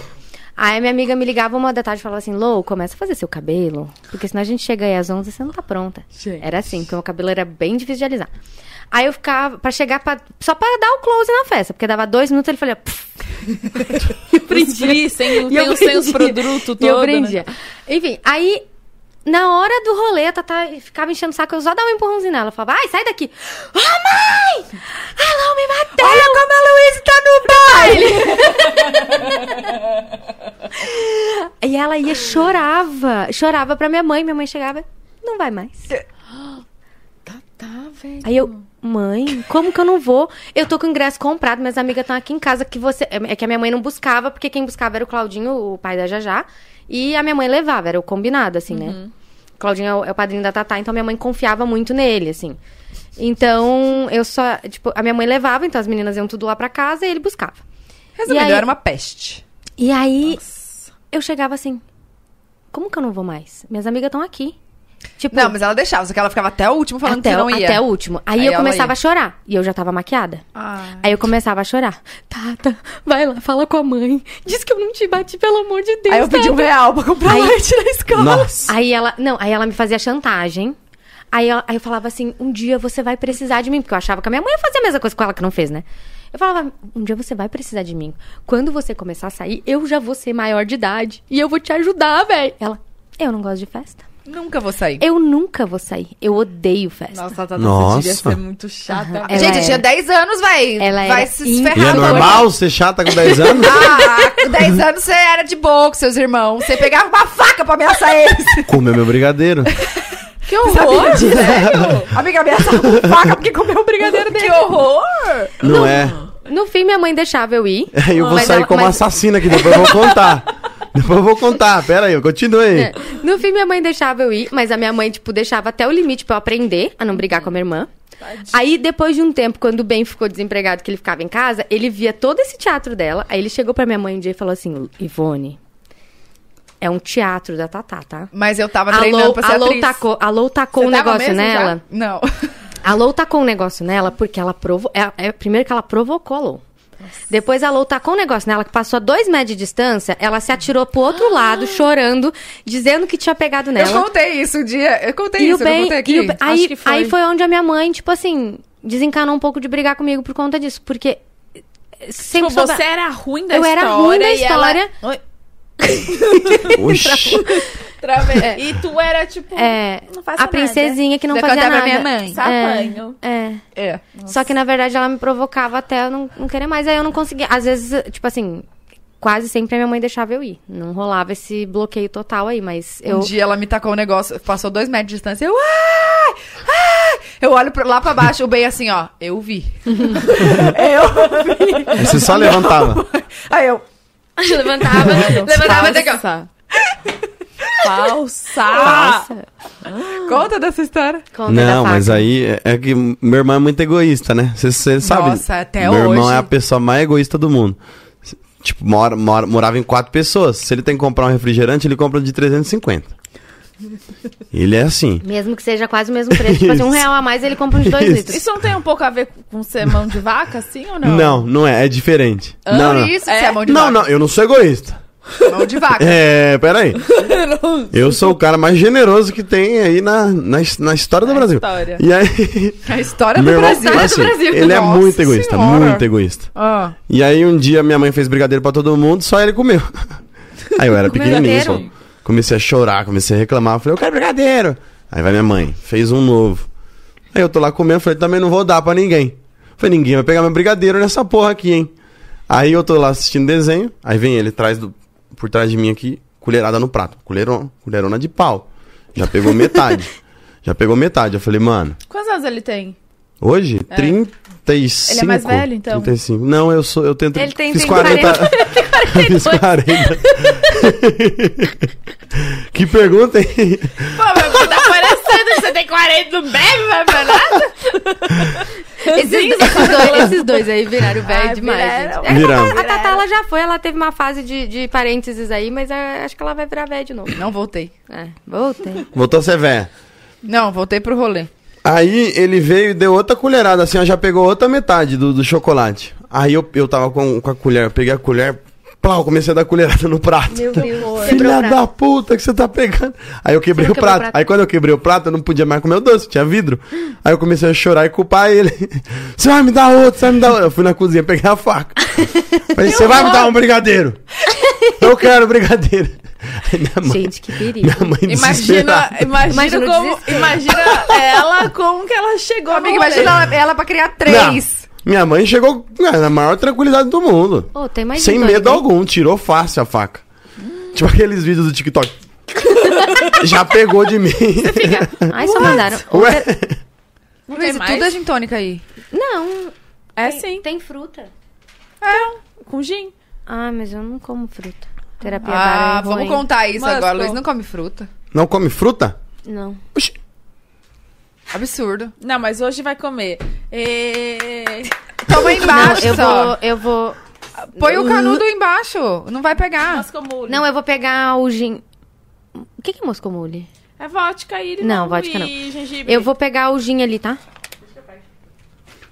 Speaker 4: Aí a minha amiga me ligava uma da tarde e falava assim: Lou, começa a fazer seu cabelo. Porque senão a gente chega aí às 11 e você não tá pronta.
Speaker 1: Gente.
Speaker 4: Era assim, porque o meu cabelo era bem difícil de alisar. Aí eu ficava. Pra chegar pra, só pra dar o close na festa. Porque dava dois minutos ele falava. "Pff",
Speaker 1: Prendi, sem,
Speaker 4: e
Speaker 1: tem, os- tem os
Speaker 4: prendia.
Speaker 1: produtos todos.
Speaker 4: E eu
Speaker 1: né?
Speaker 4: prendia. Enfim, aí. Na hora do rolê, a Tatá ficava enchendo o saco, eu só dava um empurrãozinho nela. Eu falava, ai, sai daqui. Ah, mãe! A Lou me bateu!
Speaker 2: Olha como a Luísa tá no baile!
Speaker 4: E ela ia, chorava. Chorava pra minha mãe. Minha mãe chegava, não vai mais.
Speaker 1: Tá, tá, velho.
Speaker 4: Aí eu, mãe, como que eu não vou? Eu tô com o ingresso comprado, minhas amigas estão aqui em casa. que você É que a minha mãe não buscava, porque quem buscava era o Claudinho, o pai da Jajá. E a minha mãe levava, era o combinado, assim,
Speaker 2: Uhum.
Speaker 4: né? Claudinho é o, é o padrinho da Tatá, então minha mãe confiava muito nele, assim. Então, eu só. Tipo, a minha mãe levava, então as meninas iam tudo lá pra casa e ele buscava.
Speaker 2: Resumindo,
Speaker 4: E aí-
Speaker 2: eu era uma peste.
Speaker 4: E aí, eu chegava assim: como que eu não vou mais? Minhas amigas estão aqui. Tipo,
Speaker 2: Não, mas ela deixava, só que ela ficava até o último falando
Speaker 4: até,
Speaker 2: que
Speaker 4: o-
Speaker 2: não ia.
Speaker 4: até o último. Aí,
Speaker 2: Aí
Speaker 4: eu
Speaker 2: ela
Speaker 4: começava
Speaker 2: ia.
Speaker 4: a chorar. E eu já tava maquiada.
Speaker 1: Ah.
Speaker 4: Aí eu começava a chorar. Tata, vai lá, fala com a mãe. Diz que eu não te bati, pelo amor de Deus.
Speaker 2: Aí eu pedi um
Speaker 4: Tata."
Speaker 2: real pra comprar
Speaker 4: Aí-
Speaker 2: leite na escola.
Speaker 3: Nossa.
Speaker 4: Aí ela, não, aí ela me fazia chantagem. Aí eu, aí eu falava assim: um dia você vai precisar de mim. Porque eu achava que a minha mãe ia fazer a mesma coisa com ela que não fez, né? Eu falava: um dia você vai precisar de mim. Quando você começar a sair, eu já vou ser maior de idade. E eu vou te ajudar, velho. Ela, eu não gosto de festa.
Speaker 2: Nunca vou sair.
Speaker 4: Eu nunca vou sair. Eu odeio festa.
Speaker 1: Nossa, tá
Speaker 3: Nossa.
Speaker 1: devia ser muito chata.
Speaker 4: Ela
Speaker 2: Gente, eu tinha
Speaker 4: era-
Speaker 2: 10 anos, véi.
Speaker 4: Ela
Speaker 2: Vai
Speaker 4: era
Speaker 2: se
Speaker 4: in-
Speaker 2: esferrar.
Speaker 3: E é
Speaker 4: errado,
Speaker 3: normal ser chata com 10 anos?
Speaker 2: Ah, com 10 anos você era de boa com seus irmãos. Você pegava uma faca pra ameaçar eles.
Speaker 3: Comeu meu brigadeiro.
Speaker 1: Que horror!
Speaker 2: Amiga, ameaçava com faca porque comeu um o
Speaker 1: Brigadeiro dele. Que horror!
Speaker 3: Não é?
Speaker 4: No fim, minha mãe deixava eu ir.
Speaker 3: Aí eu vou
Speaker 4: Mas
Speaker 3: sair
Speaker 4: ela-
Speaker 3: como
Speaker 4: mas-
Speaker 3: assassina aqui, depois eu vou contar. depois eu vou contar. Pera aí, continue aí.
Speaker 4: É. No fim, minha mãe deixava eu ir, mas a minha mãe, tipo, deixava até o limite pra eu aprender a não brigar com a minha irmã. Aí, depois de um tempo, quando o Ben ficou desempregado, que ele ficava em casa, ele via todo esse teatro dela. Aí ele chegou pra minha mãe um dia e falou assim: Ivone, é um teatro da Tatá, tá?
Speaker 2: Mas eu tava
Speaker 4: A
Speaker 2: treinando
Speaker 4: Lou,
Speaker 2: pra ser
Speaker 4: a Lou
Speaker 2: atriz.
Speaker 4: tacou, a Lou tacou
Speaker 2: Você
Speaker 4: um
Speaker 2: tava
Speaker 4: negócio
Speaker 2: mesmo já?
Speaker 4: nela.
Speaker 2: Não.
Speaker 4: A Lou tacou um negócio nela porque ela provou. É, é, primeiro que ela provocou a Lou. Depois a Lou tacou um negócio nela que passou a dois metros de distância. Ela se atirou pro outro lado, chorando, dizendo que tinha pegado nela.
Speaker 2: Ah. Eu contei isso um dia. Eu contei
Speaker 4: E o
Speaker 2: isso, eu não
Speaker 4: bem,
Speaker 2: contei aqui.
Speaker 4: e o bem- aí,
Speaker 1: que foi.
Speaker 4: aí foi onde a minha mãe, tipo assim, desencanou um pouco de brigar comigo por conta disso, porque eh,
Speaker 1: Tipo,
Speaker 4: sempre soube-
Speaker 1: você era ruim da
Speaker 4: Eu
Speaker 1: história.
Speaker 4: era ruim da
Speaker 1: e ela-
Speaker 4: história.
Speaker 1: Oi,
Speaker 3: Oxi.
Speaker 1: travei. E tu era, tipo,
Speaker 4: é,
Speaker 1: não faço
Speaker 4: a princesinha que não
Speaker 2: Você
Speaker 4: fazia
Speaker 2: contava
Speaker 4: nada.
Speaker 2: pra minha mãe?
Speaker 1: Só
Speaker 4: É,
Speaker 1: apanho.
Speaker 4: é.
Speaker 2: É.
Speaker 4: Só que na verdade ela me provocava até eu não, não querer mais, aí eu não conseguia. Às vezes, eh, tipo assim, quase sempre a minha mãe deixava eu ir. Não rolava esse bloqueio total aí, mas eu
Speaker 2: Um dia ela me tacou um negócio, passou dois metros de distância. Eu, ai, ai. Eu olho pra- lá pra baixo, o bem assim, ó. Eu vi. eu vi.
Speaker 3: Você só levantava.
Speaker 2: Aí eu,
Speaker 4: levantava,
Speaker 2: levantava até que eu-
Speaker 1: Falsa. Falsa.
Speaker 4: Nossa,
Speaker 2: conta dessa história.
Speaker 4: conta da
Speaker 3: Não, mas
Speaker 4: faca.
Speaker 3: aí é- é que meu irmão é muito egoísta, né? Você sabe.
Speaker 2: Nossa, até
Speaker 3: Meu irmão
Speaker 2: hoje.
Speaker 3: é a pessoa mais egoísta do mundo. C- Tipo, mora, mora- morava em quatro pessoas. Se ele tem que comprar um refrigerante, ele compra de 350. Ele é assim.
Speaker 4: Mesmo que seja quase o mesmo preço. Tipo assim, um
Speaker 3: Isso.
Speaker 4: real a mais, ele compra uns dois
Speaker 3: Isso.
Speaker 4: litros.
Speaker 1: Isso não tem um pouco a ver com ser mão de vaca, assim ou não?
Speaker 3: Não, não, é, é diferente.
Speaker 1: Ah,
Speaker 3: não, não.
Speaker 2: Isso,
Speaker 1: É.
Speaker 2: você é mão de
Speaker 3: não,
Speaker 2: vaca.
Speaker 3: não, eu não sou egoísta.
Speaker 2: Mão de vaca.
Speaker 3: É, peraí. Eu sou o cara mais generoso que tem aí na, na, his- na história do
Speaker 1: Na
Speaker 3: Brasil.
Speaker 1: história.
Speaker 3: E aí.
Speaker 2: É A história
Speaker 3: meu
Speaker 2: do
Speaker 3: irmão,
Speaker 2: Brasil.
Speaker 3: mas assim, ele é
Speaker 2: Nossa
Speaker 3: muito egoísta,
Speaker 2: senhora.
Speaker 3: muito egoísta.
Speaker 2: Ah,
Speaker 3: E aí um dia minha mãe fez brigadeiro pra todo mundo, só ele comeu. Aí eu era
Speaker 4: Comeu
Speaker 3: pequenininho,
Speaker 4: brigadeiro?
Speaker 3: só. comecei a chorar, comecei a reclamar, eu falei, eu quero brigadeiro. Aí vai minha mãe, fez um novo. Aí eu tô lá comendo, falei, também não vou dar pra ninguém. Falei, ninguém vai pegar meu brigadeiro nessa porra aqui, hein. Aí eu tô lá assistindo desenho, aí vem ele atrás do, por trás de mim aqui, colherada no prato, colherona, colherona de pau. Já pegou metade. Já pegou metade. Eu falei, mano,
Speaker 1: Quantos anos ele tem?
Speaker 3: Hoje? 35.
Speaker 1: É. Ele é mais velho, então?
Speaker 3: 35. Não, eu sou. Eu tento.
Speaker 4: Ele tem-
Speaker 3: fiz
Speaker 4: tem
Speaker 3: 40.
Speaker 4: 40.
Speaker 3: fiz 40. que pergunta, hein?
Speaker 1: Pô, meu cu tá parecendo, você tem 40, não bebe, vai pra nada?
Speaker 4: Esses, esses dois, esses dois aí viraram velho
Speaker 1: Ai,
Speaker 4: demais.
Speaker 1: viraram.
Speaker 4: gente.
Speaker 3: Viramos.
Speaker 4: A Tatá, ela já foi, ela teve uma fase de, de parênteses aí, mas é, acho que ela vai virar velho de novo.
Speaker 2: não voltei.
Speaker 4: É, voltei.
Speaker 3: Voltou a ser véia.
Speaker 2: Não, voltei pro rolê.
Speaker 3: Aí ele veio e deu outra colherada, assim, ó, já pegou outra metade do, do chocolate. Aí eu, eu tava com, com a colher, eu peguei a colher, plau, comecei a dar colherada no prato.
Speaker 4: Meu Deus. Quebrou o
Speaker 3: Filha da
Speaker 4: braço.
Speaker 3: puta que você tá pegando. Aí eu quebrei
Speaker 4: Você
Speaker 3: o
Speaker 4: não quebrou o
Speaker 3: prato.
Speaker 4: prato?
Speaker 3: Aí quando eu quebrei o prato, eu não podia mais comer o doce, tinha vidro. Aí eu comecei a chorar e culpar ele. Você vai me dar outro, você vai me dar outro. Eu fui na cozinha, peguei a faca. Falei, você vai me dar um brigadeiro. Eu quero brigadeiro. Aí minha mãe,
Speaker 4: Gente, que perigo.
Speaker 3: minha mãe
Speaker 1: Imagina,
Speaker 3: desesperada.
Speaker 1: imagina,
Speaker 4: Imagina o
Speaker 1: como.
Speaker 4: desespero.
Speaker 1: Imagina ela como que ela chegou
Speaker 2: Amiga,
Speaker 1: no rolê.
Speaker 2: imagina ela, ela pra criar
Speaker 3: Não,
Speaker 2: três.
Speaker 3: Minha mãe chegou né, na maior tranquilidade do mundo.
Speaker 4: Ô, tem mais
Speaker 3: Sem
Speaker 4: um
Speaker 3: medo
Speaker 4: aí.
Speaker 3: algum, tirou fácil a faca. Tipo aqueles vídeos do TikTok. Já pegou de mim.
Speaker 4: Ai, só mandaram.
Speaker 3: Ué?
Speaker 1: Não tem
Speaker 2: Luiz,
Speaker 1: mais?
Speaker 2: tudo é gin tônica aí.
Speaker 4: Não.
Speaker 1: É
Speaker 4: tem-
Speaker 1: sim.
Speaker 4: Tem fruta.
Speaker 1: É, com gin.
Speaker 4: Ah, mas eu não como fruta. Terapia
Speaker 2: Ah,
Speaker 4: ah,
Speaker 2: vamos contar isso
Speaker 1: Mas,
Speaker 2: agora.
Speaker 1: pô.
Speaker 2: Luiz não come fruta.
Speaker 3: Não come fruta?
Speaker 4: Não.
Speaker 3: Oxi.
Speaker 2: Absurdo.
Speaker 1: Não, mas hoje vai comer. E...
Speaker 2: Toma embaixo
Speaker 4: Não, eu
Speaker 2: só.
Speaker 4: vou, eu vou.
Speaker 2: Põe o canudo embaixo. Não vai pegar.
Speaker 1: Moscou Mule.
Speaker 4: Não, eu vou pegar o gin. O que que é Moscou Mule?
Speaker 1: É vodka e
Speaker 4: Não,
Speaker 1: limão
Speaker 4: vodka
Speaker 1: e
Speaker 4: não.
Speaker 1: gengibre.
Speaker 4: Eu vou pegar o gin ali, tá?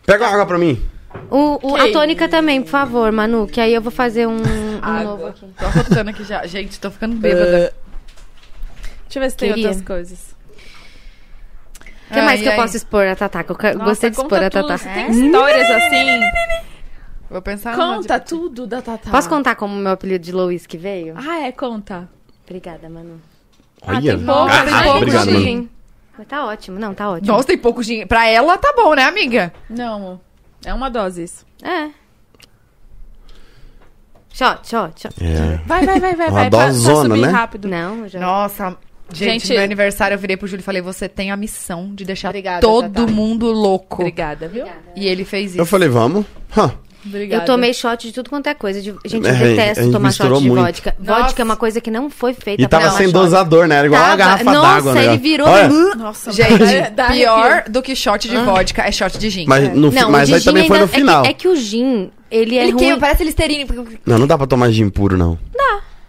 Speaker 3: Pega uma água pra mim.
Speaker 4: O, o-
Speaker 1: Que
Speaker 4: a tônica também, por favor, Manu, que aí eu vou fazer um, um
Speaker 2: Ah,
Speaker 1: Água.
Speaker 4: novo aqui.
Speaker 2: Tô arrotando aqui já. Gente, tô ficando bêbada.
Speaker 1: Deixa eu ver se tem
Speaker 4: Queria.
Speaker 1: outras coisas.
Speaker 4: O que mais
Speaker 2: Ai,
Speaker 4: que eu
Speaker 2: ai.
Speaker 4: posso expor a Tatá? Que eu ca-
Speaker 1: Nossa,
Speaker 4: gostei de expor
Speaker 1: conta
Speaker 4: a
Speaker 1: tudo.
Speaker 4: Tatá.
Speaker 1: Você tem histórias assim?
Speaker 2: Vou pensar numa
Speaker 1: Conta
Speaker 2: de-
Speaker 1: tudo da Tatá.
Speaker 4: Posso contar como meu apelido de Louis que veio?
Speaker 1: Ah, é, conta.
Speaker 4: Obrigada, Manu. Ah,
Speaker 3: Olha,
Speaker 1: tem pouco,
Speaker 3: garrafa,
Speaker 1: tem pouco,
Speaker 3: obrigado,
Speaker 1: tem
Speaker 3: mano.
Speaker 1: pouco.
Speaker 4: Mas tá ótimo, não, tá ótimo.
Speaker 2: Nossa, tem pouco gin. Pra ela tá bom, né, amiga?
Speaker 1: Não, é uma dose isso.
Speaker 4: É. Shot, shot, shot.
Speaker 3: É.
Speaker 1: Vai, vai, vai, vai,
Speaker 3: Uma
Speaker 1: vai. Pra, pra
Speaker 3: dosona,
Speaker 1: subir
Speaker 3: né?
Speaker 1: rápido.
Speaker 4: Não, eu já.
Speaker 2: Nossa, gente,
Speaker 1: Gente-
Speaker 2: no meu aniversário eu virei pro Júlio e falei: você tem a missão de deixar
Speaker 1: Obrigada,
Speaker 2: todo
Speaker 1: Tatá.
Speaker 2: mundo louco.
Speaker 1: Obrigada, viu?
Speaker 2: E ele fez
Speaker 3: Eu
Speaker 2: isso.
Speaker 3: falei, vamos. Hã.
Speaker 1: Obrigada.
Speaker 4: Eu tomei shot de tudo quanto é coisa. de- Gente, eu
Speaker 3: É, a
Speaker 4: detesto
Speaker 3: gente
Speaker 4: tomar shot
Speaker 3: misturou
Speaker 4: de
Speaker 3: muito.
Speaker 4: vodka.
Speaker 2: Nossa.
Speaker 4: Vodka é uma coisa que não foi feita
Speaker 3: E tava
Speaker 4: pra tomar
Speaker 3: sem
Speaker 4: shot.
Speaker 3: dosador, né? Era igual uma
Speaker 4: Tava-
Speaker 3: garrafa
Speaker 4: Nossa,
Speaker 3: d'água. né?
Speaker 4: ele virou.
Speaker 3: Olha,
Speaker 1: Nossa,
Speaker 2: Gente,
Speaker 1: dá- dá
Speaker 2: pior
Speaker 1: arrepio.
Speaker 2: do que shot de vodka é shot de gin.
Speaker 3: Ah. Mas, no, fi-
Speaker 4: Não,
Speaker 3: mas
Speaker 4: o de
Speaker 3: aí
Speaker 4: gin
Speaker 3: também foi
Speaker 4: ainda-
Speaker 3: no final.
Speaker 4: É que, é que o gin, ele é ruim.
Speaker 2: parece listerine.
Speaker 3: Não, não dá pra tomar gin puro, não.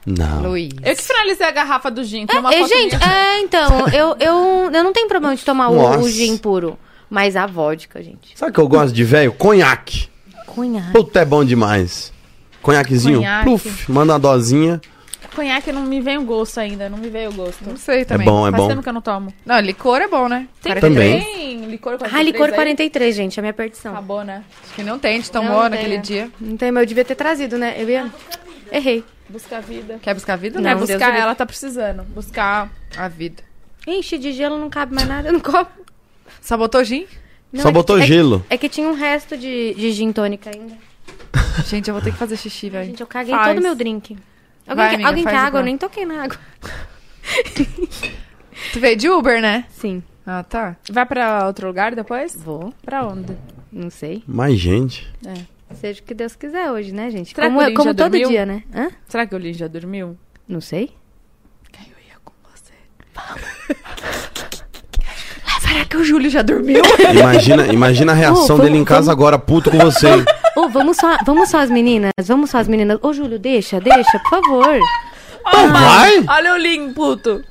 Speaker 3: Não. Não.
Speaker 2: Luiz.
Speaker 1: Eu que finalizei a garrafa do gin. Tem uma
Speaker 4: É,
Speaker 1: foto
Speaker 4: gente,
Speaker 1: minha.
Speaker 4: é, então, eu, eu, eu não tenho problema de tomar o,
Speaker 3: Nossa.
Speaker 4: o gin puro. Mas a vodka, gente.
Speaker 3: Sabe o que eu gosto de velho? Conhaque.
Speaker 4: Cunhado.
Speaker 3: Puta, é bom demais. Conhaquezinho,
Speaker 1: Conhaque.
Speaker 3: pluf, manda uma dosinha.
Speaker 1: Conhaque não me vem o gosto ainda, não me veio o gosto.
Speaker 2: Não sei também.
Speaker 3: É bom, é
Speaker 1: Faz
Speaker 3: bom.
Speaker 1: tempo que eu não tomo.
Speaker 2: Não, licor é bom, né?
Speaker 1: Tem,
Speaker 3: Também.
Speaker 1: tem licor 43
Speaker 4: Ah, licor
Speaker 1: aí?
Speaker 4: 43, gente, é minha perdição.
Speaker 1: Acabou, né?
Speaker 2: Acho que não tem, a gente tomou
Speaker 4: Não, não
Speaker 2: naquele
Speaker 4: tem, né?
Speaker 2: dia.
Speaker 4: Não tem, mas eu devia ter trazido, né? Eu ia... Errei.
Speaker 1: Buscar a vida.
Speaker 2: Quer buscar a vida?
Speaker 1: é,
Speaker 4: Não, Deus
Speaker 1: buscar
Speaker 4: do
Speaker 1: ela tá precisando. Buscar...
Speaker 2: A vida.
Speaker 4: Enche de gelo, não cabe mais nada no copo.
Speaker 2: Só botou gin?
Speaker 4: Não,
Speaker 3: Só
Speaker 4: é que-
Speaker 3: botou
Speaker 4: é que-
Speaker 3: gelo.
Speaker 4: É que tinha um resto de, de gin tônica ainda.
Speaker 2: Gente, eu vou ter que fazer xixi, velho.
Speaker 4: Gente, eu caguei
Speaker 1: Faz.
Speaker 4: todo meu drink.
Speaker 2: Vai,
Speaker 4: Alguém quer,
Speaker 2: amiga,
Speaker 4: alguém quer
Speaker 2: faz
Speaker 4: água?
Speaker 2: agora.
Speaker 4: Eu nem toquei na água.
Speaker 2: Tu veio de Uber, né?
Speaker 4: Sim,
Speaker 2: Ah, tá.
Speaker 1: Vai pra outro lugar depois?
Speaker 4: vou.
Speaker 1: Pra onde?
Speaker 4: Não sei.
Speaker 3: Mais gente.
Speaker 4: Seja o que Deus quiser hoje, né, gente?
Speaker 1: Será que
Speaker 4: Como,
Speaker 1: o Lin já
Speaker 4: como todo
Speaker 1: dormiu?
Speaker 4: dia, né? Hã?
Speaker 1: Será que o Lin já dormiu?
Speaker 4: Não sei.
Speaker 1: Eu ia com você.
Speaker 2: Será que o Júlio já dormiu?
Speaker 3: Imagina,
Speaker 4: Uh,
Speaker 3: imagina a reação
Speaker 4: vamos-
Speaker 3: dele em casa agora, puto com você. hein?
Speaker 4: Ô, vamos, só, vamos só as meninas, vamos só as meninas. Ô, Júlio, deixa, deixa, por favor.
Speaker 3: Não vai?
Speaker 1: Olha o Lin, puto.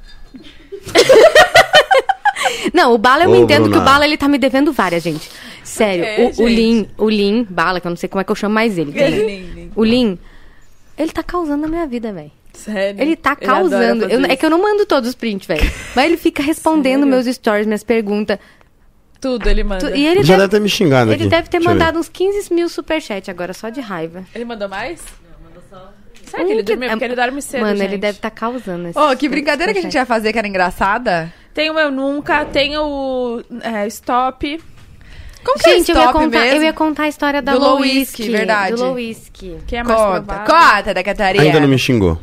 Speaker 4: Não, o Bala eu
Speaker 3: Ô,
Speaker 4: entendo
Speaker 3: Bruna.
Speaker 4: que o Bala ele tá me devendo várias, gente. Sério,
Speaker 1: É,
Speaker 4: o, o
Speaker 1: gente.
Speaker 4: Lin, o Lin, Bala, que eu não sei como é que eu chamo mais ele.
Speaker 1: Ele- ele- ele-
Speaker 4: O Lin, ele tá causando na minha vida, velho.
Speaker 1: Sério.
Speaker 4: Ele tá
Speaker 1: adora
Speaker 4: causando.
Speaker 1: fazer
Speaker 4: Eu- é
Speaker 1: isso.
Speaker 4: que eu não mando todos os prints, velho. Mas ele fica respondendo meus stories, minhas perguntas.
Speaker 1: Tudo ele manda.
Speaker 4: Tu- E ele
Speaker 3: Já deve
Speaker 4: deve,
Speaker 3: ter me xingado aqui.
Speaker 4: ele deve ter
Speaker 3: Deixa eu ver.
Speaker 4: mandado uns 15 mil superchats agora, só de raiva.
Speaker 1: Ele mandou mais? Será É que ele
Speaker 4: Hum,
Speaker 1: dormiu? Porque ele dorme cedo,
Speaker 4: Mano, ele
Speaker 1: gente.
Speaker 4: deve tá causando esse
Speaker 2: Ô, que brincadeira que a gente ia fazer que era engraçada.
Speaker 1: Tem o Eu Nunca, tem o é, Stop.
Speaker 2: Como que
Speaker 4: Gente,
Speaker 2: é
Speaker 4: eu ia,
Speaker 2: stop
Speaker 4: contar,
Speaker 2: mesmo?
Speaker 4: eu ia contar a história da
Speaker 2: Do
Speaker 4: Low
Speaker 2: Lowiski,
Speaker 4: Whisky,
Speaker 2: verdade.
Speaker 4: Do Lowiski.
Speaker 1: Que é mais
Speaker 2: Conta,
Speaker 1: provável.
Speaker 2: conta da
Speaker 4: um
Speaker 2: Catarina.
Speaker 3: Ainda não me xingou.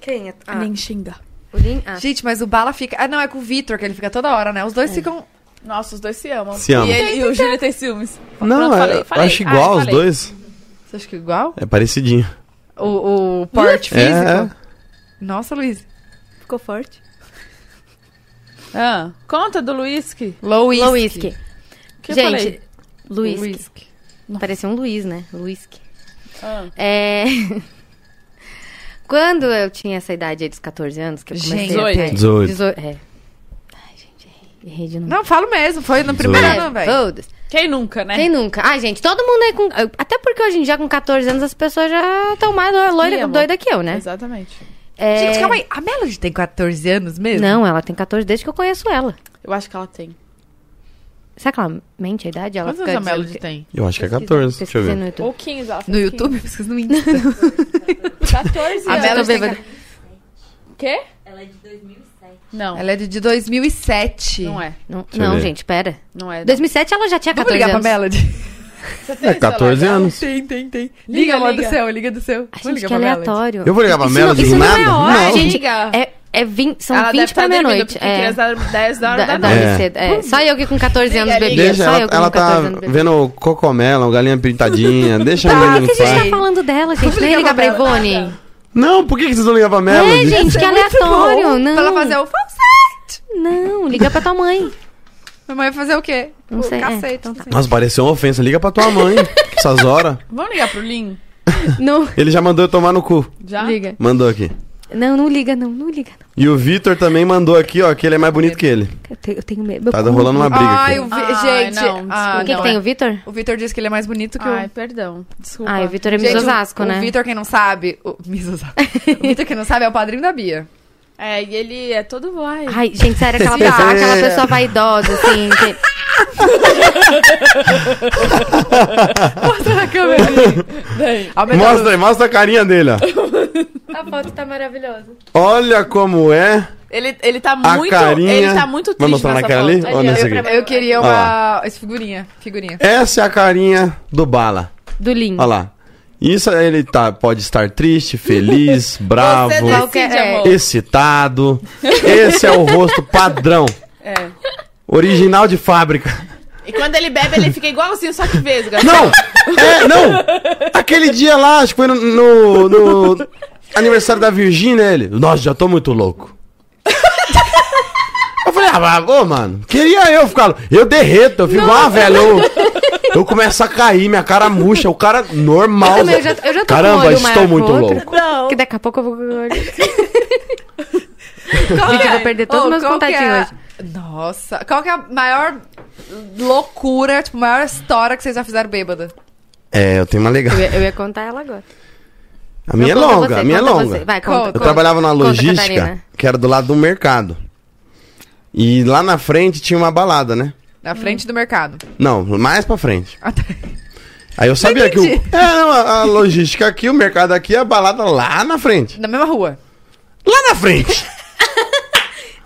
Speaker 4: Quem é? Ah,
Speaker 1: Nem xinga.
Speaker 4: o Lin? Ah. É.
Speaker 2: Gente, mas o Bala fica... Ah, não, é com o Vitor, que ele fica toda hora, né? Os dois ficam...
Speaker 1: Nossa, os dois se amam.
Speaker 3: Se amam.
Speaker 1: E, ele, e o Júlio tem ciúmes.
Speaker 3: Não,
Speaker 1: Pronto,
Speaker 3: é-
Speaker 1: falei, falei.
Speaker 3: eu acho igual
Speaker 1: Ah,
Speaker 3: os
Speaker 1: falei.
Speaker 3: dois.
Speaker 2: Você acha que é igual?
Speaker 3: É parecidinho.
Speaker 2: O, o porte
Speaker 3: É,
Speaker 2: físico?
Speaker 3: é.
Speaker 2: Nossa, Luiz.
Speaker 4: Ficou forte?
Speaker 1: Ah, conta do Luiz que,
Speaker 2: Low
Speaker 4: Low
Speaker 2: whisky.
Speaker 4: Whisky.
Speaker 1: que eu
Speaker 4: Gente,
Speaker 1: falei.
Speaker 4: Luiz.
Speaker 2: Whisky.
Speaker 4: Parecia um Luiz, né? Luiz.
Speaker 1: Ah.
Speaker 4: É... Quando eu tinha essa idade aí dos 14 anos, que eu comecei...
Speaker 2: Gente.
Speaker 4: a ter-
Speaker 2: 18.
Speaker 3: 18.
Speaker 4: Dezo- É. Ai, gente, errei, errei de É, número.
Speaker 2: Não, falo mesmo. Foi no primeiro
Speaker 3: Dezoito.
Speaker 2: ano, velho.
Speaker 4: Todas.
Speaker 1: Quem nunca,
Speaker 2: É.
Speaker 1: né?
Speaker 4: Quem nunca? Ai, gente, todo mundo aí com... Até porque hoje em dia, com 14 anos, as pessoas já estão mais
Speaker 1: Ih,
Speaker 4: loira,
Speaker 1: amor.
Speaker 4: doida que eu, né?
Speaker 1: Exatamente.
Speaker 4: É...
Speaker 2: Gente, calma aí. A Melody tem 14 anos mesmo?
Speaker 4: Não, ela tem 14 desde que eu conheço ela.
Speaker 1: Eu acho que ela tem.
Speaker 4: Será que ela mente a idade? Ela
Speaker 2: Quantos
Speaker 4: fica
Speaker 2: anos a
Speaker 4: dizendo
Speaker 2: Melody
Speaker 4: que-
Speaker 2: tem?
Speaker 3: Eu acho que é
Speaker 4: Pesquisa-
Speaker 3: 14. Deixa eu
Speaker 4: pesquisa
Speaker 3: ver.
Speaker 4: no YouTube.
Speaker 1: Ou 15, ela
Speaker 2: No
Speaker 1: fez
Speaker 2: YouTube? Pesquisa no Insta.
Speaker 1: 14
Speaker 4: tá
Speaker 2: A
Speaker 1: anos.
Speaker 2: Melody tem...
Speaker 4: bêbada.
Speaker 2: ca-
Speaker 1: Quê?
Speaker 5: Ela é de 2007.
Speaker 1: Não,
Speaker 2: Ela é de 2007.
Speaker 1: não é.
Speaker 4: Não,
Speaker 3: eu
Speaker 4: não,
Speaker 3: ver.
Speaker 4: gente, pera.
Speaker 1: Não é. não.
Speaker 4: 2007 ela já tinha
Speaker 2: Vamos
Speaker 4: 14
Speaker 2: ligar pra
Speaker 4: anos.
Speaker 2: Melody.
Speaker 1: Você tem
Speaker 3: É
Speaker 1: o celular
Speaker 3: 14
Speaker 1: dela?
Speaker 3: anos.
Speaker 2: Tem, tem, tem. Liga,
Speaker 1: Liga,
Speaker 2: amor
Speaker 1: liga.
Speaker 2: do céu, liga do céu.
Speaker 4: A
Speaker 2: Vamos ligar
Speaker 4: gente, que é
Speaker 2: pra Melody.
Speaker 4: aleatório.
Speaker 3: Eu vou ligar pra
Speaker 4: Isso não-
Speaker 3: Melody
Speaker 4: isso
Speaker 3: do
Speaker 4: não
Speaker 3: nada?
Speaker 4: é hora,
Speaker 3: Não.
Speaker 4: gente.
Speaker 1: Liga.
Speaker 4: É, é 20, são
Speaker 1: Ela
Speaker 4: 20
Speaker 1: deve
Speaker 4: pra
Speaker 1: estar dormindo,
Speaker 4: meia-noite.
Speaker 1: porque é.
Speaker 4: É,
Speaker 1: criança dorme 10
Speaker 4: da-
Speaker 1: horas da,
Speaker 4: dorme
Speaker 1: noite.
Speaker 3: É.
Speaker 4: cedo. É, Só eu que com 14 anos
Speaker 1: Liga,
Speaker 4: bebia.
Speaker 1: liga.
Speaker 3: Deixa,
Speaker 4: Só
Speaker 3: ela,
Speaker 4: eu que
Speaker 3: ela
Speaker 4: com 14
Speaker 3: tá
Speaker 4: anos bebia.
Speaker 3: vendo cocomela, galinha pintadinha. Deixa a
Speaker 4: Tá,
Speaker 3: mulher
Speaker 4: o
Speaker 3: no
Speaker 4: que a gente tá
Speaker 3: pai.
Speaker 4: falando dela, gente? Nem
Speaker 2: ligar
Speaker 4: ligar
Speaker 2: pra
Speaker 4: pra
Speaker 1: ela,
Speaker 4: Ivone.
Speaker 1: nada.
Speaker 3: Não, por que que vocês não ligam pra
Speaker 4: É,
Speaker 3: Melody?
Speaker 4: gente,
Speaker 2: Muito
Speaker 4: que aleatório.
Speaker 2: bom. Pra ela fazer
Speaker 4: Não,
Speaker 2: o falsete.
Speaker 4: não, liga pra tua mãe.
Speaker 2: Minha mãe vai fazer o quê?
Speaker 4: Não
Speaker 2: o
Speaker 4: sei, é.
Speaker 2: Cacete. assim.
Speaker 3: Nossa, pareceu uma ofensa. Liga pra tua mãe. Essas horas.
Speaker 1: Vamos ligar pro Lin?
Speaker 4: Não,
Speaker 3: Ele já mandou eu tomar no cu.
Speaker 1: Já?
Speaker 4: liga.
Speaker 3: Mandou aqui.
Speaker 4: Não, não liga, não, não liga. não.
Speaker 3: E o Vitor também mandou aqui, ó, que ele é mais bonito que ele.
Speaker 4: Eu tenho, eu tenho medo.
Speaker 3: Tá
Speaker 4: Meu cu-
Speaker 3: rolando uma briga
Speaker 2: Ai, o
Speaker 3: aqui.
Speaker 2: Vi...
Speaker 1: Ai,
Speaker 2: gente.
Speaker 1: não,
Speaker 2: ah,
Speaker 1: desculpa.
Speaker 4: O que,
Speaker 2: não,
Speaker 4: que tem,
Speaker 2: é.
Speaker 4: o Vitor?
Speaker 2: O Vitor disse que ele é mais bonito que
Speaker 1: Ai,
Speaker 2: o.
Speaker 1: perdão. Desculpa.
Speaker 4: Ah, o Vitor é
Speaker 2: Gente,
Speaker 4: Miss Osasco,
Speaker 2: o,
Speaker 4: né?
Speaker 2: O Vitor, quem não sabe. O, Miss Osasco. o Vitor, quem não sabe, é o padrinho da Bia.
Speaker 1: É, e ele é todo vai.
Speaker 4: Ai, gente, sério, aquela pessoa, aquela
Speaker 2: É.
Speaker 4: pessoa vaidosa, assim. que-
Speaker 2: Na câmera. Aumenta a luz.
Speaker 3: Mostra aí, mostra a carinha dele, ó.
Speaker 4: A foto tá maravilhosa.
Speaker 3: Olha como é.
Speaker 1: Ele, ele tá
Speaker 3: A
Speaker 1: muito.
Speaker 3: carinha-
Speaker 1: Ele tá muito triste.
Speaker 3: Vai mostrar
Speaker 1: nessa
Speaker 3: naquela
Speaker 1: foto. É,
Speaker 3: ali? Ou
Speaker 1: ó,
Speaker 3: nessa
Speaker 1: eu
Speaker 3: aqui?
Speaker 1: pra-
Speaker 2: Eu queria
Speaker 3: Olha
Speaker 2: uma. Esse figurinha. Figurinha.
Speaker 3: Essa é a carinha do Bala.
Speaker 4: Do Lin.
Speaker 3: Olha lá. Isso ele tá, pode estar triste, feliz, bravo,
Speaker 1: Você tá- decide,
Speaker 4: Qualquer- É.
Speaker 1: amor.
Speaker 3: excitado. Esse é o rosto padrão.
Speaker 1: É.
Speaker 3: Original de fábrica.
Speaker 1: E quando ele bebe, ele fica igualzinho, só que vesga.
Speaker 3: Não! É, não! Aquele dia lá, acho que foi no, no- no aniversário da Virgínia, ele. Nossa, já tô muito louco. Eu falei, ah, mas, ô, mano, queria eu ficar. lou- Eu derreto, eu fico, ah, velho, eu, eu começo a cair, minha cara murcha, o cara normal.
Speaker 4: Eu também, eu já- eu já tô com
Speaker 3: Caramba,
Speaker 4: o olho maior
Speaker 3: estou
Speaker 4: que o
Speaker 3: muito
Speaker 4: outro.
Speaker 3: louco.
Speaker 1: Não.
Speaker 4: Que daqui a pouco eu vou. Gente,
Speaker 2: Qual
Speaker 4: eu
Speaker 2: é?
Speaker 4: vou perder todos
Speaker 2: Ô,
Speaker 4: os meus
Speaker 2: qual que
Speaker 4: contatinhos
Speaker 2: é a-
Speaker 4: hoje.
Speaker 2: Nossa, qual que é a maior loucura, tipo, maior história que vocês já fizeram bêbada?
Speaker 3: É, eu tenho uma legal.
Speaker 4: Eu ia, eu ia contar ela agora.
Speaker 3: A minha é
Speaker 4: Não, conta
Speaker 3: longa,
Speaker 4: você,
Speaker 3: a minha é
Speaker 4: conta
Speaker 3: longa.
Speaker 4: você. Vai, conta.
Speaker 2: Eu
Speaker 3: Eu
Speaker 4: conta.
Speaker 3: trabalhava na
Speaker 4: Conta,
Speaker 3: logística,
Speaker 4: Catarina.
Speaker 3: que era do lado do mercado. E lá na frente tinha uma balada, né?
Speaker 2: Na frente do mercado.
Speaker 3: Não, mais pra frente.
Speaker 2: Ah, tá.
Speaker 3: Aí eu sabia que o,
Speaker 2: entendi.
Speaker 3: é, não, a, a logística aqui, o mercado aqui, a balada lá na frente.
Speaker 2: Na mesma rua.
Speaker 3: Lá na frente.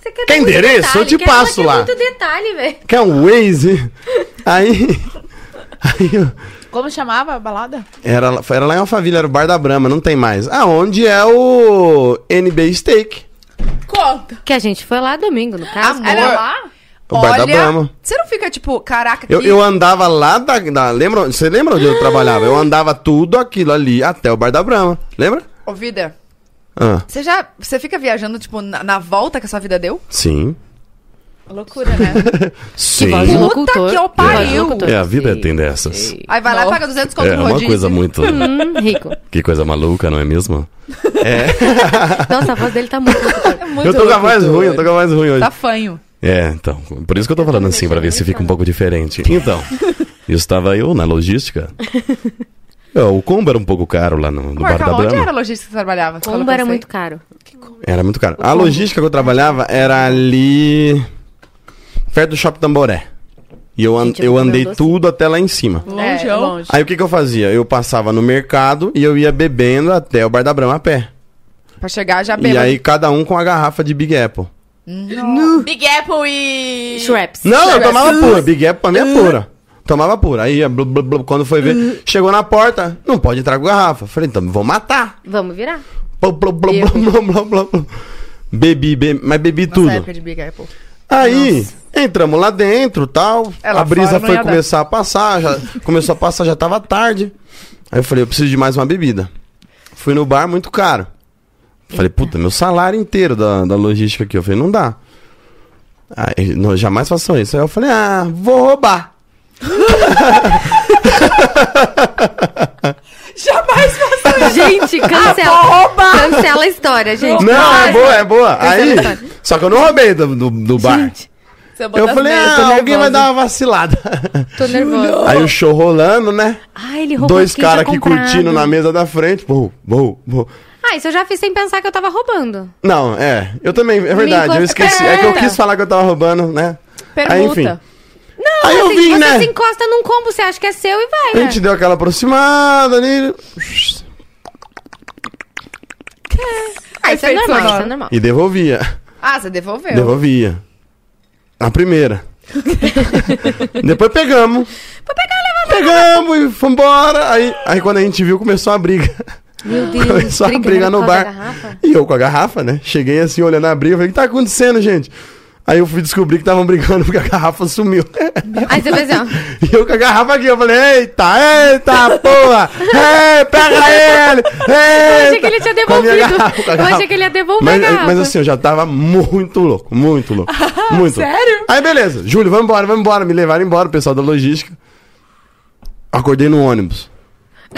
Speaker 4: Você quer
Speaker 3: Quer
Speaker 4: muito
Speaker 3: endereço? Eu te
Speaker 4: quer- ela
Speaker 3: passo
Speaker 4: quer
Speaker 3: lá.
Speaker 4: muito detalhe, velho.
Speaker 3: que é um Waze. Aí. Aí eu-
Speaker 1: Como chamava a balada?
Speaker 3: era, lá- era lá em Alphaville, era o Bar da Brama, não tem mais. Aonde é o NB Steak?
Speaker 1: Conta.
Speaker 4: Que a gente foi lá domingo, no
Speaker 3: Ah,
Speaker 4: caso.
Speaker 2: Amor.
Speaker 1: Era é lá?
Speaker 3: O Bar da Brama.
Speaker 2: você não fica tipo, caraca,
Speaker 3: Eu,
Speaker 2: que-
Speaker 3: eu andava lá da. da- lembra, você lembra onde eu trabalhava?
Speaker 2: Hum.
Speaker 3: Eu andava tudo aquilo ali até o Bar da Brama. Lembra?
Speaker 2: Ô, vida,
Speaker 3: Ah,
Speaker 2: você já. Você fica viajando, tipo, na, na volta que a sua vida deu?
Speaker 3: sim.
Speaker 1: Loucura, né?
Speaker 4: Que
Speaker 3: Sim.
Speaker 4: voz de
Speaker 2: Puta
Speaker 4: locutor.
Speaker 2: que eu
Speaker 4: Que voz de
Speaker 2: pariu.
Speaker 4: locutor.
Speaker 3: É, a vida
Speaker 5: Sim,
Speaker 3: tem dessas.
Speaker 5: sim.
Speaker 2: Aí vai lá e
Speaker 1: Nossa.
Speaker 2: paga 200 conto
Speaker 3: É
Speaker 2: no
Speaker 3: uma
Speaker 2: rodízio.
Speaker 3: coisa muito.
Speaker 4: Hum, rico.
Speaker 3: Que coisa maluca, não é mesmo?
Speaker 4: Nossa, a voz dele tá muito locutor.
Speaker 1: Muito
Speaker 3: eu tô com a mais
Speaker 1: loucura.
Speaker 3: ruim, eu tô com a mais ruim hoje.
Speaker 2: Tá fanho.
Speaker 3: É, então. Por isso que eu tô falando assim, pra ver se fica um pouco diferente. Então, estava eu na logística. É, o combo era um pouco caro lá no, no
Speaker 2: Amor,
Speaker 3: Bar da
Speaker 2: calma, onde era a
Speaker 3: Brama.
Speaker 2: logística que você trabalhava? Você falou
Speaker 4: Combo
Speaker 2: que eu
Speaker 4: era
Speaker 2: sei.
Speaker 4: Um muito caro.
Speaker 3: Era muito caro. A logística que eu trabalhava era ali. perto do Shopping Tamboré. E eu, an-
Speaker 4: Gente, eu
Speaker 3: eu
Speaker 4: vou comer um
Speaker 3: andei
Speaker 4: doce.
Speaker 3: tudo até lá em cima.
Speaker 1: Longe,
Speaker 2: É,
Speaker 1: longe.
Speaker 3: Aí o que, que eu fazia? Eu passava no mercado e eu ia bebendo até o Bar da Brama a pé.
Speaker 2: Pra chegar já
Speaker 3: E
Speaker 2: bêbado.
Speaker 3: aí cada um com a garrafa de Big Apple.
Speaker 1: Big Apple e...
Speaker 4: Shreps.
Speaker 3: Não, eu tomava pura. Big Apple pra mim é pura. Tomava pura. Aí, blu, blu, blu, quando foi ver, chegou na porta, não pode entrar com garrafa. Falei, então vou matar.
Speaker 4: Vamos virar.
Speaker 3: Blum, blum, blum,
Speaker 4: Eu.
Speaker 3: blum, blum, blum, blum, blum. Bebi, bebi, mas bebi
Speaker 2: Nessa
Speaker 3: tudo.
Speaker 2: época de Big Apple.
Speaker 3: Aí, entramos lá dentro tal.
Speaker 2: É, lá
Speaker 3: a brisa
Speaker 2: fora não
Speaker 3: foi
Speaker 2: ia dar.
Speaker 3: começar a passar, já, começou a passar, já tava tarde. Aí eu falei, eu preciso de mais uma bebida. Fui no bar, muito caro. Falei, puta, meu salário inteiro da, da logística aqui. Eu falei, não dá. Aí, não, jamais façam isso. Aí eu falei, ah, vou roubar.
Speaker 2: Jamais
Speaker 4: Gente, cancela. Cancela a história, gente.
Speaker 3: não, é boa, é boa. Aí,
Speaker 4: Pensando agora.
Speaker 3: só que eu não roubei do, do, do bar.
Speaker 1: Você bota
Speaker 3: eu
Speaker 1: as
Speaker 3: falei,
Speaker 1: meias,
Speaker 3: ah,
Speaker 1: tô
Speaker 3: alguém vai
Speaker 1: nervosa.
Speaker 3: dar uma vacilada.
Speaker 4: Tô nervosa.
Speaker 3: Aí o show rolando, né?
Speaker 4: Ai, ele roubou
Speaker 3: Dois
Speaker 4: quem tinha
Speaker 3: caras aqui
Speaker 4: comprado.
Speaker 3: curtindo na mesa da frente. Bom, bom, bom.
Speaker 4: Ah, isso eu já fiz sem pensar que eu tava roubando.
Speaker 3: Não, é. Eu também, é verdade. Eu
Speaker 4: encosta-
Speaker 3: esqueci. É que eu
Speaker 4: Cara.
Speaker 3: quis falar que eu tava roubando, né?
Speaker 1: Permuta.
Speaker 3: Aí, enfim.
Speaker 4: Não,
Speaker 3: Aí eu
Speaker 4: assim,
Speaker 3: vim,
Speaker 4: você
Speaker 3: né?
Speaker 4: se encosta num combo, você acha que é seu e vai,
Speaker 3: A
Speaker 4: né?
Speaker 3: gente deu aquela aproximada ali
Speaker 4: Ah, isso é
Speaker 2: Efeito
Speaker 4: normal, isso é
Speaker 2: sonoro.
Speaker 4: normal.
Speaker 3: e devolvia.
Speaker 2: Ah, você devolveu.
Speaker 3: Devolvia. Na primeira. Depois pegamos. Pegamos e fomos embora. Aí, aí quando a gente viu, começou a briga.
Speaker 4: Meu Deus,
Speaker 3: Começou a
Speaker 4: brigando
Speaker 3: brigar no
Speaker 4: por causa
Speaker 3: bar.
Speaker 4: da garrafa?
Speaker 3: E eu com a garrafa, né? Cheguei assim, olhando a briga, falei, o que tá acontecendo, gente? Aí eu fui descobrir que estavam brigando porque a garrafa sumiu.
Speaker 4: Aí você fez assim, ó.
Speaker 3: E eu com a garrafa aqui, eu falei, eita, eita, porra! Ei, pega ele!
Speaker 4: Eu
Speaker 3: Eita!
Speaker 4: achei que ele tinha
Speaker 3: Com a minha
Speaker 4: devolvido.
Speaker 3: garrafa, com a
Speaker 4: Eu
Speaker 3: garrafa.
Speaker 4: achei que ele ia devolver
Speaker 3: mas,
Speaker 4: a garrafa.
Speaker 3: Mas assim, eu já tava muito louco, muito louco. muito.
Speaker 1: sério?
Speaker 3: Aí beleza, Júlio, vamos embora, vamos embora. Me levaram embora, o pessoal da logística. Acordei no ônibus.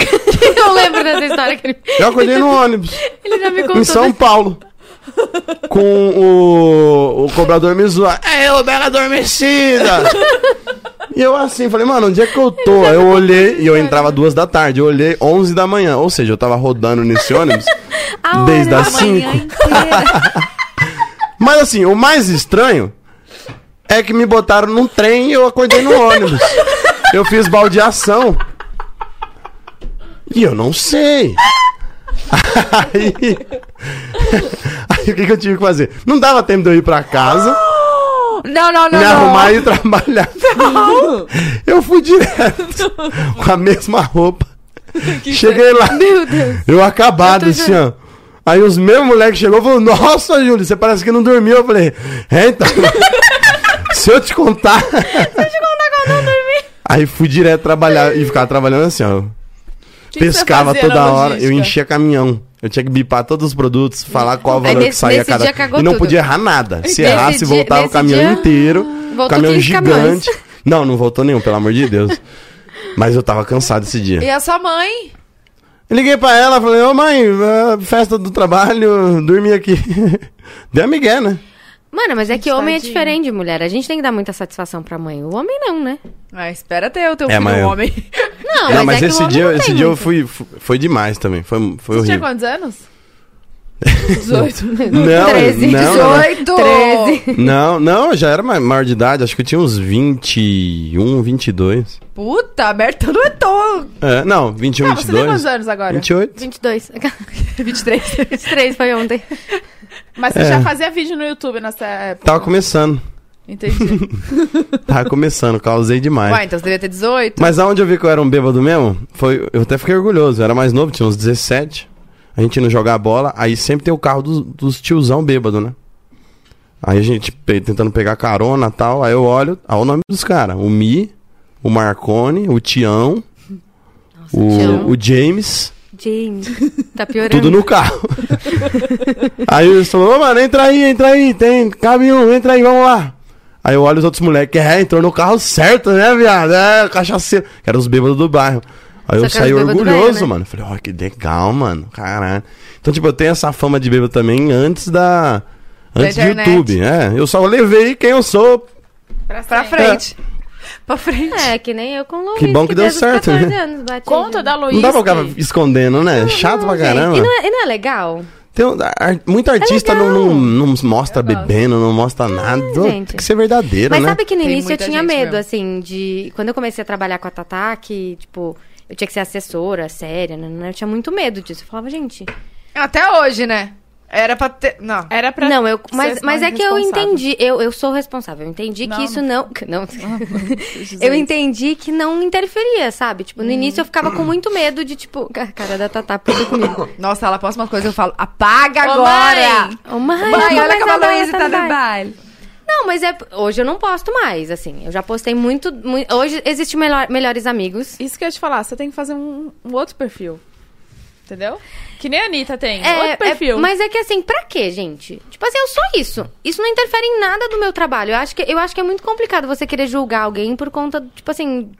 Speaker 4: Eu lembro dessa história que ele,
Speaker 3: Eu acordei no ônibus,
Speaker 4: ele já me
Speaker 3: em
Speaker 4: contou.
Speaker 3: São Paulo. Com o, o cobrador me zoar. É eu, Bela Adormecida! e eu assim, falei, mano, onde é que eu tô? Aí Eu olhei, e eu entrava duas da tarde, eu olhei 11 da manhã. Ou seja, eu tava rodando nesse ônibus
Speaker 4: A hora
Speaker 3: desde as
Speaker 4: da
Speaker 3: 5. Mas assim, o mais estranho é que me botaram num trem e eu acordei no ônibus. Eu fiz baldeação. E eu não sei. Aí, aí o que, que eu tive que fazer? Não dava tempo de eu ir pra casa,
Speaker 2: Não, não, não.
Speaker 3: me
Speaker 2: não.
Speaker 3: arrumar e ir trabalhar. Eu fui direto com a mesma roupa. Cheguei lá.
Speaker 4: Meu Deus.
Speaker 3: Eu acabado, assim, ó. Aí os mesmos moleques chegou e falou, nossa, Júlio, você parece que não dormiu. Eu falei, é, então. se eu te contar. se eu te contar que eu não dormi. Aí fui direto trabalhar e ficava trabalhando assim, ó.
Speaker 1: que você
Speaker 3: Pescava
Speaker 1: fazia
Speaker 3: toda
Speaker 1: na
Speaker 3: hora, eu
Speaker 1: logística?
Speaker 3: enchia caminhão. Eu tinha que bipar todos os produtos, falar qual o valor que
Speaker 4: nesse-
Speaker 3: saía
Speaker 4: nesse
Speaker 3: cada.
Speaker 4: dia cagou
Speaker 3: E não
Speaker 4: tudo.
Speaker 3: podia errar nada. Se
Speaker 4: Nesse
Speaker 3: errasse,
Speaker 4: dia-
Speaker 3: voltava o
Speaker 4: nesse
Speaker 3: caminhão
Speaker 4: dia,
Speaker 3: inteiro.
Speaker 4: voltou
Speaker 3: Caminhão
Speaker 4: 15 caminhões.
Speaker 3: gigante. Não, não voltou nenhum, pelo amor de Deus. Mas eu tava cansado esse dia.
Speaker 2: E a sua mãe?
Speaker 3: Eu Liguei pra ela, falei, ô mãe, ah, festa do trabalho, dormi aqui. Deu migué, né?
Speaker 4: Mano, mas é que homem é
Speaker 2: Tadinho.
Speaker 4: diferente de mulher. A gente tem que dar muita satisfação pra mãe. O homem não, né?
Speaker 2: Ah, espera ter o teu
Speaker 3: É,
Speaker 2: filho
Speaker 3: mas-
Speaker 2: homem.
Speaker 4: Não,
Speaker 3: Não,
Speaker 4: mas,
Speaker 3: mas
Speaker 4: é que o
Speaker 3: esse
Speaker 4: homem
Speaker 3: dia,
Speaker 4: não
Speaker 3: esse
Speaker 4: tem
Speaker 3: dia eu
Speaker 4: muito.
Speaker 3: fui, fu- foi demais também, foi, foi
Speaker 1: Você tinha
Speaker 3: horrível.
Speaker 1: quantos anos? 18.
Speaker 3: Não,
Speaker 4: 13,
Speaker 3: não, não,
Speaker 2: 18!
Speaker 4: 13.
Speaker 3: não, não, eu já era ma- maior de idade, acho que eu tinha uns 21, 22.
Speaker 2: Puta, aberta no etom.
Speaker 3: É, não, 21,
Speaker 1: Ah, você tem quantos
Speaker 3: 22.
Speaker 1: anos agora?
Speaker 3: 28.
Speaker 4: 22.
Speaker 2: 23.
Speaker 4: 23 foi ontem.
Speaker 1: Mas você
Speaker 3: É.
Speaker 1: já fazia vídeo no YouTube nessa época?
Speaker 3: Tava começando,
Speaker 1: Entendi.
Speaker 3: tava começando, causei demais.
Speaker 2: Ué, então você devia ter 18.
Speaker 3: Mas aonde eu vi que eu era um bêbado mesmo, foi, eu até fiquei orgulhoso. Eu era mais novo, tinha uns 17. A gente não jogar bola, aí sempre tem o carro dos, dos tiozão bêbado, né? Aí a gente pe- tentando pegar carona e tal, aí eu olho, ah, o nome dos caras, o Mi, o Marcone, o Tião, o,
Speaker 4: Tião.
Speaker 3: o James,
Speaker 4: James. Tá piorando.
Speaker 3: tudo no carro. aí eles falaram, ô mano, entra aí, entra aí, tem, cabe um, entra aí, vamos lá. Aí eu olho os outros moleques, é, entrou no carro certo, né, viado? É, cachaceiro. Que eram os bêbados do bairro. Aí
Speaker 4: Só
Speaker 3: eu
Speaker 4: que era
Speaker 3: saí
Speaker 4: os bêbados
Speaker 3: orgulhoso,
Speaker 4: velho, né?
Speaker 3: mano. Falei, ó, que legal, mano. Caralho. Então, tipo, eu tenho essa fama de bêbado também antes da. Antes do
Speaker 2: internet.
Speaker 3: YouTube, é. Eu só levei quem eu sou.
Speaker 2: Pra frente. Pra frente.
Speaker 4: É, que nem eu com o Luiz.
Speaker 3: Que bom que deu
Speaker 4: desde os
Speaker 3: certo,
Speaker 4: 14
Speaker 3: né?
Speaker 4: anos bati
Speaker 1: Conta
Speaker 4: junto.
Speaker 1: da Luísa.
Speaker 3: Não dá pra ficar escondendo, né? Chato
Speaker 4: Não,
Speaker 3: pra
Speaker 4: gente,
Speaker 3: caramba.
Speaker 4: E não é, e não é legal?
Speaker 3: Tem um- ar- muito artista não,
Speaker 4: É legal.
Speaker 3: não, não mostra bebendo, não mostra nada. Tem
Speaker 4: gente.
Speaker 3: que ser verdadeiro,
Speaker 4: Mas
Speaker 3: né?
Speaker 4: sabe que no
Speaker 2: Tem
Speaker 4: início eu
Speaker 2: muita
Speaker 4: tinha
Speaker 2: gente
Speaker 4: medo,
Speaker 2: mesmo.
Speaker 4: assim, de. Quando eu comecei a trabalhar com a Tatá, que, tipo, eu tinha que ser assessora, séria, né? eu tinha muito medo disso. Eu falava, gente.
Speaker 2: Até hoje, né? Era pra ter. Não.
Speaker 1: Era pra
Speaker 4: não, eu.
Speaker 1: ser
Speaker 4: Mas,
Speaker 1: essa
Speaker 4: mas é que eu
Speaker 1: irresponsável.
Speaker 4: entendi. Eu, eu sou responsável. Eu entendi
Speaker 1: Não,
Speaker 4: que isso não. que não
Speaker 2: Ah,
Speaker 1: dizer isso.
Speaker 4: eu entendi que não interferia, sabe? Tipo, no
Speaker 2: Hum.
Speaker 4: início eu ficava com muito medo de, tipo. A cara da Tatá puta comigo.
Speaker 2: Nossa, ela posta umas coisas eu falo, apaga
Speaker 1: Ô,
Speaker 2: agora!
Speaker 1: mãe!
Speaker 4: Ô, mãe,
Speaker 2: Mãe, olha
Speaker 4: mas
Speaker 2: como a
Speaker 4: agora
Speaker 2: Luísa tá
Speaker 4: vai.
Speaker 2: no baile.
Speaker 4: Não, mas é. Hoje eu não posto mais, assim. Eu já postei muito. mui- hoje existe melhor, melhores amigos.
Speaker 1: Isso que eu ia te falar, você tem que fazer um, um outro perfil. Entendeu? Que nem a Anitta tem. outro perfil.
Speaker 4: mas é que assim, pra quê, gente? Tipo assim, eu sou isso. Isso não interfere em nada do meu trabalho. Eu acho que, eu acho que é muito complicado você querer julgar alguém por conta, tipo assim.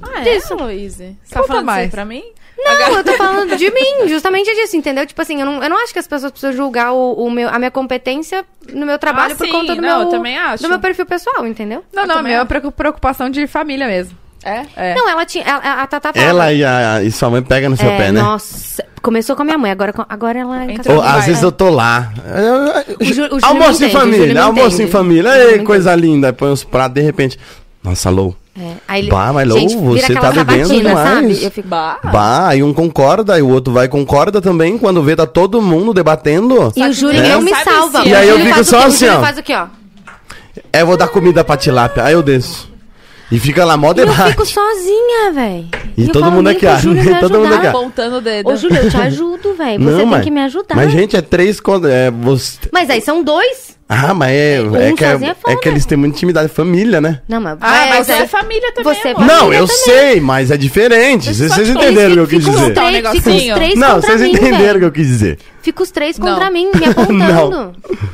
Speaker 1: ah, é,
Speaker 4: disso.
Speaker 1: Luísa? Você tá
Speaker 2: Conta
Speaker 1: falando mais.
Speaker 2: mais.
Speaker 1: isso aí pra mim?
Speaker 4: Não, eu tô falando de mim, justamente disso, entendeu? Tipo assim, eu não, eu não acho que as pessoas precisam julgar o, o meu, a minha competência no meu trabalho
Speaker 1: Ah,
Speaker 4: por
Speaker 1: sim,
Speaker 4: conta do
Speaker 1: não,
Speaker 4: meu.
Speaker 1: eu também acho.
Speaker 4: Do meu perfil pessoal, entendeu?
Speaker 2: Não,
Speaker 1: Eu
Speaker 2: não,
Speaker 1: também
Speaker 2: meu é
Speaker 1: acho.
Speaker 2: preocu- preocupação de família mesmo.
Speaker 1: É?
Speaker 2: É.
Speaker 4: Não, ela tinha. ela- a Tata falava-
Speaker 3: Ela e, a, e sua mãe pegam no seu
Speaker 4: É,
Speaker 3: pé, né?
Speaker 4: Nossa, começou com a minha mãe, agora, com- agora ela. é
Speaker 1: Entrou Não Então
Speaker 3: Ou, às
Speaker 1: vai. né?
Speaker 3: vezes eu tô lá. Eu-
Speaker 4: O Ju- o Júlio me
Speaker 3: almoço em
Speaker 4: entende, o Júlio me
Speaker 3: família, almoço em
Speaker 4: entende.
Speaker 3: família.
Speaker 4: O Júlio me
Speaker 3: Ei,
Speaker 4: entende.
Speaker 3: coisa linda. Aí Põe os pratos, de repente. Nossa, Lou.
Speaker 4: É, aí ele-
Speaker 3: Bah, mas
Speaker 4: Gente,
Speaker 3: Lou,
Speaker 4: vira
Speaker 3: você
Speaker 4: aquela
Speaker 3: tá bebendo
Speaker 4: sabatina,
Speaker 3: demais.
Speaker 4: sabe? Eu fico, ah.
Speaker 1: Bah.
Speaker 3: Bah, aí um concorda, aí o outro vai e concorda também. Quando vê, tá todo mundo debatendo.
Speaker 4: E o Júlio
Speaker 3: né?
Speaker 4: não me
Speaker 1: Sabe
Speaker 4: salva.
Speaker 1: se- é.
Speaker 4: O
Speaker 1: E aí eu
Speaker 4: Júlio
Speaker 3: fico
Speaker 4: faz o
Speaker 3: só
Speaker 4: quê?
Speaker 3: assim,
Speaker 4: O Júlio
Speaker 3: ó.
Speaker 4: faz o quê, ó?
Speaker 3: É, vou dar comida pra tilápia. Aí eu desço. E fica lá, mó
Speaker 4: E eu
Speaker 3: debate.
Speaker 4: fico sozinha, velho.
Speaker 3: E todo mundo aqui, ó. Todo mundo aqui, ó.
Speaker 1: Apontando o dedo.
Speaker 4: Tá. Ô, Júlio, eu te ajudo, velho. Você tem que me ajudar.
Speaker 3: Mas, gente, é três contra. É, você...
Speaker 4: Mas aí são dois.
Speaker 3: Ah, mas é. é, que, é,
Speaker 4: sozinho é foda.
Speaker 3: é que eles têm muita intimidade, família, né?
Speaker 4: Não, mas...
Speaker 1: Ah, mas
Speaker 4: aí-
Speaker 1: é família também,
Speaker 4: Você
Speaker 1: amor.
Speaker 4: Família né?
Speaker 3: não, eu
Speaker 4: também.
Speaker 3: sei, mas é diferente. Vocês,
Speaker 1: só
Speaker 3: vocês
Speaker 1: que
Speaker 3: entenderam o que eu quis
Speaker 4: Fica os
Speaker 3: dizer.
Speaker 1: Tá um
Speaker 4: três, fica os
Speaker 1: negocinho.
Speaker 4: três
Speaker 3: Não,
Speaker 4: contra
Speaker 3: vocês
Speaker 4: mim,
Speaker 3: entenderam o que
Speaker 4: velho.
Speaker 3: eu quis dizer.
Speaker 4: Fica os três
Speaker 1: Não.
Speaker 4: contra mim, me apontando.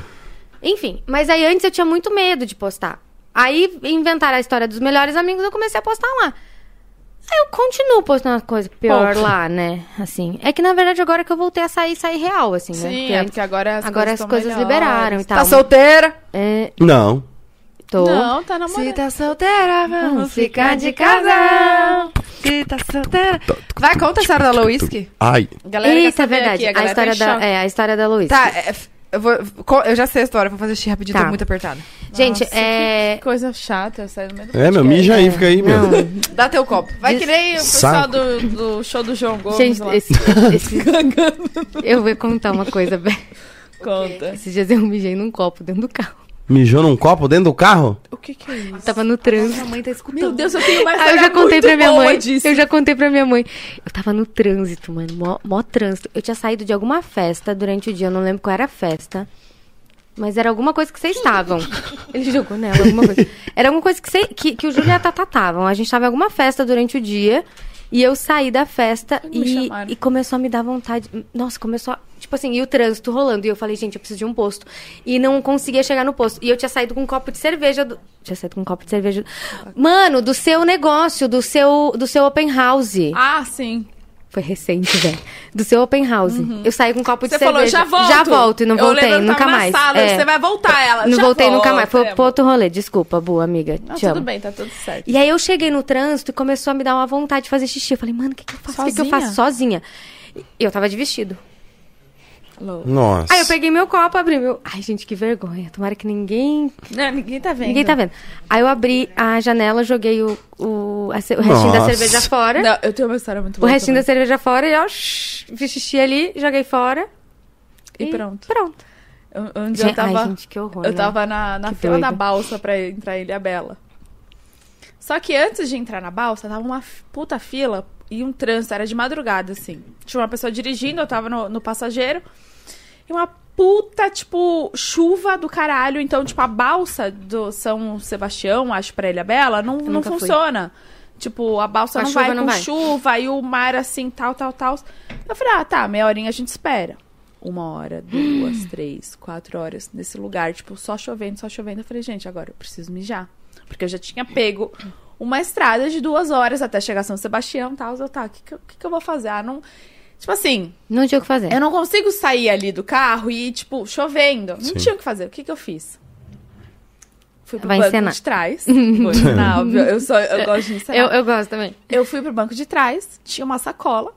Speaker 4: Enfim, mas aí antes eu tinha muito medo de postar. Aí inventaram a história dos melhores amigos, eu comecei a postar lá. Aí eu continuo postando uma coisa pior
Speaker 1: Ponto.
Speaker 4: lá, né? Assim, é que na verdade agora que eu voltei a sair, sair real, assim, né?
Speaker 1: Sim,
Speaker 4: Porque
Speaker 1: é
Speaker 4: antes-
Speaker 1: porque agora as
Speaker 4: agora
Speaker 1: coisas
Speaker 4: as
Speaker 1: tão
Speaker 4: coisas
Speaker 1: melhores.
Speaker 4: liberaram e tal.
Speaker 2: Tá solteira?
Speaker 4: É,
Speaker 3: Não.
Speaker 4: tô.
Speaker 1: Não, tá
Speaker 2: Se
Speaker 1: namorando.
Speaker 2: tá solteira, vamos ficar de casal. Se tá solteira. Vai, conta a história da Louiski.
Speaker 3: Ai.
Speaker 1: Galera, quer
Speaker 4: Isso é
Speaker 1: saber aqui,
Speaker 4: verdade. a,
Speaker 1: galera tá em
Speaker 4: história da,
Speaker 1: choque.
Speaker 4: é, a história da Luísa.
Speaker 2: Tá, é, f- eu, vou, co- eu já sei a história, vou fazer xixi rapidinho,
Speaker 4: Tá.
Speaker 2: tô muito apertada.
Speaker 4: Gente,
Speaker 1: Nossa,
Speaker 4: é.
Speaker 1: Que coisa chata, eu saio no meio do
Speaker 3: É, meu,
Speaker 1: podcast.
Speaker 3: mija aí, fica aí, meu.
Speaker 4: Não,
Speaker 2: Dá teu copo. Vai que nem...
Speaker 1: O pessoal
Speaker 3: Saco.
Speaker 1: do, do show do João Gomes
Speaker 4: gente,
Speaker 1: lá.
Speaker 4: esse- esse- eu vou contar uma coisa. bem.
Speaker 1: Conta.
Speaker 4: Esses dias eu mijei num copo dentro do carro.
Speaker 3: Mijou num copo dentro do carro?
Speaker 1: O que que é isso?
Speaker 4: Tava no trânsito.
Speaker 2: mãe tá
Speaker 1: Meu
Speaker 2: escutando.
Speaker 1: Deus, eu tenho mais
Speaker 4: Ah, eu já contei pra minha mãe.
Speaker 1: Disso.
Speaker 4: Eu já contei pra minha mãe. Eu tava no trânsito, mano. Mó, mó trânsito. Eu tinha saído de alguma festa durante o dia, eu não lembro qual era a festa. Mas era alguma coisa que vocês estavam. Ele jogou nela, alguma coisa. Era alguma coisa que, cê- que, que o Júlio e a Tata estavam. A gente tava em alguma festa durante o dia. E eu saí da festa
Speaker 1: Não me
Speaker 4: e,
Speaker 1: chamaram.
Speaker 4: e começou a me dar vontade. Nossa, começou a. Tipo assim, e o trânsito rolando. E eu falei, gente, eu preciso de um posto. E não conseguia chegar no posto. E eu tinha saído com um copo de cerveja. Do... Tinha saído com um copo de cerveja. do- Mano, do seu negócio, do seu, do seu open house.
Speaker 1: Ah, sim.
Speaker 4: Foi recente, velho. Do seu open house. Eu saí com um copo
Speaker 1: Uhum. Você
Speaker 4: de
Speaker 1: falou,
Speaker 4: cerveja.
Speaker 1: já volto.
Speaker 4: Já volto e não
Speaker 1: Eu
Speaker 4: voltei,
Speaker 1: lembro, eu
Speaker 4: nunca
Speaker 1: tava na
Speaker 4: mais.
Speaker 1: sala,
Speaker 4: É.
Speaker 1: você vai voltar, ela,
Speaker 4: Não
Speaker 1: já
Speaker 4: voltei nunca
Speaker 1: volto,
Speaker 4: mais. Foi
Speaker 1: amor.
Speaker 4: pro outro rolê. Desculpa, boa amiga.
Speaker 1: Não,
Speaker 4: Te
Speaker 1: tudo
Speaker 4: amo.
Speaker 1: bem, tá tudo certo.
Speaker 4: E aí eu cheguei no trânsito e começou a me dar uma vontade de fazer xixi. Eu falei, mano, o que, que eu faço? O que, que eu
Speaker 1: Sozinha?
Speaker 4: faço sozinha? E eu tava de vestido.
Speaker 1: Alô.
Speaker 3: Nossa.
Speaker 4: Aí eu peguei meu copo, abri meu. Ai, gente, que vergonha. Tomara que ninguém.
Speaker 1: Não, ninguém tá vendo.
Speaker 4: Ninguém tá vendo. Aí eu abri a janela, joguei o, o, a ce- o restinho da
Speaker 3: Nossa.
Speaker 4: cerveja fora.
Speaker 1: Não, eu tenho uma história muito
Speaker 4: O
Speaker 1: boa.
Speaker 4: restinho da
Speaker 1: também.
Speaker 4: cerveja fora e ó, shh, fiz xixi ali, joguei fora.
Speaker 1: E pronto.
Speaker 4: Pronto.
Speaker 1: Eu- Um dia eu
Speaker 4: Gente, ai,
Speaker 1: tava.
Speaker 4: gente, que horror,
Speaker 1: Eu
Speaker 4: né?
Speaker 1: tava na, na
Speaker 4: Que
Speaker 1: fila da
Speaker 4: doido.
Speaker 1: balsa pra entrar em Ilha Bela. Só que antes de entrar na balsa, tava uma f- puta fila e um trânsito. Era de madrugada, assim. Tinha uma pessoa dirigindo, eu tava no, no passageiro. E uma puta, tipo, chuva do caralho. Então, tipo, a balsa do São Sebastião, acho, pra Ilha Bela, não, não
Speaker 4: nunca fui.
Speaker 1: funciona. Tipo, a balsa
Speaker 4: Com a
Speaker 1: não
Speaker 4: chuva
Speaker 1: vai
Speaker 4: não
Speaker 1: com
Speaker 4: vai.
Speaker 1: chuva e o mar assim, tal, tal, tal. Eu falei, ah, tá, meia horinha a gente espera. uma hora, duas, três, quatro horas nesse lugar, tipo, só chovendo, só chovendo. Eu falei, gente, agora eu preciso mijar. Porque eu já tinha pego uma estrada de duas horas até chegar a São Sebastião e tal. Eu, tá, o que, que eu- que, que eu vou fazer? Ah, não. Tipo assim,
Speaker 4: Não tinha o que fazer.
Speaker 1: eu não consigo sair ali do carro e, tipo, chovendo. Não
Speaker 3: Sim.
Speaker 1: tinha o que fazer. O que, que eu fiz? Fui pro
Speaker 4: Vai
Speaker 1: banco
Speaker 4: encenar. É.
Speaker 1: de trás. Vou encenar, óbvio. Eu, sou, eu gosto de encenar.
Speaker 4: Eu, eu gosto também.
Speaker 1: Eu fui pro banco de trás, tinha uma sacola,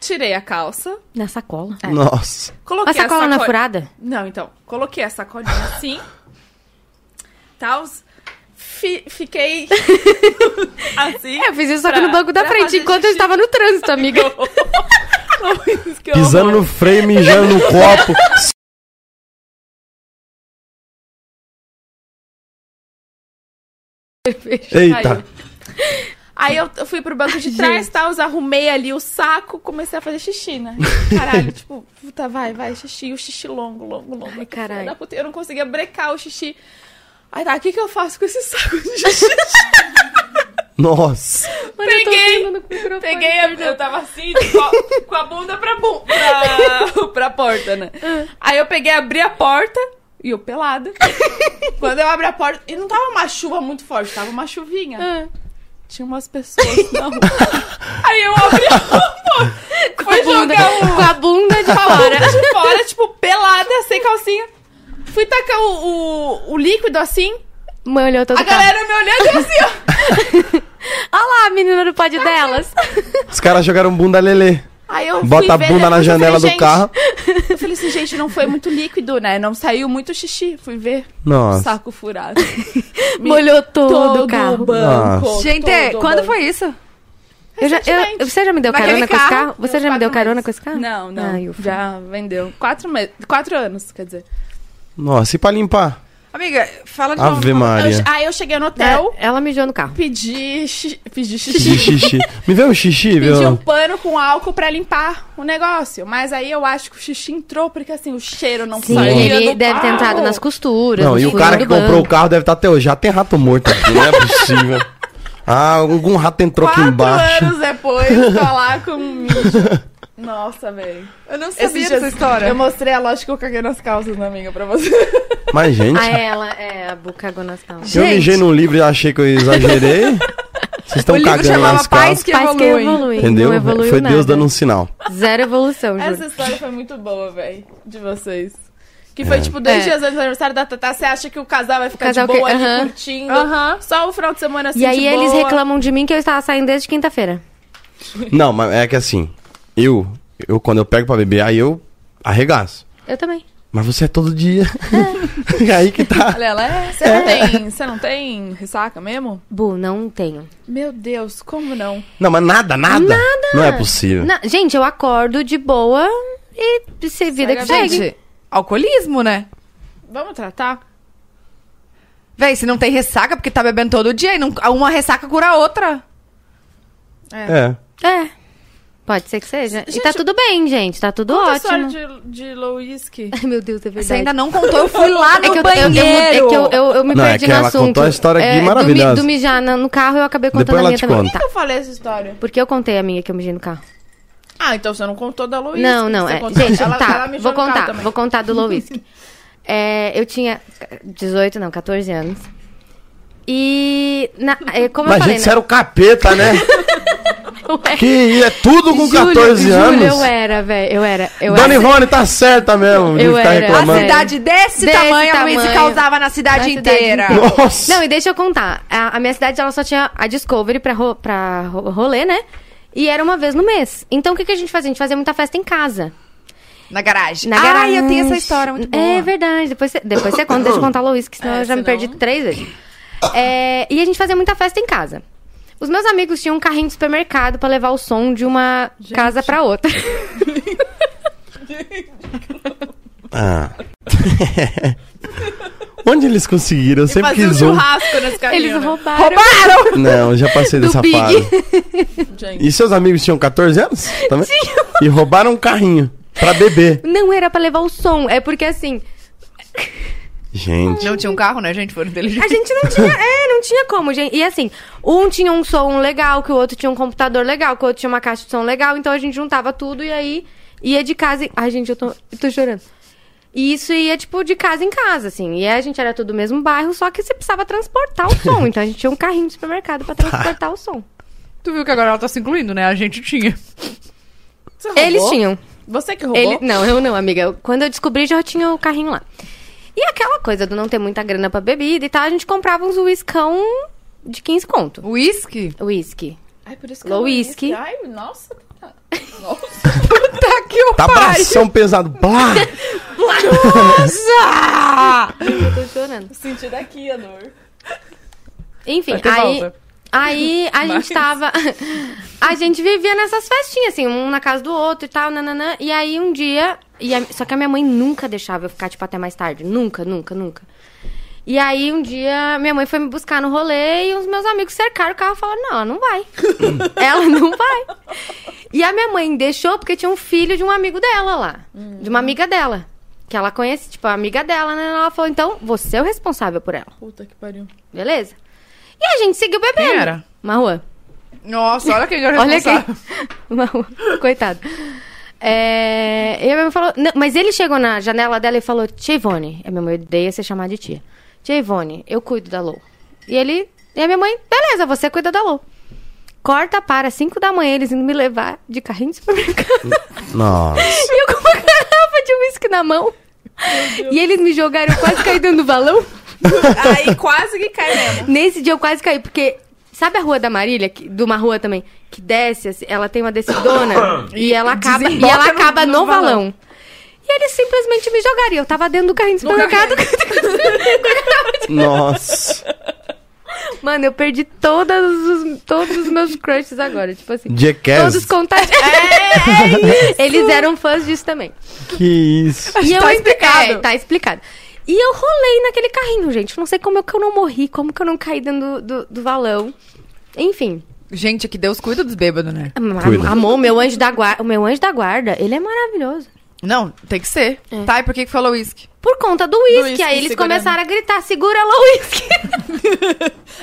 Speaker 1: tirei a calça,
Speaker 4: Na sacola.
Speaker 3: Nossa.
Speaker 1: coloquei
Speaker 4: A sacola
Speaker 1: é a
Speaker 4: na
Speaker 1: sacola...
Speaker 4: furada?
Speaker 1: Não, então, coloquei a sacolinha assim, tal, fi- fiquei assim.
Speaker 4: Eu fiz isso só que
Speaker 1: pra-
Speaker 4: no banco da
Speaker 1: pra
Speaker 4: frente,
Speaker 1: fazer
Speaker 4: enquanto eu
Speaker 1: xixi.
Speaker 4: estava no trânsito, amiga.
Speaker 1: Que
Speaker 3: Pisando
Speaker 1: horror.
Speaker 3: no freio, mijando no copo. Eita.
Speaker 1: Aí eu eu fui pro banco de trás, tal, arrumei ali o saco, comecei a fazer xixi, né? Caralho, tipo, puta, vai, vai, xixi, o xixi longo, longo, longo. Filha
Speaker 4: caralho.
Speaker 1: da puta, Eu não conseguia brecar o xixi. Aí tá, o que que eu faço com esse saco de xixi?
Speaker 3: Nossa.
Speaker 4: Mano, eu tô
Speaker 1: Peguei.
Speaker 4: rindo no microfone.
Speaker 1: Peguei, a, eu tava assim, com a, com a bunda pra, bum, pra, pra porta, né? Aí eu peguei, abri a porta e eu pelada. Quando eu abri a porta, e não tava uma chuva muito forte, tava uma chuvinha. Ah. Tinha umas pessoas na rua. Aí eu abri a porta,
Speaker 4: Com a
Speaker 1: fui
Speaker 4: bunda,
Speaker 1: jogar o
Speaker 4: com a bunda de
Speaker 1: né? fora,
Speaker 4: fora.
Speaker 1: de fora, tipo, pelada, sem calcinha. Fui tacar o, o, o líquido assim,
Speaker 4: Mãe olhou todo
Speaker 1: a galera me olhando e eu assim, ó.
Speaker 4: Olha lá, a menina do pod delas.
Speaker 3: Os caras jogaram bunda lelê.
Speaker 1: Aí eu fui
Speaker 3: Bota a
Speaker 1: ver
Speaker 3: bunda na
Speaker 1: depois, eu
Speaker 3: janela
Speaker 1: falei,
Speaker 3: do
Speaker 1: "Gente,
Speaker 3: carro.
Speaker 1: Eu falei assim, gente, não foi muito líquido, né? Não saiu muito xixi. Fui ver.
Speaker 3: Nossa.
Speaker 1: Saco furado. Me-
Speaker 4: Molhou todo, o
Speaker 1: todo
Speaker 4: carro. é,
Speaker 1: o banco.
Speaker 3: Nossa.
Speaker 2: Gente, é,
Speaker 1: todo o
Speaker 2: quando
Speaker 1: banco.
Speaker 2: foi isso?
Speaker 4: Eu já, eu-
Speaker 1: Recentemente.
Speaker 4: você já me deu
Speaker 2: Naquele
Speaker 4: carona com esse
Speaker 2: carro,
Speaker 4: carro? Você
Speaker 1: Uns
Speaker 4: já me deu
Speaker 1: quatro
Speaker 4: carona
Speaker 1: meses.
Speaker 4: com esse carro?
Speaker 1: Não, não.
Speaker 4: Ai, ufa.
Speaker 1: já vendeu. Quatro, meses, quatro anos, quer dizer.
Speaker 3: Nossa, e pra limpar?
Speaker 2: Amiga, fala de novo.
Speaker 3: Ave
Speaker 1: Eu che-
Speaker 3: Maria.
Speaker 1: aí eu cheguei no hotel,
Speaker 4: Ela, tá- ela mijou no carro.
Speaker 1: pedi, xi- pedi
Speaker 3: De
Speaker 1: xixi.
Speaker 3: xixi. Me vê um xixi,
Speaker 1: Pedi um
Speaker 3: viu?
Speaker 1: pano com álcool pra limpar o negócio. Mas aí eu acho que o xixi entrou, porque assim, o cheiro não
Speaker 4: Sim,
Speaker 1: saía
Speaker 4: ele
Speaker 1: do
Speaker 4: deve ter
Speaker 1: carro.
Speaker 4: entrado nas costuras.
Speaker 3: Não,
Speaker 4: no
Speaker 3: e o
Speaker 4: furo
Speaker 3: cara
Speaker 4: do
Speaker 3: que comprou o
Speaker 4: banco.
Speaker 3: carro deve estar até hoje. Já tem rato morto aqui, não é possível. Ah, algum rato entrou aqui
Speaker 1: Quatro
Speaker 3: embaixo.
Speaker 1: anos depois, tô lá com um mijo. Nossa, velho.
Speaker 2: Eu não
Speaker 1: Esses
Speaker 2: sabia
Speaker 1: dias
Speaker 2: dessa história.
Speaker 1: Eu mostrei a loja que eu caguei nas calças, né, amiga, pra você.
Speaker 3: Mas, gente,
Speaker 4: Ah, ela, é, a boca nas calças.
Speaker 3: eu
Speaker 2: Gente.
Speaker 3: mijei num livro e achei que eu exagerei. Vocês
Speaker 2: O
Speaker 3: estão
Speaker 2: livro
Speaker 3: cagando
Speaker 2: chamava
Speaker 3: nas
Speaker 2: Paz
Speaker 3: calças.
Speaker 2: que
Speaker 4: Pais que
Speaker 2: evoluem.
Speaker 4: evoluem.
Speaker 3: Entendeu?
Speaker 4: Não evoluiu
Speaker 3: Foi
Speaker 4: nada.
Speaker 3: Deus dando um sinal.
Speaker 4: Zero evolução, juro.
Speaker 1: Essa história foi muito boa, velho, de vocês. Que foi, tipo, dois
Speaker 4: É.
Speaker 1: dias antes do aniversário da Tatá, você acha que o casal vai ficar
Speaker 4: casal
Speaker 1: de boa
Speaker 4: que-
Speaker 1: ali,
Speaker 4: aham.
Speaker 1: curtindo. Só o final de semana assim,
Speaker 4: E aí
Speaker 1: de
Speaker 4: eles
Speaker 1: boa.
Speaker 4: reclamam de mim que eu estava saindo desde quinta-feira.
Speaker 3: Não, mas é que assim, eu, eu quando eu pego pra beber, aí eu arregaço.
Speaker 4: Eu também.
Speaker 3: Mas você é todo dia. e aí que tá.
Speaker 1: Olha, ela é... Você não tem... Você não tem ressaca mesmo?
Speaker 4: Bu, não tenho.
Speaker 1: Meu Deus, como não?
Speaker 3: Não, mas nada, nada. Não é possível.
Speaker 4: Na- gente, eu acordo de boa e se vida que
Speaker 1: Segue a
Speaker 4: segue.
Speaker 2: Gente, alcoolismo, né?
Speaker 1: Vamos tratar?
Speaker 2: Véi, se não tem ressaca, porque tá bebendo todo dia e não, uma ressaca cura a outra.
Speaker 3: É.
Speaker 4: É. Pode ser que seja. e tá
Speaker 1: Gente,
Speaker 4: tudo bem, gente. Tá tudo
Speaker 1: Conta a
Speaker 4: ótimo.
Speaker 1: história de, de Lewinsky.
Speaker 4: Ai, meu Deus, é verdade.
Speaker 2: Você ainda não contou, eu fui lá no
Speaker 4: É que eu, eu- eu,
Speaker 2: banheiro.
Speaker 4: mudei- é que eu, eu- eu me
Speaker 3: Não, é
Speaker 4: perdi
Speaker 3: que
Speaker 4: no
Speaker 3: ela
Speaker 4: assunto. É,
Speaker 3: contou a história aqui
Speaker 4: do mi-
Speaker 3: maravilhosa.
Speaker 4: Do, mijar na- no carro, eu acabei contando
Speaker 3: Depois
Speaker 4: a
Speaker 3: ela
Speaker 4: minha
Speaker 3: te
Speaker 4: também.
Speaker 1: Por
Speaker 3: conta.
Speaker 4: Tá,
Speaker 1: que eu falei essa história?
Speaker 4: Porque eu contei a minha que eu mijei no carro.
Speaker 1: Ah, então você não contou da Luísa.
Speaker 4: Não, não,
Speaker 1: você
Speaker 4: é.
Speaker 1: contou-
Speaker 4: Gente,
Speaker 1: ela-
Speaker 4: tá,
Speaker 1: ela mijou
Speaker 4: vou
Speaker 1: no carro
Speaker 4: contar,
Speaker 1: também.
Speaker 4: vou contar do low whisky. É, eu tinha 18, não, 14 anos. E, na, é, como
Speaker 3: Mas,
Speaker 4: eu
Speaker 3: gente,
Speaker 4: falei,
Speaker 3: você era o capeta, né?
Speaker 4: Ué.
Speaker 3: que é tudo com 14 anos.
Speaker 4: eu era, velho, eu era, eu
Speaker 3: Dona
Speaker 4: era.
Speaker 3: Ivone tá certa mesmo de
Speaker 4: Eu
Speaker 3: ficar
Speaker 4: era.
Speaker 2: A
Speaker 3: reclamando.
Speaker 4: Mano.
Speaker 2: cidade desse,
Speaker 4: Desse
Speaker 2: tamanho, a Luísa
Speaker 4: tamanho.
Speaker 2: causava na cidade,
Speaker 4: Na cidade
Speaker 2: inteira.
Speaker 4: inteira.
Speaker 3: Nossa.
Speaker 4: Não, e deixa eu contar. A, a minha cidade, ela só tinha a Discovery pra, ro, pra ro- rolê, né? E era uma vez no mês. Então, o que, que a gente fazia? A gente fazia muita festa em casa.
Speaker 2: Na garagem.
Speaker 4: Na
Speaker 2: Ai,
Speaker 4: garagem.
Speaker 2: eu tenho essa história muito boa.
Speaker 4: É verdade. Depois você, depois você conta, deixa eu contar, Luiz, que senão
Speaker 1: É,
Speaker 4: eu já me
Speaker 1: senão-
Speaker 4: perdi três vezes. É, e a gente fazia muita festa em casa. Os meus amigos tinham um carrinho de supermercado pra levar o som de uma casa pra outra.
Speaker 3: Ah. Onde eles conseguiram? Eu sempre
Speaker 1: Fazia um
Speaker 3: quis um.
Speaker 1: churrasco nesse caminho.
Speaker 4: Eles
Speaker 1: né?
Speaker 4: roubaram.
Speaker 2: Roubaram!
Speaker 3: Não, eu já passei
Speaker 4: Do
Speaker 3: dessa
Speaker 4: Big.
Speaker 3: fase.
Speaker 1: Gente,
Speaker 3: E seus amigos tinham 14 anos? Também? Tinham. E roubaram um carrinho pra beber.
Speaker 4: Não era pra levar o som. É porque assim,
Speaker 3: Gente.
Speaker 2: Não tinha um carro, né, gente? Foram inteligentes.
Speaker 4: a gente não tinha. É, não tinha como, gente. E assim, um tinha um som legal, que o outro tinha um computador legal, que o outro tinha uma caixa de som legal. Então a gente juntava tudo e aí Ia de casa em... Ai, gente, eu tô, eu tô chorando. E isso ia, tipo, de casa em casa, assim. E a gente era todo do mesmo bairro, só que você precisava transportar o som. Então a gente tinha um carrinho de supermercado pra transportar o som.
Speaker 2: Tu viu que agora ela tá se incluindo, né? A gente tinha.
Speaker 1: Você roubou?
Speaker 4: Eles tinham.
Speaker 1: Você que roubou?
Speaker 4: Ele, não, eu não, amiga. Eu- quando eu descobri, já tinha o carrinho lá. E aquela coisa do não ter muita grana pra bebida e tal, a gente comprava uns uiscão de 15 conto.
Speaker 2: Whisky?
Speaker 4: Whisky.
Speaker 1: Ai, por isso que
Speaker 4: Low
Speaker 1: eu não ia.
Speaker 4: whisky.
Speaker 1: Ai, nossa. tá- Nossa.
Speaker 2: Tá que o
Speaker 3: Tá bração pesado. Blá!
Speaker 4: Eu tô chorando.
Speaker 1: Senti daqui a dor.
Speaker 4: Enfim,
Speaker 2: Vai ter
Speaker 4: aí.
Speaker 2: volta.
Speaker 4: Aí a
Speaker 1: Mas-
Speaker 4: gente tava. A gente vivia nessas festinhas, assim, um na casa do outro e tal, nananã. E aí um dia. E a- só que a minha mãe nunca deixava eu ficar, tipo, até mais tarde. Nunca, nunca, nunca. E aí um dia minha mãe foi me buscar no rolê e os meus amigos cercaram o carro e falaram: Não, ela não vai. ela não vai. E a minha mãe deixou porque tinha um filho de um amigo dela lá.
Speaker 2: Hum.
Speaker 4: De uma amiga dela. Que ela conhece, tipo, a amiga dela, né? Ela falou: Então você é o responsável por ela.
Speaker 1: Puta que pariu.
Speaker 4: Beleza? E a gente seguiu bebendo.
Speaker 2: Quem era?
Speaker 4: Marua.
Speaker 2: Nossa, olha quem era
Speaker 4: Olha
Speaker 2: responsável.
Speaker 4: quem. Marua. Coitado. É, e a minha mãe falou. "Não", mas ele chegou na janela dela e falou: Tia Ivone. A minha mãe odeia ser chamada de tia. Tia Ivone, eu cuido da Lou. E ele. E a minha mãe, beleza, você cuida da Lou. Corta para 5 da manhã eles indo me levar de carrinho de supermercado.
Speaker 3: Nossa.
Speaker 4: E eu com uma garrafa de uísque na mão. E eles me jogaram, eu quase caí dentro do balão.
Speaker 1: Aí quase que cai mesmo.
Speaker 4: Nesse dia eu quase caí, porque sabe a rua da Marília, que, de uma rua também, que desce, assim, ela tem uma descidona e ela acaba, e
Speaker 2: Desemboca
Speaker 4: ela
Speaker 2: no-
Speaker 4: acaba
Speaker 2: no
Speaker 4: no,
Speaker 2: valão.
Speaker 4: valão. E eles simplesmente me jogaram. E eu tava dentro do carrinho do supermercado.
Speaker 3: Nossa.
Speaker 4: Mano, eu perdi todas os, todos os meus crushes agora. Tipo assim. Todos os
Speaker 3: Jackass.
Speaker 2: É,
Speaker 4: contatos. Eles eram fãs disso também.
Speaker 3: Que isso.
Speaker 4: E eu
Speaker 2: Tá
Speaker 4: é,
Speaker 2: explicado.
Speaker 4: tá explicado. E eu rolei naquele carrinho, gente. Não sei como é que eu não morri, como que eu não caí dentro do, do, do valão. Enfim.
Speaker 2: Gente, é que Deus cuida dos bêbados, né?
Speaker 3: Cuida.
Speaker 4: A- Amor, meu anjo da guarda, o meu anjo da guarda, ele é maravilhoso.
Speaker 2: Não, tem que ser. Tá, e por que que falou whisky?
Speaker 4: Por conta do uísque,
Speaker 1: uísque
Speaker 4: aí eles
Speaker 1: segurando.
Speaker 4: começaram a gritar, segura lá o uísque.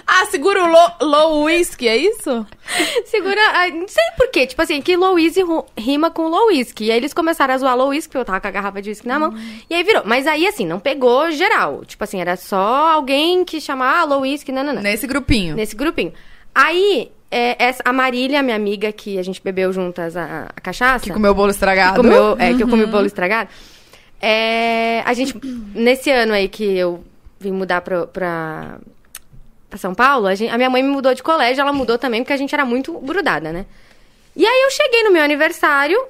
Speaker 1: Ah, segura o low, low whisky, é isso?
Speaker 4: segura, ai, não sei por quê, tipo assim, que low easy ru- rima com low uísque. E aí eles começaram a zoar low uísque, porque eu tava com a garrafa de uísque na mão. E aí virou, mas aí assim, não pegou geral. Tipo assim, era só alguém que chamava ah, low uísque, não, não, não.
Speaker 2: Nesse grupinho.
Speaker 4: Nesse grupinho. Aí, é, essa, a Marília, minha amiga, que a gente bebeu juntas a, a cachaça.
Speaker 2: Que comeu o bolo estragado.
Speaker 4: que comeu, é, que eu comi o bolo estragado. É, a gente, nesse ano aí que eu vim mudar pra, pra, pra São Paulo, a, gente- a minha mãe me mudou de colégio, ela mudou também, porque a gente era muito grudada, né? E aí eu cheguei no meu aniversário,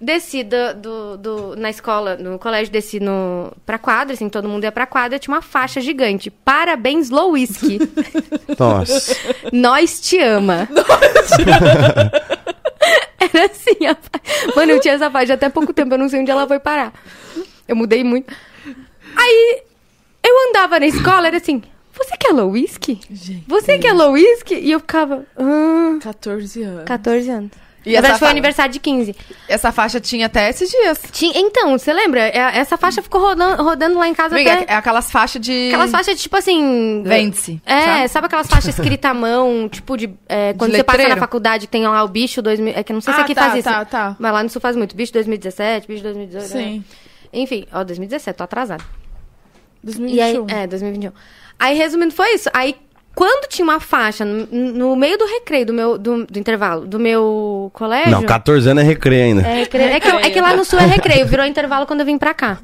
Speaker 4: desci do, do- do- na escola, no colégio, desci no, pra quadra, assim, todo mundo ia pra quadra, tinha uma faixa gigante. Parabéns, Low Whisky.
Speaker 3: Nossa.
Speaker 4: Nós te ama. Era assim a faixa. Mano, eu tinha essa faixa até pouco tempo, eu não sei onde ela foi parar. Eu mudei muito. Aí eu andava na escola, era assim: você quer low whisky?
Speaker 1: Gente.
Speaker 4: Você quer low whisky? E eu ficava, ah,
Speaker 1: 14 anos.
Speaker 4: 14 anos.
Speaker 2: E
Speaker 4: Na
Speaker 2: essa
Speaker 4: verdade, foi
Speaker 2: fa-
Speaker 4: aniversário de 15.
Speaker 2: Essa faixa tinha até esses dias.
Speaker 4: Tinha- então, você lembra? É- Essa faixa ficou rodando, rodando lá em casa
Speaker 2: Amiga,
Speaker 4: até...
Speaker 2: é aquelas faixas de...
Speaker 4: Aquelas faixas, tipo assim.
Speaker 2: Vende-se,
Speaker 4: É,
Speaker 2: sabe?
Speaker 4: sabe? aquelas faixas escritas à mão, tipo de. é, quando
Speaker 2: De
Speaker 4: você passa na
Speaker 2: letreiro?
Speaker 4: faculdade, tem lá o bicho 2000. É que eu não sei se
Speaker 1: Ah,
Speaker 4: aqui
Speaker 1: tá,
Speaker 4: faz isso.
Speaker 1: tá, tá.
Speaker 4: Mas lá no sul faz muito. Bicho 2017, bicho 2018.
Speaker 1: Sim.
Speaker 4: né? Enfim, ó, 2017, tô atrasada. E aí,
Speaker 1: 2021.
Speaker 4: é, 2021. Aí, resumindo, foi isso. Aí, quando tinha uma faixa no, no meio do recreio, do meu do, do intervalo, do meu colégio.
Speaker 3: Não, 14 anos é recreio ainda.
Speaker 4: É, recreio. É que, eu- é que lá no sul é recreio, virou intervalo quando eu vim pra cá.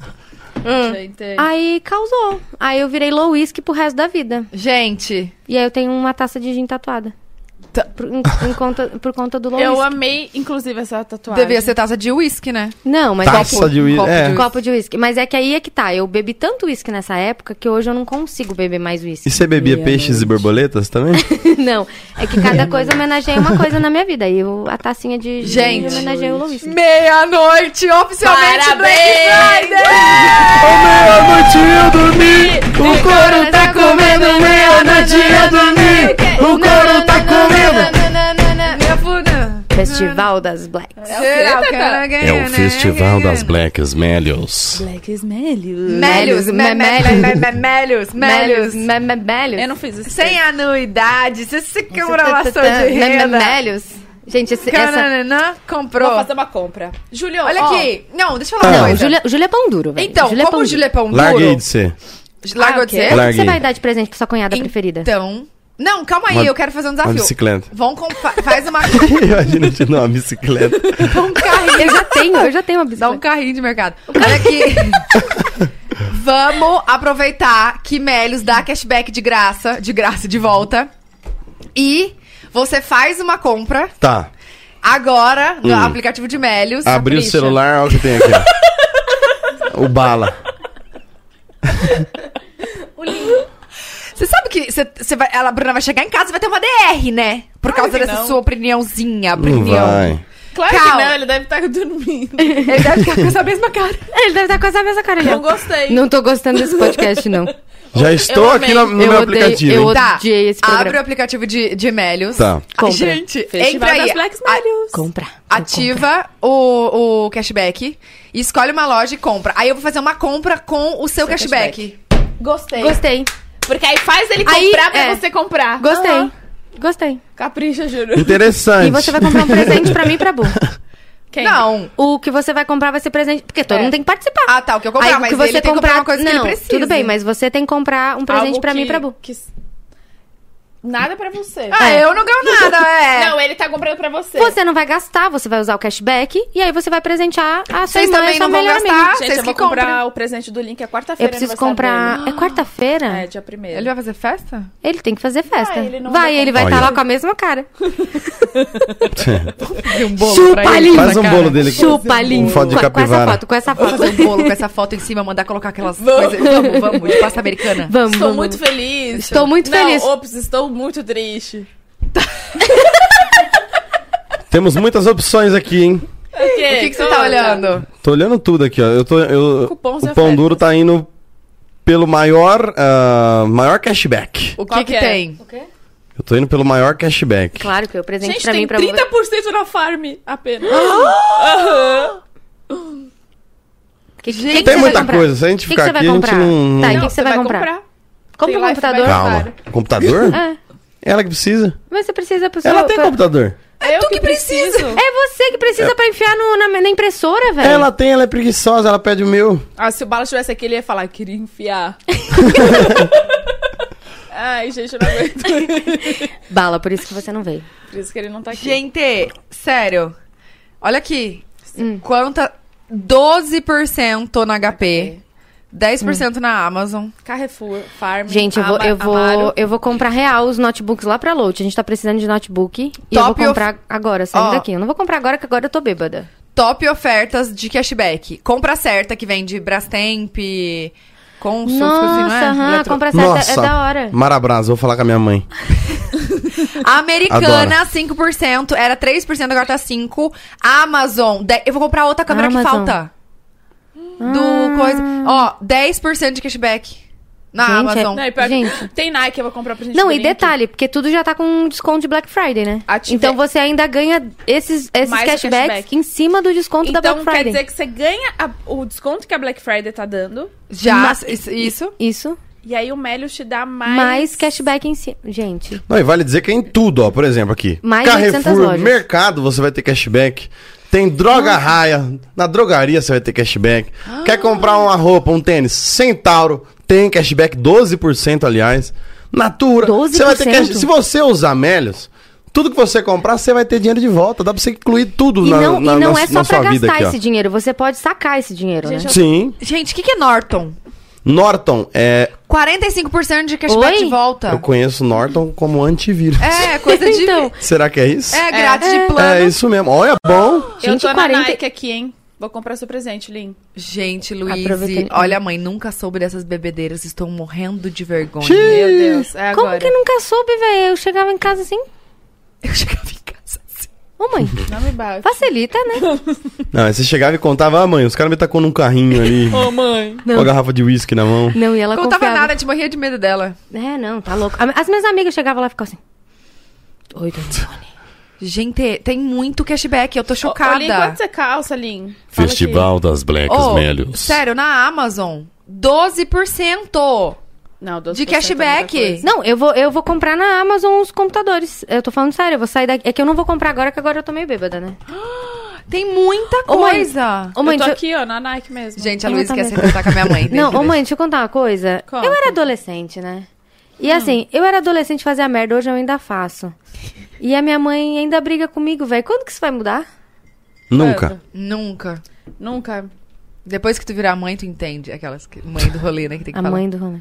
Speaker 4: é.
Speaker 1: Gente.
Speaker 4: Aí causou. Aí eu virei low whisky pro resto da vida.
Speaker 2: Gente,
Speaker 4: E aí eu tenho uma taça de gin tatuada.
Speaker 2: Tá.
Speaker 4: Por, em- em conta, por conta do
Speaker 1: eu
Speaker 4: Louis.
Speaker 1: amei, inclusive, essa tatuagem.
Speaker 2: devia ser taça de whisky, né?
Speaker 4: Não, mas é
Speaker 3: Taça
Speaker 4: que...
Speaker 3: de uísque.
Speaker 2: copo
Speaker 3: É.
Speaker 2: de
Speaker 4: Copo de uísque. Mas é que aí é que tá. Eu bebi tanto uísque nessa época que hoje eu não consigo beber mais
Speaker 3: E
Speaker 4: uísque.
Speaker 3: você bebia peixes e borboletas também?
Speaker 4: não. É que cada coisa homenageia uma coisa na minha vida. E eu- a tacinha de gin
Speaker 2: Gente.
Speaker 4: homenageia o Louis.
Speaker 2: Meia-noite, oficialmente
Speaker 1: Parabéns!
Speaker 2: Black Friday!
Speaker 3: meia-noite eu dormi, o couro tá comendo, meia-noite eu dormi, o couro tá comendo.
Speaker 2: Minha funa.
Speaker 4: Festival das Blacks.
Speaker 2: Será
Speaker 1: Tata?
Speaker 2: que ela ganha,
Speaker 3: É
Speaker 2: né?
Speaker 3: Blacks Melios.
Speaker 1: Black Smelly.
Speaker 2: Melhos, me- me- me- me- Melhos, Melhos.
Speaker 4: Memelhos.
Speaker 1: Eu não fiz isso.
Speaker 2: Sem anuidade, você se quebra uma ação de renda.
Speaker 4: Memelhos.
Speaker 2: É.
Speaker 4: Gente, esse, essa...
Speaker 2: Cananana, comprou.
Speaker 1: Vou fazer uma compra. Julio,
Speaker 2: Olha
Speaker 1: ó,
Speaker 2: aqui. Não, deixa eu falar uma
Speaker 4: Não,
Speaker 2: coisa.
Speaker 4: Júlia, Júlia é pão duro, velho.
Speaker 2: Então,
Speaker 4: Júlia é
Speaker 2: como
Speaker 4: pão
Speaker 2: o
Speaker 4: duro.
Speaker 2: Júlia é pão
Speaker 3: Larguei de
Speaker 2: duro...
Speaker 3: ser.
Speaker 2: Largou
Speaker 1: Ah,
Speaker 2: de
Speaker 1: ok.
Speaker 2: ser?
Speaker 4: O que
Speaker 3: Larguei.
Speaker 4: você vai dar de presente pra sua cunhada preferida?
Speaker 2: Então... Não, calma aí,
Speaker 3: Uma-
Speaker 2: eu quero fazer um desafio.
Speaker 3: bicicleta.
Speaker 2: Vão com... fa- Faz uma...
Speaker 3: Imagina de novo, uma bicicleta.
Speaker 2: Dá um carrinho.
Speaker 4: Eu já tenho, eu já tenho uma
Speaker 2: Dá um
Speaker 4: bicicleta.
Speaker 2: carrinho de mercado. Olha aqui. Vamos aproveitar que Melios dá cashback de graça, de graça de volta. E você faz uma compra
Speaker 3: Tá.
Speaker 2: agora no
Speaker 3: Hum.
Speaker 2: aplicativo de Melios.
Speaker 3: Abri o
Speaker 2: Capricha.
Speaker 3: celular, olha o que tem aqui, ó. O bala.
Speaker 2: Você sabe que você- você vai- ela, a Bruna vai chegar em casa e vai ter uma DR, né? Por
Speaker 1: Claro
Speaker 2: causa
Speaker 1: que
Speaker 2: dessa
Speaker 1: não.
Speaker 2: sua opiniãozinha,
Speaker 3: Não
Speaker 2: opinião.
Speaker 3: vai.
Speaker 1: Claro
Speaker 2: Calma.
Speaker 1: que não, ele deve estar dormindo.
Speaker 2: Ele deve ficar com essa mesma cara.
Speaker 4: Ele deve estar com essa mesma cara.
Speaker 1: Não
Speaker 4: Não,
Speaker 1: gostei.
Speaker 4: Então, não tô gostando desse podcast, não.
Speaker 3: Já estou
Speaker 1: amei.
Speaker 3: aqui no, no
Speaker 4: Eu
Speaker 3: meu
Speaker 4: odeio-
Speaker 3: aplicativo.
Speaker 4: eu
Speaker 3: hein?
Speaker 4: odeio- Odiei esse programa.
Speaker 2: Tá. Abre o aplicativo de, de Melios.
Speaker 3: Tá.
Speaker 4: Compra.
Speaker 2: Gente,
Speaker 1: Festival
Speaker 2: entra aí.
Speaker 1: das Blacks
Speaker 2: A-
Speaker 1: Melios.
Speaker 4: Compra. Vou comprar.
Speaker 2: Ativa o, o cashback, escolhe uma loja e compra. Aí eu vou fazer uma compra com o seu, cashback.
Speaker 1: Gostei.
Speaker 4: Gostei.
Speaker 1: Porque aí faz ele
Speaker 4: Aí,
Speaker 1: comprar pra
Speaker 4: é.
Speaker 1: você comprar.
Speaker 4: Gostei.
Speaker 1: Aham.
Speaker 4: Gostei.
Speaker 1: Capricha, juro.
Speaker 3: Interessante.
Speaker 4: E você vai comprar um presente pra mim e pra Bu.
Speaker 1: Quem?
Speaker 2: Não.
Speaker 4: O que você vai comprar vai ser presente. Porque todo
Speaker 1: É.
Speaker 4: mundo tem que participar.
Speaker 2: Ah, tá, o que eu comprar,
Speaker 4: Aí, o
Speaker 2: mas
Speaker 4: que você
Speaker 2: ele tem que comprar uma coisa que
Speaker 4: não,
Speaker 2: ele precisa.
Speaker 4: Tudo bem, mas você tem que comprar um presente
Speaker 1: Algo
Speaker 4: pra mim e
Speaker 1: que-
Speaker 4: pra Bu.
Speaker 1: que- Nada pra você.
Speaker 2: Ah,
Speaker 4: É.
Speaker 2: eu não ganho nada, é.
Speaker 1: Não, ele tá comprando pra você.
Speaker 4: Você não vai gastar, você vai usar o cashback e aí você vai presentear a sua
Speaker 2: Vocês
Speaker 4: irmã e a
Speaker 2: também
Speaker 4: sua
Speaker 2: não vão
Speaker 4: melhor
Speaker 2: gastar?
Speaker 4: amiga.
Speaker 1: Gente,
Speaker 2: vocês
Speaker 1: eu vou
Speaker 2: que
Speaker 1: comprar
Speaker 2: compram.
Speaker 1: o presente do Link. É
Speaker 4: Eu
Speaker 1: quarta-feira.
Speaker 4: preciso
Speaker 1: aniversário
Speaker 4: comprar.
Speaker 1: dele.
Speaker 4: É quarta-feira?
Speaker 1: É, dia primeiro.
Speaker 2: Ele vai fazer festa?
Speaker 4: Ele tem que fazer festa.
Speaker 1: Vai, ele não
Speaker 4: vai,
Speaker 1: vai
Speaker 4: ele vai estar
Speaker 3: Olha.
Speaker 4: lá com a mesma cara.
Speaker 2: E um bolo
Speaker 4: Chupa,
Speaker 2: pra ele,
Speaker 4: Lin-
Speaker 3: Faz um
Speaker 2: cara.
Speaker 3: bolo dele.
Speaker 4: Chupa, lindo.
Speaker 3: Foto de
Speaker 4: Com, com essa
Speaker 3: capivara.
Speaker 4: foto, com essa foto.
Speaker 2: Fazer um bolo com essa foto em cima, mandar colocar aquelas coisas. Vamos, vamos, de pasta americana.
Speaker 4: Vamos.
Speaker 1: Estou
Speaker 4: vamos.
Speaker 1: muito feliz.
Speaker 4: Estou muito
Speaker 1: Não,
Speaker 4: feliz.
Speaker 1: Ops, estou muito triste.
Speaker 3: Temos muitas opções aqui, hein?
Speaker 1: O
Speaker 2: O que, que você tá olhando?
Speaker 3: Tô olhando tudo aqui, ó. Eu tô, eu,
Speaker 1: Cupons e
Speaker 3: o pão
Speaker 1: ofertas.
Speaker 3: duro tá indo pelo maior, ah, maior cashback.
Speaker 2: O que
Speaker 1: Qual
Speaker 2: que,
Speaker 1: que é?
Speaker 2: tem?
Speaker 3: Eu tô indo pelo maior cashback.
Speaker 4: Claro que é o presente
Speaker 1: Gente,
Speaker 4: pra
Speaker 1: tem
Speaker 4: mim e pra Ah,
Speaker 1: 30% na farm apenas. Aham.
Speaker 4: Bu. Que,
Speaker 2: Gente,
Speaker 4: que que
Speaker 3: Tem
Speaker 4: você
Speaker 3: muita
Speaker 4: vai comprar?
Speaker 3: coisa. Se a gente
Speaker 4: que que
Speaker 3: ficar
Speaker 4: você vai
Speaker 3: aqui, a gente
Speaker 4: comprar?
Speaker 3: não.
Speaker 4: Tá, e o
Speaker 1: Não,
Speaker 4: que que você vai comprar? Compra
Speaker 1: Tem
Speaker 4: um
Speaker 1: lá que você vai
Speaker 4: computador.
Speaker 1: comprar.
Speaker 3: Calma. Computador?
Speaker 4: É.
Speaker 3: Ela que precisa.
Speaker 4: Mas você precisa pro seu.
Speaker 3: Ela tem
Speaker 4: pra-
Speaker 3: computador.
Speaker 1: É tu que,
Speaker 2: precisa.
Speaker 1: preciso.
Speaker 4: É você que precisa pra enfiar no- na, na impressora, velho.
Speaker 3: Ela tem, ela é preguiçosa, ela pede o meu.
Speaker 1: Ah, se o Bala estivesse aqui, ele ia falar, queria enfiar. Ai, gente, eu não aguento.
Speaker 4: Bala, por isso que você não veio.
Speaker 1: Por isso que ele não tá aqui.
Speaker 2: Gente, sério. Olha aqui.
Speaker 4: Hum.
Speaker 2: Quanta. 12% na HP.
Speaker 4: Hum.
Speaker 2: 10% na Amazon.
Speaker 1: Carrefour, Farm,
Speaker 4: Gente, eu vou,
Speaker 1: Ama-
Speaker 4: eu, vou,
Speaker 1: Amaro.
Speaker 4: eu vou comprar real os notebooks lá pra Load. A gente tá precisando de notebook. E eu vou
Speaker 2: Top of-
Speaker 4: comprar agora,
Speaker 2: Ó.
Speaker 4: saindo daqui. Eu não vou comprar agora, que agora eu tô bêbada.
Speaker 2: Top ofertas de cashback. Compra certa que vem de Brastemp, Consul, esqueci, não
Speaker 4: Nossa,
Speaker 2: é?
Speaker 4: aham,
Speaker 2: Eletro-
Speaker 4: compra certa
Speaker 3: Nossa.
Speaker 4: é da hora.
Speaker 3: Marabras, vou falar com a minha mãe.
Speaker 2: Americana, 5%. Era 3%, agora tá 5%. Amazon, de- eu vou comprar outra câmera que
Speaker 4: Amazon. Ah.
Speaker 2: falta. Do coisa. Ó, 10% de cashback na
Speaker 4: Gente, é-
Speaker 2: Amazon.
Speaker 1: Não, e pior que-
Speaker 4: Gente.
Speaker 1: Tem Nike, eu vou comprar pra gente.
Speaker 4: Não,
Speaker 1: do
Speaker 4: e
Speaker 1: Link.
Speaker 4: detalhe, porque tudo já tá com desconto de Black Friday, né?
Speaker 1: Ative-
Speaker 4: Então você ainda ganha esses, esses
Speaker 1: Ah, Mais o
Speaker 4: cashbacks
Speaker 1: cashback.
Speaker 4: em cima do desconto da
Speaker 1: Então
Speaker 4: Black
Speaker 1: quer
Speaker 4: Friday.
Speaker 1: dizer que você ganha a- o desconto que a Black Friday tá dando.
Speaker 2: Já,
Speaker 4: Mas-
Speaker 2: isso- isso.
Speaker 4: Isso.
Speaker 1: E aí o Melios te dá mais.
Speaker 4: Mais cashback em cima. Gente.
Speaker 3: Não, e vale dizer que é em tudo, ó. Por exemplo, aqui.
Speaker 4: Mais de 800
Speaker 3: Carrefour,
Speaker 4: lojas.
Speaker 3: mercado, você vai ter cashback. Tem droga raia. Na drogaria você vai ter cashback.
Speaker 4: Ah.
Speaker 3: Quer comprar uma roupa, um tênis? Centauro. Tem cashback 12%, aliás. Natura.
Speaker 4: 12%?
Speaker 3: Você vai ter cash... Se você usar Melios, tudo que você comprar, você vai ter dinheiro de volta. Dá pra você incluir tudo
Speaker 4: E
Speaker 3: na,
Speaker 4: não,
Speaker 3: na,
Speaker 4: e não
Speaker 3: na-
Speaker 4: é
Speaker 3: na
Speaker 4: só
Speaker 3: sua
Speaker 4: pra
Speaker 3: vida
Speaker 4: gastar
Speaker 3: aqui, ó.
Speaker 4: esse dinheiro, você pode sacar esse dinheiro, né?
Speaker 1: Gente,
Speaker 3: Sim.
Speaker 2: Gente, o que, que é Norton?
Speaker 3: Norton, é...
Speaker 2: 45% de cashback de
Speaker 4: Oi?
Speaker 2: volta.
Speaker 3: eu conheço Norton como antivírus.
Speaker 2: É, coisa de.
Speaker 4: Então.
Speaker 3: Será que é isso?
Speaker 2: É, grátis de plano.
Speaker 3: É isso mesmo. Olha, bom.
Speaker 1: Eu
Speaker 4: Gente,
Speaker 1: tô na
Speaker 4: 40
Speaker 1: Nike aqui, hein? Vou comprar seu presente, Lin.
Speaker 2: Gente,
Speaker 4: Aproveitando.
Speaker 2: Luiz, olha, mãe, nunca soube dessas bebedeiras. Estou morrendo de vergonha.
Speaker 3: Xiii.
Speaker 1: Meu Deus, é
Speaker 4: Como
Speaker 1: agora.
Speaker 4: que nunca soube, velho? Eu chegava em casa assim.
Speaker 2: Eu chegava em casa assim.
Speaker 4: Ô, mãe,
Speaker 1: Não me bate.
Speaker 4: facilita, né?
Speaker 3: Não, aí você chegava e contava, ah, mãe, os caras me tacou num carrinho ali,
Speaker 1: Ô, mãe.
Speaker 3: com a garrafa de uísque na mão.
Speaker 4: Não, e ela
Speaker 2: Não contava
Speaker 4: confiava.
Speaker 2: nada, a gente morria de medo dela.
Speaker 4: É, não, tá louco. A- As minhas amigas chegavam lá e ficavam assim. Oi, Dona Ivone."
Speaker 2: Gente, tem muito cashback, eu tô
Speaker 1: Ô, Lin, quanto
Speaker 2: chocada.
Speaker 1: você calça, Lin? Fala aqui.
Speaker 5: Festival das Blacks
Speaker 2: Ô,
Speaker 5: Melios.
Speaker 2: sério, na Amazon, 12%.
Speaker 1: Não, 12%
Speaker 2: De
Speaker 1: é muita
Speaker 2: cashback.
Speaker 1: coisa.
Speaker 4: Não, eu vou, eu vou comprar na Amazon os computadores. Eu tô falando sério, eu vou sair daqui. É que eu não vou comprar agora, que agora eu tô meio bêbada, né?
Speaker 2: Tem muita
Speaker 4: Ô, mãe.
Speaker 2: coisa.
Speaker 4: Ô, mãe,
Speaker 1: eu tô
Speaker 4: deixa-
Speaker 1: aqui, ó, na Nike mesmo.
Speaker 2: Gente, a
Speaker 4: Eu
Speaker 2: Luísa quer
Speaker 4: também.
Speaker 2: se encontrar com a minha mãe.
Speaker 4: Não,
Speaker 2: deixa-
Speaker 4: ô mãe, deixa eu contar uma coisa.
Speaker 1: Conta.
Speaker 4: Eu era adolescente, né? E
Speaker 2: Ah.
Speaker 4: assim, eu era adolescente fazia merda, hoje eu ainda faço. E a minha mãe ainda briga comigo, velho. Quando que isso vai mudar?
Speaker 3: Nunca.
Speaker 2: Nunca.
Speaker 1: Nunca.
Speaker 2: Depois que tu virar mãe, tu entende. Aquelas que- mãe do rolê, né? Que tem que
Speaker 4: a
Speaker 2: falar.
Speaker 4: mãe do Romeu.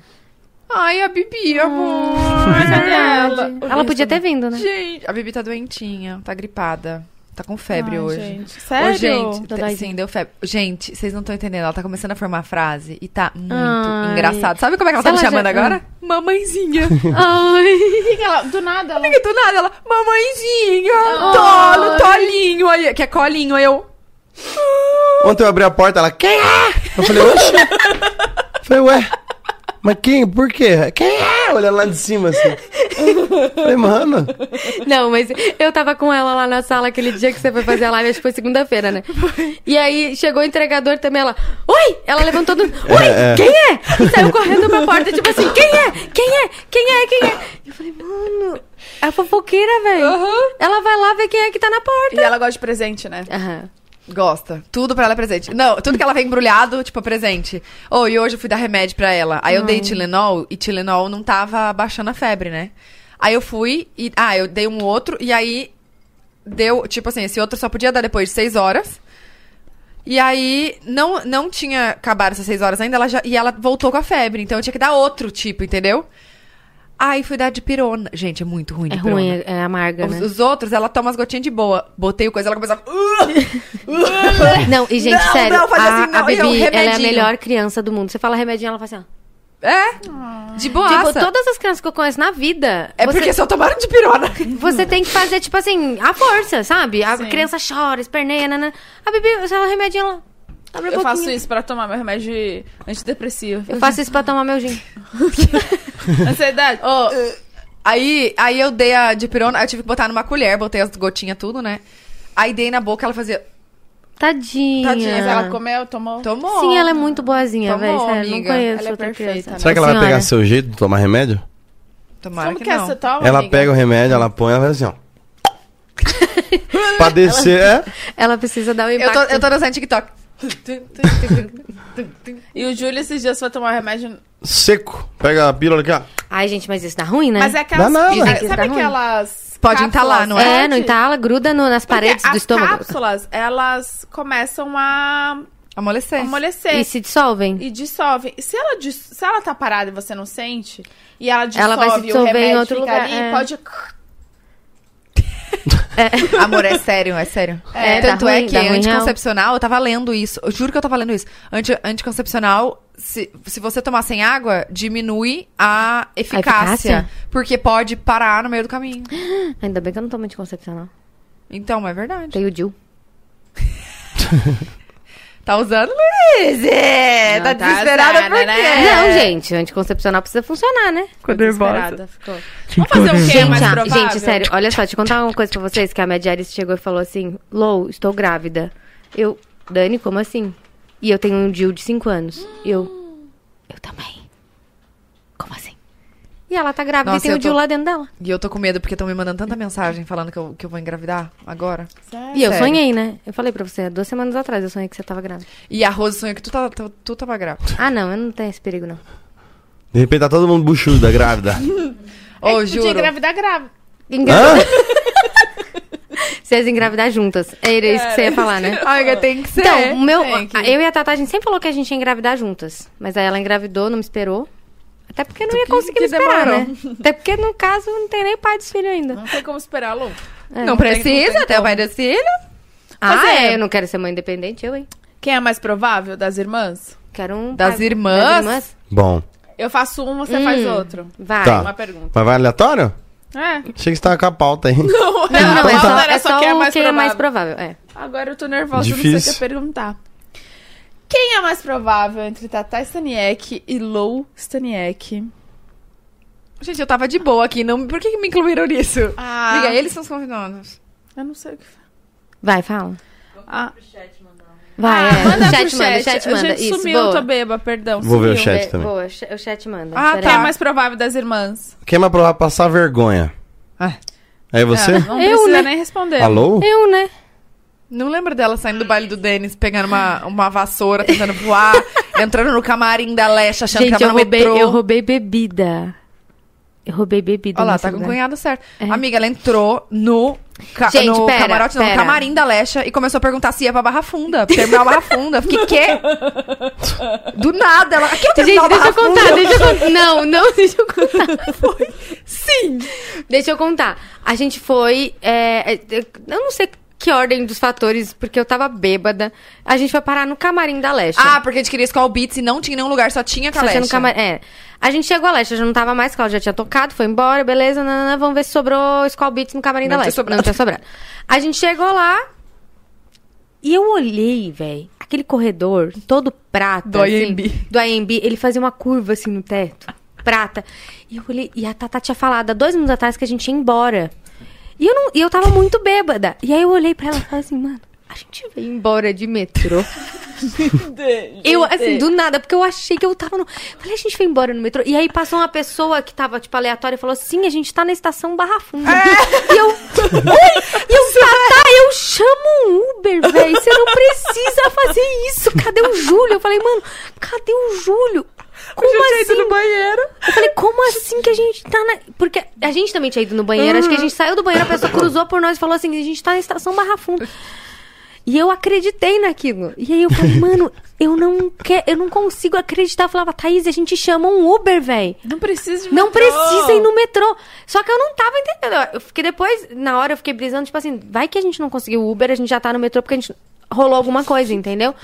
Speaker 2: Ai, a Bibi, amor.
Speaker 1: Cadê ela?
Speaker 4: Ela, podia
Speaker 2: tá
Speaker 4: ter vindo, né?
Speaker 2: Gente, a Bibi tá doentinha, tá gripada. Tá com febre
Speaker 1: Ai,
Speaker 2: hoje.
Speaker 1: gente,
Speaker 2: Ô,
Speaker 1: sério?
Speaker 2: gente, te-
Speaker 4: Dodóizinho.
Speaker 2: sim, deu febre. Gente, vocês não estão entendendo. Ela tá começando a formar frase e tá muito
Speaker 4: Ai.
Speaker 2: engraçado. Sabe como é que ela
Speaker 4: Se
Speaker 2: tá me
Speaker 4: ela já-
Speaker 2: chamando agora? Mamãezinha.
Speaker 4: Ai.
Speaker 1: Por que que ela- do nada ela...
Speaker 2: E do nada ela, mamãezinha, tolo, tolinho, aí, que é colinho, aí eu.
Speaker 3: Ontem eu abri a porta, ela, quem é? Eu falei, oxe. Eu falei, ué, mas quem? Por quê? Quem é? Olhando lá de cima, assim. Eu falei, mano,
Speaker 4: Não, mas eu tava com ela lá na sala aquele dia que você foi fazer a live, acho que foi segunda-feira, né? E aí chegou o entregador também, ela. Oi! Ela levantou do. Oi!
Speaker 3: É, é.
Speaker 4: Quem é? E saiu correndo pra porta, tipo assim, quem é? Quem é? Quem é? Quem é? Eu falei, mano, é a fofoqueira, velho.
Speaker 1: Aham.
Speaker 4: Ela vai lá ver quem é que tá na
Speaker 1: E
Speaker 4: porta.
Speaker 1: ela gosta de presente, né?
Speaker 4: Aham.
Speaker 2: Gosta. Tudo pra ela é presente. Não, tudo que ela vem embrulhado, tipo, é presente. Oh, e hoje eu fui dar remédio pra ela. Aí eu
Speaker 4: Hum.
Speaker 2: dei Tilenol e Tilenol não tava baixando a febre, né? Aí eu fui e. Ah, eu dei um outro e aí deu. Tipo assim, esse outro só podia dar depois de seis horas. E aí, não, não tinha acabado essas seis horas ainda, ela já, e ela voltou com a febre. Então eu tinha que dar outro tipo, entendeu? Aí fui dar de pirona. Gente, é muito ruim
Speaker 4: É
Speaker 2: de pirona.
Speaker 4: ruim, é, é amarga,
Speaker 2: Os,
Speaker 4: né?
Speaker 2: os outros, ela toma as gotinhas de boa. Botei o coisa, ela começava.
Speaker 4: Não, e gente,
Speaker 2: Não,
Speaker 4: sério,
Speaker 2: não, faz
Speaker 4: a,
Speaker 2: assim, não,
Speaker 4: a
Speaker 2: e eu,
Speaker 4: Bibi, ela é a
Speaker 2: remedinho.
Speaker 4: melhor criança do mundo. Você fala remedinho, ela fala assim, ó.
Speaker 2: É? De boa.
Speaker 4: Tipo, todas as crianças que eu conheço na vida.
Speaker 2: É
Speaker 4: você
Speaker 2: porque só tomaram de pirona.
Speaker 4: Você tem que fazer, tipo assim, a força, sabe? A
Speaker 1: Hum. Sim.
Speaker 4: criança chora, esperneia, nanã. A bebê, se ela remédio, ela abre um a
Speaker 1: Eu
Speaker 4: boquinha.
Speaker 1: faço isso pra tomar meu remédio de antidepressivo.
Speaker 4: Eu faço isso pra tomar meu gin.
Speaker 1: Ansiedade.
Speaker 2: Ô, aí, aí eu dei a de pirona, aí eu tive que botar numa colher, botei as gotinhas tudo, né? Aí dei na boca, ela fazia.
Speaker 4: Tadinha.
Speaker 1: Tadinha, mas tá ela comeu, tomou.
Speaker 2: Tomou.
Speaker 4: Sim, ela é muito boazinha,
Speaker 2: Tomou,
Speaker 4: velho. Sério, não
Speaker 2: amiga.
Speaker 4: conheço
Speaker 1: Ela é
Speaker 4: outra
Speaker 1: perfeita,
Speaker 4: criança.
Speaker 1: né?
Speaker 3: será que ela vai
Speaker 4: Senhora.
Speaker 3: pegar seu jeito de tomar remédio?
Speaker 2: Tomara
Speaker 1: Como que,
Speaker 2: que,
Speaker 1: é
Speaker 2: não.
Speaker 1: você toma,
Speaker 3: Ela
Speaker 1: amiga?
Speaker 3: pega o remédio, ela põe, ela faz assim, ó. pra descer, é.
Speaker 4: Ela precisa dar o
Speaker 2: Eu
Speaker 4: impacto.
Speaker 2: tô, eu tô dançando TikTok.
Speaker 1: E o Júlio esses dias foi tomar
Speaker 4: Né?
Speaker 1: remédio...
Speaker 3: Seco. Pega a pílula aqui, ó.
Speaker 4: Ai, gente, mas isso dá ruim, né?
Speaker 1: Mas é aquelas...
Speaker 3: Dá nada.
Speaker 1: Sabe,
Speaker 4: Dizem que
Speaker 1: sabe
Speaker 4: dá Tá ruim.
Speaker 1: aquelas...
Speaker 2: Pode
Speaker 1: cápsulas?
Speaker 2: entalar, não
Speaker 4: É, não
Speaker 1: de-
Speaker 4: entala, gruda no- nas
Speaker 1: Porque
Speaker 4: paredes do
Speaker 1: as
Speaker 4: estômago.
Speaker 1: cápsulas, elas começam a
Speaker 4: É.
Speaker 2: Amolecer.
Speaker 1: amolecer.
Speaker 4: E se dissolvem.
Speaker 1: e dissolve. E se ela, dis- se ela tá parada e você não sente, e ela dissolve,
Speaker 4: Ela vai se
Speaker 1: o
Speaker 4: dissolver em
Speaker 1: remédio
Speaker 4: outro
Speaker 1: fica
Speaker 4: lugar,
Speaker 1: ali,
Speaker 4: é.
Speaker 1: pode...
Speaker 2: Amor, é sério, é sério.
Speaker 4: É,
Speaker 2: Tanto
Speaker 4: dá
Speaker 2: é
Speaker 4: ruim,
Speaker 2: que
Speaker 4: dá ruim,
Speaker 2: anticoncepcional, eu tava lendo isso. Eu juro que eu tava lendo isso. Anti, anticoncepcional, se, se você tomar sem água, diminui a eficácia,
Speaker 4: eficácia?
Speaker 2: Porque pode parar no meio do caminho.
Speaker 4: Ainda bem que eu não tomo anticoncepcional.
Speaker 2: Então, mas é verdade.
Speaker 4: Tem o Dil.
Speaker 2: Tá usando, Luiz? É,
Speaker 1: Não,
Speaker 2: tá,
Speaker 1: tá
Speaker 2: desesperada
Speaker 1: usada,
Speaker 2: por quê?
Speaker 1: né?
Speaker 4: Não, gente, o anticoncepcional precisa funcionar, né?
Speaker 1: Ficou desesperada, ficou. Vamos fazer o que é mais
Speaker 4: ah,
Speaker 1: provável?
Speaker 4: gente, sério, olha só, te contar uma coisa pra vocês, que a minha diarista chegou e falou assim, Lou, estou grávida. Eu, Dani, como assim? E eu tenho um Dil de 5 anos. E eu, Hum. eu também. Como assim? E ela tá grávida
Speaker 2: Nossa,
Speaker 4: e tem
Speaker 2: eu
Speaker 4: o Dil
Speaker 2: tô-
Speaker 4: lá dentro dela.
Speaker 2: E eu tô com medo porque estão me mandando tanta mensagem falando que eu, que eu vou engravidar agora.
Speaker 1: Sério.
Speaker 4: E eu
Speaker 2: Sério.
Speaker 4: sonhei, né? Eu falei pra você, há duas semanas atrás eu sonhei que você tava grávida.
Speaker 2: E a Rose sonhou que tu, tá, tu, tu tava grávida.
Speaker 4: Ah, não, eu não tenho esse perigo, não.
Speaker 3: De repente tá todo mundo buchudo da grávida.
Speaker 2: Ô,
Speaker 1: É que
Speaker 2: juro.
Speaker 1: Podia engravidar grávida.
Speaker 4: Engra...
Speaker 3: Hã?
Speaker 4: Ah. Vocês engravidar juntas. Era isso que você ia falar, né?
Speaker 2: Ai, tem que ser.
Speaker 4: Então, o meu,
Speaker 1: tem que-
Speaker 4: a- eu e a Tata, a gente sempre falou que a gente ia engravidar juntas. Mas aí ela engravidou, não me esperou. Até porque não ia conseguir
Speaker 2: que
Speaker 4: me esperar,
Speaker 2: demorou.
Speaker 4: né? Até porque, no caso, não tem nem pai dos filhos ainda.
Speaker 1: Não tem como esperar, Lu.
Speaker 2: não
Speaker 1: não
Speaker 2: precisa,
Speaker 1: tem
Speaker 2: até o
Speaker 1: como.
Speaker 2: pai desse filho.
Speaker 4: Ah,
Speaker 1: é.
Speaker 4: é, eu não quero ser mãe independente, eu, hein?
Speaker 1: Quem é mais provável das irmãs?
Speaker 4: Quero um...
Speaker 2: Das
Speaker 4: pai-
Speaker 2: irmãs?
Speaker 4: Das irmãs?
Speaker 3: Bom,
Speaker 1: Eu faço um, você
Speaker 4: Hum.
Speaker 1: faz outro.
Speaker 4: Vai.
Speaker 3: Tá.
Speaker 1: Uma pergunta.
Speaker 3: mas vai aleatório?
Speaker 1: É.
Speaker 3: Achei que você tava com a pauta aí.
Speaker 1: Não,
Speaker 4: Não, não, é
Speaker 3: Então
Speaker 4: só,
Speaker 3: tá.
Speaker 4: é só
Speaker 1: quem é mais
Speaker 4: quem é mais
Speaker 1: provável.
Speaker 4: provável. É.
Speaker 1: Agora eu tô nervosa, não sei
Speaker 3: Difícil.
Speaker 1: o que perguntar. Quem é mais provável entre Tata Staniek e Lou Staniek?
Speaker 2: Gente, eu tava de boa aqui. Não... Por que que me incluíram nisso?
Speaker 1: Ah.
Speaker 2: Liga, eles são os convidados.
Speaker 1: Eu não sei o que.
Speaker 4: Vai, fala.
Speaker 1: Ah,
Speaker 4: Vai, é.
Speaker 1: Manda
Speaker 4: o
Speaker 1: pro
Speaker 4: chat manda, o chat manda.
Speaker 1: A gente
Speaker 4: Isso,
Speaker 1: sumiu, tá
Speaker 4: boa.
Speaker 1: tô beba, perdão.
Speaker 3: Vou ver o
Speaker 1: sumiu.
Speaker 3: chat.
Speaker 4: É,
Speaker 3: também.
Speaker 4: boa, o cha- o chat manda.
Speaker 2: Ah,
Speaker 1: Quem
Speaker 4: peraí.
Speaker 1: é mais provável das irmãs?
Speaker 3: Quem é mais provável passar vergonha?
Speaker 2: Ah,
Speaker 3: É você?
Speaker 1: Não, não
Speaker 4: Eu,
Speaker 1: precisa
Speaker 4: né?
Speaker 1: nem responder.
Speaker 3: Alô?
Speaker 4: Eu, né?
Speaker 2: não lembro dela saindo do baile do Denis, pegando uma, uma vassoura, tentando voar, entrando no camarim da Leste, achando
Speaker 4: Gente,
Speaker 2: que
Speaker 4: eu
Speaker 2: ela no
Speaker 4: roubei,
Speaker 2: metrô.
Speaker 4: eu roubei bebida. Eu roubei bebida.
Speaker 2: Olha lá,
Speaker 4: nesse
Speaker 2: tá com o
Speaker 4: lugar.
Speaker 2: cunhado certo. Amiga, ela entrou no, ca
Speaker 4: É. Gente,
Speaker 2: no
Speaker 4: pera,
Speaker 2: camarote, não, no
Speaker 4: pera.
Speaker 2: camarim da Lecha e começou a perguntar se ia pra Barra Funda, pro terminal Barra Funda. Fiquei, quê? Do nada, ela... Aqui é o terminal
Speaker 4: Gente,
Speaker 2: Barra
Speaker 4: deixa eu contar,
Speaker 2: Funda?
Speaker 4: deixa eu contar. Não, não, deixa eu contar.
Speaker 2: Sim!
Speaker 4: Deixa eu contar. A gente foi. é, é, eu não sei que ordem dos fatores, porque eu tava bêbada. A gente foi parar no camarim da Leste. né?
Speaker 2: Ah, porque a gente queria Skull Beats e não tinha nenhum lugar, só tinha com a
Speaker 4: Só tinha
Speaker 2: Lecha.
Speaker 4: no camar- É. A gente chegou a Leste, já não tava mais, Cláudia já tinha tocado, foi embora, beleza, nanana, vamos ver se sobrou Skull Beats no camarim
Speaker 2: Não
Speaker 4: da
Speaker 2: tinha
Speaker 4: Leste.
Speaker 2: sobrado.
Speaker 4: Não tinha sobrado. A gente chegou lá e eu olhei, velho, aquele corredor todo prata.
Speaker 2: Do
Speaker 4: assim,
Speaker 2: IMB.
Speaker 4: do IMB, ele fazia uma curva assim no teto, prata. E eu olhei, e a Tata tinha falado há dois minutos atrás que a gente ia embora. E eu, não, e eu tava muito bêbada. E aí eu olhei pra ela e falei assim, mano, a gente veio embora de metrô. Eu, assim, do nada, porque eu achei que eu tava no. Falei, a gente foi embora no metrô. E aí passou uma pessoa que tava, tipo, aleatória e falou: sim, a gente tá na estação Barra Funda. E eu. Oi! E eu, Tatá, eu chamo um Uber, velho. Você não precisa fazer isso. Cadê o Júlio? Eu falei, mano, cadê o Júlio? Como
Speaker 1: Tinha ido
Speaker 4: assim?
Speaker 1: no banheiro.
Speaker 4: Eu falei, como assim que a gente tá na. Porque a gente também tinha ido no banheiro, acho
Speaker 1: Uhum.
Speaker 4: que a gente saiu do banheiro, a pessoa cruzou por nós e falou assim: a gente tá na estação Barra Funda. E eu acreditei naquilo. E aí eu falei, mano, eu não quero, eu não consigo acreditar. Eu falava, Thaís, a gente chama um Uber, velho.
Speaker 1: Não precisa de
Speaker 4: Não
Speaker 1: metrô.
Speaker 4: precisa ir no metrô. Só que eu não tava entendendo. Eu fiquei depois, na hora eu fiquei brisando, tipo assim, vai que a gente não conseguiu o Uber, a gente já tá no metrô porque a gente rolou alguma coisa, entendeu?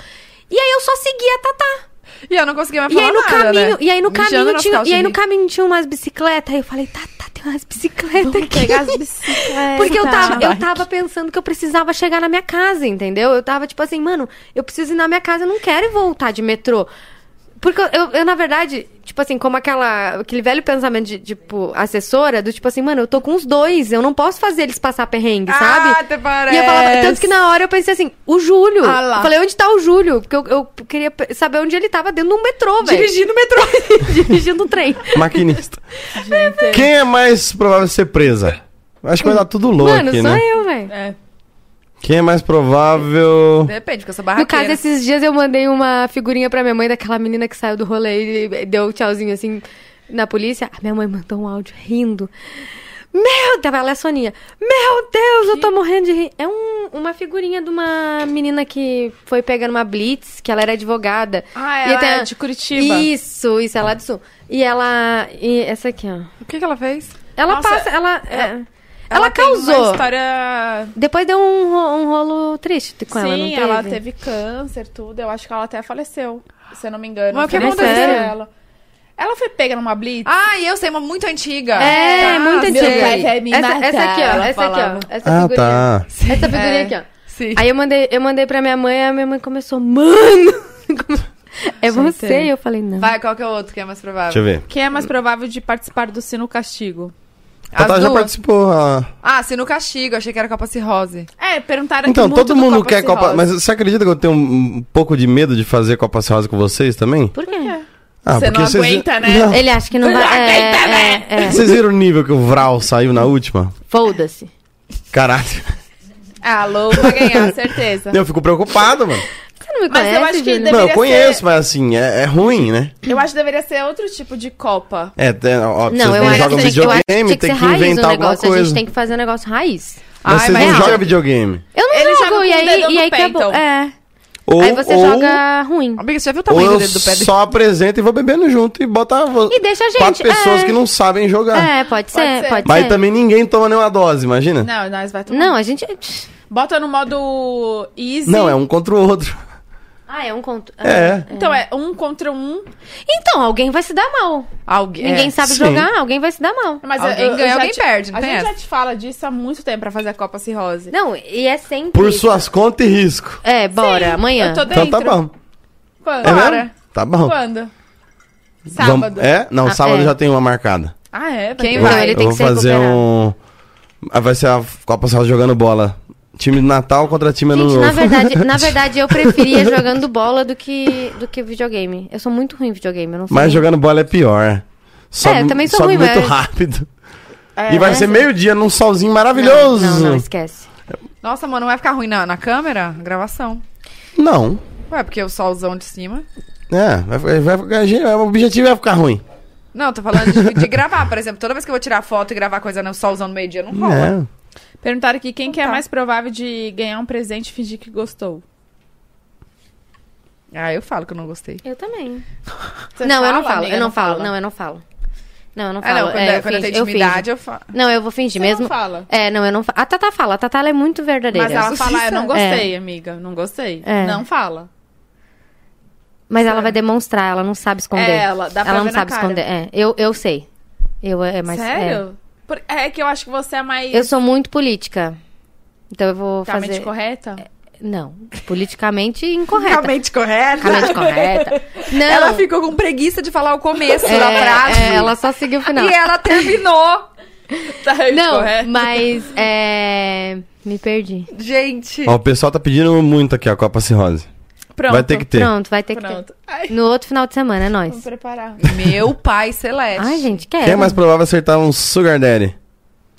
Speaker 4: E aí eu só segui a Tatá.
Speaker 2: E eu não conseguia mais
Speaker 4: E
Speaker 2: falar
Speaker 4: aí no
Speaker 2: nada,
Speaker 4: caminho,
Speaker 2: né?
Speaker 4: e aí no
Speaker 2: Mijando
Speaker 4: caminho
Speaker 2: nas
Speaker 4: tinha,
Speaker 2: calças
Speaker 4: e aí
Speaker 2: de
Speaker 4: no
Speaker 2: mim.
Speaker 4: caminho tinha umas bicicletas. Aí eu falei, tá, tá, tem umas bicicletas aqui.
Speaker 1: Pegar as bicicletas.
Speaker 4: Porque eu tava, eu tava pensando que eu precisava chegar na minha casa, entendeu? Eu tava tipo assim, mano, eu preciso ir na minha casa, eu não quero ir voltar de metrô. Porque eu, eu- eu, na verdade, tipo assim, como aquela, aquele velho pensamento de, tipo, assessora, do tipo assim, mano, eu tô com os dois, eu não posso fazer eles passar perrengue, sabe?
Speaker 2: Ah, até parece.
Speaker 4: E eu falava, tanto que na hora eu pensei assim, o Júlio.
Speaker 2: Ah lá.
Speaker 4: eu falei, onde tá o Júlio? Porque eu, eu queria pe- saber onde ele tava dentro de um metrô, velho.
Speaker 2: Dirigindo o metrô.
Speaker 4: Dirigindo o trem.
Speaker 3: Maquinista. Quem é mais provável de ser presa? Acho que vai dar tudo louco
Speaker 4: Mano,
Speaker 3: aqui,
Speaker 4: sou
Speaker 3: né?
Speaker 4: eu, velho.
Speaker 1: É.
Speaker 3: Quem é mais provável.
Speaker 2: Depende, porque eu sou
Speaker 4: No
Speaker 2: barraqueira.
Speaker 4: caso, esses dias eu mandei uma figurinha pra minha mãe daquela menina que saiu do rolê e deu tchauzinho assim na polícia. A minha mãe mandou um áudio rindo. Meu Deus, ela é a Soninha. Meu Deus, eu tô morrendo de rir. É um- uma figurinha de uma menina que foi pegando uma blitz, que ela era advogada.
Speaker 1: Ah,
Speaker 4: E
Speaker 1: ela
Speaker 4: tem
Speaker 1: é
Speaker 4: a-
Speaker 1: de Curitiba.
Speaker 4: Isso, isso, ela é do sul. E ela. E essa aqui, ó.
Speaker 2: O que, que ela fez?
Speaker 4: Ela
Speaker 1: Nossa,
Speaker 4: passa. Ela. é- ela,
Speaker 1: tem
Speaker 4: causou.
Speaker 1: Uma história...
Speaker 4: Depois deu um, ro- um rolo triste com ela, não
Speaker 1: Sim,
Speaker 4: teve?
Speaker 1: ela teve câncer, tudo. Eu acho que ela até faleceu, se eu não me engano.
Speaker 2: Mas o que
Speaker 1: Foi
Speaker 4: aconteceu?
Speaker 1: câncer Ela. ela foi pega numa blitz.
Speaker 2: Ah, e eu sei, uma muito antiga. Tá.
Speaker 4: É,
Speaker 1: Ah,
Speaker 4: muito
Speaker 1: meu
Speaker 4: antiga.
Speaker 1: pai vai me
Speaker 4: essa,
Speaker 1: matar,
Speaker 4: essa aqui, ó.
Speaker 1: ela
Speaker 4: Essa aqui,
Speaker 1: falava.
Speaker 4: ó. Essa
Speaker 3: Ah,
Speaker 4: figurinha.
Speaker 3: tá.
Speaker 4: Essa figurinha
Speaker 2: É.
Speaker 4: aqui, ó.
Speaker 2: Sim.
Speaker 4: Aí eu mandei, eu mandei pra minha mãe, a minha mãe começou, mano! É você? E eu falei, não.
Speaker 2: Vai, qual que é o outro que é mais provável?
Speaker 3: Deixa eu ver.
Speaker 1: Quem é mais provável de participar do sino castigo?
Speaker 3: A Tatá
Speaker 2: As
Speaker 3: já
Speaker 2: duas?
Speaker 3: participou. ah.
Speaker 2: Ah, se no castigo, achei que era Copa Cirrose.
Speaker 1: É, perguntaram
Speaker 3: Então,
Speaker 1: muito
Speaker 3: todo
Speaker 1: do
Speaker 3: mundo
Speaker 1: Copa
Speaker 3: quer
Speaker 1: Cirrose.
Speaker 3: Copa. Mas você acredita que eu tenho um, um pouco de medo de fazer Copa Rosa com vocês também?
Speaker 4: Por quê?
Speaker 3: Ah,
Speaker 1: Você não aguenta, né?
Speaker 3: Não.
Speaker 4: Ele acha que não
Speaker 1: Não
Speaker 4: vai. É,
Speaker 1: aguenta,
Speaker 4: é,
Speaker 1: né?
Speaker 4: é.
Speaker 3: Vocês viram o nível que o Vral saiu na última?
Speaker 4: Folda-se.
Speaker 3: Caralho.
Speaker 1: Ah, Lou vai ganhar, certeza.
Speaker 3: Eu fico preocupado, mano.
Speaker 4: Você não me
Speaker 1: Mas eu
Speaker 4: conhece,
Speaker 1: acho que
Speaker 4: Júlio?
Speaker 1: deve-
Speaker 3: Não, eu
Speaker 1: Deveria
Speaker 3: conheço,
Speaker 1: ser-
Speaker 3: mas assim, é, é ruim, né?
Speaker 1: Eu acho que deveria ser outro tipo de Copa.
Speaker 3: É, é, ó, vocês
Speaker 4: Não, eu
Speaker 3: não
Speaker 4: acho
Speaker 3: jogam
Speaker 4: que tem que- eu acho que tinha
Speaker 3: videogame,
Speaker 4: que
Speaker 3: tem
Speaker 4: ser
Speaker 3: que
Speaker 4: raiz o
Speaker 3: inventar alguma
Speaker 4: negócio. A
Speaker 3: coisa.
Speaker 4: gente tem que fazer um negócio raiz.
Speaker 3: Mas
Speaker 2: Ai,
Speaker 3: vocês
Speaker 2: mas
Speaker 3: não
Speaker 4: é.
Speaker 3: jogam videogame.
Speaker 4: Eu não
Speaker 1: Ele joga
Speaker 4: jogo,
Speaker 1: com
Speaker 4: e
Speaker 1: o dedão
Speaker 4: aí, e
Speaker 1: no
Speaker 4: aí
Speaker 1: pé,
Speaker 4: acabou.
Speaker 1: então.
Speaker 4: É.
Speaker 3: Ou,
Speaker 4: aí você
Speaker 3: ou-
Speaker 4: joga ruim.
Speaker 2: Amiga, você já viu o
Speaker 3: ou
Speaker 2: tamanho
Speaker 3: eu
Speaker 2: do dedo do pé dele?
Speaker 3: só apresento e vou bebendo junto e botar vo-
Speaker 4: E deixa a gente,
Speaker 3: quatro pessoas
Speaker 4: é.
Speaker 3: que não sabem jogar.
Speaker 4: É,
Speaker 1: Pode
Speaker 4: pode ser,
Speaker 1: ser.
Speaker 4: pode
Speaker 3: Ah. mas
Speaker 4: ser.
Speaker 3: também ninguém toma nenhuma dose, imagina?
Speaker 1: Não, nós vai tomar.
Speaker 4: Não, a gente.
Speaker 1: Bota no modo easy.
Speaker 3: Não, é um contra o outro.
Speaker 4: Ah, é um conto.
Speaker 3: É.
Speaker 1: Então é um contra um. É.
Speaker 4: Então, alguém vai se dar mal.
Speaker 2: Alguém.
Speaker 4: Ninguém sabe
Speaker 3: É, sim.
Speaker 4: jogar, alguém vai se dar mal.
Speaker 1: Mas é,
Speaker 2: Alguém
Speaker 1: eu- eu
Speaker 2: ganha,
Speaker 1: já
Speaker 2: alguém
Speaker 1: te-
Speaker 2: perde, não
Speaker 1: A
Speaker 2: tem
Speaker 1: gente
Speaker 2: essa.
Speaker 1: já te fala disso há muito tempo pra fazer a Copa Cirrose.
Speaker 4: Não, e é sempre.
Speaker 3: Por
Speaker 4: isso.
Speaker 3: suas contas e risco.
Speaker 4: É, bora,
Speaker 1: Sim,
Speaker 4: amanhã.
Speaker 1: Eu tô dentro.
Speaker 3: Então tá bom.
Speaker 1: Quando?
Speaker 3: É
Speaker 1: Bora.
Speaker 3: mesmo? Tá bom.
Speaker 1: Quando?
Speaker 3: Vamos-
Speaker 1: Sábado.
Speaker 3: É? Não,
Speaker 4: Ah,
Speaker 3: sábado
Speaker 4: é.
Speaker 3: já tem uma marcada.
Speaker 1: Ah, é?
Speaker 2: Quem
Speaker 1: ter.
Speaker 2: vai?
Speaker 4: Então ele
Speaker 3: eu
Speaker 4: tem
Speaker 3: vou
Speaker 4: que ser
Speaker 3: fazer
Speaker 4: recuperado.
Speaker 3: um. Ah, Vai ser a Copa Sal jogando bola. Time de Natal contra time ano
Speaker 4: Gente,
Speaker 3: novo.
Speaker 4: na verdade, na verdade, eu preferia jogando bola do que, do que videogame. Eu sou muito ruim em videogame, eu não sei.
Speaker 3: Mas
Speaker 4: nem-
Speaker 3: jogando bola é pior. Sobe,
Speaker 4: eu também sou
Speaker 3: sobe
Speaker 4: ruim,
Speaker 3: muito
Speaker 4: mas- é.
Speaker 3: rápido.
Speaker 1: É.
Speaker 3: e vai
Speaker 4: mas-
Speaker 3: ser meio-dia num solzinho
Speaker 4: Não,
Speaker 3: maravilhoso.
Speaker 4: Não, não, esquece.
Speaker 2: Nossa, mano, não vai ficar ruim na, na câmera? Na gravação.
Speaker 3: Não.
Speaker 2: Ué, porque o solzão de cima.
Speaker 3: É, vai, vai, vai ficar- gente, o objetivo é ficar ruim.
Speaker 2: Não, tô falando de, de gravar, por exemplo. Toda vez que eu vou tirar foto e gravar coisa no solzão no meio-dia, não rola.
Speaker 3: É.
Speaker 1: Perguntaram aqui
Speaker 4: Então
Speaker 1: quem que é
Speaker 2: tá.
Speaker 1: mais provável de ganhar um presente e fingir que gostou.
Speaker 3: É.
Speaker 2: Ah, eu falo que eu não gostei.
Speaker 4: Eu também.
Speaker 1: Você
Speaker 4: não, eu não
Speaker 1: fala,
Speaker 4: falo,
Speaker 1: amiga?
Speaker 4: eu não falo,
Speaker 1: fala?
Speaker 4: não, é eu não falo. Não, eu não
Speaker 2: Ah,
Speaker 4: falo.
Speaker 2: não, quando,
Speaker 4: é,
Speaker 2: eu, quando eu tenho
Speaker 4: finjo,
Speaker 2: intimidade, eu, falo.
Speaker 4: finjo. Não, eu vou fingir
Speaker 1: Você
Speaker 4: mesmo.
Speaker 1: não fala.
Speaker 4: É, não, eu não falo. A Tata fala, a Tata ela é muito verdadeira.
Speaker 1: Mas ela
Speaker 2: Justiça.
Speaker 1: fala, eu não gostei, amiga. Não gostei.
Speaker 4: É.
Speaker 1: Não fala.
Speaker 4: Mas ela vai demonstrar, ela não sabe esconder.
Speaker 1: É, ela- dá pra
Speaker 4: ela
Speaker 1: ver
Speaker 4: não
Speaker 1: na
Speaker 4: sabe
Speaker 1: cara.
Speaker 4: esconder. É, eu, eu sei. Eu é mais
Speaker 1: Sério? Por- É. que eu acho que você é mais
Speaker 4: é. Eu sou muito política. Então eu vou
Speaker 1: politicamente
Speaker 4: fazer. É.
Speaker 1: correta.
Speaker 4: Não, politicamente
Speaker 1: Tá,
Speaker 4: incorreta.
Speaker 2: correta.
Speaker 4: Politicamente correta. Não.
Speaker 2: Ela ficou com preguiça de falar o começo
Speaker 4: é,
Speaker 2: da frase.
Speaker 4: é, ela só seguiu o final.
Speaker 2: E ela terminou.
Speaker 1: Tá
Speaker 4: não,
Speaker 1: correta.
Speaker 4: mas é, me perdi.
Speaker 2: Gente.
Speaker 3: Ó, o pessoal tá pedindo muito aqui a Copa Cirrose.
Speaker 1: Pronto.
Speaker 3: Vai ter que ter.
Speaker 4: Pronto, vai ter É que tá-
Speaker 1: Pronto. Ai,
Speaker 4: ter. No outro final de semana, é
Speaker 1: vamos
Speaker 4: nóis.
Speaker 1: preparar.
Speaker 2: Meu pai celeste.
Speaker 4: Ai, gente, quero.
Speaker 3: Quem é mais provável acertar um Sugar Daddy?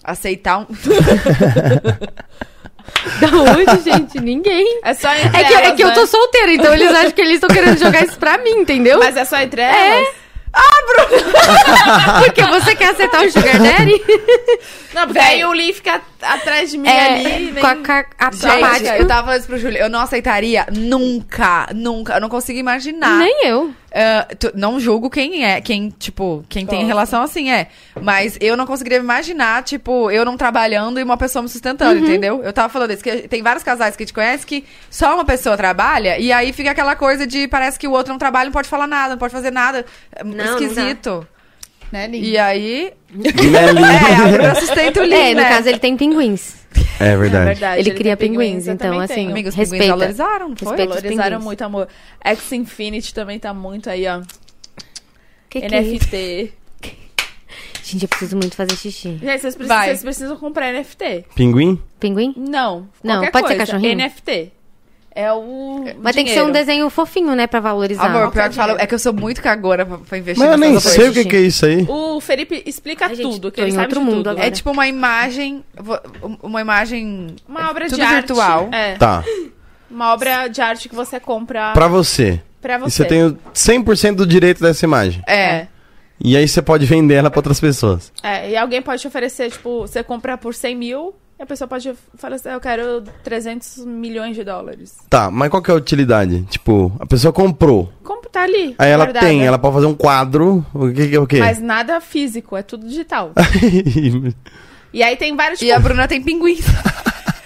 Speaker 2: Aceitar um.
Speaker 4: Da onde, gente? Ninguém.
Speaker 1: É só entre
Speaker 4: É que, é
Speaker 1: elas,
Speaker 4: que eu tô
Speaker 1: né?
Speaker 4: solteira, então eles acham que eles estão querendo jogar isso pra mim, entendeu?
Speaker 1: Mas é só entre elas?
Speaker 4: Porque você quer acertar o Sugar Daddy?
Speaker 1: Não, porque aí o Lee fica atrás de mim ali.
Speaker 4: É,
Speaker 1: vem-
Speaker 4: com a, car- a
Speaker 2: Gente,
Speaker 4: apática.
Speaker 2: eu tava falando isso pro Júlio. Eu não aceitaria nunca, nunca. Eu não consigo imaginar.
Speaker 4: Nem eu.
Speaker 2: Ah, tu- não julgo quem é, quem, tipo, quem tem
Speaker 1: Gosta.
Speaker 2: relação assim, é. Mas eu não conseguiria imaginar, tipo, eu não trabalhando e uma pessoa me sustentando,
Speaker 3: Uhum.
Speaker 2: entendeu? Eu tava falando isso, que tem vários casais que a gente conhece que só uma pessoa trabalha e aí fica aquela coisa de parece que o outro não trabalha, não pode falar nada, não pode fazer nada. É
Speaker 4: Não, não
Speaker 2: esquisito.
Speaker 1: Né, Lee?
Speaker 2: e aí. É, a
Speaker 3: Nelly.
Speaker 2: Bruna sustenta o Lin,
Speaker 4: É, no
Speaker 2: né?
Speaker 4: caso ele tem pinguins.
Speaker 3: É
Speaker 1: É
Speaker 3: verdade.
Speaker 1: verdade,
Speaker 4: Ele
Speaker 1: tem
Speaker 4: cria pinguins,
Speaker 1: eu
Speaker 4: então,
Speaker 1: também
Speaker 4: assim,
Speaker 1: tenho.
Speaker 4: Amigo,
Speaker 2: Amigos, os pinguins
Speaker 4: respeita.
Speaker 2: valorizaram, não foi?
Speaker 4: Respeita. os
Speaker 1: Valorizaram
Speaker 4: pinguins.
Speaker 1: muito, amor. X Infinity também tá muito aí, ó.
Speaker 4: Que que é isso?
Speaker 1: NFT.
Speaker 4: Gente, eu preciso muito fazer xixi.
Speaker 1: Gente, vocês precisam,
Speaker 2: Vai.
Speaker 1: vocês precisam comprar NFT.
Speaker 3: Pinguim?
Speaker 4: Pinguim?
Speaker 1: Não.
Speaker 4: Não,
Speaker 1: qualquer
Speaker 4: pode ser
Speaker 1: coisa.
Speaker 4: cachorrinho?
Speaker 1: NFT. É o.
Speaker 4: Mas tem que ser um
Speaker 1: dinheiro.
Speaker 4: desenho fofinho, né, pra valorizar.
Speaker 2: Amor,
Speaker 1: Qualquer
Speaker 2: pior que fala,
Speaker 1: dinheiro.
Speaker 2: é que eu sou muito cagona pra, pra investir
Speaker 3: Mas eu
Speaker 2: nessas
Speaker 3: nem
Speaker 2: coisas.
Speaker 3: sei o que, que é isso aí.
Speaker 1: O Felipe explica
Speaker 4: Ai, gente,
Speaker 1: tudo, que
Speaker 4: tô
Speaker 1: ele
Speaker 4: em
Speaker 1: sabe
Speaker 4: outro
Speaker 1: de
Speaker 4: mundo
Speaker 1: tudo. né?
Speaker 4: agora.
Speaker 2: É tipo uma imagem. vo- um, Uma imagem.
Speaker 1: Uma obra
Speaker 2: tudo
Speaker 1: de arte.
Speaker 2: virtual.
Speaker 1: É.
Speaker 3: Tá.
Speaker 1: Uma obra de arte que você compra pra,
Speaker 3: Pra você. E
Speaker 1: você.
Speaker 3: você tem o 100% do direito dessa imagem.
Speaker 2: É.
Speaker 3: E aí você pode vender ela pra outras pessoas.
Speaker 1: É, e alguém pode te oferecer, tipo, você compra por 100 mil e a pessoa pode falar assim, eu quero 300 milhões de dólares.
Speaker 3: Tá, mas qual que é a utilidade? Tipo, a pessoa comprou.
Speaker 1: Como tá ali.
Speaker 3: Aí ela
Speaker 1: guardada.
Speaker 2: né?
Speaker 3: tem, ela pode fazer um quadro. O que que é o quê?
Speaker 1: Mas nada físico, é tudo digital. E aí tem vários,
Speaker 2: E
Speaker 1: tipo,
Speaker 2: a Bruna tem pinguins.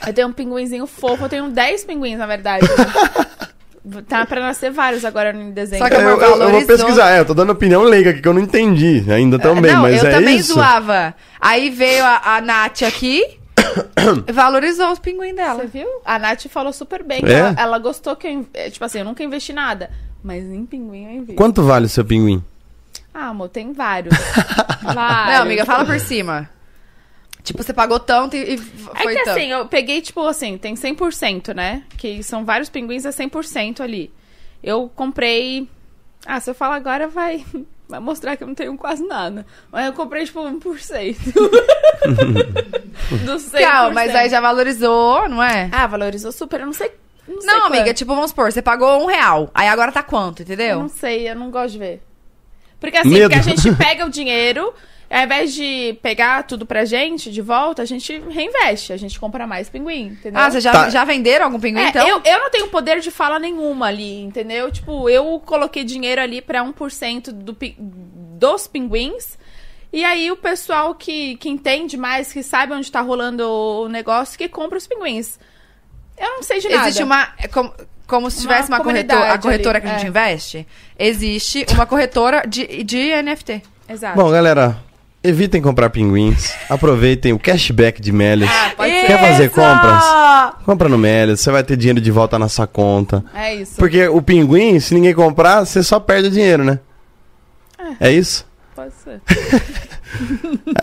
Speaker 1: eu tenho um pinguinzinho fofo, eu tenho 10 pinguins, na verdade. tá pra nascer vários agora no desenho.
Speaker 2: Só que
Speaker 3: É, eu, eu- eu vou
Speaker 2: valorizou.
Speaker 3: pesquisar. É, eu tô dando opinião leiga aqui que eu não entendi ainda também,
Speaker 2: Não,
Speaker 3: mas
Speaker 2: eu
Speaker 3: é
Speaker 2: também
Speaker 3: isso.
Speaker 2: zoava. Aí veio a, a Nath aqui e valorizou os pinguins dela.
Speaker 1: Você viu? A Nath falou super bem. que
Speaker 3: É?
Speaker 1: Ela, ela gostou que eu. in- é, Tipo assim, eu nunca investi nada. Mas em pinguim eu invisto.
Speaker 3: Quanto vale o seu pinguim?
Speaker 1: Ah, amor, tem vários. vários.
Speaker 2: Não, amiga, fala por cima. Tipo, você pagou tanto e, e
Speaker 1: É
Speaker 2: foi
Speaker 1: que
Speaker 2: tanto.
Speaker 1: assim, eu peguei, tipo assim, tem 100%, né? Que são vários pinguins, é 100% ali. Eu comprei. Ah, se eu falar agora, vai. Vai mostrar que eu não tenho quase nada. Mas eu comprei, tipo, 1%. Do 100%.
Speaker 2: Calma, mas aí já valorizou, não é?
Speaker 1: Ah, valorizou super. Eu não sei. Não, sei
Speaker 2: Não, amiga,
Speaker 1: quanto.
Speaker 2: tipo, vamos supor, você pagou um real. Aí agora tá quanto,
Speaker 1: Eu
Speaker 2: entendeu?
Speaker 1: não sei, eu não gosto de ver. Porque assim,
Speaker 3: Medo.
Speaker 1: porque a gente pega o dinheiro, ao invés de pegar tudo pra gente de volta, a gente reinveste, a gente compra mais pinguim, entendeu?
Speaker 2: Ah, vocês já,
Speaker 3: Tá.
Speaker 2: já venderam algum pinguim,
Speaker 1: É,
Speaker 2: então?
Speaker 1: eu, eu não tenho poder de fala nenhuma ali, entendeu? Tipo, eu coloquei dinheiro ali pra 1% do, pi- dos pinguins. E aí o pessoal que, que entende mais, que sabe onde tá rolando o negócio, que compra os pinguins. Eu não sei de nada.
Speaker 2: Existe uma. é Como, como se
Speaker 1: Uma
Speaker 2: tivesse uma,
Speaker 1: comunidade
Speaker 2: corretora, a corretora
Speaker 1: ali,
Speaker 2: que a gente
Speaker 1: é.
Speaker 2: investe, existe uma corretora de, de NFT.
Speaker 1: Exato.
Speaker 3: Bom, galera, evitem comprar pinguins. Aproveitem o cashback de Melis.
Speaker 2: Ah,
Speaker 1: pode
Speaker 3: Quer fazer
Speaker 1: Ah,
Speaker 3: compras? Compra no Melis, você vai ter dinheiro de volta na sua conta.
Speaker 1: é isso.
Speaker 3: Porque o pinguim, se ninguém comprar, você só perde o dinheiro, né? É isso?
Speaker 1: Pode ser.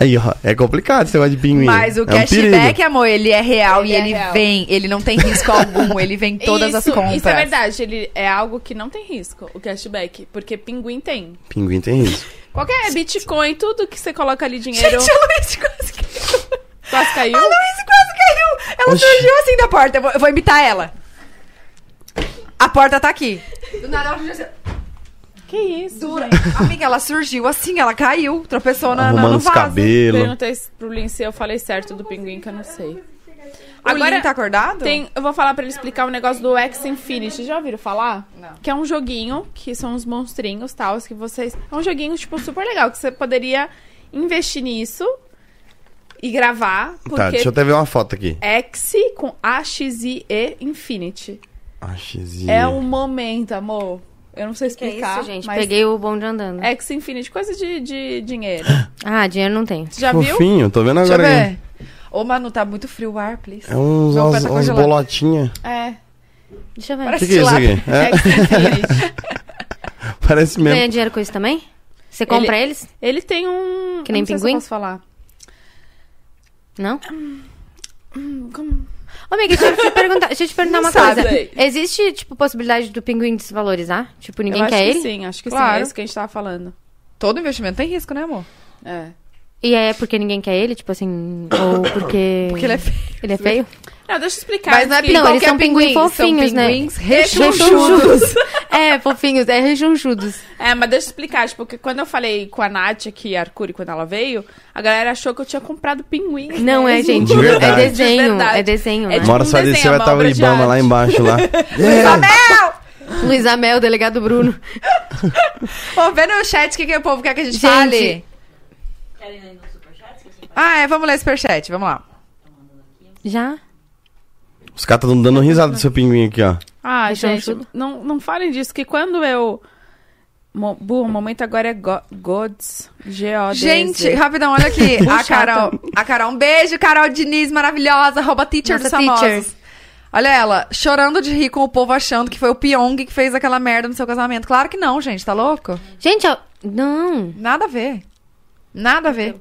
Speaker 3: Aí, ó, é complicado esse negócio de pinguim.
Speaker 2: Mas o
Speaker 3: é um perigo.
Speaker 2: cashback, amor, ele é real
Speaker 1: Ele
Speaker 2: e
Speaker 1: é
Speaker 2: ele
Speaker 1: real.
Speaker 2: vem. Ele não tem risco algum, ele vem em todas
Speaker 1: isso,
Speaker 2: as compras.
Speaker 1: Isso é verdade, ele é algo que não tem risco, o cashback. Porque pinguim tem.
Speaker 3: Pinguim tem risco.
Speaker 1: Qualquer Bitcoin, tudo que você coloca ali dinheiro,
Speaker 2: Gente, a Luiz quase caiu.
Speaker 1: quase caiu.
Speaker 2: A Luiz quase caiu. Ela
Speaker 3: Oxi.
Speaker 2: surgiu assim da porta. Eu vou, eu vou imitar ela. A porta tá aqui. Do nada ela surgiu assim.
Speaker 1: Que isso, Dura.
Speaker 2: Amiga, ela surgiu assim, ela caiu, tropeçou na, na,
Speaker 3: Arrumando
Speaker 2: no
Speaker 3: os
Speaker 2: vaso.
Speaker 3: cabelos.
Speaker 1: Perguntei pro Lin se eu falei certo do pinguim, que eu não sei.
Speaker 2: O Lin tá acordado?
Speaker 1: Tem, eu vou falar pra ele explicar o negócio do X Infinity. Já ouviram falar?
Speaker 2: Não.
Speaker 1: Que é um joguinho, que são uns monstrinhos, tal, que vocês... É um joguinho, tipo, super legal, que você poderia investir nisso e gravar, porque...
Speaker 3: Tá, deixa eu até ver uma foto aqui.
Speaker 1: X com A-X-I-E Infinity.
Speaker 3: Ah, xizinho.
Speaker 1: É um momento, amor. Eu não sei
Speaker 4: Que é
Speaker 1: explicar,
Speaker 4: isso, gente?
Speaker 1: mas... É.
Speaker 4: Peguei o bonde andando.
Speaker 1: X Infinity, coisa de, de dinheiro.
Speaker 4: Ah, dinheiro não tem.
Speaker 1: Você já viu?
Speaker 3: Fofinho, tô vendo
Speaker 2: Deixa eu
Speaker 3: agora.
Speaker 2: ver.
Speaker 3: aqui.
Speaker 2: Ô, Manu, tá muito frio o ar, please.
Speaker 3: É uns,
Speaker 2: Meu pé
Speaker 3: uns,
Speaker 2: tá
Speaker 3: uns
Speaker 2: congelado.
Speaker 3: bolotinha.
Speaker 1: É.
Speaker 4: Deixa eu ver.
Speaker 3: O que, que é isso
Speaker 2: Lápis.
Speaker 3: aqui? É,
Speaker 1: X Infinity.
Speaker 2: É.
Speaker 3: parece
Speaker 4: Ganha
Speaker 3: mesmo.
Speaker 4: dinheiro com isso também? Você compra eles?
Speaker 1: Ele tem um.
Speaker 4: Que nem
Speaker 1: eu não sei se eu
Speaker 4: pinguim?
Speaker 1: posso falar.
Speaker 4: Não?
Speaker 1: Como-
Speaker 4: Ô, amiga, deixa eu te perguntar, deixa eu te perguntar
Speaker 1: Não
Speaker 4: uma
Speaker 1: sabe.
Speaker 4: coisa. Existe, tipo, possibilidade do pinguim desvalorizar? Tipo, ninguém
Speaker 1: eu acho
Speaker 4: quer
Speaker 1: que
Speaker 4: ele?
Speaker 1: sim, acho que sim.
Speaker 2: Claro.
Speaker 1: É isso que a gente tava falando.
Speaker 2: Todo investimento tem risco, né, amor?
Speaker 1: É.
Speaker 4: E é porque ninguém quer ele? Tipo assim, ou porque...
Speaker 2: Porque ele é feio.
Speaker 4: Ele é feio?
Speaker 1: Não, deixa eu explicar.
Speaker 2: Mas não é
Speaker 1: que-
Speaker 2: pinguim,
Speaker 4: Não, eles
Speaker 2: qualquer
Speaker 4: são pinguim
Speaker 2: pinguim, são
Speaker 4: fofinhos, né?
Speaker 2: pinguins
Speaker 1: É
Speaker 2: rechonchudos.
Speaker 4: é, fofinhos, é rechonchudos.
Speaker 1: É, mas deixa eu explicar. Tipo, que quando eu falei com a Nath aqui, a Arcuri, quando ela veio, a galera achou que eu tinha comprado pinguim.
Speaker 4: Não é, gente.
Speaker 3: De verdade.
Speaker 4: É desenho,
Speaker 1: verdade.
Speaker 4: é desenho.
Speaker 1: É
Speaker 4: né?
Speaker 1: de-
Speaker 3: Uma hora só
Speaker 1: um desenho,
Speaker 3: descer vai
Speaker 1: uma
Speaker 3: estar o
Speaker 1: obra de
Speaker 3: Ibama
Speaker 1: arte.
Speaker 3: lá embaixo lá. É.
Speaker 1: tipo
Speaker 4: Luiz Amel, delegado Bruno.
Speaker 2: Vamos ver no chat o que, que o povo quer que a gente,
Speaker 4: Gente.
Speaker 2: fale. Ah, é, vamos ler superchat, vamos lá.
Speaker 4: Já?
Speaker 3: Os caras estão dando risada do seu pinguim aqui, ó.
Speaker 1: Ah,
Speaker 4: Deixa eu
Speaker 1: gente,
Speaker 4: ajudar.
Speaker 1: não, não falem disso, que quando eu. Mo... Bu, o momento agora é go... Gods. g o d
Speaker 2: Gente, rapidão, olha aqui. a Carol. A Carol, um beijo, Carol Diniz, maravilhosa, arroba teacher
Speaker 4: Nossa
Speaker 2: dos famosos.
Speaker 4: teacher.
Speaker 2: Olha ela, chorando de rir com o povo achando que foi o Pyong que fez aquela merda no seu casamento. Claro que não, gente, tá louco?
Speaker 4: Gente, eu- não.
Speaker 2: Nada a ver. Nada a ver.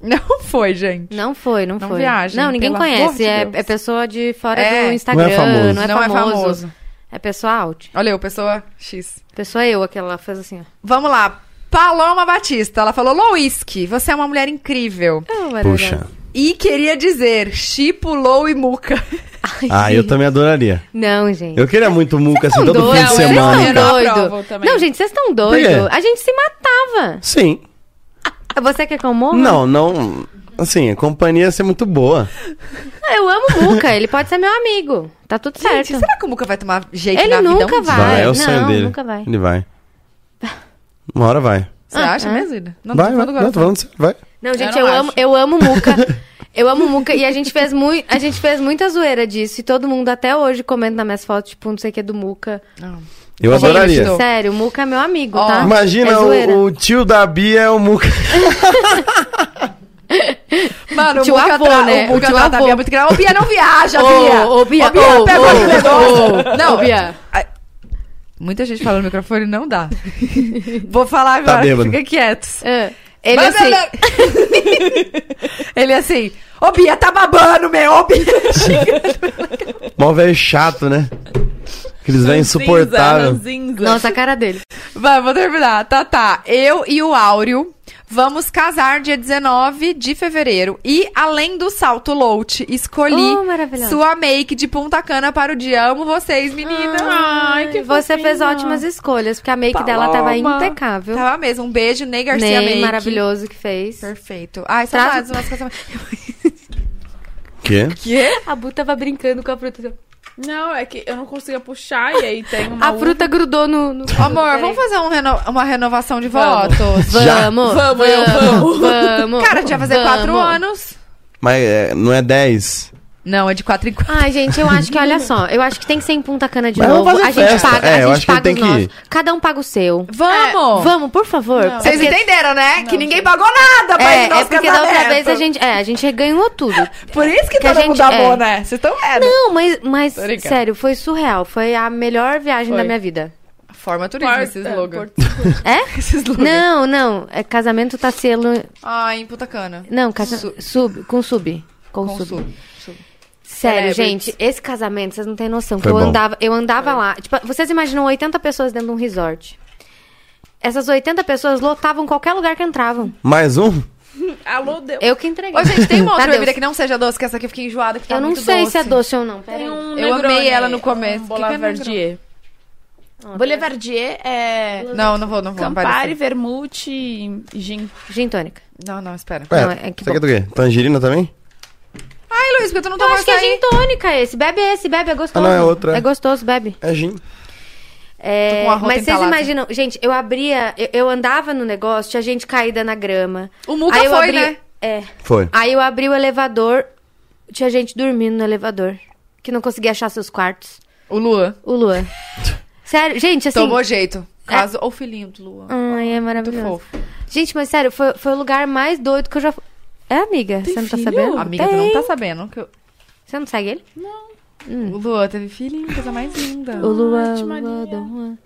Speaker 2: Não foi, gente.
Speaker 4: Não foi, não,
Speaker 2: Não
Speaker 4: foi.
Speaker 2: viagem,
Speaker 4: não, ninguém
Speaker 2: pelo amor
Speaker 4: conhece.
Speaker 2: de
Speaker 4: é,
Speaker 2: Deus.
Speaker 4: é pessoa de fora
Speaker 2: É. Não
Speaker 4: do
Speaker 2: é
Speaker 4: Instagram, não é famoso.
Speaker 3: famoso.
Speaker 4: É,
Speaker 2: Não é famoso.
Speaker 4: pessoa out.
Speaker 2: Olha eu, pessoa X.
Speaker 4: Pessoa eu, aquela que fez assim, ó.
Speaker 2: Vamos lá. Paloma Batista, ela falou: Louiski, você é uma mulher incrível.
Speaker 3: Puxa.
Speaker 2: E queria dizer, Chipo, Lou e Muca.
Speaker 3: Ah, eu também adoraria.
Speaker 4: Não, gente.
Speaker 3: Eu queria muito muca assim
Speaker 4: Tão
Speaker 2: é
Speaker 3: todo
Speaker 2: um
Speaker 3: fim
Speaker 4: doido.
Speaker 1: Não,
Speaker 3: de
Speaker 1: eu não,
Speaker 3: semana, cara.
Speaker 1: eu
Speaker 4: Doido.
Speaker 1: aprovo também.
Speaker 4: Não, gente, vocês estão
Speaker 3: Por
Speaker 4: doidos.
Speaker 3: quê?
Speaker 4: A gente se matava.
Speaker 3: Sim.
Speaker 4: Você quer que eu morra?
Speaker 3: Não, não. Assim, a companhia ia ser muito boa.
Speaker 4: Ah, Eu amo o Muca, ele pode ser meu amigo. Tá tudo certo.
Speaker 2: Gente, será que o Muca vai tomar jeito
Speaker 4: Ele
Speaker 2: na vida?
Speaker 4: nunca
Speaker 2: um dia?
Speaker 4: Vai,
Speaker 3: Vai, é o
Speaker 4: não,
Speaker 3: sonho dele.
Speaker 4: nunca vai. Tá.
Speaker 3: Ele vai. Uma hora vai.
Speaker 2: Você
Speaker 4: Ah,
Speaker 2: acha mesmo, Ida? Não,
Speaker 3: vai,
Speaker 2: tô
Speaker 3: vai.
Speaker 2: falando agora.
Speaker 3: Não, tô falando sério, vai.
Speaker 4: Não, gente,
Speaker 1: Eu
Speaker 4: eu,
Speaker 1: não
Speaker 4: amo,
Speaker 1: acho.
Speaker 4: eu amo Muca. Eu amo Muca e a gente fez muito, a gente fez muita zoeira disso e todo mundo até hoje comenta nas minhas fofotos, tipo, não sei o que do Muca.
Speaker 3: Eu
Speaker 2: Gente,
Speaker 3: adoraria.
Speaker 2: não.
Speaker 4: Sério, o Muca é meu amigo,
Speaker 2: Ó,
Speaker 4: tá?
Speaker 3: Imagina
Speaker 4: é zoeira.
Speaker 3: o, o tio da Bia é o muca.
Speaker 2: Mano, o
Speaker 4: Tio
Speaker 2: Muca
Speaker 4: avô,
Speaker 2: tra-
Speaker 4: né?
Speaker 2: é O Muca
Speaker 4: O tio
Speaker 2: trata a
Speaker 4: avô.
Speaker 2: Bia muito grave. Ô, Bia, não viaja, Bia.
Speaker 4: Ô, ô, Bia,
Speaker 2: Ô, Bia,
Speaker 4: ô,
Speaker 2: pega
Speaker 4: ô,
Speaker 2: outro negócio.
Speaker 4: ô,
Speaker 2: não,
Speaker 4: ô, Bia.
Speaker 2: Ai, Muita gente falando no microfone, não dá. Vou falar
Speaker 3: Tá
Speaker 2: agora,
Speaker 3: bêbado.
Speaker 2: fica quietos.
Speaker 4: É. Ele
Speaker 2: Vai,
Speaker 4: assim,
Speaker 2: vai, vai. Ele assim, ô Bia, tá babando, meu, ô Bia.
Speaker 3: Mó velho chato, né? Aqueles velhos insuportáveis.
Speaker 4: nossa a cara dele.
Speaker 2: Vai, vou terminar. Tá, tá. Eu e o Áureo vamos casar dia 19 de fevereiro. E, além do salto lout, escolhi
Speaker 4: Oh, maravilhosa.
Speaker 2: sua make de Punta Cana para o dia. Amo vocês,
Speaker 4: Ah,
Speaker 2: meninas.
Speaker 1: Ai, que
Speaker 4: Você
Speaker 1: fofinha.
Speaker 4: fez ótimas escolhas, porque a make dela tava impecável.
Speaker 2: Tava mesmo. Um beijo, Ney Garcia
Speaker 4: Ney,
Speaker 2: Make.
Speaker 4: maravilhoso que fez.
Speaker 2: Perfeito. Ai,
Speaker 4: Traz- um
Speaker 2: saudades do nosso casamento.
Speaker 3: Quê?
Speaker 2: Quê?
Speaker 4: A Bu tava brincando com a fruta.
Speaker 1: Não, é que eu não conseguia puxar e aí tem uma.
Speaker 4: A fruta grudou no. no-
Speaker 2: Amor, vamos fazer um reno- uma renovação de
Speaker 1: Vamos.
Speaker 2: votos?
Speaker 3: Já.
Speaker 4: Vamos,
Speaker 1: Vamos, eu
Speaker 4: vamos, vamos.
Speaker 2: Cara, a gente vai fazer quatro
Speaker 4: Vamos.
Speaker 2: anos.
Speaker 3: Mas é, não é 10.
Speaker 2: Não, é de quatro em quatro.
Speaker 4: Ai, gente, eu acho que, olha só, eu acho que tem que ser em Punta Cana de
Speaker 3: Mas
Speaker 4: novo.
Speaker 3: vamos fazer
Speaker 4: a gente
Speaker 3: festa.
Speaker 4: paga,
Speaker 3: É, eu
Speaker 4: a
Speaker 3: acho
Speaker 4: gente
Speaker 3: que
Speaker 4: paga
Speaker 3: tem
Speaker 4: os
Speaker 3: que
Speaker 4: nossos.
Speaker 3: ir.
Speaker 4: Cada um paga o seu.
Speaker 2: Vamos!
Speaker 4: Vamos, por favor. É
Speaker 2: Vocês
Speaker 4: porque-
Speaker 2: entenderam, né? que ninguém pagou nada pra
Speaker 4: É,
Speaker 2: ir tá no
Speaker 4: é
Speaker 2: nosso
Speaker 4: porque da outra
Speaker 2: casamento.
Speaker 4: vez a gente, é, a gente ganhou tudo.
Speaker 2: Por isso que,
Speaker 4: que a
Speaker 2: todo mundo
Speaker 4: gente-
Speaker 2: amou,
Speaker 4: é.
Speaker 2: né? Vocês estão vendo.
Speaker 4: Não, mas, mas
Speaker 2: Tô brincando.
Speaker 4: sério, foi surreal. Foi a melhor viagem
Speaker 1: Foi.
Speaker 4: da minha vida.
Speaker 2: Forma turismo
Speaker 1: Porta-
Speaker 2: esse slogan.
Speaker 1: Porto Seguro.
Speaker 4: É?
Speaker 2: Esse slogan.
Speaker 4: Não, não. É casamento tá selo.
Speaker 2: Ai, em puta cana.
Speaker 4: Não, casa...
Speaker 2: Su-
Speaker 4: sub. Com sub. Com,
Speaker 2: Com
Speaker 4: sub.
Speaker 2: sub. sub.
Speaker 4: Sério,
Speaker 2: Celebrities.
Speaker 4: gente, esse casamento, vocês não têm noção. que
Speaker 3: Foi
Speaker 4: eu
Speaker 3: bom.
Speaker 4: andava, eu andava lá. Tipo, vocês imaginam 80 pessoas dentro de um resort. Essas 80 pessoas lotavam qualquer lugar que entravam.
Speaker 3: Mais um?
Speaker 1: Alô, Deus.
Speaker 4: Eu que entreguei.
Speaker 2: Ô, gente, tem uma outra
Speaker 4: Adeus.
Speaker 2: bebida que não seja doce, que essa aqui eu fiquei enjoada, que tá
Speaker 4: Tá Eu não
Speaker 2: muito
Speaker 4: sei se é
Speaker 2: doce.
Speaker 4: doce ou não. Pera
Speaker 1: Tem
Speaker 4: aí.
Speaker 1: um
Speaker 2: Eu
Speaker 1: Negroni,
Speaker 2: amei ela no começo.
Speaker 1: Um
Speaker 2: Que que é
Speaker 1: Bola Verdier. Bolê Verdier é
Speaker 2: Não, não vou, não vou. não vai
Speaker 1: Campari,
Speaker 2: descer.
Speaker 1: Vermute e Gin.
Speaker 4: Gin tônica.
Speaker 2: Não, não, espera.
Speaker 3: Ué,
Speaker 4: Não, é que
Speaker 3: isso aqui é do
Speaker 4: bom.
Speaker 3: quê? Tangerina também?
Speaker 2: Ai, Luiz, porque tu não
Speaker 4: Eu
Speaker 2: tomou
Speaker 4: acho que é
Speaker 2: açaí.
Speaker 4: gin tônica esse. Bebe esse, bebe, é gostoso.
Speaker 3: Ah, não, é outra.
Speaker 4: É gostoso, bebe.
Speaker 3: É gin.
Speaker 4: É,
Speaker 2: Tô com a rota
Speaker 4: mas vocês
Speaker 2: entalada.
Speaker 4: imaginam, gente, eu abria, eu, eu andava no negócio, tinha gente caída na grama.
Speaker 2: O Muca
Speaker 4: Aí eu
Speaker 2: foi,
Speaker 4: abri-
Speaker 2: né?
Speaker 4: É.
Speaker 3: Foi.
Speaker 4: Aí eu abri o elevador, tinha gente dormindo no elevador, que não conseguia achar seus quartos.
Speaker 2: O Luan.
Speaker 4: O Luan. Sério, gente, assim...
Speaker 2: Tomou jeito. Caso ou filhinho do Luan.
Speaker 4: Ai, é maravilhoso.
Speaker 2: Então, Muito fofo.
Speaker 4: Gente, mas sério, foi, foi o lugar mais doido que eu já fui. É, amiga? você não tá
Speaker 1: filho?
Speaker 4: sabendo?
Speaker 2: Amiga, tu
Speaker 4: Tem.
Speaker 2: não tá sabendo. Que eu-
Speaker 4: Você não segue ele?
Speaker 2: O Luan teve filhinho, coisa mais linda.
Speaker 4: O Luan,
Speaker 1: Ave
Speaker 4: o Luan,
Speaker 1: Maria.
Speaker 4: Dom Juan.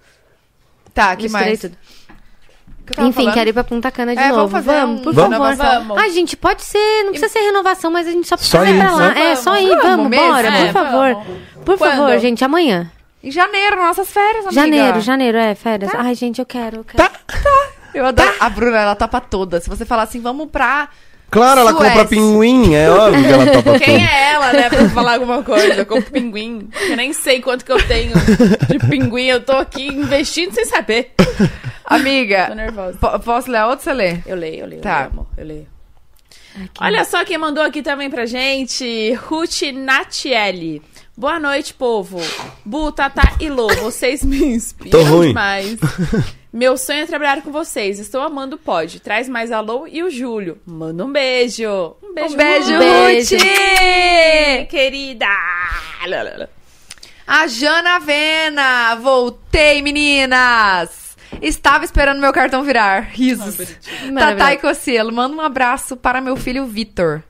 Speaker 2: Tá, que
Speaker 4: Misturei
Speaker 2: mais?
Speaker 4: tudo.
Speaker 2: O que eu tava
Speaker 4: Enfim,
Speaker 2: falando?
Speaker 4: quero ir pra Punta Cana de
Speaker 2: É,
Speaker 4: novo.
Speaker 2: vamos fazer um-
Speaker 4: por
Speaker 3: Vamos?
Speaker 4: favor.
Speaker 1: Vamos.
Speaker 4: Ah, gente, pode ser. Não precisa ser renovação, mas a gente só precisa
Speaker 3: Só
Speaker 4: ir
Speaker 3: ir,
Speaker 4: pra lá.
Speaker 3: né?
Speaker 4: É, só ir.
Speaker 2: Vamos
Speaker 4: Vamos,
Speaker 2: mesmo?
Speaker 4: bora,
Speaker 2: É,
Speaker 4: por favor.
Speaker 1: vamos.
Speaker 4: Por favor,
Speaker 1: Quando?
Speaker 4: gente, amanhã.
Speaker 2: Em janeiro, nossas férias, amiga.
Speaker 4: Janeiro, janeiro, é, férias. Ai, gente, eu quero. Eu quero.
Speaker 2: Tá, tá. Eu adoro. A Bruna, ela topa toda. Se você falar assim, vamos pra...
Speaker 3: Claro, ela
Speaker 2: Suécia.
Speaker 3: compra pinguim. É óbvio que ela topa tudo.
Speaker 1: Quem é ela, né, pra falar alguma coisa? Eu compro pinguim. Eu nem sei quanto que eu tenho de pinguim. Eu tô aqui investindo sem saber.
Speaker 2: Amiga,
Speaker 1: Tô nervosa.
Speaker 2: po- posso ler a outra ou você lê?
Speaker 1: Eu leio, eu leio,
Speaker 2: Tá.
Speaker 1: eu leio, amor. Eu leio. Olha só quem mandou aqui também pra gente. Ruth Natielli. Boa noite, povo. Bu, Tatá e Lô, vocês me inspiram
Speaker 3: Tô ruim.
Speaker 1: demais. Meu sonho é trabalhar com vocês. Estou amando o pod. Traz mais a Lô e o Júlio. Manda um beijo. Um beijo,
Speaker 2: Um beijo,
Speaker 1: Ruth.
Speaker 4: beijo.
Speaker 1: Querida. Lá, lá, lá.
Speaker 2: A Jana Avena! Voltei, meninas! Estava esperando meu cartão virar. Risos. Tatá e
Speaker 4: Maravilhoso.
Speaker 2: Cocielo, manda um abraço para meu filho Vitor.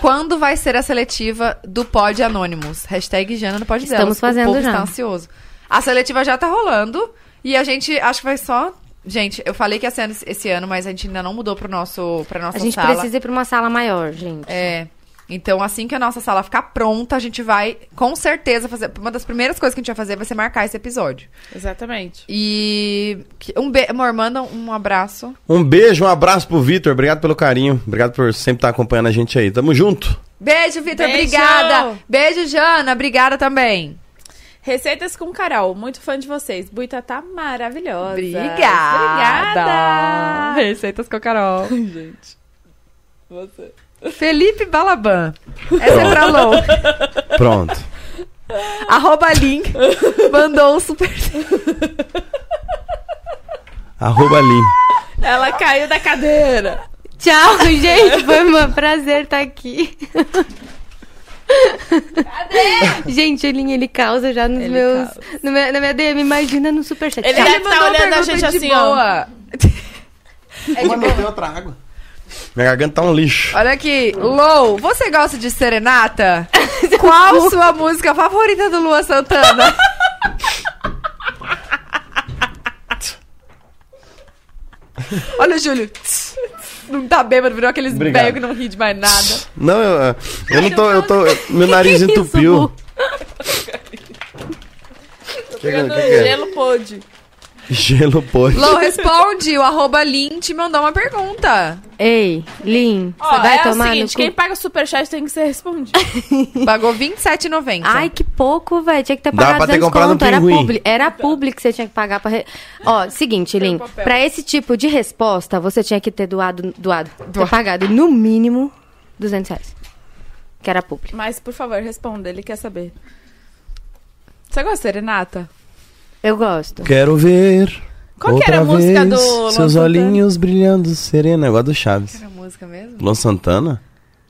Speaker 2: Quando vai ser a seletiva do Pod Anônimos? Hashtag Jana no Pod
Speaker 4: Estamos
Speaker 2: delas, que
Speaker 4: fazendo
Speaker 2: o povo
Speaker 4: já.
Speaker 2: está ansioso. A seletiva já tá rolando e a gente acho que vai só... Gente, eu falei que ia ser esse- esse ano, mas a gente ainda não mudou pro nosso, pra nossa
Speaker 4: A gente
Speaker 2: sala.
Speaker 4: precisa ir pra uma sala maior, gente.
Speaker 2: É. Então, assim que a nossa sala ficar pronta, a gente vai, com certeza, fazer. Uma das primeiras coisas que a gente vai fazer vai ser marcar esse episódio.
Speaker 1: Exatamente.
Speaker 2: E. que- Um be... Amor, manda um abraço.
Speaker 3: Um beijo, um abraço pro Vitor. Obrigado pelo carinho. Obrigado por sempre estar acompanhando a gente aí. Tamo junto.
Speaker 2: Beijo, Vitor.
Speaker 1: Beijo!
Speaker 2: Obrigada. Beijo, Jana. Obrigada também.
Speaker 1: Receitas com Carol, muito fã de vocês. Buitatá maravilhosa.
Speaker 2: Obrigada.
Speaker 1: Obrigada.
Speaker 2: Receitas com a Carol.
Speaker 1: Gente. Você.
Speaker 2: Felipe Balaban. Essa é pra Lou.
Speaker 3: Pronto.
Speaker 2: Arroba Lin. Mandou um super.
Speaker 3: Arroba ali.
Speaker 1: Ela caiu da cadeira.
Speaker 4: Tchau, gente. Foi um prazer
Speaker 2: tá
Speaker 4: estar aqui. Cadê? Gente, o Linha, ele causa já nos
Speaker 1: Ele
Speaker 4: meus.
Speaker 1: causa.
Speaker 4: no meu- na minha DM, imagina no superchat.
Speaker 1: Ele
Speaker 4: Tchau.
Speaker 1: deve tá
Speaker 2: mandou uma
Speaker 1: olhando a
Speaker 2: pergunta
Speaker 1: gente
Speaker 2: de
Speaker 1: assim,
Speaker 2: boa.
Speaker 3: outra água. Minha garganta tá um lixo.
Speaker 2: Olha aqui, Lou, você gosta de serenata? Qual sua música favorita do Lua Santana? Olha o Júlio. Não tá bêbado, virou aqueles
Speaker 3: Obrigado.
Speaker 2: velho que não ri de mais nada.
Speaker 3: Não, eu, eu não tô. Eu tô meu nariz
Speaker 4: Que que é isso,
Speaker 3: entupiu.
Speaker 4: Bu?
Speaker 3: Que que é-
Speaker 1: Pegando
Speaker 3: que que é?
Speaker 1: gelo pôde.
Speaker 3: Gelo pode.
Speaker 2: Lou responde, o arroba Lin te mandou uma pergunta.
Speaker 4: Ei, Lin,
Speaker 1: Ó,
Speaker 4: você vai
Speaker 1: é o
Speaker 4: tomar
Speaker 1: seguinte,
Speaker 4: no cu?
Speaker 1: quem paga o superchat tem que ser respondido.
Speaker 2: Pagou R$27,90.
Speaker 4: Ai, que pouco, velho. Tinha que ter
Speaker 3: Então, Dá
Speaker 4: pagado
Speaker 3: pra ter
Speaker 4: 200
Speaker 3: comprado um
Speaker 4: conto. Era
Speaker 3: pinguim.
Speaker 4: publi, era publi que você tinha que pagar pra... Re... Ó, seguinte, Lin.
Speaker 1: um papel.
Speaker 4: Pra esse tipo de resposta, você tinha que ter doado... Doado. Ter pagado, no mínimo, 200 reais. Que era publi.
Speaker 1: Mas, por favor, responda, ele quer saber. Você gosta de serenata?
Speaker 4: Eu gosto.
Speaker 3: Quero ver.
Speaker 1: Qual que
Speaker 3: outra
Speaker 1: era a música
Speaker 3: vez,
Speaker 1: do Luan
Speaker 3: Seus
Speaker 1: Santana?
Speaker 3: olhinhos brilhando, serena. Igual a do Chaves.
Speaker 2: Era É música mesmo?
Speaker 3: Luan Santana?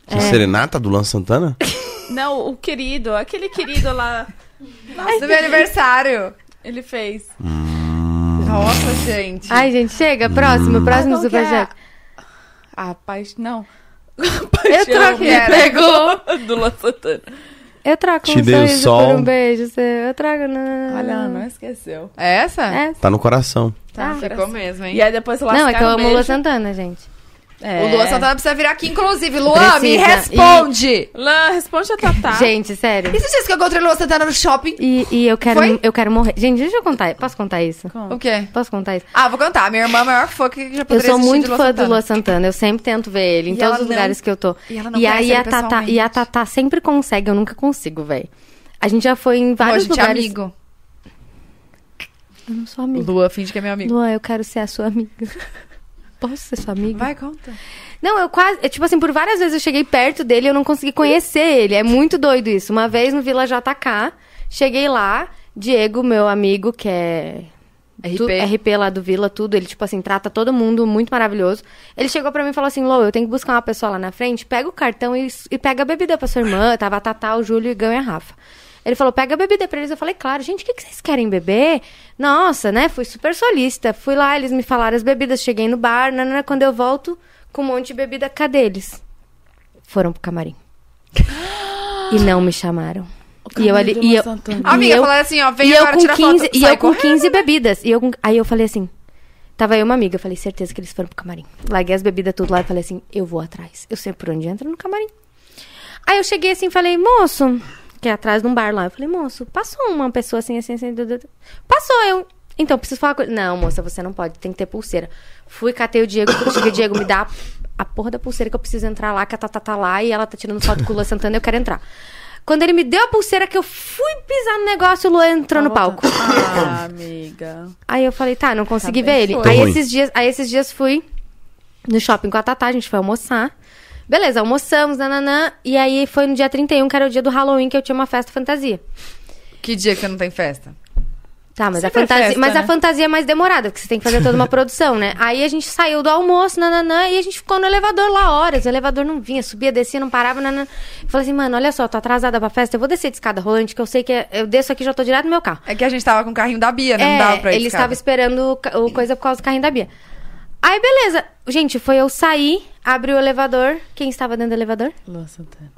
Speaker 3: Que
Speaker 1: É.
Speaker 3: Serenata do Luan Santana?
Speaker 1: Não, o querido, aquele querido lá,
Speaker 2: Nossa, do meu aniversário.
Speaker 1: ele fez.
Speaker 2: Nossa, gente.
Speaker 4: Ai, gente, chega.
Speaker 3: Hum.
Speaker 4: Próximo, próximo
Speaker 1: Qual que é?
Speaker 4: superchat.
Speaker 1: A paixão. Não.
Speaker 4: Eu
Speaker 1: Paixão
Speaker 4: troquei.
Speaker 1: me
Speaker 2: era.
Speaker 4: Pegou.
Speaker 1: do Luan Santana.
Speaker 4: Eu trago
Speaker 3: Te
Speaker 4: um
Speaker 3: dei o
Speaker 4: sorriso
Speaker 3: sol.
Speaker 4: por um beijo seu. Eu trago na...
Speaker 1: Olha, ela não esqueceu.
Speaker 2: É essa?
Speaker 4: É.
Speaker 3: Tá no coração.
Speaker 2: Tá, ficou mesmo, hein?
Speaker 1: E aí depois ela um
Speaker 4: Não, é que eu amo Lua Santana, gente.
Speaker 2: O
Speaker 1: É.
Speaker 2: Luan Santana precisa vir aqui, inclusive. Luan, me
Speaker 4: É. Precisa.
Speaker 2: responde!
Speaker 1: Lã, responde a Tatá.
Speaker 4: Gente, sério.
Speaker 2: E você disse que eu encontrei Luan Santana no shopping?
Speaker 4: E, e eu,
Speaker 2: Foi?
Speaker 4: quero, eu quero morrer. Gente, deixa eu contar. Posso contar isso?
Speaker 1: Conta.
Speaker 2: O quê?
Speaker 4: Posso contar isso?
Speaker 2: Ah, vou cantar. Minha irmã é a maior fã que já
Speaker 4: Eu
Speaker 2: poderia
Speaker 4: sou
Speaker 2: existir
Speaker 4: muito
Speaker 2: de Luan
Speaker 4: fã
Speaker 2: Santana.
Speaker 4: do Lua Santana, eu sempre tento ver ele em
Speaker 2: E ela
Speaker 4: todos os
Speaker 2: não-
Speaker 4: lugares que eu tô.
Speaker 2: e ela não conhece
Speaker 4: aí
Speaker 2: ele
Speaker 4: a Tatá, e a
Speaker 2: pessoalmente.
Speaker 4: Tatá sempre consegue, eu nunca consigo, velho. A gente já foi em
Speaker 2: Luan,
Speaker 4: vários
Speaker 2: gente, é
Speaker 4: lugares.
Speaker 2: amigo.
Speaker 4: Eu não sou amiga.
Speaker 2: Lua, finge que é meu amigo.
Speaker 4: Luan, eu quero ser a sua amiga. Posso ser sua amiga?
Speaker 2: Vai, conta.
Speaker 4: Não, eu quase. é, Tipo assim, por várias vezes eu cheguei perto dele e eu não consegui conhecer ele. É muito doido isso. Uma vez no Vila JK, cheguei lá, Diego, meu amigo, que é.
Speaker 2: RP.
Speaker 4: tu- RP lá do Vila, tudo. Ele, tipo assim, trata todo mundo muito maravilhoso. Ele chegou pra mim e falou assim: Lô, eu tenho que buscar uma pessoa lá na frente, pega o cartão e, e pega a bebida pra sua irmã. Tava a Tatá, o Júlio, o Igão e a Rafa. Ele falou, pega a bebida pra eles. Eu falei, claro, gente, o que, que vocês querem beber? Nossa, né? Fui super solista. Fui lá, eles me falaram as bebidas, cheguei no bar, nanana, quando eu volto com um monte de bebida, cadê eles? Foram pro camarim. e não me chamaram. E eu ali. E eu,
Speaker 2: Amiga,
Speaker 4: e eu-
Speaker 2: falaram assim, ó, vem
Speaker 4: e eu
Speaker 2: agora
Speaker 4: com
Speaker 2: tirar
Speaker 4: 15,
Speaker 2: foto.
Speaker 4: E
Speaker 2: Sai
Speaker 4: eu com
Speaker 2: correndo,
Speaker 4: 15 bebidas. E eu com- aí eu falei assim. Tava eu e uma amiga, eu falei, certeza que eles foram pro camarim. Larguei as bebidas tudo lá e falei assim, eu vou atrás. Eu sei por onde entra no camarim. Aí eu cheguei assim e falei, moço, que é atrás de um bar lá. Eu falei, moço, passou uma pessoa assim, assim, assim. du- du- du- Passou eu. Então, preciso falar com ele. Não, moça, você não pode, tem que ter pulseira. Fui, catei o Diego, cheguei, Diego, me dá a, a porra da pulseira que eu preciso entrar lá, que a Tata tá lá e ela tá tirando foto com o Lua Santana e eu quero entrar. Quando ele me deu a pulseira que eu fui pisar no negócio, o Lua entrou no palco.
Speaker 1: Ah, amiga.
Speaker 4: Aí eu falei, tá, não consegui
Speaker 1: Tá bem,
Speaker 4: ver ele.
Speaker 1: foi.
Speaker 3: Tô
Speaker 4: Aí
Speaker 3: ruim.
Speaker 4: esses, dias, aí esses dias fui no shopping com a Tatá, a gente foi almoçar. Beleza, almoçamos, nananã. E aí foi no dia 31, que era o dia do Halloween, que eu tinha uma festa fantasia.
Speaker 2: Que dia que você não tem festa?
Speaker 4: Tá, mas,
Speaker 1: Sempre
Speaker 4: a
Speaker 1: é
Speaker 4: fantasia,
Speaker 1: festa,
Speaker 4: mas
Speaker 1: né?
Speaker 4: a fantasia é mais demorada, porque você tem que fazer toda uma produção, né? Aí a gente saiu do almoço, nananã, e a gente ficou no elevador lá horas. O elevador não vinha, subia, descia, não parava, nananã. Eu falei assim, mano, olha só, tô atrasada pra festa, eu vou descer de escada rolante, que eu sei que é- eu desço aqui e já tô direto no meu carro.
Speaker 2: É que a gente tava com o carrinho da Bia, né? não
Speaker 4: É,
Speaker 2: dava pra ir
Speaker 4: ele
Speaker 2: de escada.
Speaker 4: estava esperando o ca- o coisa por causa do carrinho da Bia. Aí, beleza. Gente, foi eu sair, abri o elevador. Quem estava dentro do elevador?
Speaker 1: Lua Santana.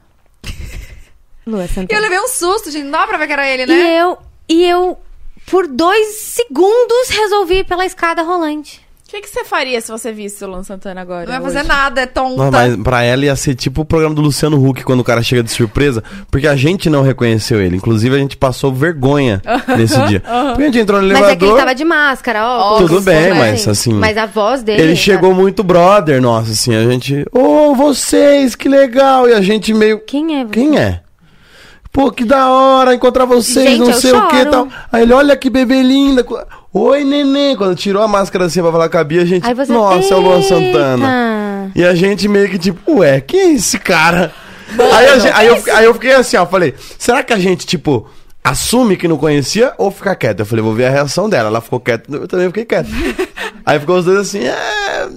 Speaker 4: Lua
Speaker 2: E eu
Speaker 4: Santana.
Speaker 2: levei um susto, gente. Não dava pra ver que era ele, né?
Speaker 4: E eu, e eu, por dois segundos, resolvi ir pela escada rolante.
Speaker 1: O que, que você faria se você visse o Lua Santana agora?
Speaker 2: Não vai fazer
Speaker 1: hoje?
Speaker 2: nada, é tonta.
Speaker 3: Não, mas pra ela ia ser tipo o programa do Luciano Huck quando o cara chega de surpresa, porque a gente não reconheceu ele. Inclusive, a gente passou vergonha nesse dia. Porque a gente entrou no
Speaker 4: Mas é que ele
Speaker 3: elevador.
Speaker 4: tava de máscara, ó.
Speaker 3: Tudo
Speaker 4: óculos,
Speaker 3: bem,
Speaker 4: né?
Speaker 3: mas, assim,
Speaker 4: Mas a voz dele.
Speaker 3: Ele chegou muito brother, nossa, assim, a gente. Ô, vocês, que legal! E a gente meio.
Speaker 4: Quem é você?
Speaker 3: Quem é? Pô, que da hora encontrar vocês,
Speaker 4: Gente,
Speaker 3: não
Speaker 4: eu
Speaker 3: sei o que
Speaker 4: choro.
Speaker 3: tal. Aí ele, olha que bebê linda. co- Oi, neném. Quando tirou a máscara assim pra falar com a Bia, a gente.
Speaker 4: Aí você
Speaker 3: Nossa, é o Luan
Speaker 4: "Eita!"
Speaker 3: Santana. E a gente meio que tipo, ué, quem é esse cara? Aí, a gente- aí eu, aí eu fiquei assim, ó, falei, será que a gente, tipo, assume que não conhecia ou fica quieta? Eu falei, vou ver a reação dela. Ela ficou quieta, eu também fiquei quieto. aí ficou os dois assim, é.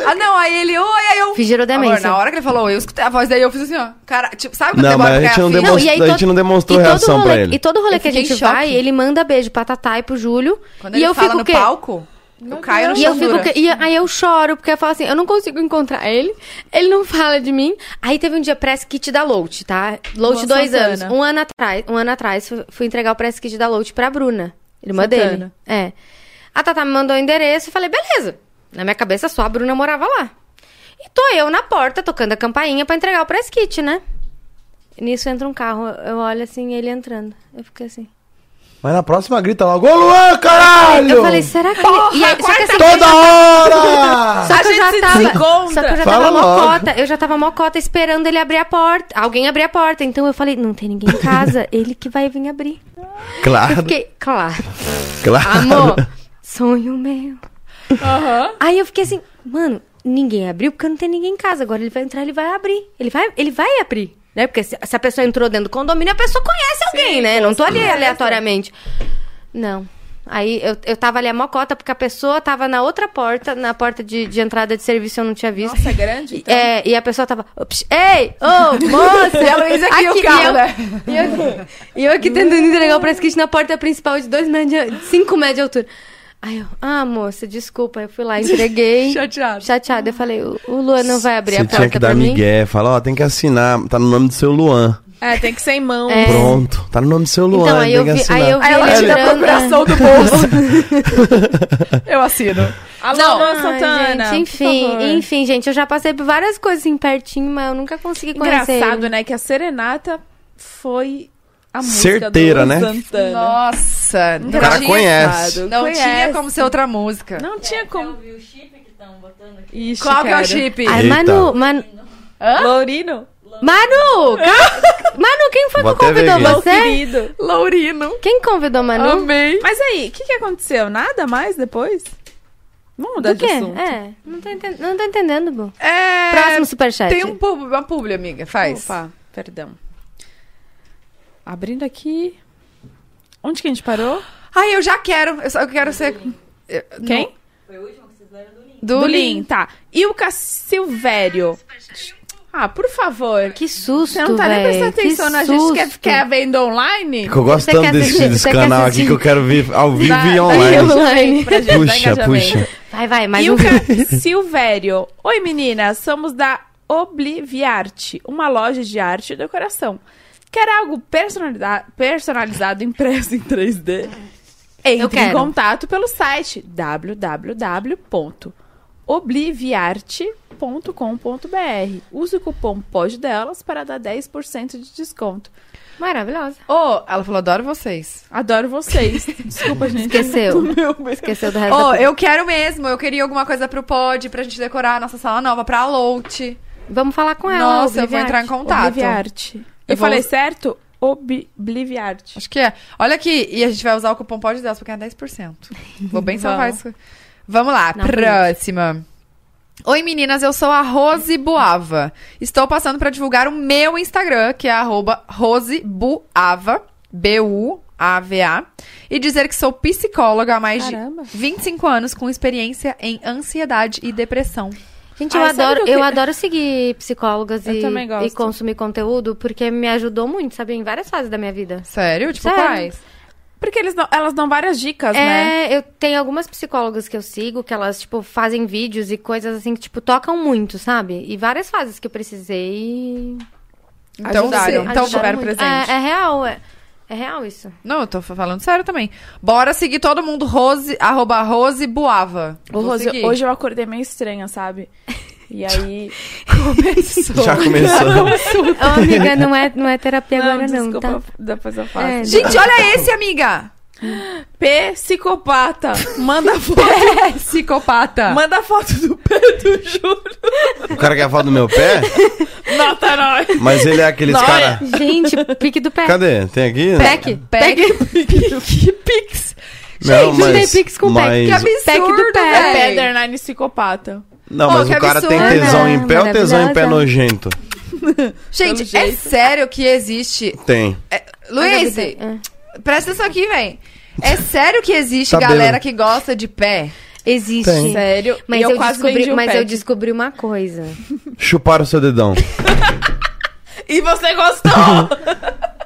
Speaker 2: Ah, não, aí ele, oi, aí eu.
Speaker 4: Fingiram demência.
Speaker 2: Agora, na hora que ele falou, oi, eu escutei a voz daí, eu fiz assim, ó. Cara, tipo, sabe quando
Speaker 3: Não,
Speaker 2: demora
Speaker 3: mas a
Speaker 2: pra
Speaker 3: gente
Speaker 2: cair
Speaker 3: não
Speaker 2: ficha?
Speaker 3: demonstra-
Speaker 4: e aí
Speaker 3: a
Speaker 4: to-
Speaker 3: gente não demonstrou
Speaker 4: e todo
Speaker 3: reação
Speaker 4: rolê-
Speaker 3: pra ele.
Speaker 4: E todo rolê
Speaker 2: Eu
Speaker 4: que a
Speaker 2: fiquei
Speaker 4: gente
Speaker 2: em choque.
Speaker 4: vai, ele manda beijo pra Tatá e pro Júlio.
Speaker 2: Quando
Speaker 4: e
Speaker 2: ele
Speaker 4: eu
Speaker 2: fala
Speaker 4: fico
Speaker 2: no
Speaker 4: o quê?
Speaker 2: palco, eu caio no
Speaker 4: E eu
Speaker 2: chão
Speaker 4: fico.
Speaker 2: dura.
Speaker 4: que- E aí eu choro, porque eu falo assim, eu não consigo encontrar ele, ele não fala de mim. Aí teve um dia press kit da Lout, tá? Lout
Speaker 1: Luan
Speaker 4: dois
Speaker 1: Santana.
Speaker 4: anos. Um ano atrás, um ano atrás fu- fui entregar o press kit da Lout pra Bruna, irmã
Speaker 1: Santana.
Speaker 4: dele. É. A Tata me mandou o endereço e falei, beleza. Na minha cabeça só a Bruna morava lá. E tô eu na porta, tocando a campainha pra entregar o press kit, né? Nisso entra um carro, eu olho assim, ele entrando. Eu fiquei assim.
Speaker 3: Mas na próxima grita logo, ô Luan, caralho!
Speaker 4: Eu falei, será que. ele-" e aí, só que assim,
Speaker 3: Toda hora!
Speaker 4: Só que
Speaker 1: A
Speaker 4: eu já
Speaker 1: gente se
Speaker 4: tava.
Speaker 1: desencontra.
Speaker 4: Só que eu já
Speaker 3: Ah. Fala
Speaker 4: tava
Speaker 3: logo.
Speaker 4: mocota. Eu já tava mocota esperando ele abrir a porta. Alguém abrir a porta. Então eu falei, não tem ninguém em casa. ele que vai vir abrir. Eu
Speaker 3: claro,
Speaker 4: fiquei, claro.
Speaker 3: claro.
Speaker 4: Amor, sonho meu.
Speaker 1: Aham.
Speaker 4: Aí eu fiquei assim, mano, ninguém abriu porque não tem ninguém em casa. Agora ele vai entrar, ele vai abrir. Ele vai, ele vai abrir. Né? Porque se, se a pessoa entrou dentro do condomínio, a pessoa conhece alguém, né? Não tô ali aleatoriamente. Não. Aí eu, eu tava ali a mocota, porque a pessoa tava na outra porta, na porta de, de entrada de serviço, eu não tinha visto.
Speaker 1: Nossa, é grande, então?
Speaker 4: É, e a pessoa tava. "Ops, Ei, ô, moça!
Speaker 2: E a Luísa aqui, o
Speaker 4: e
Speaker 2: carro,
Speaker 4: eu-
Speaker 2: né?
Speaker 4: e eu, e eu aqui tentando entregar o press kit na porta principal de 2 metros, 5 metros de altura. Aí eu, ah, moça, desculpa. Eu fui lá, entreguei.
Speaker 1: Chateada.
Speaker 4: Chateada. Eu falei, o, o Luan não vai abrir a
Speaker 3: Você
Speaker 4: porta
Speaker 3: tinha que dar
Speaker 4: pra mim.
Speaker 3: migué, falar, ó, tem que assinar, tá no nome do seu Luan.
Speaker 1: É, tem que ser em mão.
Speaker 4: É.
Speaker 3: Pronto. Tá no nome do seu Luan.
Speaker 4: Então, aí
Speaker 3: tem
Speaker 4: eu
Speaker 3: que
Speaker 4: vi- aí
Speaker 3: assinar.
Speaker 4: eu vi
Speaker 1: Aí ela
Speaker 4: ele é
Speaker 1: tira a
Speaker 4: tirando-
Speaker 1: procuração do bolso. Eu assino. Alô,
Speaker 2: Não.
Speaker 1: Luan
Speaker 4: Ai,
Speaker 1: Santana.
Speaker 4: gente,
Speaker 1: por
Speaker 4: enfim,
Speaker 1: favor.
Speaker 4: enfim, gente, eu já passei por várias coisas assim pertinho, mas eu nunca consegui conhecer.
Speaker 1: Engraçado,
Speaker 4: ele.
Speaker 1: né? Que a Serenata foi a música
Speaker 3: Certeira,
Speaker 1: do
Speaker 3: né?
Speaker 1: Santana.
Speaker 2: Nossa,
Speaker 3: O cara conhece.
Speaker 1: Engraçado.
Speaker 2: Não tinha
Speaker 1: Conhece.
Speaker 2: como ser outra música.
Speaker 1: Não tinha como.
Speaker 5: o chip que estão botando aqui?
Speaker 1: Ixi,
Speaker 2: Qual que é
Speaker 1: cara.
Speaker 2: o chip?
Speaker 4: Ai,
Speaker 3: Eita.
Speaker 4: Manu, Manu,
Speaker 1: Laurino?
Speaker 4: Manu, Manu, quem foi
Speaker 3: Vou
Speaker 4: que
Speaker 3: até ver
Speaker 4: convidou
Speaker 3: aqui.
Speaker 1: Meu
Speaker 4: você?
Speaker 1: querido.
Speaker 2: Laurino.
Speaker 4: Quem convidou
Speaker 1: Ah,
Speaker 4: Manu?
Speaker 2: Amei.
Speaker 1: Mas aí, o que, que aconteceu? Nada mais depois? Vamos mudar
Speaker 4: Do
Speaker 1: de
Speaker 4: quê?
Speaker 1: assunto.
Speaker 4: É, não tô, enten- não tô entendendo, Bu.
Speaker 2: É...
Speaker 4: Próximo superchat.
Speaker 2: Tem um pub, uma publi, amiga. Faz.
Speaker 1: Opa, perdão. Abrindo aqui. Onde que a gente parou?
Speaker 2: Ai, eu já quero. Eu só eu quero ser... eu-
Speaker 1: Quem?
Speaker 5: Foi o último que vocês leram do link.
Speaker 2: Do,
Speaker 1: Do Lin,
Speaker 2: Lin.
Speaker 1: tá. Ilka Silvério. Ah, por favor.
Speaker 4: Que susto,
Speaker 1: Você não tá nem
Speaker 4: véi,
Speaker 1: prestando
Speaker 4: que
Speaker 1: atenção na gente que
Speaker 4: susto.
Speaker 1: ficar vendo online?
Speaker 3: Que eu gosto
Speaker 4: Você
Speaker 3: tanto
Speaker 4: quer
Speaker 3: desse,
Speaker 4: assistir-
Speaker 3: desse
Speaker 4: você quer
Speaker 3: canal
Speaker 4: assistir?
Speaker 3: aqui que eu quero ver ao vivo
Speaker 1: Dá-
Speaker 3: e
Speaker 1: dá
Speaker 3: online.
Speaker 1: engajamento pra gente, dá
Speaker 3: Puxa,
Speaker 1: engajamento.
Speaker 3: puxa.
Speaker 4: Vai, vai, mais um.
Speaker 1: Ilka Silvério. Oi, meninas. Somos da Obliviarte, uma loja de arte e decoração. Quer algo personalida- personalizado impresso em 3D?
Speaker 4: Eu
Speaker 1: Entre em
Speaker 4: quero.
Speaker 1: contato pelo site www.obliviarte.com.br. Use o cupom POD delas para dar 10% de desconto.
Speaker 4: Maravilhosa.
Speaker 2: Ô, ela falou, adoro vocês.
Speaker 1: Adoro vocês. Desculpa, gente.
Speaker 4: Esqueceu.
Speaker 1: Do meu mesmo.
Speaker 4: Esqueceu do resto
Speaker 2: Ô,
Speaker 4: da...
Speaker 2: eu quero mesmo. Eu queria alguma coisa pro pod, pra gente decorar a nossa sala nova, pra Lout.
Speaker 4: Vamos falar com ela.
Speaker 2: Nossa, eu vou
Speaker 4: Obliviate.
Speaker 2: entrar em
Speaker 4: Tá,
Speaker 2: contato.
Speaker 1: Obliviarte. Eu,
Speaker 2: Eu vou-
Speaker 1: falei certo? Obliviarte.
Speaker 2: Acho que é. Olha aqui, e a gente vai usar o cupom pode delas é pra ganhar 10%. Vou bem salvar
Speaker 1: Vamos.
Speaker 2: isso. Vamos lá,
Speaker 4: Não,
Speaker 2: próxima. Oi meninas, eu sou a Rose Buava. Estou passando para divulgar o meu Instagram, que é arroba rosebuava, B-U-A-V-A, e dizer que sou psicóloga há mais
Speaker 1: Caramba.
Speaker 2: de 25 anos com experiência em ansiedade e depressão.
Speaker 4: Gente, eu,
Speaker 1: Ai, sabe
Speaker 4: adoro,
Speaker 1: que eu
Speaker 4: eu
Speaker 1: que-
Speaker 4: adoro seguir psicólogas
Speaker 1: Eu
Speaker 4: e,
Speaker 1: também gosto.
Speaker 4: e consumir conteúdo, porque me ajudou muito, sabe? Em várias fases da minha vida.
Speaker 2: Sério? Tipo,
Speaker 4: Sério.
Speaker 2: quais?
Speaker 1: Porque eles dão- elas dão várias dicas, né?
Speaker 4: É, eu tenho algumas psicólogas que eu sigo, que elas, tipo, fazem vídeos e coisas assim que, tipo, tocam muito, sabe? E várias fases que eu precisei.
Speaker 2: Então,
Speaker 1: Ajudaram.
Speaker 2: se- então
Speaker 4: ajudaram
Speaker 2: tiveram
Speaker 4: muito.
Speaker 2: presente.
Speaker 4: É, é real, é, é real isso.
Speaker 2: Não, eu tô fa- falando sério também. Bora seguir todo mundo, Rose, arroba Rose Buava.
Speaker 1: Ô,
Speaker 2: Vou
Speaker 1: Rose,
Speaker 2: seguir.
Speaker 1: hoje eu acordei meio estranha, sabe? E aí.
Speaker 3: Já começou.
Speaker 4: Ô, amiga, não é, não é terapia agora, não,
Speaker 1: desculpa,
Speaker 4: tá?
Speaker 1: depois eu falo.
Speaker 4: É.
Speaker 2: Gente, olha esse, amiga!
Speaker 1: Psicopata. Manda foto.
Speaker 2: É, Psicopata.
Speaker 1: manda foto do Pedro Júlio.
Speaker 3: o cara quer falar do meu pé,
Speaker 1: Nota nós.
Speaker 3: mas ele é aqueles
Speaker 1: Não,
Speaker 3: cara.
Speaker 4: tá? Gente, pique do pé.
Speaker 3: Cadê? Tem aqui?
Speaker 4: Pack, pack.
Speaker 2: que pix.
Speaker 3: Não,
Speaker 4: Gente, tem Pix com pack,
Speaker 2: Que
Speaker 3: mas- um
Speaker 2: absurdo,
Speaker 4: Pack do pé.
Speaker 1: É
Speaker 2: véi.
Speaker 1: Pedro Hernani psicopata.
Speaker 3: Não,
Speaker 2: Pô,
Speaker 3: mas
Speaker 2: que
Speaker 3: o cara tem
Speaker 2: absurdo.
Speaker 3: tesão em pé ou
Speaker 4: Maravilhosa.
Speaker 3: tesão em pé nojento?
Speaker 2: Gente,
Speaker 1: Pelo
Speaker 2: é
Speaker 1: jeito.
Speaker 2: sério que existe...
Speaker 3: Tem.
Speaker 2: É, Luiz,
Speaker 4: É.
Speaker 2: presta atenção aqui, véi. É sério que existe
Speaker 3: Tá
Speaker 2: galera
Speaker 3: bêbado.
Speaker 2: que gosta de pé?
Speaker 4: Existe. É.
Speaker 3: Tem.
Speaker 1: Sério.
Speaker 4: Mas,
Speaker 1: e eu,
Speaker 4: eu,
Speaker 1: quase vendi
Speaker 4: descobri,
Speaker 1: um
Speaker 4: mas
Speaker 1: pack.
Speaker 4: eu descobri uma coisa.
Speaker 3: Chuparam o seu dedão.
Speaker 1: E você gostou?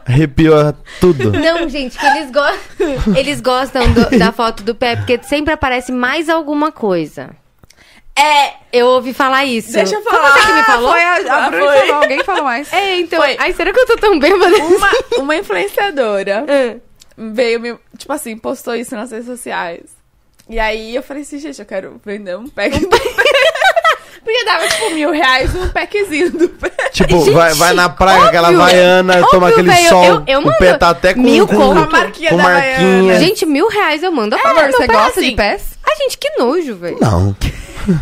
Speaker 3: Arrepiou tudo.
Speaker 4: Não, gente, que eles gostam. Eles gostam do- da foto do pé, porque sempre aparece mais alguma coisa. É, eu ouvi falar isso.
Speaker 1: Deixa eu
Speaker 4: Foi
Speaker 1: falar.
Speaker 4: Você é que me falou?
Speaker 2: Foi a, a
Speaker 1: Ah,
Speaker 2: Bruna
Speaker 1: foi.
Speaker 2: falou, alguém falou mais.
Speaker 4: É, então.
Speaker 1: Foi.
Speaker 4: Ai, será que eu tô tão bêbada? É.
Speaker 1: uma, uma influenciadora veio me. Tipo assim, postou isso nas redes sociais. E aí eu falei assim, gente, eu quero vender um pack do pé. Porque dava, tipo, mil reais um packzinho do pé.
Speaker 3: Tipo,
Speaker 4: Gente,
Speaker 3: vai, vai na praia, aquela
Speaker 4: óbvio.
Speaker 3: Havaiana,
Speaker 4: Óbvio,
Speaker 3: toma aquele
Speaker 4: velho,
Speaker 3: sol.
Speaker 4: eu- eu
Speaker 3: o pé
Speaker 4: mando
Speaker 3: tá até com,
Speaker 4: mil
Speaker 3: com,
Speaker 4: conto.
Speaker 1: Com a marquinha
Speaker 3: com
Speaker 1: da
Speaker 3: marquinha.
Speaker 4: Gente, mil reais eu mando. É,
Speaker 2: Amor, você
Speaker 4: pera,
Speaker 2: gosta
Speaker 1: assim.
Speaker 2: de pés?
Speaker 4: Ai, gente, que nojo, velho.
Speaker 3: Não.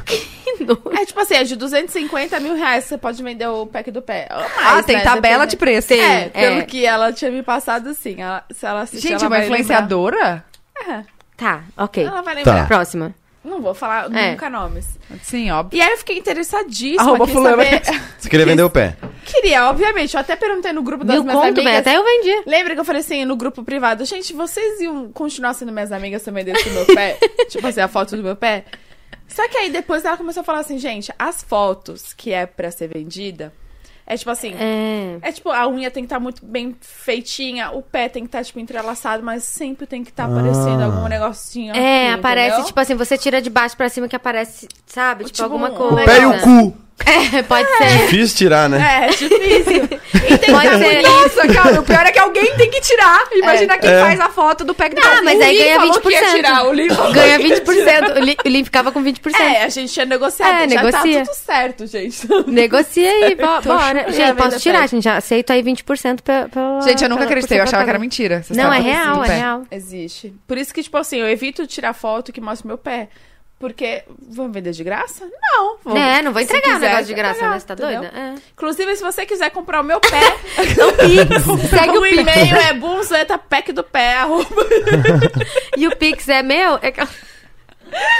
Speaker 4: Que nojo.
Speaker 1: É tipo assim, é de 250 mil reais você pode vender o pack do pé. Ou mais,
Speaker 2: Ah, tem
Speaker 1: né,
Speaker 2: tabela de
Speaker 1: dependendo.
Speaker 2: preço.
Speaker 1: É,
Speaker 4: é.
Speaker 1: pelo que ela tinha me passado, assim. Ela, se ela assistir,
Speaker 2: Gente,
Speaker 1: ela
Speaker 2: uma
Speaker 1: vai
Speaker 2: influenciadora?
Speaker 1: lembrar.
Speaker 4: Tá, ok.
Speaker 1: É, ela vai
Speaker 3: Tá.
Speaker 1: lembrar.
Speaker 4: Próxima.
Speaker 1: Não vou falar
Speaker 4: É.
Speaker 1: nunca nomes.
Speaker 2: Sim, óbvio.
Speaker 1: E aí eu fiquei interessadíssima.
Speaker 2: Arroba
Speaker 1: quis
Speaker 2: fulano.
Speaker 1: saber-
Speaker 3: Você queria vender o pé.
Speaker 1: Queria, obviamente. Eu até perguntei no grupo das
Speaker 4: Mil
Speaker 1: minhas
Speaker 4: conto, velho.
Speaker 1: amigas.
Speaker 4: Até eu vendi.
Speaker 1: Lembra que eu falei assim no grupo privado, gente, vocês iam continuar sendo minhas amigas se eu vendesse o meu pé? tipo assim, a foto do meu pé? Só que aí depois ela começou a falar assim, gente, as fotos que é pra ser vendida, é tipo assim, é,
Speaker 4: É.
Speaker 1: tipo, a unha tem que estar muito bem feitinha, o pé tem que estar, tipo, entrelaçado, mas sempre tem que estar aparecendo
Speaker 3: Ah.
Speaker 1: algum negocinho.
Speaker 4: É,
Speaker 1: aqui,
Speaker 4: aparece,
Speaker 1: entendeu?
Speaker 4: tipo assim, você tira de baixo pra cima que aparece, sabe? Tipo,
Speaker 1: Tipo,
Speaker 4: alguma
Speaker 1: um
Speaker 4: coisa.
Speaker 3: O pé e o cu.
Speaker 4: É, pode ser.
Speaker 3: Difícil tirar, né?
Speaker 1: É, difícil.
Speaker 4: Pode ser.
Speaker 2: Nossa, cara, o pior é que alguém tem que tirar. Imagina quem
Speaker 3: É.
Speaker 2: faz a foto do tá pack do
Speaker 4: Ah,
Speaker 2: Brasil.
Speaker 4: mas aí
Speaker 1: Lin
Speaker 4: ganha
Speaker 1: falou que ia
Speaker 4: 20%.
Speaker 1: tirar, o Lin falou
Speaker 4: Ganha
Speaker 1: que ia
Speaker 4: 20%. O Lin- O Lin ficava com 20%.
Speaker 1: um É, a gente tinha negociado,
Speaker 4: É,
Speaker 1: já
Speaker 4: negocia.
Speaker 1: tá tudo certo, gente.
Speaker 4: Negocia aí, bo-
Speaker 1: Certo.
Speaker 4: bora.
Speaker 1: É,
Speaker 4: Gente,
Speaker 1: vai
Speaker 4: posso
Speaker 1: dar
Speaker 4: tirar,
Speaker 1: certo.
Speaker 4: gente. Aceito aí 20% pra, pela-
Speaker 2: Gente, eu nunca
Speaker 4: pela- por
Speaker 2: acreditei,
Speaker 4: ser
Speaker 2: eu achava que era
Speaker 4: propaganda.
Speaker 2: mentira. essa
Speaker 4: Não,
Speaker 2: história
Speaker 4: é
Speaker 2: do
Speaker 4: real, é
Speaker 2: assim, pé.
Speaker 4: real.
Speaker 1: Existe. Por isso que, tipo assim, eu evito tirar foto que mostra meu pé. Porque, vão vender de graça? Não. Vou...
Speaker 4: É, não vou
Speaker 1: se
Speaker 4: entregar um
Speaker 1: quiser,
Speaker 4: negócio de graça,
Speaker 1: entregar,
Speaker 4: né? Você tá
Speaker 1: entendeu?
Speaker 4: doida? É.
Speaker 1: Inclusive, se você quiser comprar o meu pé,
Speaker 4: Segue o
Speaker 1: o
Speaker 4: Pix.
Speaker 1: e-mail é bunzetapecdopé.com.
Speaker 4: E o Pix é meu? É que-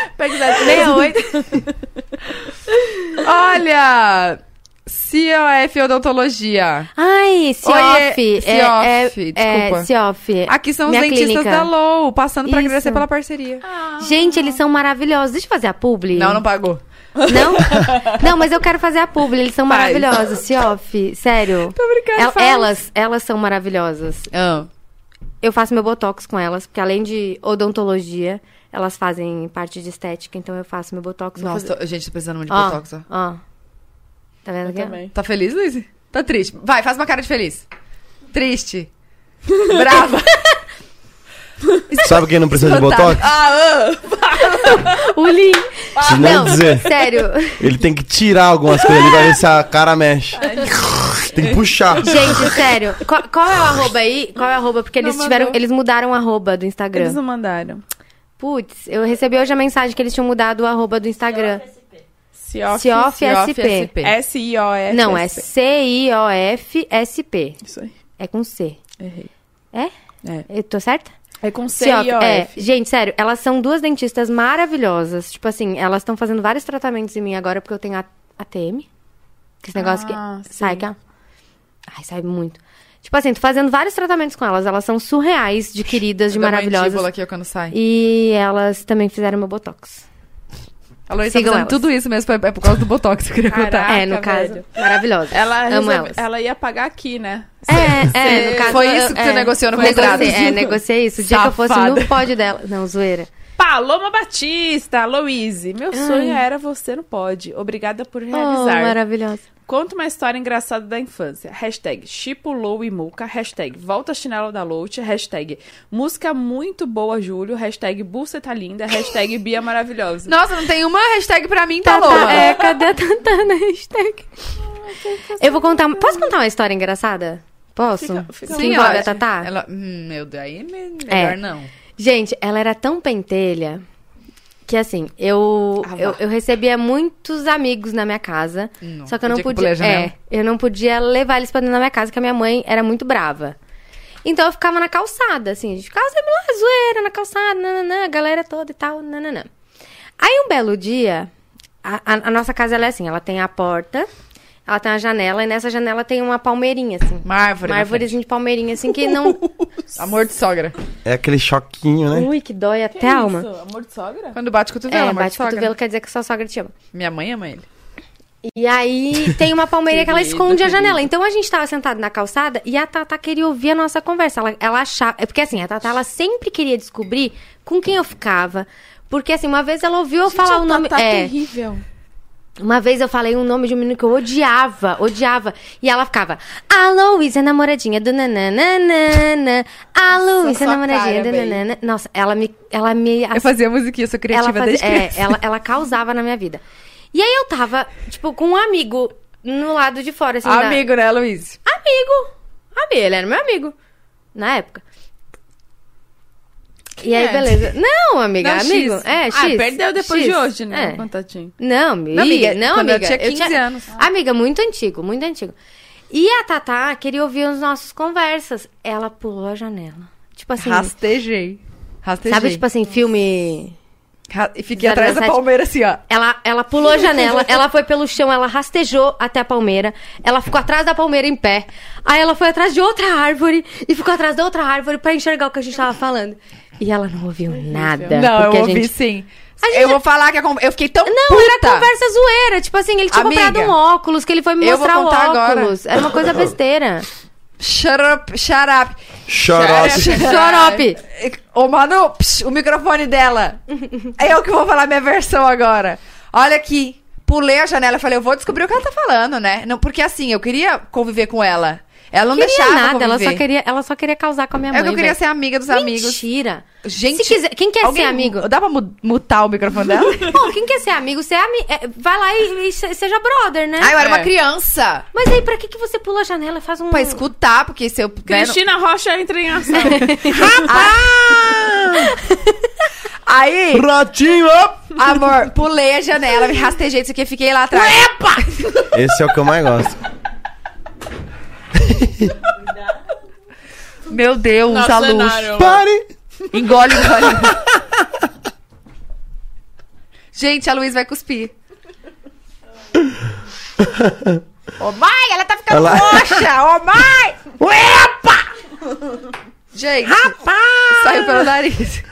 Speaker 2: Olha! COF Odontologia.
Speaker 4: Ai, Ciof.
Speaker 2: Oiê,
Speaker 4: é- é-
Speaker 2: Ciof,
Speaker 4: é,
Speaker 2: desculpa.
Speaker 4: Ciof.
Speaker 2: Aqui são os
Speaker 4: Minha
Speaker 2: dentistas
Speaker 4: clínica.
Speaker 2: da Low, passando pra agradecer
Speaker 4: Isso. Ah.
Speaker 2: pela parceria.
Speaker 4: Gente, eles são maravilhosos. Deixa eu fazer a publi.
Speaker 2: Ah. Não, não pagou.
Speaker 4: Não? Não, mas eu quero fazer a publi. Eles são
Speaker 2: Faz.
Speaker 4: maravilhosos, Ciof. Sério.
Speaker 2: Tô brincando,
Speaker 4: El-
Speaker 2: faz.
Speaker 4: elas, elas são maravilhosas.
Speaker 2: Ah,
Speaker 4: Eu faço meu botox com elas, porque além de odontologia, elas fazem parte de estética, então eu faço meu botox. vou
Speaker 2: Nossa,
Speaker 4: fazer- Ah.
Speaker 2: tô- gente, tô precisando muito de
Speaker 4: Ó,
Speaker 2: botox, ó.
Speaker 4: ó. Tá vendo aqui? ó?
Speaker 2: Tá feliz, Luiz? Tá triste. Vai, faz uma cara de feliz. Triste. Brava. É.
Speaker 3: Sabe quem não precisa de
Speaker 2: Esgotada.
Speaker 3: botox?
Speaker 1: Ah, ah.
Speaker 4: O Lin.
Speaker 2: Ah,
Speaker 3: Se não dizer.
Speaker 4: sério.
Speaker 3: Ele tem que tirar algumas coisas ali pra ver se a cara mexe. Tem que puxar.
Speaker 4: Gente, sério. Qual, qual é o arroba aí? Qual é o arroba? Porque eles
Speaker 1: Não
Speaker 4: tiveram.
Speaker 1: mandou.
Speaker 4: Eles mudaram o arroba do Instagram.
Speaker 1: Eles não mandaram.
Speaker 4: Putz, eu recebi hoje a mensagem que eles tinham mudado o arroba do Instagram.
Speaker 1: Ciof.
Speaker 4: Ciof
Speaker 2: Ciof
Speaker 4: SP.
Speaker 2: SP.
Speaker 1: S-I-O-F.
Speaker 4: Não, é C-I-O-F-S-P.
Speaker 1: Isso aí.
Speaker 4: É com C.
Speaker 1: Errei.
Speaker 4: É?
Speaker 1: É.
Speaker 4: Eu tô certa?
Speaker 1: É com
Speaker 4: Ciof, é.
Speaker 1: C-I-O-F.
Speaker 4: Gente, sério, elas são duas dentistas maravilhosas. Tipo assim, elas estão fazendo vários tratamentos em mim agora porque eu tenho a- ATM. Que Esse negócio
Speaker 1: Ah,
Speaker 4: que sai aqui, ó. Ai, sai muito. Tipo assim, tô fazendo vários tratamentos com elas. Elas são surreais, de queridas, de
Speaker 2: Dá uma
Speaker 4: maravilhosas.
Speaker 2: mandíbula aqui ó, quando sai.
Speaker 4: E elas também fizeram meu botox.
Speaker 2: A Luísa tá
Speaker 4: sigam
Speaker 2: fazendo
Speaker 4: elas.
Speaker 2: tudo isso mesmo, é por causa do botox que eu queria contar.
Speaker 1: Caraca,
Speaker 4: é, no caso.
Speaker 1: velho.
Speaker 4: Maravilhosa.
Speaker 1: Ela,
Speaker 4: Amo
Speaker 1: resolveu-
Speaker 4: elas.
Speaker 1: ela ia pagar aqui, né?
Speaker 4: É, é, no caso.
Speaker 2: Foi isso que
Speaker 4: eu-
Speaker 2: você
Speaker 4: é,
Speaker 2: negociou no
Speaker 4: negociei-
Speaker 2: contrato.
Speaker 4: É, negociei isso. O dia que eu fosse
Speaker 2: Safada.
Speaker 4: no pod dela. Não, zoeira.
Speaker 1: Paloma Batista, Louise, meu sonho era você no pod. Obrigada por
Speaker 2: É
Speaker 4: Oh,
Speaker 1: realizar.
Speaker 4: maravilhosa.
Speaker 1: Conta uma história engraçada da infância. Hashtag Chipo Lou e Muca. Hashtag Volta Chinelo da Lout. Hashtag Música Muito Boa Júlio. Hashtag Bussa tá linda. Hashtag Bia Maravilhosa.
Speaker 2: Nossa, não tem uma hashtag pra mim, tá
Speaker 4: Tá,
Speaker 2: louca.
Speaker 4: É, cadê a Tantana? Hashtag. Eu vou contar. Posso contar uma história engraçada? Posso?
Speaker 1: Fica- fica É
Speaker 4: que
Speaker 2: Sim,
Speaker 4: envolve
Speaker 2: olha.
Speaker 4: a Tatá?
Speaker 2: Então, Ela, hum, meu Deus, aí me-
Speaker 4: É.
Speaker 2: melhor não.
Speaker 4: Gente, ela era tão pentelha que assim, eu,
Speaker 1: Ah, vá.
Speaker 4: eu, eu recebia muitos amigos na minha casa.
Speaker 2: Não,
Speaker 4: só que eu não
Speaker 2: podia com
Speaker 4: podia.
Speaker 2: puleja
Speaker 4: é,
Speaker 2: mesmo.
Speaker 4: eu não podia levar eles pra dentro da minha casa, que a minha mãe era muito brava. Então eu ficava na calçada, assim, a gente ficava sempre lá, zoeira, na calçada, nananã, a galera toda e tal, nananã. Aí um belo dia, a, a- a nossa casa ela é assim, ela tem a porta, ela tem a janela, e nessa janela tem uma palmeirinha, assim.
Speaker 2: Uma árvore.
Speaker 4: Uma
Speaker 2: na
Speaker 4: árvorezinha de palmeirinha, assim, que não.
Speaker 2: frente. Amor de sogra.
Speaker 3: É aquele choquinho, né?
Speaker 4: Ui, que dói até a alma.
Speaker 1: Isso, amor de sogra?
Speaker 2: Quando bate cotovelo,
Speaker 4: é,
Speaker 2: amor
Speaker 4: bate
Speaker 2: de sogra.
Speaker 4: cotovelo quer dizer que sua sogra te ama.
Speaker 2: Minha mãe ama ele.
Speaker 4: E aí tem uma palmeirinha que ela
Speaker 1: Querido,
Speaker 4: esconde a
Speaker 1: querido.
Speaker 4: janela. Então a gente tava sentado na calçada e a Tata queria ouvir a nossa conversa. Ela, ela achava. é Porque assim, a Tata ela sempre queria descobrir com quem eu ficava. Porque assim, uma vez ela ouviu eu falar o nome.
Speaker 1: Tá
Speaker 4: é,
Speaker 1: terrível.
Speaker 4: uma vez eu falei um nome de um menino que eu odiava, odiava. E ela ficava, a Luísa é namoradinha do nananana. A Luísa
Speaker 2: sua
Speaker 4: é namoradinha
Speaker 2: cara,
Speaker 4: do
Speaker 2: véi.
Speaker 4: nanana. Nossa, ela me. Ela me
Speaker 2: Eu fazia musiquinha, eu sou criativa
Speaker 4: ela fazia-
Speaker 2: desde criança.
Speaker 4: é, ela, ela causava na minha vida. E aí eu tava, tipo, com um amigo no lado de fora, assim. da-
Speaker 2: Amigo, né, Luiz?
Speaker 4: Amigo. Amigo, ele era meu amigo. Na época. e aí,
Speaker 2: é?
Speaker 4: beleza. Não, amiga,
Speaker 2: Não, X.
Speaker 4: amigo. É, X.
Speaker 1: Ah, perdeu depois
Speaker 4: X.
Speaker 1: de hoje, né?
Speaker 4: É.
Speaker 1: Contadinho.
Speaker 4: Não, amiga.
Speaker 2: Não, amiga,
Speaker 4: não,
Speaker 2: quando eu tinha
Speaker 4: amiga.
Speaker 2: 15 anos.
Speaker 4: Amiga, muito antigo, muito antigo. E a Tatá queria ouvir as nossas conversas. Ela pulou a janela. Tipo assim.
Speaker 2: Rastejei. Rastejei.
Speaker 4: Sabe, tipo assim, filme.
Speaker 2: Ra- E fiquei atrás da
Speaker 4: 007.
Speaker 2: palmeira assim, ó.
Speaker 4: Ela, ela pulou a janela, ela foi pelo chão, ela rastejou até a palmeira, ela ficou atrás da palmeira em pé. Aí ela foi atrás de outra árvore e ficou atrás da outra árvore pra enxergar o que a gente tava falando. E ela não ouviu nada.
Speaker 2: Não, eu
Speaker 4: porque a
Speaker 2: ouvi
Speaker 4: gente-
Speaker 2: sim. Eu vou falar que a con- eu fiquei tão
Speaker 4: Não,
Speaker 2: puta.
Speaker 4: era conversa zoeira. Tipo assim, ele tinha
Speaker 2: Amiga,
Speaker 4: comprado um óculos, que ele foi me
Speaker 2: eu vou
Speaker 4: mostrar o
Speaker 2: contar agora.
Speaker 4: óculos. Era uma coisa besteira.
Speaker 2: Shut up, shut up.
Speaker 3: Xarope.
Speaker 4: Xarope.
Speaker 2: Ô, mano, psh, o microfone dela. É eu que vou falar minha versão agora. Olha aqui. Pulei a janela e falei, eu vou descobrir o que ela tá falando, né? Não, porque assim, eu queria conviver com ela. Ela não
Speaker 4: Não queria
Speaker 2: deixava eu
Speaker 4: nada, ela
Speaker 2: conviver.
Speaker 4: só queria, ela só queria causar com a minha
Speaker 2: É
Speaker 4: mãe.
Speaker 2: que eu queria ser amiga dos amigos.
Speaker 4: Mentira.
Speaker 2: Gente,
Speaker 4: Se quiser- quem quer ser
Speaker 2: alguém-
Speaker 4: amigo?
Speaker 2: Dá pra mu- mutar o microfone dela?
Speaker 4: Bom, quem quer ser amigo, você é ami... é, vai lá e, e se- seja brother, né?
Speaker 2: ah, eu era
Speaker 1: É.
Speaker 2: uma criança.
Speaker 4: Mas aí, pra que, que você pula a janela e faz um...
Speaker 2: Pra escutar, porque se eu... né, Ah,
Speaker 1: Cristina Rocha entra em ação.
Speaker 2: não- Aí...
Speaker 3: Ratinho! op!
Speaker 2: Amor, pulei a janela, me rastejei, isso aqui, fiquei lá atrás.
Speaker 6: Esse é o que eu mais gosto.
Speaker 2: Meu Deus,
Speaker 1: Nossa,
Speaker 2: a luz.
Speaker 1: cenário.
Speaker 3: Pare!
Speaker 2: Engole, engole. Gente, a Luiz vai cuspir. Ô mãe, ela tá ficando
Speaker 6: Ela-
Speaker 2: roxa! Ô mãe! Epa! Gente, Rapaz! saiu pelo nariz.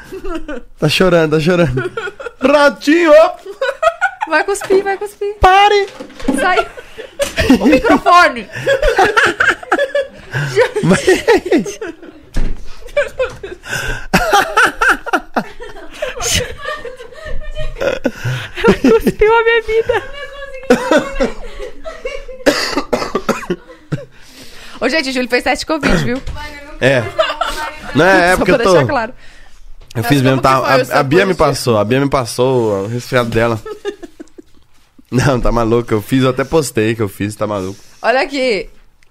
Speaker 6: Tá chorando, tá chorando.
Speaker 3: Ratinho! op!
Speaker 2: Vai cuspir, vai cuspir.
Speaker 3: Pare!
Speaker 2: Saiu. O microfone.
Speaker 1: Cuspiu a bebida.
Speaker 2: Ô, gente, o Júlio fez teste de Covid, viu?
Speaker 6: É. Não é, é porque
Speaker 2: Só
Speaker 6: eu
Speaker 2: pra
Speaker 6: tô.
Speaker 2: deixar claro.
Speaker 6: Eu fiz mesmo, tá?
Speaker 2: foi o seu
Speaker 6: A, a Bia me
Speaker 2: curso?
Speaker 6: passou, a Bia me passou o resfriado dela. Não, tá maluco, eu fiz, eu até postei que eu fiz, tá maluco.
Speaker 2: Olha aqui.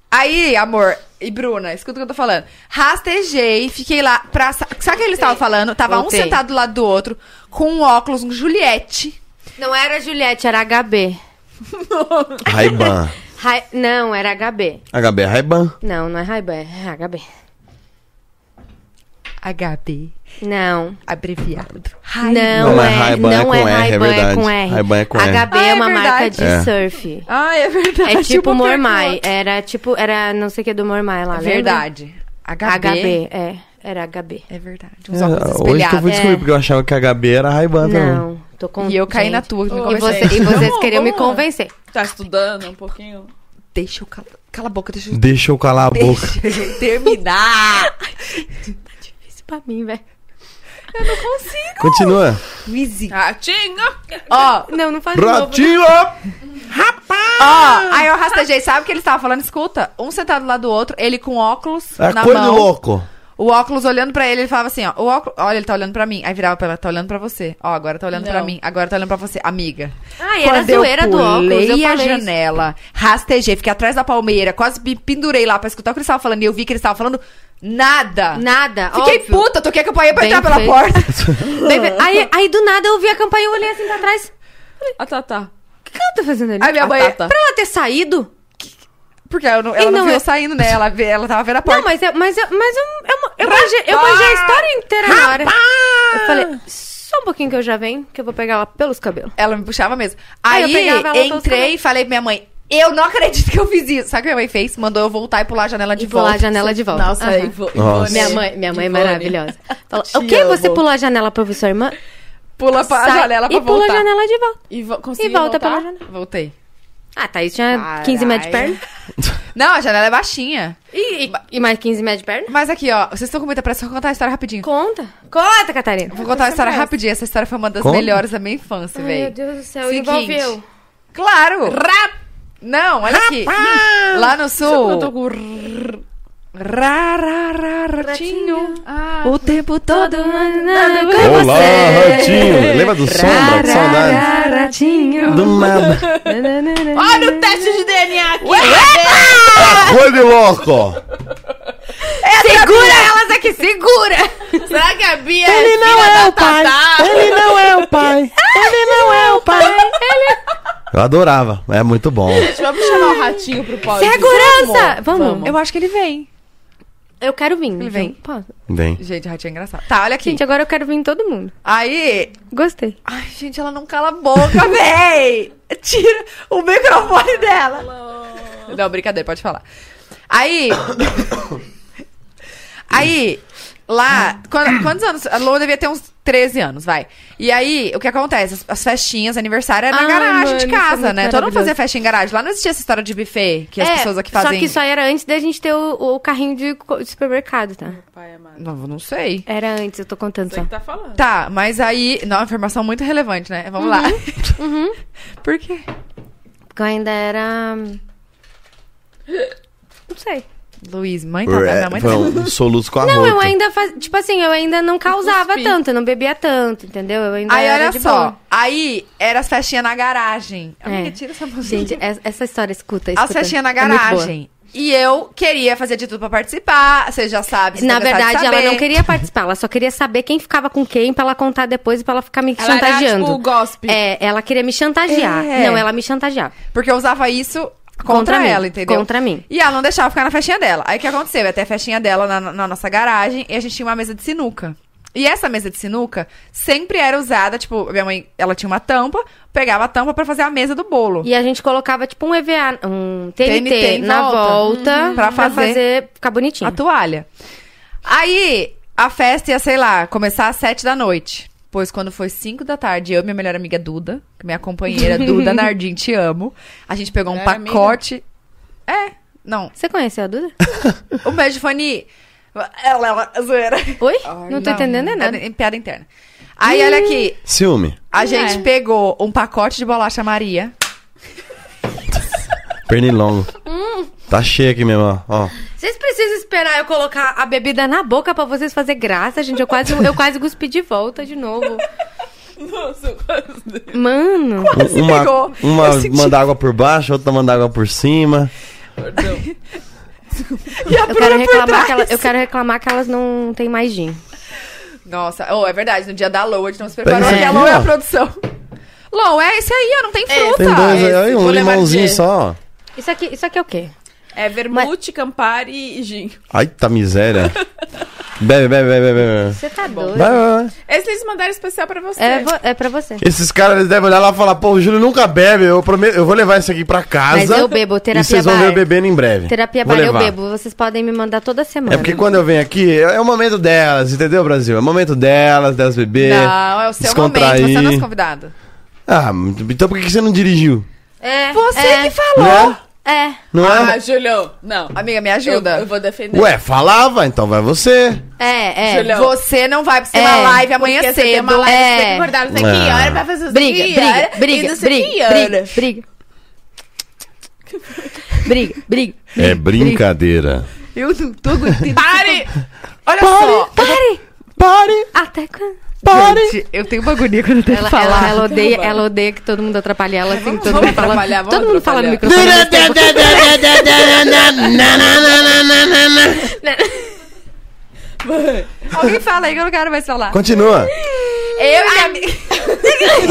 Speaker 2: Aí, amor, e Bruna, escuta o que eu tô falando. Rastejei, fiquei lá pra. sa- Sabe o que eles estavam falando? Tava
Speaker 4: Voltei.
Speaker 2: um sentado do lado do outro, com um óculos, um Juliette.
Speaker 4: Não era Juliette, era HB.
Speaker 6: Raiban.
Speaker 4: Rai- Não, era HB.
Speaker 6: HB é Raiban.
Speaker 4: Não, não é Ray-Ban, é HB.
Speaker 2: HB,
Speaker 4: Não.
Speaker 2: abreviado.
Speaker 4: Não,
Speaker 6: Não, é
Speaker 4: é,
Speaker 6: Ray-Ban, é
Speaker 4: não é
Speaker 6: com R, é
Speaker 4: Ray-Ban, é com
Speaker 6: verdade.
Speaker 4: R.
Speaker 6: Ray-Ban é com R.
Speaker 4: HB
Speaker 2: Ah,
Speaker 4: é
Speaker 2: é
Speaker 4: uma marca
Speaker 2: verdade.
Speaker 4: de
Speaker 6: É.
Speaker 4: surf.
Speaker 2: Ah, é verdade.
Speaker 4: É
Speaker 2: pior
Speaker 4: tipo
Speaker 2: que o
Speaker 4: Mormai.
Speaker 2: outro.
Speaker 4: Era tipo, era não sei o que do Mormai lá, lembra?
Speaker 2: Verdade. HB.
Speaker 4: HB, é. Era HB.
Speaker 2: É verdade. Uns óculos
Speaker 6: hoje que eu
Speaker 2: espelhados.
Speaker 6: fui descobrir, porque eu achava que HB era Raiban também.
Speaker 4: Não, tô com...
Speaker 2: E eu caí na
Speaker 4: É, Gente.
Speaker 2: tua, é que me
Speaker 1: Ô,
Speaker 4: E,
Speaker 2: convenceu.
Speaker 4: você, e vocês
Speaker 1: Vamos,
Speaker 4: queriam me
Speaker 1: vamos.
Speaker 4: convencer.
Speaker 1: Tá estudando um pouquinho?
Speaker 2: Deixa eu cala, cala a boca, deixa eu.
Speaker 6: Deixa eu calar a boca.
Speaker 2: Deixa eu terminar.
Speaker 4: Isso pra mim, velho.
Speaker 6: Continua.
Speaker 2: Luizinho.
Speaker 1: Ah, Ratinho!
Speaker 2: Ó,
Speaker 4: Não, não faz de
Speaker 2: né?
Speaker 4: novo.
Speaker 6: Ratinho! up!
Speaker 2: Ó,
Speaker 4: Ah!
Speaker 2: aí eu rastejei, sabe o que eles estavam falando? Escuta, um sentado lá do outro, ele com óculos
Speaker 6: É
Speaker 2: na
Speaker 6: coisa de
Speaker 2: mão.
Speaker 6: louco.
Speaker 2: O óculos olhando pra ele, ele falava assim, ó, o óculos, olha, ele tá olhando pra mim. Aí virava pra ela, tá olhando pra você. Ó, agora tá olhando
Speaker 1: Não.
Speaker 2: pra mim, agora tá olhando pra você, amiga.
Speaker 4: Ah, e era
Speaker 2: Quando
Speaker 4: zoeira
Speaker 2: eu
Speaker 4: do óculos, eu
Speaker 2: pulei a
Speaker 4: falei isso.
Speaker 2: janela, rastejei, fiquei atrás da palmeira, quase me pendurei lá pra escutar o que eles estavam falando e eu vi que eles estavam falando nada.
Speaker 4: Nada,
Speaker 2: Fiquei
Speaker 4: óbvio.
Speaker 2: puta, toquei a campainha pra
Speaker 4: Bem
Speaker 2: entrar pela
Speaker 4: feito.
Speaker 2: porta.
Speaker 4: Bem, bem, aí, aí do nada eu ouvi a campainha, eu olhei assim pra trás.
Speaker 1: A Tatá.
Speaker 4: O que, que ela tá fazendo ali?
Speaker 2: Aí minha
Speaker 1: A
Speaker 2: mãe,
Speaker 1: Tata.
Speaker 4: Pra ela ter saído?
Speaker 2: porque eu não- ela
Speaker 4: E
Speaker 2: não,
Speaker 4: não,
Speaker 2: viu
Speaker 4: eu-
Speaker 2: eu saindo, né? Ela, vê- ela tava vendo a porta.
Speaker 4: Não, mas, eu, mas, eu, mas eu, eu, eu, manjei, eu manjei a história inteira na hora. Eu falei, só um pouquinho que eu já venho, que eu vou pegar ela pelos cabelos.
Speaker 2: Ela me puxava mesmo.
Speaker 4: Aí
Speaker 2: Aí,
Speaker 4: eu pegava ela pelos
Speaker 2: entrei e
Speaker 4: cabelos.
Speaker 2: falei pra minha mãe: Eu não acredito que eu fiz isso. Sabe o que minha mãe fez? Mandou eu voltar e pular a janela de
Speaker 4: E
Speaker 2: volta.
Speaker 4: pular a janela de volta.
Speaker 1: Nossa,
Speaker 4: Aham.
Speaker 1: Ivo-
Speaker 6: Nossa.
Speaker 1: Ivone.
Speaker 4: Minha mãe, minha mãe é
Speaker 2: né?
Speaker 1: Ivone.
Speaker 4: maravilhosa. Fala,
Speaker 1: Te
Speaker 4: o que você
Speaker 1: amo.
Speaker 4: pulou a janela pra ver sua irmã?
Speaker 2: Pula pra
Speaker 4: Sai
Speaker 2: janela pra
Speaker 4: e pula
Speaker 2: voltar.
Speaker 4: a janela de volta.
Speaker 1: E, vo
Speaker 4: E
Speaker 1: consegui voltar?
Speaker 4: volta pela janela.
Speaker 2: Voltei.
Speaker 4: Ah, Thaís tinha
Speaker 2: Caralho.
Speaker 4: 15 metros de perna.
Speaker 2: Não, a janela é baixinha.
Speaker 4: E, e- e mais 15 metros de perna?
Speaker 2: Mas aqui, ó, vocês estão com muita pressa, eu vou contar a história rapidinho.
Speaker 4: Conta. Conta, Catarina.
Speaker 2: Vou contar a história rapidinho. Essa história foi uma das
Speaker 6: Como?
Speaker 2: melhores da minha infância,
Speaker 4: Ai,
Speaker 2: velho.
Speaker 4: meu Deus do céu,
Speaker 2: Seguinte.
Speaker 4: envolveu.
Speaker 2: Claro! Não, olha aqui. Lá no
Speaker 1: Eu tô
Speaker 2: sul.
Speaker 1: com o rrr.
Speaker 2: Ra, ra, ra, ratinho. O tempo todo.
Speaker 4: Nada com
Speaker 6: Olá,
Speaker 4: você.
Speaker 6: Ratinho. Lembra do Sombra? Que saudade.
Speaker 4: Ra, ra, ra, ratinho.
Speaker 6: Do nada.
Speaker 1: Olha o teste de DNA aqui!
Speaker 6: É coisa de louco.
Speaker 2: É,
Speaker 4: Segura elas aqui, segura!
Speaker 1: Será que a Bia Ele é não é o
Speaker 4: tá?
Speaker 1: pai.
Speaker 6: Ele não é o pai. Ele não é o pai.
Speaker 2: é
Speaker 6: Eu adorava. É muito bom.
Speaker 1: Vamos chamar o ratinho pro pau.
Speaker 4: é Segurança! Vamos.
Speaker 1: Vamos.
Speaker 4: Eu,
Speaker 2: Eu acho que ele vem.
Speaker 4: eu quero vir. Ele
Speaker 2: vem.
Speaker 6: Bem.
Speaker 2: Gente, o ratinho é engraçado. Tá, olha aqui.
Speaker 4: Gente, agora eu quero vir em todo mundo.
Speaker 2: Aí,
Speaker 4: Gostei.
Speaker 2: Ai, gente, ela não cala a boca, véi! Tira o microfone dela! Não, brincadeira, pode falar. Aí. Aí, lá. quando- quantos anos? A Lou devia ter uns 13 anos, vai. E aí, o que acontece? As, as festinhas, aniversário, era na
Speaker 4: Ah,
Speaker 2: garagem
Speaker 4: mano,
Speaker 2: de
Speaker 4: isso é
Speaker 2: casa,
Speaker 4: muito
Speaker 2: né? Todo mundo
Speaker 4: maravilhoso.
Speaker 2: fazia festa em garagem. Lá não existia essa história de buffet que as
Speaker 4: É,
Speaker 2: pessoas aqui fazem.
Speaker 4: Só que isso aí era antes da gente ter o, o carrinho de, co- de supermercado, tá?
Speaker 1: Pai amado.
Speaker 2: Não, não sei.
Speaker 4: Era antes, eu tô contando
Speaker 1: Você
Speaker 4: só.
Speaker 1: que tá falando.
Speaker 2: Tá, mas aí. Não, é uma informação muito relevante, né? Vamos lá.
Speaker 4: Uhum.
Speaker 2: Por quê?
Speaker 4: Porque eu ainda era. Não sei.
Speaker 2: Luiz, mãe tá. Minha mãe tá.
Speaker 3: Foi um soluço com a
Speaker 4: Não,
Speaker 3: roupa.
Speaker 4: eu ainda faz... Tipo assim, eu ainda não causava tanto, eu não bebia tanto, entendeu? Eu ainda
Speaker 2: Aí,
Speaker 4: era
Speaker 2: olha
Speaker 4: é de
Speaker 2: só.
Speaker 4: boa.
Speaker 2: Aí, era as festinhas na garagem. Amiga,
Speaker 4: É.
Speaker 2: tira essa música.
Speaker 4: Gente, es- essa história, escuta, escuta.
Speaker 2: as festinhas na
Speaker 4: é muito boa.
Speaker 2: garagem. e eu queria fazer de tudo pra participar. Você já sabe. cê
Speaker 4: Na
Speaker 2: tem vontade de
Speaker 4: verdade, ela
Speaker 2: saber.
Speaker 4: não queria participar, ela só queria saber quem ficava com quem pra ela contar depois e pra ela ficar me
Speaker 1: Ela era,
Speaker 4: chantageando.
Speaker 1: tipo, o gossip.
Speaker 4: É, ela queria me chantagear.
Speaker 2: É.
Speaker 4: Não, ela me chantageava.
Speaker 2: Porque eu usava isso contra,
Speaker 4: Contra mim,
Speaker 2: ela, entendeu?
Speaker 4: contra mim.
Speaker 2: E ela não deixava eu ficar na festinha dela. Aí o que aconteceu? Eu ia ter a festinha dela na, na nossa garagem e a gente tinha uma mesa de sinuca. E essa mesa de sinuca sempre era usada, tipo, minha mãe, ela tinha uma tampa, pegava a tampa pra fazer a mesa do bolo.
Speaker 4: E a gente colocava tipo um EVA, um TNT,
Speaker 2: TNT em
Speaker 4: na
Speaker 2: volta.
Speaker 4: volta,
Speaker 2: Uhum. Pra fazer-
Speaker 4: ficar bonitinho.
Speaker 2: A toalha. Aí, a festa ia, sei lá, começar às sete da noite. Pois quando foi cinco da tarde, eu e minha melhor amiga Duda, que é minha companheira Duda Nardim, te amo. A gente pegou um
Speaker 1: Melhor amiga?
Speaker 2: pacote. É, não.
Speaker 4: Você conheceu a Duda?
Speaker 2: Um beijo, Fanny. Ela, ela, zoeira.
Speaker 4: Oi? não tô entendendo é nada.
Speaker 2: É piada interna. Aí, olha aqui.
Speaker 3: Ciúme.
Speaker 2: A gente pegou um pacote de bolacha Maria.
Speaker 3: Pernilongo.
Speaker 2: Hum.
Speaker 3: Tá cheio aqui mesmo, ó.
Speaker 6: um,
Speaker 3: ó.
Speaker 4: Vocês precisam esperar eu colocar a bebida na boca pra vocês fazer graça, gente. Eu quase, eu quase cuspi de volta de novo.
Speaker 1: Nossa, eu quase-
Speaker 4: Mano.
Speaker 2: Quase
Speaker 3: uma
Speaker 2: pegou.
Speaker 3: uma
Speaker 2: Eu senti.
Speaker 3: manda água por baixo, outra manda água por cima.
Speaker 1: Perdão.
Speaker 2: E a
Speaker 4: Eu quero,
Speaker 2: Bruna por
Speaker 4: reclamar
Speaker 2: trás.
Speaker 4: que ela- eu quero reclamar que elas não têm mais gin.
Speaker 2: Nossa, oh, é verdade. No dia da Lou, a gente não se preparou.
Speaker 3: isso
Speaker 2: E a
Speaker 3: aqui,
Speaker 2: Lou é
Speaker 3: ó.
Speaker 2: a produção. Lou, é esse aí, ó. Não tem fruta.
Speaker 3: Tem dois aí,
Speaker 1: esse
Speaker 3: olha, um
Speaker 1: vou levar
Speaker 3: limãozinho
Speaker 1: de-
Speaker 3: só. ó.
Speaker 4: Isso aqui, isso aqui é o quê?
Speaker 1: É vermute, Campari e gin.
Speaker 3: Ai, tá miséria. Bebe, bebe, bebe, bebe.
Speaker 4: Você tá doido?
Speaker 3: Vai, vai, vai.
Speaker 1: Esse eles mandaram especial pra você.
Speaker 4: É, vo- é pra você.
Speaker 3: Esses caras eles devem olhar lá e falar, pô, o Júlio nunca bebe, eu prometo, eu vou levar isso aqui pra casa.
Speaker 4: Mas eu bebo, terapia
Speaker 3: E vocês vão
Speaker 4: bar.
Speaker 3: ver eu bebendo em breve.
Speaker 4: Terapia
Speaker 3: Vou
Speaker 4: bar eu
Speaker 3: levar.
Speaker 4: bebo. Vocês podem me mandar toda semana.
Speaker 3: É porque quando eu venho aqui, é é o momento delas, entendeu, Brasil? É o momento delas, delas beber.
Speaker 2: Não, é o seu momento. Você é nosso convidado.
Speaker 3: Ah, então por que que você não dirigiu?
Speaker 4: É,
Speaker 2: Você
Speaker 4: é,
Speaker 2: que falou.
Speaker 3: Né?
Speaker 4: É.
Speaker 3: Não
Speaker 1: Ah,
Speaker 3: é?
Speaker 1: Julião, não.
Speaker 2: Amiga, me
Speaker 1: Eu,
Speaker 2: ajuda.
Speaker 1: eu vou defender.
Speaker 3: Ué, falava, então vai você.
Speaker 4: É,
Speaker 1: Juliana,
Speaker 4: é.
Speaker 1: Julião.
Speaker 2: Você não vai pra ser uma
Speaker 4: É,
Speaker 2: live amanhã
Speaker 1: Porque
Speaker 2: cedo.
Speaker 1: você tem uma live,
Speaker 4: É.
Speaker 1: você tem que acordar, não sei que
Speaker 3: Não.
Speaker 1: hora, pra fazer isso
Speaker 4: Briga,
Speaker 1: aqui,
Speaker 4: briga,
Speaker 1: hora, é? e
Speaker 4: briga,
Speaker 1: não sei né? que
Speaker 4: briga,
Speaker 1: hora.
Speaker 4: briga, briga. Briga, briga.
Speaker 3: É brincadeira.
Speaker 2: Eu não tô aguentando.
Speaker 1: Pare!
Speaker 2: Olha só.
Speaker 4: Pare!
Speaker 3: Pare,
Speaker 4: Até quando?
Speaker 3: pare.
Speaker 2: Gente, eu tenho uma agonia quando eu tenho
Speaker 4: Ela,
Speaker 2: que falar.
Speaker 4: ela, ela odeia, ela odeia que todo mundo atrapalhe ela, assim, todo
Speaker 1: vamos
Speaker 4: mundo fala.
Speaker 1: atrapalhar, vamos
Speaker 4: todo mundo fala no
Speaker 1: atrapalhar.
Speaker 4: microfone. ao mesmo tempo.
Speaker 2: Alguém fala aí que eu não quero mais falar.
Speaker 3: Continua.
Speaker 2: Eu e a amiga...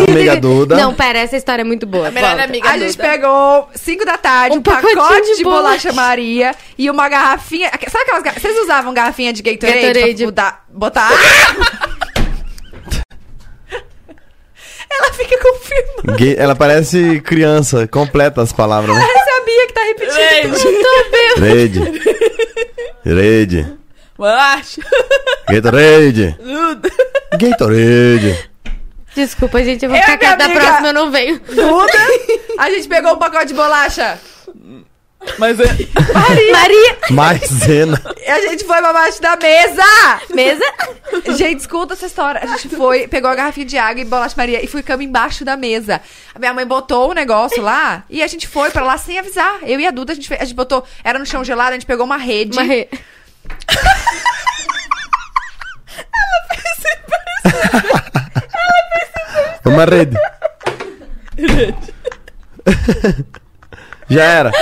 Speaker 3: Amiga Duda.
Speaker 4: Não, pera, essa história é muito boa.
Speaker 1: Melhor
Speaker 4: volta.
Speaker 1: amiga
Speaker 2: A
Speaker 1: Duda.
Speaker 2: gente pegou 5 da tarde, um,
Speaker 4: Um
Speaker 2: pacote
Speaker 4: pacotinho
Speaker 2: de,
Speaker 4: de
Speaker 2: bolacha Maria e uma garrafinha. Sabe aquelas garra- Vocês usavam garrafinha de Gatorade,
Speaker 4: Gatorade.
Speaker 2: pra mudar- botar água? Ela fica confirmando.
Speaker 3: Gay- Ela parece criança, completa as palavras. né?
Speaker 2: Eu sabia que tá repetindo.
Speaker 1: Gente,
Speaker 3: Rede. Rede.
Speaker 1: macho,
Speaker 3: Gatorade.
Speaker 1: Duda.
Speaker 3: Gatorade.
Speaker 4: Desculpa, gente, eu vou
Speaker 2: Eu e
Speaker 4: ficar
Speaker 2: minha
Speaker 4: quieta. Da
Speaker 2: amiga-
Speaker 4: próxima eu não venho.
Speaker 2: Duda, a gente pegou um pacote de bolacha
Speaker 1: Mas é...
Speaker 4: Maria!
Speaker 3: Maisena.
Speaker 2: e a gente foi pra baixo da mesa.
Speaker 4: Mesa?
Speaker 2: Gente, escuta essa história. A gente foi, pegou a garrafinha de água e bolacha Maria e ficamos embaixo da mesa. A minha mãe botou o negócio lá e a gente foi pra lá sem avisar. Eu e a Duda, a gente, fe- a gente botou. Era no chão gelado, a gente pegou uma rede.
Speaker 4: Maria.
Speaker 3: Uma rede. Já era.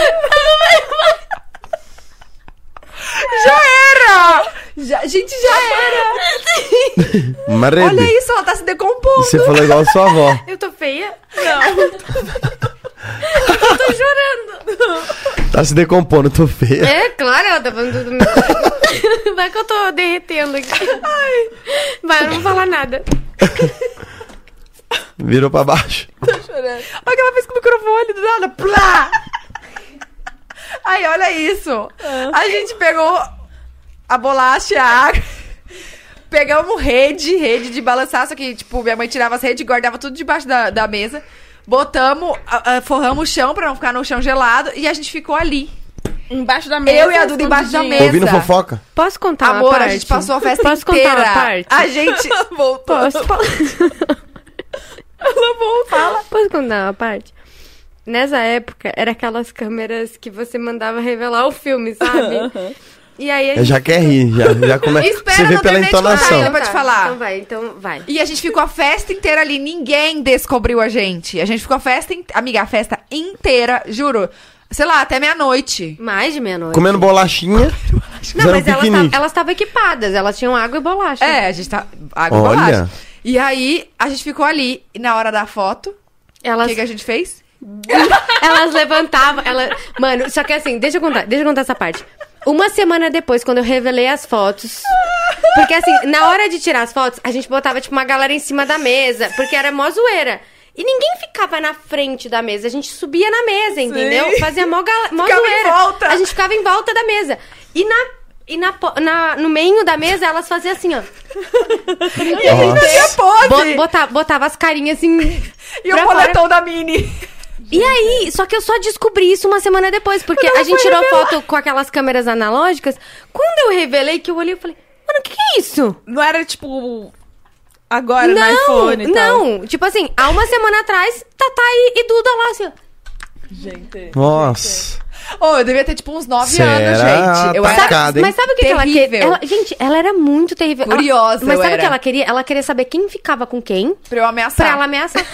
Speaker 2: Já era! Já- gente, já era!
Speaker 3: Uma rede.
Speaker 2: Olha isso, ela tá se decompondo.
Speaker 3: Você falou igual a sua avó.
Speaker 4: Eu tô feia?
Speaker 3: Tá se decompondo, tô feia.
Speaker 4: É, claro, ela tá falando do meu. Vai que eu tô derretendo aqui. Vai, eu não vou falar nada.
Speaker 3: Virou pra baixo.
Speaker 2: Olha o que ela fez com o microfone do nada. Plá! Aí,
Speaker 4: Ah.
Speaker 2: olha isso. A gente pegou a bolacha e a água. Pegamos rede, rede de balançar, só que, tipo, minha mãe tirava as redes e guardava tudo debaixo da, da mesa. Botamos, ah, ah, forramos o chão pra não ficar no chão gelado e a gente ficou ali.
Speaker 1: Embaixo da mesa.
Speaker 2: eu e a Duda embaixo da
Speaker 1: escondidinho.
Speaker 2: mesa.
Speaker 3: Ouvindo fofoca?
Speaker 4: Posso contar uma
Speaker 2: Amor,
Speaker 4: parte?
Speaker 2: a gente passou a festa
Speaker 4: Posso
Speaker 2: inteira.
Speaker 4: contar uma parte?
Speaker 2: A gente voltou.
Speaker 4: Posso,
Speaker 2: Ela voltou.
Speaker 4: Posso contar uma parte? Nessa época, era aquelas câmeras que você mandava revelar o filme, sabe? E aí a
Speaker 3: Eu
Speaker 4: gente...
Speaker 3: já quer rir, já, já começa.
Speaker 2: Espera,
Speaker 3: Você vê
Speaker 2: não
Speaker 3: pela
Speaker 2: terminei de contar
Speaker 3: entonação.
Speaker 2: ainda. pra te falar.
Speaker 4: Então vai, então vai.
Speaker 2: E a gente ficou a festa inteira ali, ninguém descobriu a gente. A gente ficou a festa, in- amiga, a festa inteira, juro. Sei lá, até meia-noite.
Speaker 4: Mais de meia-noite.
Speaker 3: Comendo bolachinha.
Speaker 4: Não, mas tá- elas
Speaker 3: piquenique.
Speaker 4: ta- elas estavam equipadas, elas tinham água e bolacha.
Speaker 2: É, a gente tá. Água
Speaker 3: Olha.
Speaker 2: e bolacha. E aí, a gente ficou ali. E na hora da foto, o
Speaker 4: Elas,
Speaker 2: que, que a gente fez?
Speaker 4: elas levantavam. Ela... Mano, só que assim, deixa eu contar, deixa eu contar essa parte. Uma semana depois, quando eu revelei as fotos. Porque assim, na hora de tirar as fotos, a gente botava, tipo, uma galera em cima da mesa. Porque era mó zoeira. E ninguém ficava na frente da mesa. A gente subia na mesa, entendeu? Fazia mó, gala... mó
Speaker 2: Ficava em
Speaker 4: zoeira.
Speaker 2: volta.
Speaker 4: A gente ficava em volta da mesa. E na. E na, po- na- no meio da mesa, elas faziam assim, ó. tá
Speaker 2: Tinha pose!
Speaker 4: Bo- bota- botava as carinhas assim.
Speaker 2: e o
Speaker 4: pra fora.
Speaker 2: moletom da Mini.
Speaker 4: E aí, só que eu só descobri isso uma semana depois, porque a gente tirou foto com aquelas câmeras analógicas. Quando eu revelei que eu olhei, eu falei, mano, o que, que é isso?
Speaker 1: Não era tipo. Agora no
Speaker 4: não,
Speaker 1: iPhone e tal.
Speaker 4: não. Tipo assim, há uma semana atrás, Tatá e, e Duda lá, assim, ó.
Speaker 1: Gente.
Speaker 3: Nossa.
Speaker 2: Ô, eu devia ter tipo uns 9
Speaker 3: Será
Speaker 2: anos, gente. Eu
Speaker 3: atacado,
Speaker 2: era.
Speaker 3: Cada, hein?
Speaker 4: Mas sabe o que, que ela
Speaker 2: Terrível.
Speaker 4: queria? gente, ela era muito terrível. Ela-
Speaker 2: Curiosa
Speaker 4: mas
Speaker 2: eu
Speaker 4: sabe o
Speaker 2: era.
Speaker 4: que ela queria? Ela queria saber quem ficava com quem,
Speaker 2: Pra eu
Speaker 4: pra
Speaker 1: Tá.
Speaker 2: ameaçar.
Speaker 4: ela ameaçar.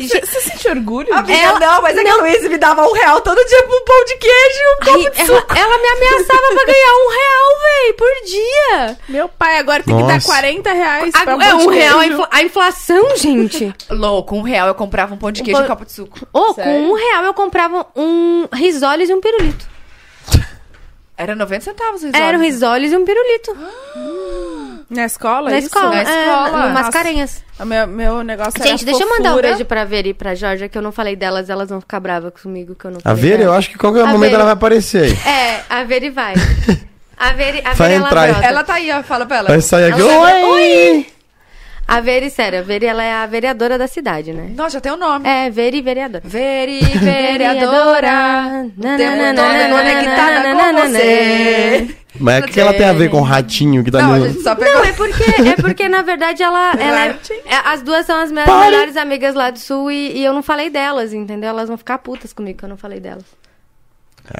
Speaker 1: Você você sente orgulho?
Speaker 2: Amiga,
Speaker 4: Ela-
Speaker 2: não, mas é que a Luísa me dava um real todo dia pra um pão de queijo e um copo
Speaker 4: Aí
Speaker 2: de
Speaker 4: ela, ela me ameaçava pra ganhar um real, véi, por dia.
Speaker 1: Meu pai agora tem que dar
Speaker 3: Nossa.
Speaker 1: 40 reais pra
Speaker 4: A, é,
Speaker 1: monte
Speaker 4: um
Speaker 1: de
Speaker 4: real, a,
Speaker 1: queijo.
Speaker 4: infla- a inflação, gente.
Speaker 2: Louco, um real eu comprava um pão de queijo e um
Speaker 4: pão-
Speaker 2: copo de suco.
Speaker 4: Ô,
Speaker 1: Sério?
Speaker 4: com um real eu comprava um risoles e um pirulito.
Speaker 2: Era 90 centavos o risório.
Speaker 4: Era um risoles e um pirulito.
Speaker 1: Na escola?
Speaker 4: na
Speaker 1: isso?
Speaker 4: escola.
Speaker 2: Na
Speaker 4: é,
Speaker 2: escola.
Speaker 4: no Mascarenhas.
Speaker 1: O meu, meu negócio era
Speaker 4: Gente, deixa eu mandar um
Speaker 1: é fofura.
Speaker 4: beijo pra Vera e pra Jorge, que eu não falei delas, elas vão ficar bravas comigo, que eu não
Speaker 3: A
Speaker 4: falei
Speaker 3: Vera, eu
Speaker 4: delas.
Speaker 3: acho que qualquer
Speaker 4: Tá A
Speaker 3: momento
Speaker 4: Vera.
Speaker 3: ela vai aparecer aí.
Speaker 4: É, a Vera e vai. A Vera, a
Speaker 3: Vai
Speaker 4: Vera
Speaker 3: entrar aí.
Speaker 4: ela brota.
Speaker 2: Ela tá aí, ó, fala pra ela.
Speaker 3: Vai sair aqui.
Speaker 4: Ela-
Speaker 3: Oi!
Speaker 4: A Vera, sério, a Vera, ela é a vereadora da cidade, né?
Speaker 2: Nossa, já tem o nome.
Speaker 4: É, Vera e vereadora.
Speaker 2: Veri, vereadora, Teodora conectada com você.
Speaker 3: Mas o que ela tem a ver com o ratinho que tá
Speaker 2: Não, a
Speaker 3: no.
Speaker 2: gente só pegou...
Speaker 4: Não, é porque, é porque na verdade ela, ela é- é- as duas são as minhas melhores amigas lá do sul e, e eu não falei delas, entendeu? Elas vão ficar putas comigo que eu não falei delas.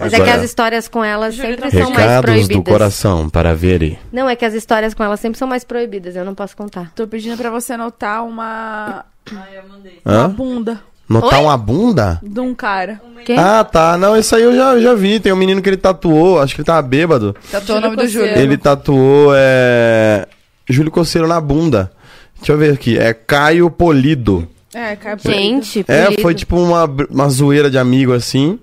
Speaker 4: Mas é que as histórias com elas sempre são mais
Speaker 3: Recados do
Speaker 4: proibidas.
Speaker 3: coração para Veri.
Speaker 4: Não, é que as histórias com elas sempre são mais proibidas, eu não posso contar.
Speaker 1: Tô pedindo pra você anotar uma,
Speaker 7: Ah, eu mandei.
Speaker 1: uma
Speaker 3: Hã?
Speaker 1: bunda
Speaker 3: Notar uma bunda?
Speaker 1: de um cara.
Speaker 4: Quê?
Speaker 3: Ah, tá. Não, isso aí eu já, já vi. Tem um menino que ele tatuou, acho que ele tava bêbado.
Speaker 2: Tatuou o nome do
Speaker 1: Júlio
Speaker 2: Júlio.
Speaker 1: Coceiro.
Speaker 3: Ele tatuou é... Júlio Coceiro na bunda. Deixa eu ver aqui. É Caio Polido.
Speaker 1: É, cara.
Speaker 4: Gente,
Speaker 3: É,
Speaker 4: polido.
Speaker 3: foi tipo uma, br- uma zoeira de amigo assim.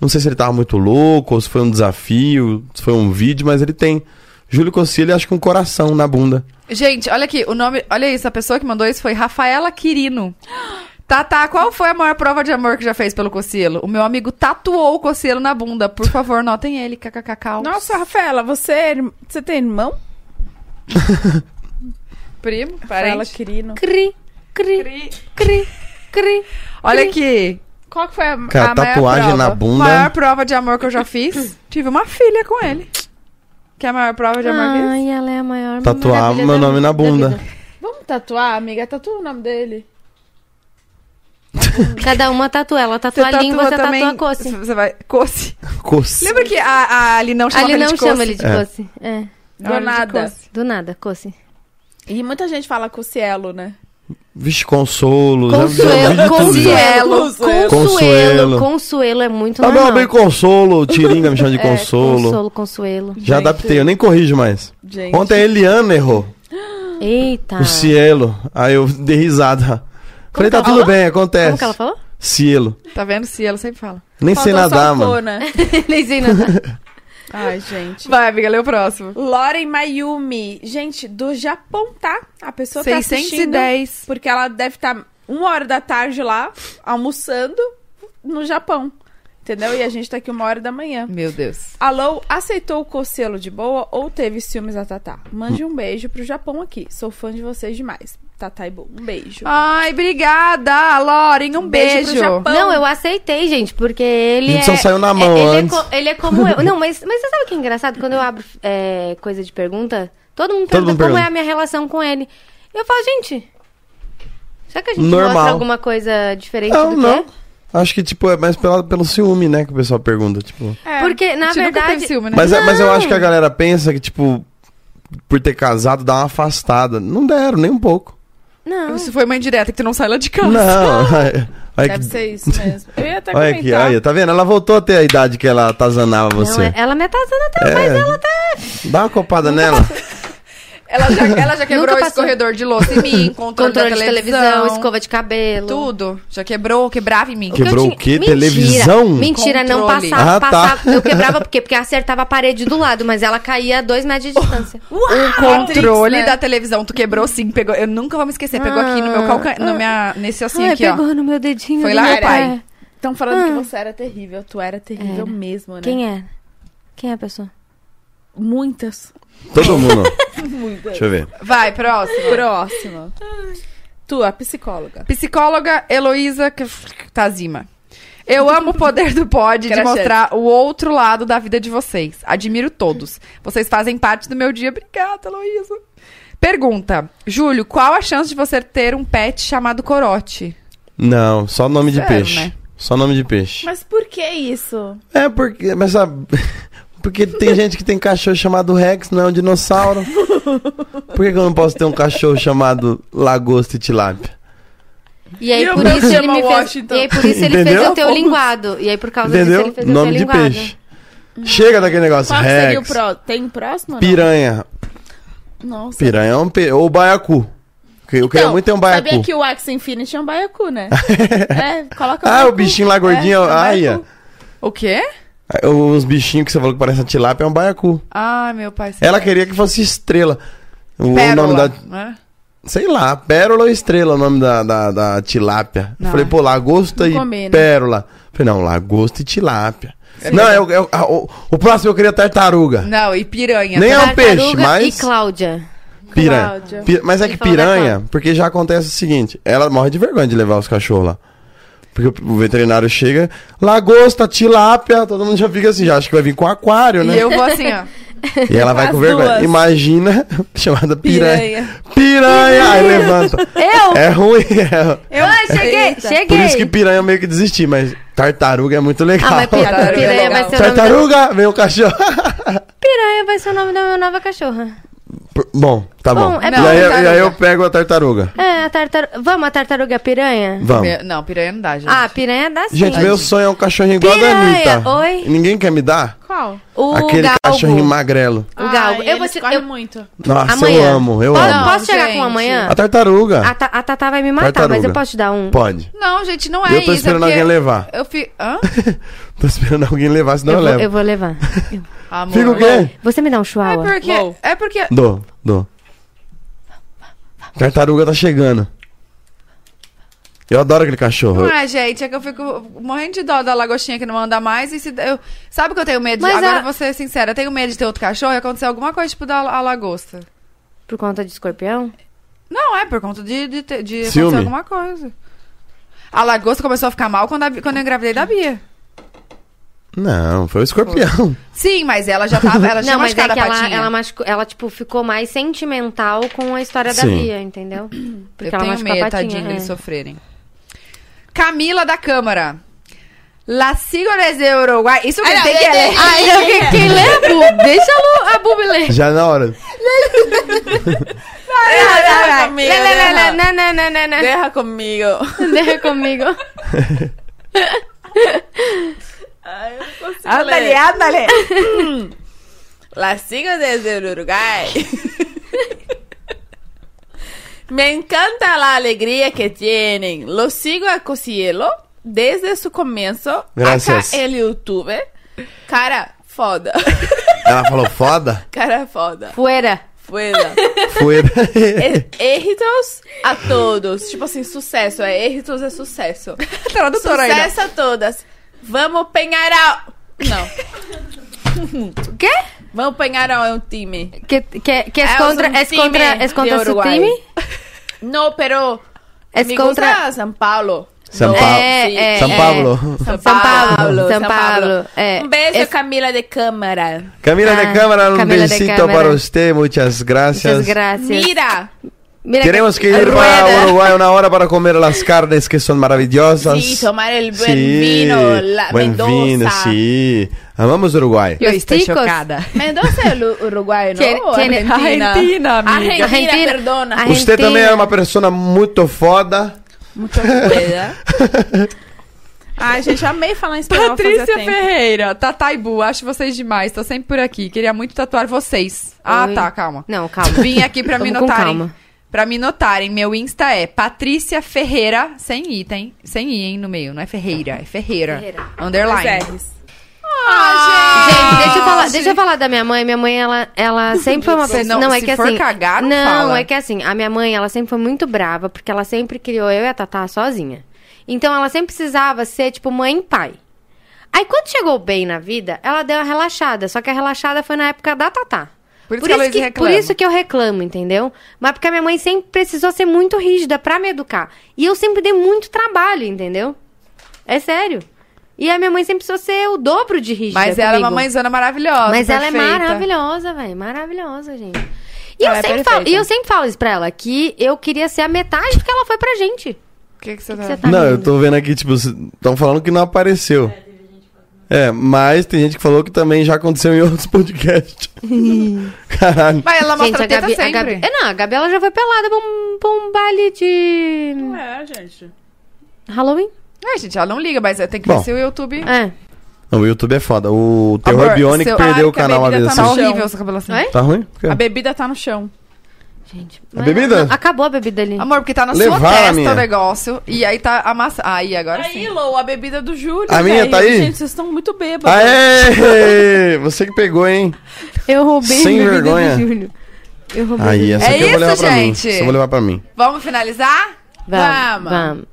Speaker 3: Não sei se ele tava muito louco, ou se foi um desafio, se foi um vídeo, mas ele tem. Júlio Coceiro, ele acha que um coração na bunda.
Speaker 2: Gente, olha aqui, o nome... Olha isso, a pessoa que mandou isso foi Rafaela Quirino. Tata, qual foi a maior prova de amor que já fez pelo Cocielo? O meu amigo tatuou o Cocielo na bunda. Por favor, notem ele, kkkk.
Speaker 1: Nossa, Rafaela, você, é irm- você tem irmão?
Speaker 2: primo,
Speaker 1: Rafaela
Speaker 2: parente.
Speaker 1: Quirino.
Speaker 4: Cri, cri, cri, cri.
Speaker 2: Olha aqui,
Speaker 1: Qual que foi a,
Speaker 3: Cara,
Speaker 1: a maior
Speaker 3: tatuagem
Speaker 1: prova?
Speaker 3: na bunda.
Speaker 2: maior prova de amor que eu já fiz. Tive uma filha com ele. Que é a maior prova de amor que eu
Speaker 4: Ai, ela é a maior
Speaker 3: Tatuar
Speaker 4: maravilha
Speaker 3: meu
Speaker 4: da-
Speaker 3: nome na
Speaker 4: da
Speaker 3: bunda.
Speaker 4: vida.
Speaker 1: Vamos tatuar, amiga? Tatua o nome dele.
Speaker 4: Cada uma tatua, ela tatua a língua, você tatua a coce.
Speaker 2: Você vai... Coce.
Speaker 3: Coceiro.
Speaker 2: Lembra que a, a Ali não chama
Speaker 4: Ali
Speaker 2: ele
Speaker 4: não
Speaker 2: de coce?
Speaker 4: chama ele de
Speaker 3: É.
Speaker 4: coce. É,
Speaker 1: Do nada.
Speaker 4: do nada, coce.
Speaker 1: E muita gente fala com o Cielo, né?
Speaker 3: Vixe, consolo. já- já vi de
Speaker 4: Consuelo,
Speaker 3: tudo, já.
Speaker 4: consuelo,
Speaker 1: Consuelo.
Speaker 4: consuelo,
Speaker 3: Consuelo.
Speaker 4: consuelo, é muito
Speaker 3: Ah, meu
Speaker 4: normal.
Speaker 3: bem, consolo. Tiringa me chama de consolo.
Speaker 4: É, Consolo, consuelo.
Speaker 3: Já adaptei, eu nem corrijo mais.
Speaker 1: Gente.
Speaker 3: Ontem a Eliana errou.
Speaker 4: Eita.
Speaker 3: O Cielo. Aí eu dei risada. Falei, tá
Speaker 4: Ah. que ela
Speaker 3: tudo
Speaker 4: falou?
Speaker 3: bem, acontece.
Speaker 4: Como que ela falou?
Speaker 3: Cielo.
Speaker 2: Tá vendo? Se ela sempre fala.
Speaker 3: Nem sei
Speaker 1: Faltou só
Speaker 3: nadar,
Speaker 1: o
Speaker 3: mano.
Speaker 1: pô, né?
Speaker 4: Nem sei nada.
Speaker 1: Ai, gente.
Speaker 2: Vai, amiga, lê o próximo.
Speaker 1: Loren Mayumi. Gente, do Japão, tá? A pessoa tá assistindo.
Speaker 2: 610.
Speaker 1: Porque tá ela deve estar uma hora da tarde lá, almoçando no Japão. Entendeu? E a gente tá aqui uma hora da manhã.
Speaker 2: Meu Deus.
Speaker 1: Alô, aceitou o cocelo de boa ou teve ciúmes da Tatá? Mande um beijo pro Japão aqui. Sou fã de vocês demais. Tatá e Bo, um beijo.
Speaker 2: Ai, obrigada, Loren. Um
Speaker 1: Beijo
Speaker 2: beijo.
Speaker 1: pro Japão.
Speaker 4: Não, eu aceitei, gente, porque ele.
Speaker 3: A gente
Speaker 4: é,
Speaker 3: só saiu na mão
Speaker 4: é- ele,
Speaker 3: antes.
Speaker 4: É co- ele é como eu. Não, mas, mas você sabe o que é engraçado? Quando eu abro é, coisa de pergunta, todo mundo pergunta
Speaker 3: mundo
Speaker 4: como
Speaker 3: pergunta.
Speaker 4: é a minha relação com ele. Eu falo, gente. Será que a gente
Speaker 3: Normal.
Speaker 4: mostra alguma coisa diferente
Speaker 3: Não,
Speaker 4: do que
Speaker 3: não.
Speaker 4: é?
Speaker 3: Acho que, tipo, é mais pela, pelo ciúme, né, que o pessoal pergunta, tipo.
Speaker 1: É.
Speaker 4: Porque,
Speaker 2: A
Speaker 4: na
Speaker 2: gente nunca teve
Speaker 4: verdade.
Speaker 2: ciúme, né?
Speaker 3: Mas, é- mas eu
Speaker 4: Não.
Speaker 3: acho que a galera pensa que, tipo, por ter casado, dá uma afastada. Não deram, nem um pouco.
Speaker 4: Não.
Speaker 2: Isso foi uma indireta que tu não sai lá de casa.
Speaker 3: Não. Olha
Speaker 1: Deve
Speaker 3: que-
Speaker 1: ser isso mesmo. Eu ia até
Speaker 3: Olha
Speaker 1: comentar.
Speaker 3: aqui, olha, tá vendo? Ela voltou a ter a idade que ela atazanava
Speaker 4: Não,
Speaker 3: você.
Speaker 4: é- ela me atazana até,
Speaker 3: É.
Speaker 4: mas ela tá.
Speaker 3: Dá uma copada nela.
Speaker 2: Ela já, ela já quebrou
Speaker 4: Nunca
Speaker 2: esse
Speaker 4: passou.
Speaker 2: corredor de louça em mim, controle,
Speaker 4: Controle
Speaker 2: da
Speaker 4: de
Speaker 2: televisão,
Speaker 4: televisão, escova de cabelo.
Speaker 2: Tudo. Já quebrou, quebrava em mim.
Speaker 4: que eu
Speaker 3: Quebrou
Speaker 4: tinha-
Speaker 3: o quê?
Speaker 4: Mentira,
Speaker 3: Televisão?
Speaker 4: Mentira, não
Speaker 2: Controle.
Speaker 4: passava,
Speaker 3: Ah, tá.
Speaker 4: passava. Eu quebrava porque porque acertava a parede do lado, mas ela caía a dois metros de distância.
Speaker 2: O controle
Speaker 1: Matrix, né?
Speaker 2: da Ah, televisão, tu quebrou sim, pegou. Eu nunca vou me esquecer. Pegou aqui no meu
Speaker 4: Ah,
Speaker 2: calcanhar.
Speaker 4: ah.
Speaker 2: nesse assim
Speaker 4: Ai,
Speaker 2: aqui, ó.
Speaker 4: pegou no meu dedinho.
Speaker 2: Foi
Speaker 4: do
Speaker 2: lá,
Speaker 4: meu
Speaker 2: meu pai.
Speaker 4: pé.
Speaker 1: Estão falando que
Speaker 4: Ah.
Speaker 1: você era terrível. Tu era terrível
Speaker 4: Era.
Speaker 1: mesmo, né?
Speaker 4: Quem é? Quem é a pessoa?
Speaker 1: Muitas.
Speaker 3: Todo mundo.
Speaker 1: Muitas.
Speaker 3: Deixa eu ver.
Speaker 2: Vai, próximo.
Speaker 1: Próxima. Tu, a psicóloga.
Speaker 2: Psicóloga Heloísa K- Tazima. Eu amo o poder do pod de
Speaker 1: Crachete.
Speaker 2: mostrar o outro lado da vida de vocês. Admiro todos. Vocês fazem parte do meu dia. Obrigada, Heloísa. Pergunta. Júlio, qual a chance de você ter um pet chamado Corote?
Speaker 3: Não, só nome de
Speaker 2: Sério,
Speaker 3: peixe.
Speaker 2: né?
Speaker 3: Só nome de peixe.
Speaker 1: Mas por que isso?
Speaker 3: É porque, mas sabe, porque tem gente que tem cachorro chamado Rex, não é um dinossauro. Por que, que eu não posso ter um cachorro chamado Lagosta e Tilápia?
Speaker 4: E aí,
Speaker 1: E o
Speaker 4: por
Speaker 1: meu
Speaker 4: isso ele
Speaker 1: chama
Speaker 4: me fez,
Speaker 1: Washington.
Speaker 4: e aí, por isso ele
Speaker 3: Entendeu?
Speaker 4: fez o teu linguado. E aí, por causa disso,
Speaker 3: Entendeu?
Speaker 4: ele fez o
Speaker 3: Nome
Speaker 4: teu
Speaker 3: de
Speaker 4: linguado.
Speaker 3: peixe. Chega daquele negócio,
Speaker 1: Hum. Qual que seria o
Speaker 3: Rex,
Speaker 1: pró... Tem um próximo? ou não?
Speaker 3: piranha.
Speaker 1: Nossa. Então,
Speaker 3: Piranha é um pe... ou baiacu. Que Eu queria muito ter um baiacu.
Speaker 1: Sabia que o Axe Infinity é um baiacu, né? é, coloca
Speaker 3: Ah, o
Speaker 1: baiacu.
Speaker 3: bichinho lá gordinho,
Speaker 1: um
Speaker 3: ai,
Speaker 1: baiacu.
Speaker 2: O quê?
Speaker 3: Os bichinhos que você falou que parecem a tilápia é um baiacu.
Speaker 2: Ai, meu pai. é
Speaker 3: Ela queria que fosse estrela. O
Speaker 2: Pérola,
Speaker 3: nome da
Speaker 2: né?
Speaker 3: Sei lá, Pérola ou Estrela, é o nome da, da, da tilápia. Eu
Speaker 2: Não.
Speaker 3: Falei, pô, lagosta e
Speaker 1: combina.
Speaker 3: pérola. Falei, não, lagosta e tilápia. Não, eu, eu- a- o, o próximo eu queria tartaruga.
Speaker 2: Não, e piranha.
Speaker 3: Nem é um
Speaker 4: Tartaruga
Speaker 3: peixe, mas.
Speaker 4: E Cláudia.
Speaker 3: Piranha.
Speaker 1: Cláudia.
Speaker 3: Pi- mas é
Speaker 4: Ele
Speaker 3: que
Speaker 4: falou da
Speaker 3: piranha,
Speaker 4: Cláudia.
Speaker 3: porque já acontece o seguinte: ela morre de vergonha de levar os cachorros lá. Porque o o veterinário chega, lagosta, tilápia, todo mundo já fica assim, já acha que vai vir com aquário, né?
Speaker 2: E eu vou assim, ó.
Speaker 3: E ela vai
Speaker 1: As
Speaker 3: com vergonha.
Speaker 1: duas.
Speaker 3: Imagina, chamada piranha.
Speaker 1: Piranha.
Speaker 3: Piranha! Aí levanta.
Speaker 4: Eu?
Speaker 3: É ruim, é.
Speaker 4: Eu? cheguei,
Speaker 1: Eita.
Speaker 4: cheguei.
Speaker 3: Por isso que piranha eu meio que desisti, mas tartaruga é muito legal.
Speaker 4: Ah, mas piranha,
Speaker 2: Tartaruga é
Speaker 4: piranha
Speaker 2: legal.
Speaker 4: vai ser o nome da...
Speaker 3: tartaruga, vem o cachorro.
Speaker 4: Piranha vai ser o nome da minha nova cachorra.
Speaker 3: Por- bom, tá bom.
Speaker 4: Bom, é
Speaker 3: e,
Speaker 4: bom,
Speaker 3: aí, eu- e aí
Speaker 2: tartaruga.
Speaker 3: eu pego a tartaruga.
Speaker 4: É, a tartaruga... Vamos, a tartaruga piranha?
Speaker 3: Vamos.
Speaker 2: Pi- Não, piranha não dá, gente.
Speaker 4: Ah, piranha dá sim.
Speaker 3: Gente, meu sonho é um cachorrinho igual a
Speaker 4: Piranha,
Speaker 3: da Anitta.
Speaker 4: oi?
Speaker 3: Ninguém quer me dar?
Speaker 1: Qual?
Speaker 4: O
Speaker 3: Aquele
Speaker 4: galgo.
Speaker 3: cachorrinho magrelo.
Speaker 4: O galgo.
Speaker 1: Ai,
Speaker 4: eu vou
Speaker 1: eles
Speaker 4: te...
Speaker 1: correm
Speaker 4: Eu...
Speaker 1: Ah, muito.
Speaker 3: Nossa,
Speaker 4: amanhã. Ah,
Speaker 3: eu amo, eu
Speaker 4: posso,
Speaker 3: amo.
Speaker 4: Posso chegar
Speaker 2: gente.
Speaker 4: com amanhã?
Speaker 3: A tartaruga.
Speaker 4: A, ta- a Tatá vai me matar,
Speaker 3: Tartaruga.
Speaker 4: mas eu posso te dar um?
Speaker 3: Pode.
Speaker 2: Não, gente, não é isso.
Speaker 3: eu tô
Speaker 2: é
Speaker 3: esperando
Speaker 2: porque
Speaker 3: alguém levar.
Speaker 2: Eu fico. Hã?
Speaker 3: Tô esperando alguém levar, senão
Speaker 4: eu,
Speaker 3: eu,
Speaker 4: vou,
Speaker 3: levo.
Speaker 4: eu vou levar.
Speaker 2: Amor.
Speaker 3: Fica o quê?
Speaker 4: Você me dá um
Speaker 2: É
Speaker 4: chihuahua?
Speaker 2: porque.
Speaker 1: Uou.
Speaker 2: É porque.
Speaker 3: Dou, dou. Tartaruga tá chegando. Eu adoro aquele cachorro.
Speaker 2: Não é, gente, é que eu fico morrendo de dó da lagostinha que não anda mais. E se, eu, sabe o que eu tenho medo? de-
Speaker 4: Mas
Speaker 2: Agora,
Speaker 4: a-
Speaker 2: eu vou ser sincera, eu tenho medo de ter outro cachorro e acontecer alguma coisa tipo da a lagosta.
Speaker 4: Por conta de escorpião?
Speaker 2: Não, é por conta de, de, ter- de acontecer
Speaker 3: Ciúme.
Speaker 2: alguma coisa. A lagosta começou a ficar mal quando, a Bi- quando eu engravidei da Bia.
Speaker 3: Não, foi o escorpião.
Speaker 2: Sim, mas ela já tava. Ela tinha
Speaker 4: não, mas é
Speaker 2: machucado
Speaker 4: que
Speaker 2: a
Speaker 4: ela,
Speaker 2: patinha.
Speaker 4: ela, machucou, ela, tipo, ficou mais sentimental com a história da
Speaker 3: Sim.
Speaker 4: Bia, entendeu? Porque
Speaker 2: eu
Speaker 4: ela
Speaker 2: tenho
Speaker 4: machucou
Speaker 2: medo,
Speaker 4: a patinha.
Speaker 2: tadinho,
Speaker 4: é.
Speaker 2: eles sofrerem. Camila da Câmara. Las Cigores de Uruguai. Isso que
Speaker 1: Ah,
Speaker 2: tem
Speaker 1: não,
Speaker 2: que é-
Speaker 1: eu
Speaker 2: ler.
Speaker 1: entendi.
Speaker 4: Ai, não, quem, quem lê é a Bu. Deixa a Lu- a Bubi ler.
Speaker 3: Já na hora.
Speaker 1: Guerra comigo.
Speaker 4: Lê, lê, lê, lê,
Speaker 1: guerra.
Speaker 4: Não, não, não, não, não.
Speaker 1: Guerra comigo.
Speaker 4: Lê comigo.
Speaker 1: Ándale, ándale. La sigo desde el Uruguay. Me encanta la alegría que tienen. Lo sigo a Cocielo desde su comienzo.
Speaker 3: Gracias.
Speaker 1: Acá el YouTube. Cara foda.
Speaker 3: Ela falou, foda?
Speaker 1: Cara foda.
Speaker 4: Fuera.
Speaker 1: Foda.
Speaker 3: Foi.
Speaker 1: É- Éxitos a todos. Tipo assim, sucesso. É éxitos é sucesso.
Speaker 2: Tradutora ainda.
Speaker 1: Sucesso a todas. Vamos, Penharol! Não.
Speaker 4: O quê?
Speaker 1: Vamos, Penharol é um time.
Speaker 4: Que, que, que es
Speaker 1: É,
Speaker 4: contra,
Speaker 1: es un
Speaker 4: es contra,
Speaker 1: time
Speaker 4: es contra
Speaker 1: de
Speaker 4: su
Speaker 1: Uruguay.
Speaker 4: time?
Speaker 1: No, pero...
Speaker 4: Es
Speaker 1: me
Speaker 4: contra...
Speaker 1: gusta São Paulo.
Speaker 3: São
Speaker 1: No,
Speaker 3: Paulo.
Speaker 1: sí. eh,
Speaker 4: É,
Speaker 3: São
Speaker 4: é.
Speaker 3: Paulo.
Speaker 1: São
Speaker 4: São Paulo,
Speaker 1: Paulo.
Speaker 4: São Paulo, é.
Speaker 1: Um beijo,
Speaker 4: Esse-
Speaker 1: Camila de Câmara.
Speaker 3: Camila
Speaker 4: Ah,
Speaker 3: de Câmara, um
Speaker 4: Camila de
Speaker 3: besito
Speaker 4: Câmara.
Speaker 3: para você, muitas gracias.
Speaker 4: Muchas gracias.
Speaker 1: Mira!
Speaker 4: Mira é
Speaker 3: Tenemos que ir
Speaker 4: Rueda.
Speaker 3: para Uruguay una hora para comer las carnes que son maravillosas.
Speaker 1: Sí, tomar el buen
Speaker 3: Sí,
Speaker 1: vino, la
Speaker 3: buen
Speaker 1: Mendoza.
Speaker 3: vino, sí. Amamos Uruguay.
Speaker 2: Eu
Speaker 4: Los
Speaker 2: estou
Speaker 4: ticos.
Speaker 2: chocada.
Speaker 1: Mendoza é Uru- uruguaio, não?
Speaker 4: Tiene-
Speaker 1: Ou
Speaker 4: tiene-
Speaker 1: Argentina?
Speaker 2: Argentina, amiga.
Speaker 1: Argentina,
Speaker 4: Argentina.
Speaker 1: perdona.
Speaker 4: Argentina.
Speaker 3: Usted también es una persona muy foda.
Speaker 1: Muito obrigada. Ai, gente, amei falar em espanhol
Speaker 2: Patrícia
Speaker 4: assim.
Speaker 1: fazia tempo.
Speaker 2: Ferreira, Tataibu, acho vocês demais, tô sempre por aqui. Queria muito tatuar vocês. Ah,
Speaker 4: Oi.
Speaker 2: tá, calma.
Speaker 4: Não, calma.
Speaker 2: Vim aqui pra me
Speaker 4: Vamos com
Speaker 2: notarem.
Speaker 4: calma.
Speaker 2: Pra me notarem, meu Insta é Patrícia Ferreira, sem I, tem? Sem I, hein, no meio. Não é Ferreira, é Ferreira.
Speaker 4: Ferreira. é.
Speaker 2: Underline. Ah,
Speaker 1: Dois R's.
Speaker 4: Gente, deixa eu falar, deixa eu falar da minha mãe. Minha mãe, ela, ela sempre foi uma
Speaker 2: Se
Speaker 4: pessoa.
Speaker 2: não-
Speaker 4: Não, é
Speaker 2: se
Speaker 4: que
Speaker 2: for
Speaker 4: assim.
Speaker 2: cagar, não fala.
Speaker 4: é que assim, a minha mãe, ela sempre foi muito brava, porque ela sempre criou eu e a Tatá sozinha. Então ela sempre precisava ser, tipo, mãe e pai. Aí quando chegou bem na vida, ela deu uma relaxada. Só que a relaxada foi na época da Tatá.
Speaker 2: Por isso que é a Luísa
Speaker 4: por
Speaker 2: reclama.
Speaker 4: isso que eu reclamo, entendeu? Mas porque a minha mãe sempre precisou ser muito rígida pra me educar. E eu sempre dei muito trabalho, entendeu? É sério. E a minha mãe sempre precisou ser o dobro de rígida
Speaker 2: Mas ela é uma
Speaker 4: comigo.
Speaker 2: mãezona maravilhosa.
Speaker 4: Mas ela é
Speaker 2: perfeita.
Speaker 4: maravilhosa, velho. Maravilhosa, gente. E eu,
Speaker 1: Ela é
Speaker 4: sempre falo,
Speaker 1: perfeita.
Speaker 4: e eu sempre falo isso pra ela, que eu queria ser a metade do que ela foi pra gente.
Speaker 2: O que, que você
Speaker 4: Que
Speaker 2: tá...
Speaker 4: você tá
Speaker 3: Não, eu
Speaker 4: rindo?
Speaker 3: tô vendo aqui, tipo, estão falando que não apareceu. É, mas tem gente que falou que também já aconteceu em outros podcasts. Caralho.
Speaker 2: Mas ela
Speaker 4: Gente,
Speaker 2: mostra
Speaker 4: a Gabi,
Speaker 2: teta
Speaker 4: a
Speaker 2: sempre.
Speaker 4: Gabi, é, não, a Gabi ela já foi pelada pra um, pra um baile de
Speaker 1: É, gente.
Speaker 4: Halloween.
Speaker 2: É, gente, ela não liga, mas tem que
Speaker 3: Bom.
Speaker 2: ver se o YouTube...
Speaker 4: É.
Speaker 3: Não, o YouTube é foda. O Terror
Speaker 2: Amor,
Speaker 3: Bionic
Speaker 2: seu-
Speaker 1: Ai,
Speaker 3: perdeu o
Speaker 1: que a
Speaker 3: canal uma
Speaker 1: bebida
Speaker 3: vez
Speaker 2: Tá
Speaker 1: tá no
Speaker 3: assim.
Speaker 1: chão.
Speaker 2: horrível essa cabelo assim.
Speaker 4: Oi?
Speaker 3: Tá ruim? Por quê?
Speaker 1: A bebida tá no chão.
Speaker 4: Gente,
Speaker 3: A bebida?
Speaker 4: não, acabou a bebida ali.
Speaker 2: Amor, porque tá na sua
Speaker 3: Levaram a
Speaker 2: testa
Speaker 3: minha.
Speaker 2: o negócio. E aí tá amassado. Aí, agora
Speaker 1: Aí,
Speaker 2: sim.
Speaker 1: Lou, a bebida do Júlio.
Speaker 3: A minha
Speaker 1: velho.
Speaker 3: tá aí? Ah, é?
Speaker 1: Gente, vocês estão muito bêbados.
Speaker 3: Aê! Você que pegou, hein?
Speaker 4: Eu roubei
Speaker 3: Sem
Speaker 4: a bebida
Speaker 3: vergonha.
Speaker 4: do Júlio. Eu roubei.
Speaker 3: Aí,
Speaker 4: a
Speaker 3: essa
Speaker 2: É
Speaker 3: aqui eu vou
Speaker 2: isso,
Speaker 3: levar pra mim.
Speaker 2: gente.
Speaker 3: Essa eu vou levar pra mim.
Speaker 2: Vamos finalizar?
Speaker 4: bebida. Vamos,
Speaker 1: Vamos.
Speaker 4: vamos.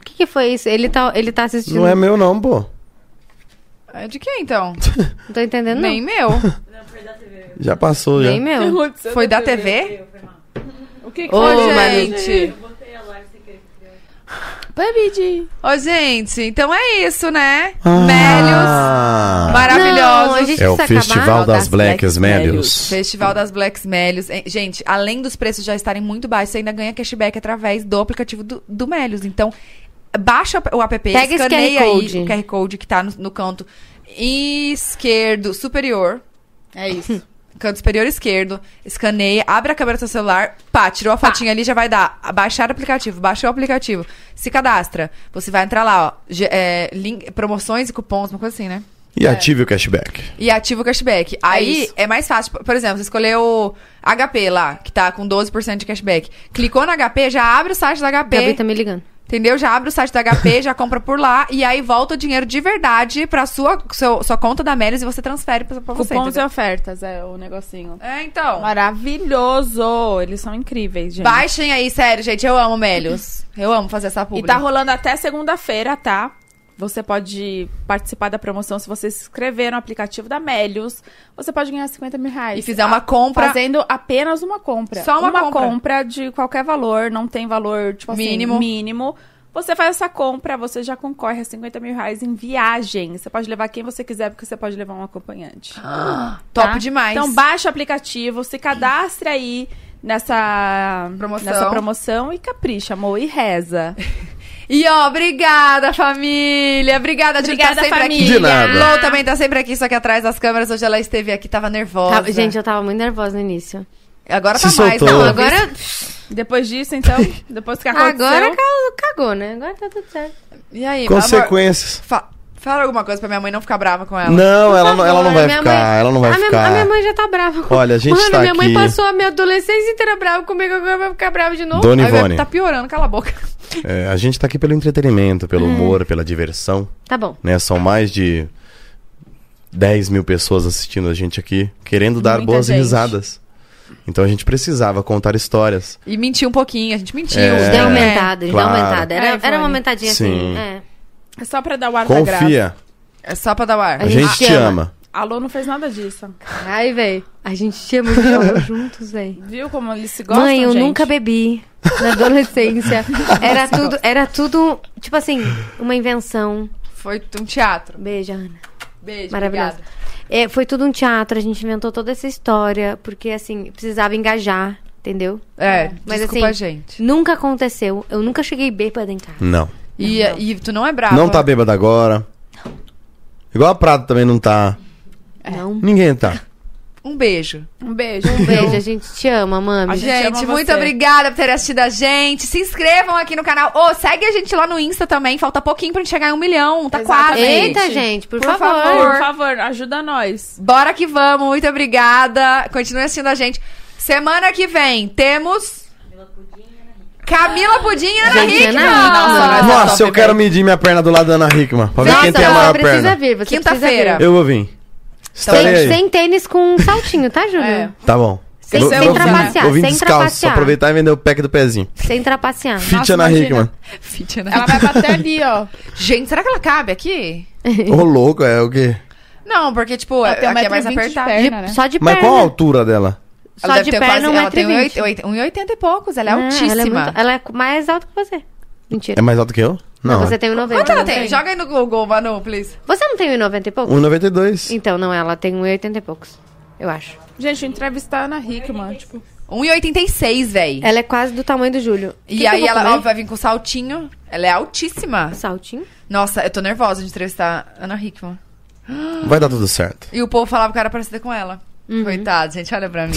Speaker 4: O que, que foi isso? Ele tá, ele tá assistindo.
Speaker 3: Não é meu, não, pô.
Speaker 2: É de quem, então?
Speaker 4: Não tô entendendo,
Speaker 2: Nem meu.
Speaker 8: Não, foi da TV.
Speaker 3: Já passou,
Speaker 4: não.
Speaker 3: já.
Speaker 4: Nem
Speaker 1: O que
Speaker 4: meu.
Speaker 1: aconteceu
Speaker 2: Foi da TV?
Speaker 8: Eu, foi mal.
Speaker 1: O que, que
Speaker 4: Ô,
Speaker 1: foi,
Speaker 4: Manu.
Speaker 1: gente?
Speaker 8: Eu botei a live sem querer.
Speaker 1: Bebidi.
Speaker 2: Ô, gente, então é isso, né?
Speaker 3: Ah.
Speaker 2: Mélios maravilhosos.
Speaker 4: Não, a gente
Speaker 3: É o
Speaker 4: precisa
Speaker 3: Festival
Speaker 4: acabar.
Speaker 3: das Blacks
Speaker 1: Blacks
Speaker 3: Médios.
Speaker 2: Festival das Blacks Melios. Eh, Gente, além dos preços já estarem muito baixos, você ainda ganha cashback através do aplicativo do, do Melios. Então, baixa o app,
Speaker 4: Pega esse
Speaker 2: escaneia
Speaker 4: QR
Speaker 2: aí
Speaker 4: Code.
Speaker 2: o QR Code que tá no, no canto esquerdo, superior.
Speaker 1: É isso.
Speaker 2: Canto superior esquerdo, escaneia, abre a câmera do seu celular, pá, tirou a fotinha ali, já vai dar. Baixar o aplicativo, baixou o aplicativo, se cadastra. Você vai entrar lá, ó, ge- é, link- promoções e cupons, uma coisa assim, né?
Speaker 3: E ative o cashback.
Speaker 2: E ativa o cashback. Aí
Speaker 1: isso.
Speaker 2: é, mais fácil. Por- Por exemplo, você escolheu HP lá, que tá com 12% de cashback. Clicou na HP, já abre o site da HP.
Speaker 4: Gabi tá me ligando.
Speaker 2: Entendeu? Já abre o site da HP, já compra por lá e aí volta o dinheiro de verdade pra sua, seu- sua conta da Melis e você transfere pra, pra você.
Speaker 1: Cupons e
Speaker 2: entendeu?
Speaker 1: ofertas, é o negocinho.
Speaker 2: É, então.
Speaker 1: Maravilhoso! Eles são incríveis, gente.
Speaker 2: Baixem aí, sério, gente. Eu amo Melios. Eu amo fazer essa
Speaker 1: E
Speaker 2: publi.
Speaker 1: tá rolando até segunda-feira, tá? Você pode participar da promoção se você se inscrever no aplicativo da Melius. Você pode ganhar 50 mil reais.
Speaker 2: E fizer uma compra.
Speaker 1: Fazendo apenas uma compra.
Speaker 2: Só uma
Speaker 1: compra.
Speaker 2: compra.
Speaker 1: de qualquer valor, não tem valor, tipo assim,
Speaker 2: Mínimo.
Speaker 1: mínimo. Você faz essa compra, você já concorre a 50 mil reais em viagem. Você pode levar quem você quiser, porque você pode levar um acompanhante.
Speaker 2: Top
Speaker 1: tá?
Speaker 2: demais.
Speaker 1: Então baixa o aplicativo, se cadastre aí nessa
Speaker 2: Promoção.
Speaker 1: nessa promoção e capricha, amor, e reza.
Speaker 2: E ó, obrigada, família. Obrigada, Júlia, tá
Speaker 1: Obrigada,
Speaker 2: sempre aqui.
Speaker 1: família.
Speaker 3: De nada.
Speaker 2: Lou também tá sempre aqui, só que atrás das câmeras. Hoje ela esteve aqui, tava nervosa.
Speaker 4: Tá- gente, eu tava muito nervosa no início.
Speaker 2: Agora
Speaker 3: Se
Speaker 2: tá mais.
Speaker 3: soltou.
Speaker 2: Não,
Speaker 3: Pô,
Speaker 2: agora...
Speaker 4: agora
Speaker 1: Depois disso, então, depois que aconteceu...
Speaker 4: agora ca- cagou, né? Agora tá tudo certo.
Speaker 2: E aí, amor,
Speaker 3: Consequências.
Speaker 2: fa- Fala alguma coisa pra minha mãe não ficar brava com ela.
Speaker 3: Não, ela não,
Speaker 4: Agora,
Speaker 3: ela não vai
Speaker 4: minha
Speaker 3: ficar.
Speaker 4: mãe-
Speaker 3: Ela não vai
Speaker 4: a minha,
Speaker 3: ficar.
Speaker 4: A minha mãe já tá brava. com-
Speaker 3: Olha, a gente
Speaker 4: Mano,
Speaker 3: tá
Speaker 4: minha mãe
Speaker 3: aqui.
Speaker 4: passou a minha adolescência inteira brava comigo, agora vai ficar brava de novo.
Speaker 3: Dona
Speaker 2: Aí vai-
Speaker 3: Ivone,
Speaker 2: Tá piorando, cala a boca.
Speaker 3: é, a gente tá aqui pelo entretenimento, pelo humor, pela diversão.
Speaker 4: Tá bom.
Speaker 3: né? São mais de 10 mil pessoas assistindo a gente aqui, querendo dar
Speaker 1: Muita
Speaker 3: boas
Speaker 1: gente.
Speaker 3: risadas. Então a gente precisava contar histórias.
Speaker 2: E mentiu um pouquinho, a gente mentiu.
Speaker 3: É,
Speaker 4: Eles deu aumentada, eles deu
Speaker 3: claro.
Speaker 4: aumentada. Era,
Speaker 1: É, Ivone.
Speaker 4: era uma aumentadinha
Speaker 3: Sim.
Speaker 4: assim. É.
Speaker 1: É só pra dar o ar da graça.
Speaker 6: Confia.
Speaker 2: É só pra dar o ar.
Speaker 4: A
Speaker 6: A
Speaker 4: gente
Speaker 6: gente te
Speaker 4: ama.
Speaker 6: ama.
Speaker 1: Alô não fez nada disso.
Speaker 4: Ai, véi. A gente chama o jogo juntos, véi.
Speaker 1: Viu como eles se gostam,
Speaker 4: Mãe, eu
Speaker 1: gente?
Speaker 4: nunca bebi na adolescência. Era tudo, era tudo, tipo assim, uma invenção.
Speaker 2: Foi um teatro.
Speaker 4: Beijo, Ana.
Speaker 2: Beijo,
Speaker 4: Maravilhosa.
Speaker 2: obrigada.
Speaker 4: É, foi tudo um teatro, a gente inventou toda essa história, porque assim, precisava engajar, entendeu?
Speaker 2: É,
Speaker 4: Mas
Speaker 2: desculpa,
Speaker 4: assim,
Speaker 2: gente.
Speaker 4: Nunca aconteceu. Eu nunca cheguei bêbada em casa.
Speaker 6: Não.
Speaker 2: E, e tu não é brava.
Speaker 6: Não tá bêbado agora. Igual a Prata também não tá.
Speaker 4: Não.
Speaker 6: Ninguém tá.
Speaker 2: Um beijo.
Speaker 1: Um beijo.
Speaker 4: Um beijo, a gente te ama, mami.
Speaker 1: gente
Speaker 2: Gente,
Speaker 1: ama
Speaker 2: muito
Speaker 1: você.
Speaker 2: obrigada por ter assistido a gente. Se inscrevam aqui no canal. Ô, segue a gente lá no Insta também. Falta pouquinho pra gente chegar em um milhão. Tá quase.
Speaker 1: Exatamente.
Speaker 4: Eita, gente, por,
Speaker 2: Por
Speaker 4: favor.
Speaker 2: favor.
Speaker 1: Por favor, ajuda nós.
Speaker 2: Bora que vamos. Muito obrigada. Continue assistindo a gente. Semana que vem temos... Camila Pudim e Ana
Speaker 4: Gente,
Speaker 2: Hickman.
Speaker 4: Ana Hickman.
Speaker 2: Nossa,
Speaker 6: Nossa, eu
Speaker 2: top,
Speaker 6: quero
Speaker 2: velho.
Speaker 6: medir minha perna do lado da Ana Hickman. Pra ver
Speaker 4: tá Nossa,
Speaker 6: quem tem a
Speaker 4: ela
Speaker 6: maior
Speaker 4: precisa
Speaker 6: perna.
Speaker 4: vir, você
Speaker 2: Quinta-feira.
Speaker 4: precisa vir.
Speaker 6: Eu vou vir. Estarei
Speaker 4: Sem,
Speaker 6: aí.
Speaker 4: sem tênis com saltinho, tá, Júlio?
Speaker 2: É.
Speaker 6: Tá bom.
Speaker 4: Sem-
Speaker 6: Vou-
Speaker 1: sem
Speaker 6: vou-
Speaker 4: trapacear,
Speaker 6: Vou vir
Speaker 4: sem
Speaker 6: descalço, só
Speaker 4: trapacear.
Speaker 6: aproveitar e vender o pack do pezinho.
Speaker 4: Sem trapacear.
Speaker 6: Fit
Speaker 1: Nossa,
Speaker 6: Ana
Speaker 1: imagina.
Speaker 6: Hickman.
Speaker 2: Fit, né?
Speaker 1: Ela vai bater ali, ó.
Speaker 2: Gente, será que ela cabe aqui?
Speaker 6: Ô, louco, é o quê?
Speaker 2: Não, porque, tipo,
Speaker 1: Ela tem
Speaker 2: aqui é mais
Speaker 1: 1,20 m de
Speaker 2: apertado.
Speaker 1: perna.
Speaker 4: De-
Speaker 1: né?
Speaker 4: Só de
Speaker 6: Mas
Speaker 4: perna.
Speaker 6: qual a altura dela?
Speaker 4: Só
Speaker 2: Ela
Speaker 4: de
Speaker 2: deve ter
Speaker 4: perna,
Speaker 2: quase, ela tem
Speaker 4: 1,20m.
Speaker 2: 1,80 e poucos. Ela é
Speaker 4: Não,
Speaker 2: altíssima.
Speaker 4: Ela é, muito- ela é mais alta que você. Mentira.
Speaker 6: É mais alta que eu? Não. é
Speaker 4: Você tá tem 1,90.
Speaker 2: Quanto ela tem?
Speaker 1: tem.
Speaker 2: Joga aí no Google, Manu, please.
Speaker 4: Você não tem 1,90 e pouco?
Speaker 6: 1,92.
Speaker 4: Então, não, ela tem 1,80 e poucos. Eu acho.
Speaker 1: Gente, entrevistar a Ana Hickman. Tipo,
Speaker 2: 1,86, véi.
Speaker 4: Ela é quase do tamanho do Júlio.
Speaker 2: E
Speaker 4: Que que eu
Speaker 2: aí
Speaker 4: vou
Speaker 2: ela
Speaker 4: comer?
Speaker 2: ó, vai vir com saltinho. Ela é altíssima.
Speaker 4: Saltinho.
Speaker 2: Nossa, eu tô nervosa de entrevistar a Ana Hickman.
Speaker 6: Vai dar tudo certo.
Speaker 2: E o povo falava que eu era parecida com ela.
Speaker 4: Uhum.
Speaker 2: Coitado, gente, olha pra mim.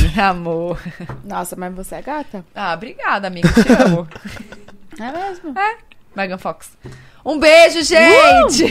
Speaker 2: Amor.
Speaker 1: nossa, mas você é gata?
Speaker 2: Ah, obrigada, amiga. Te amo.
Speaker 1: É mesmo?
Speaker 4: Uh!
Speaker 2: Megan Fox. Um beijo, gente!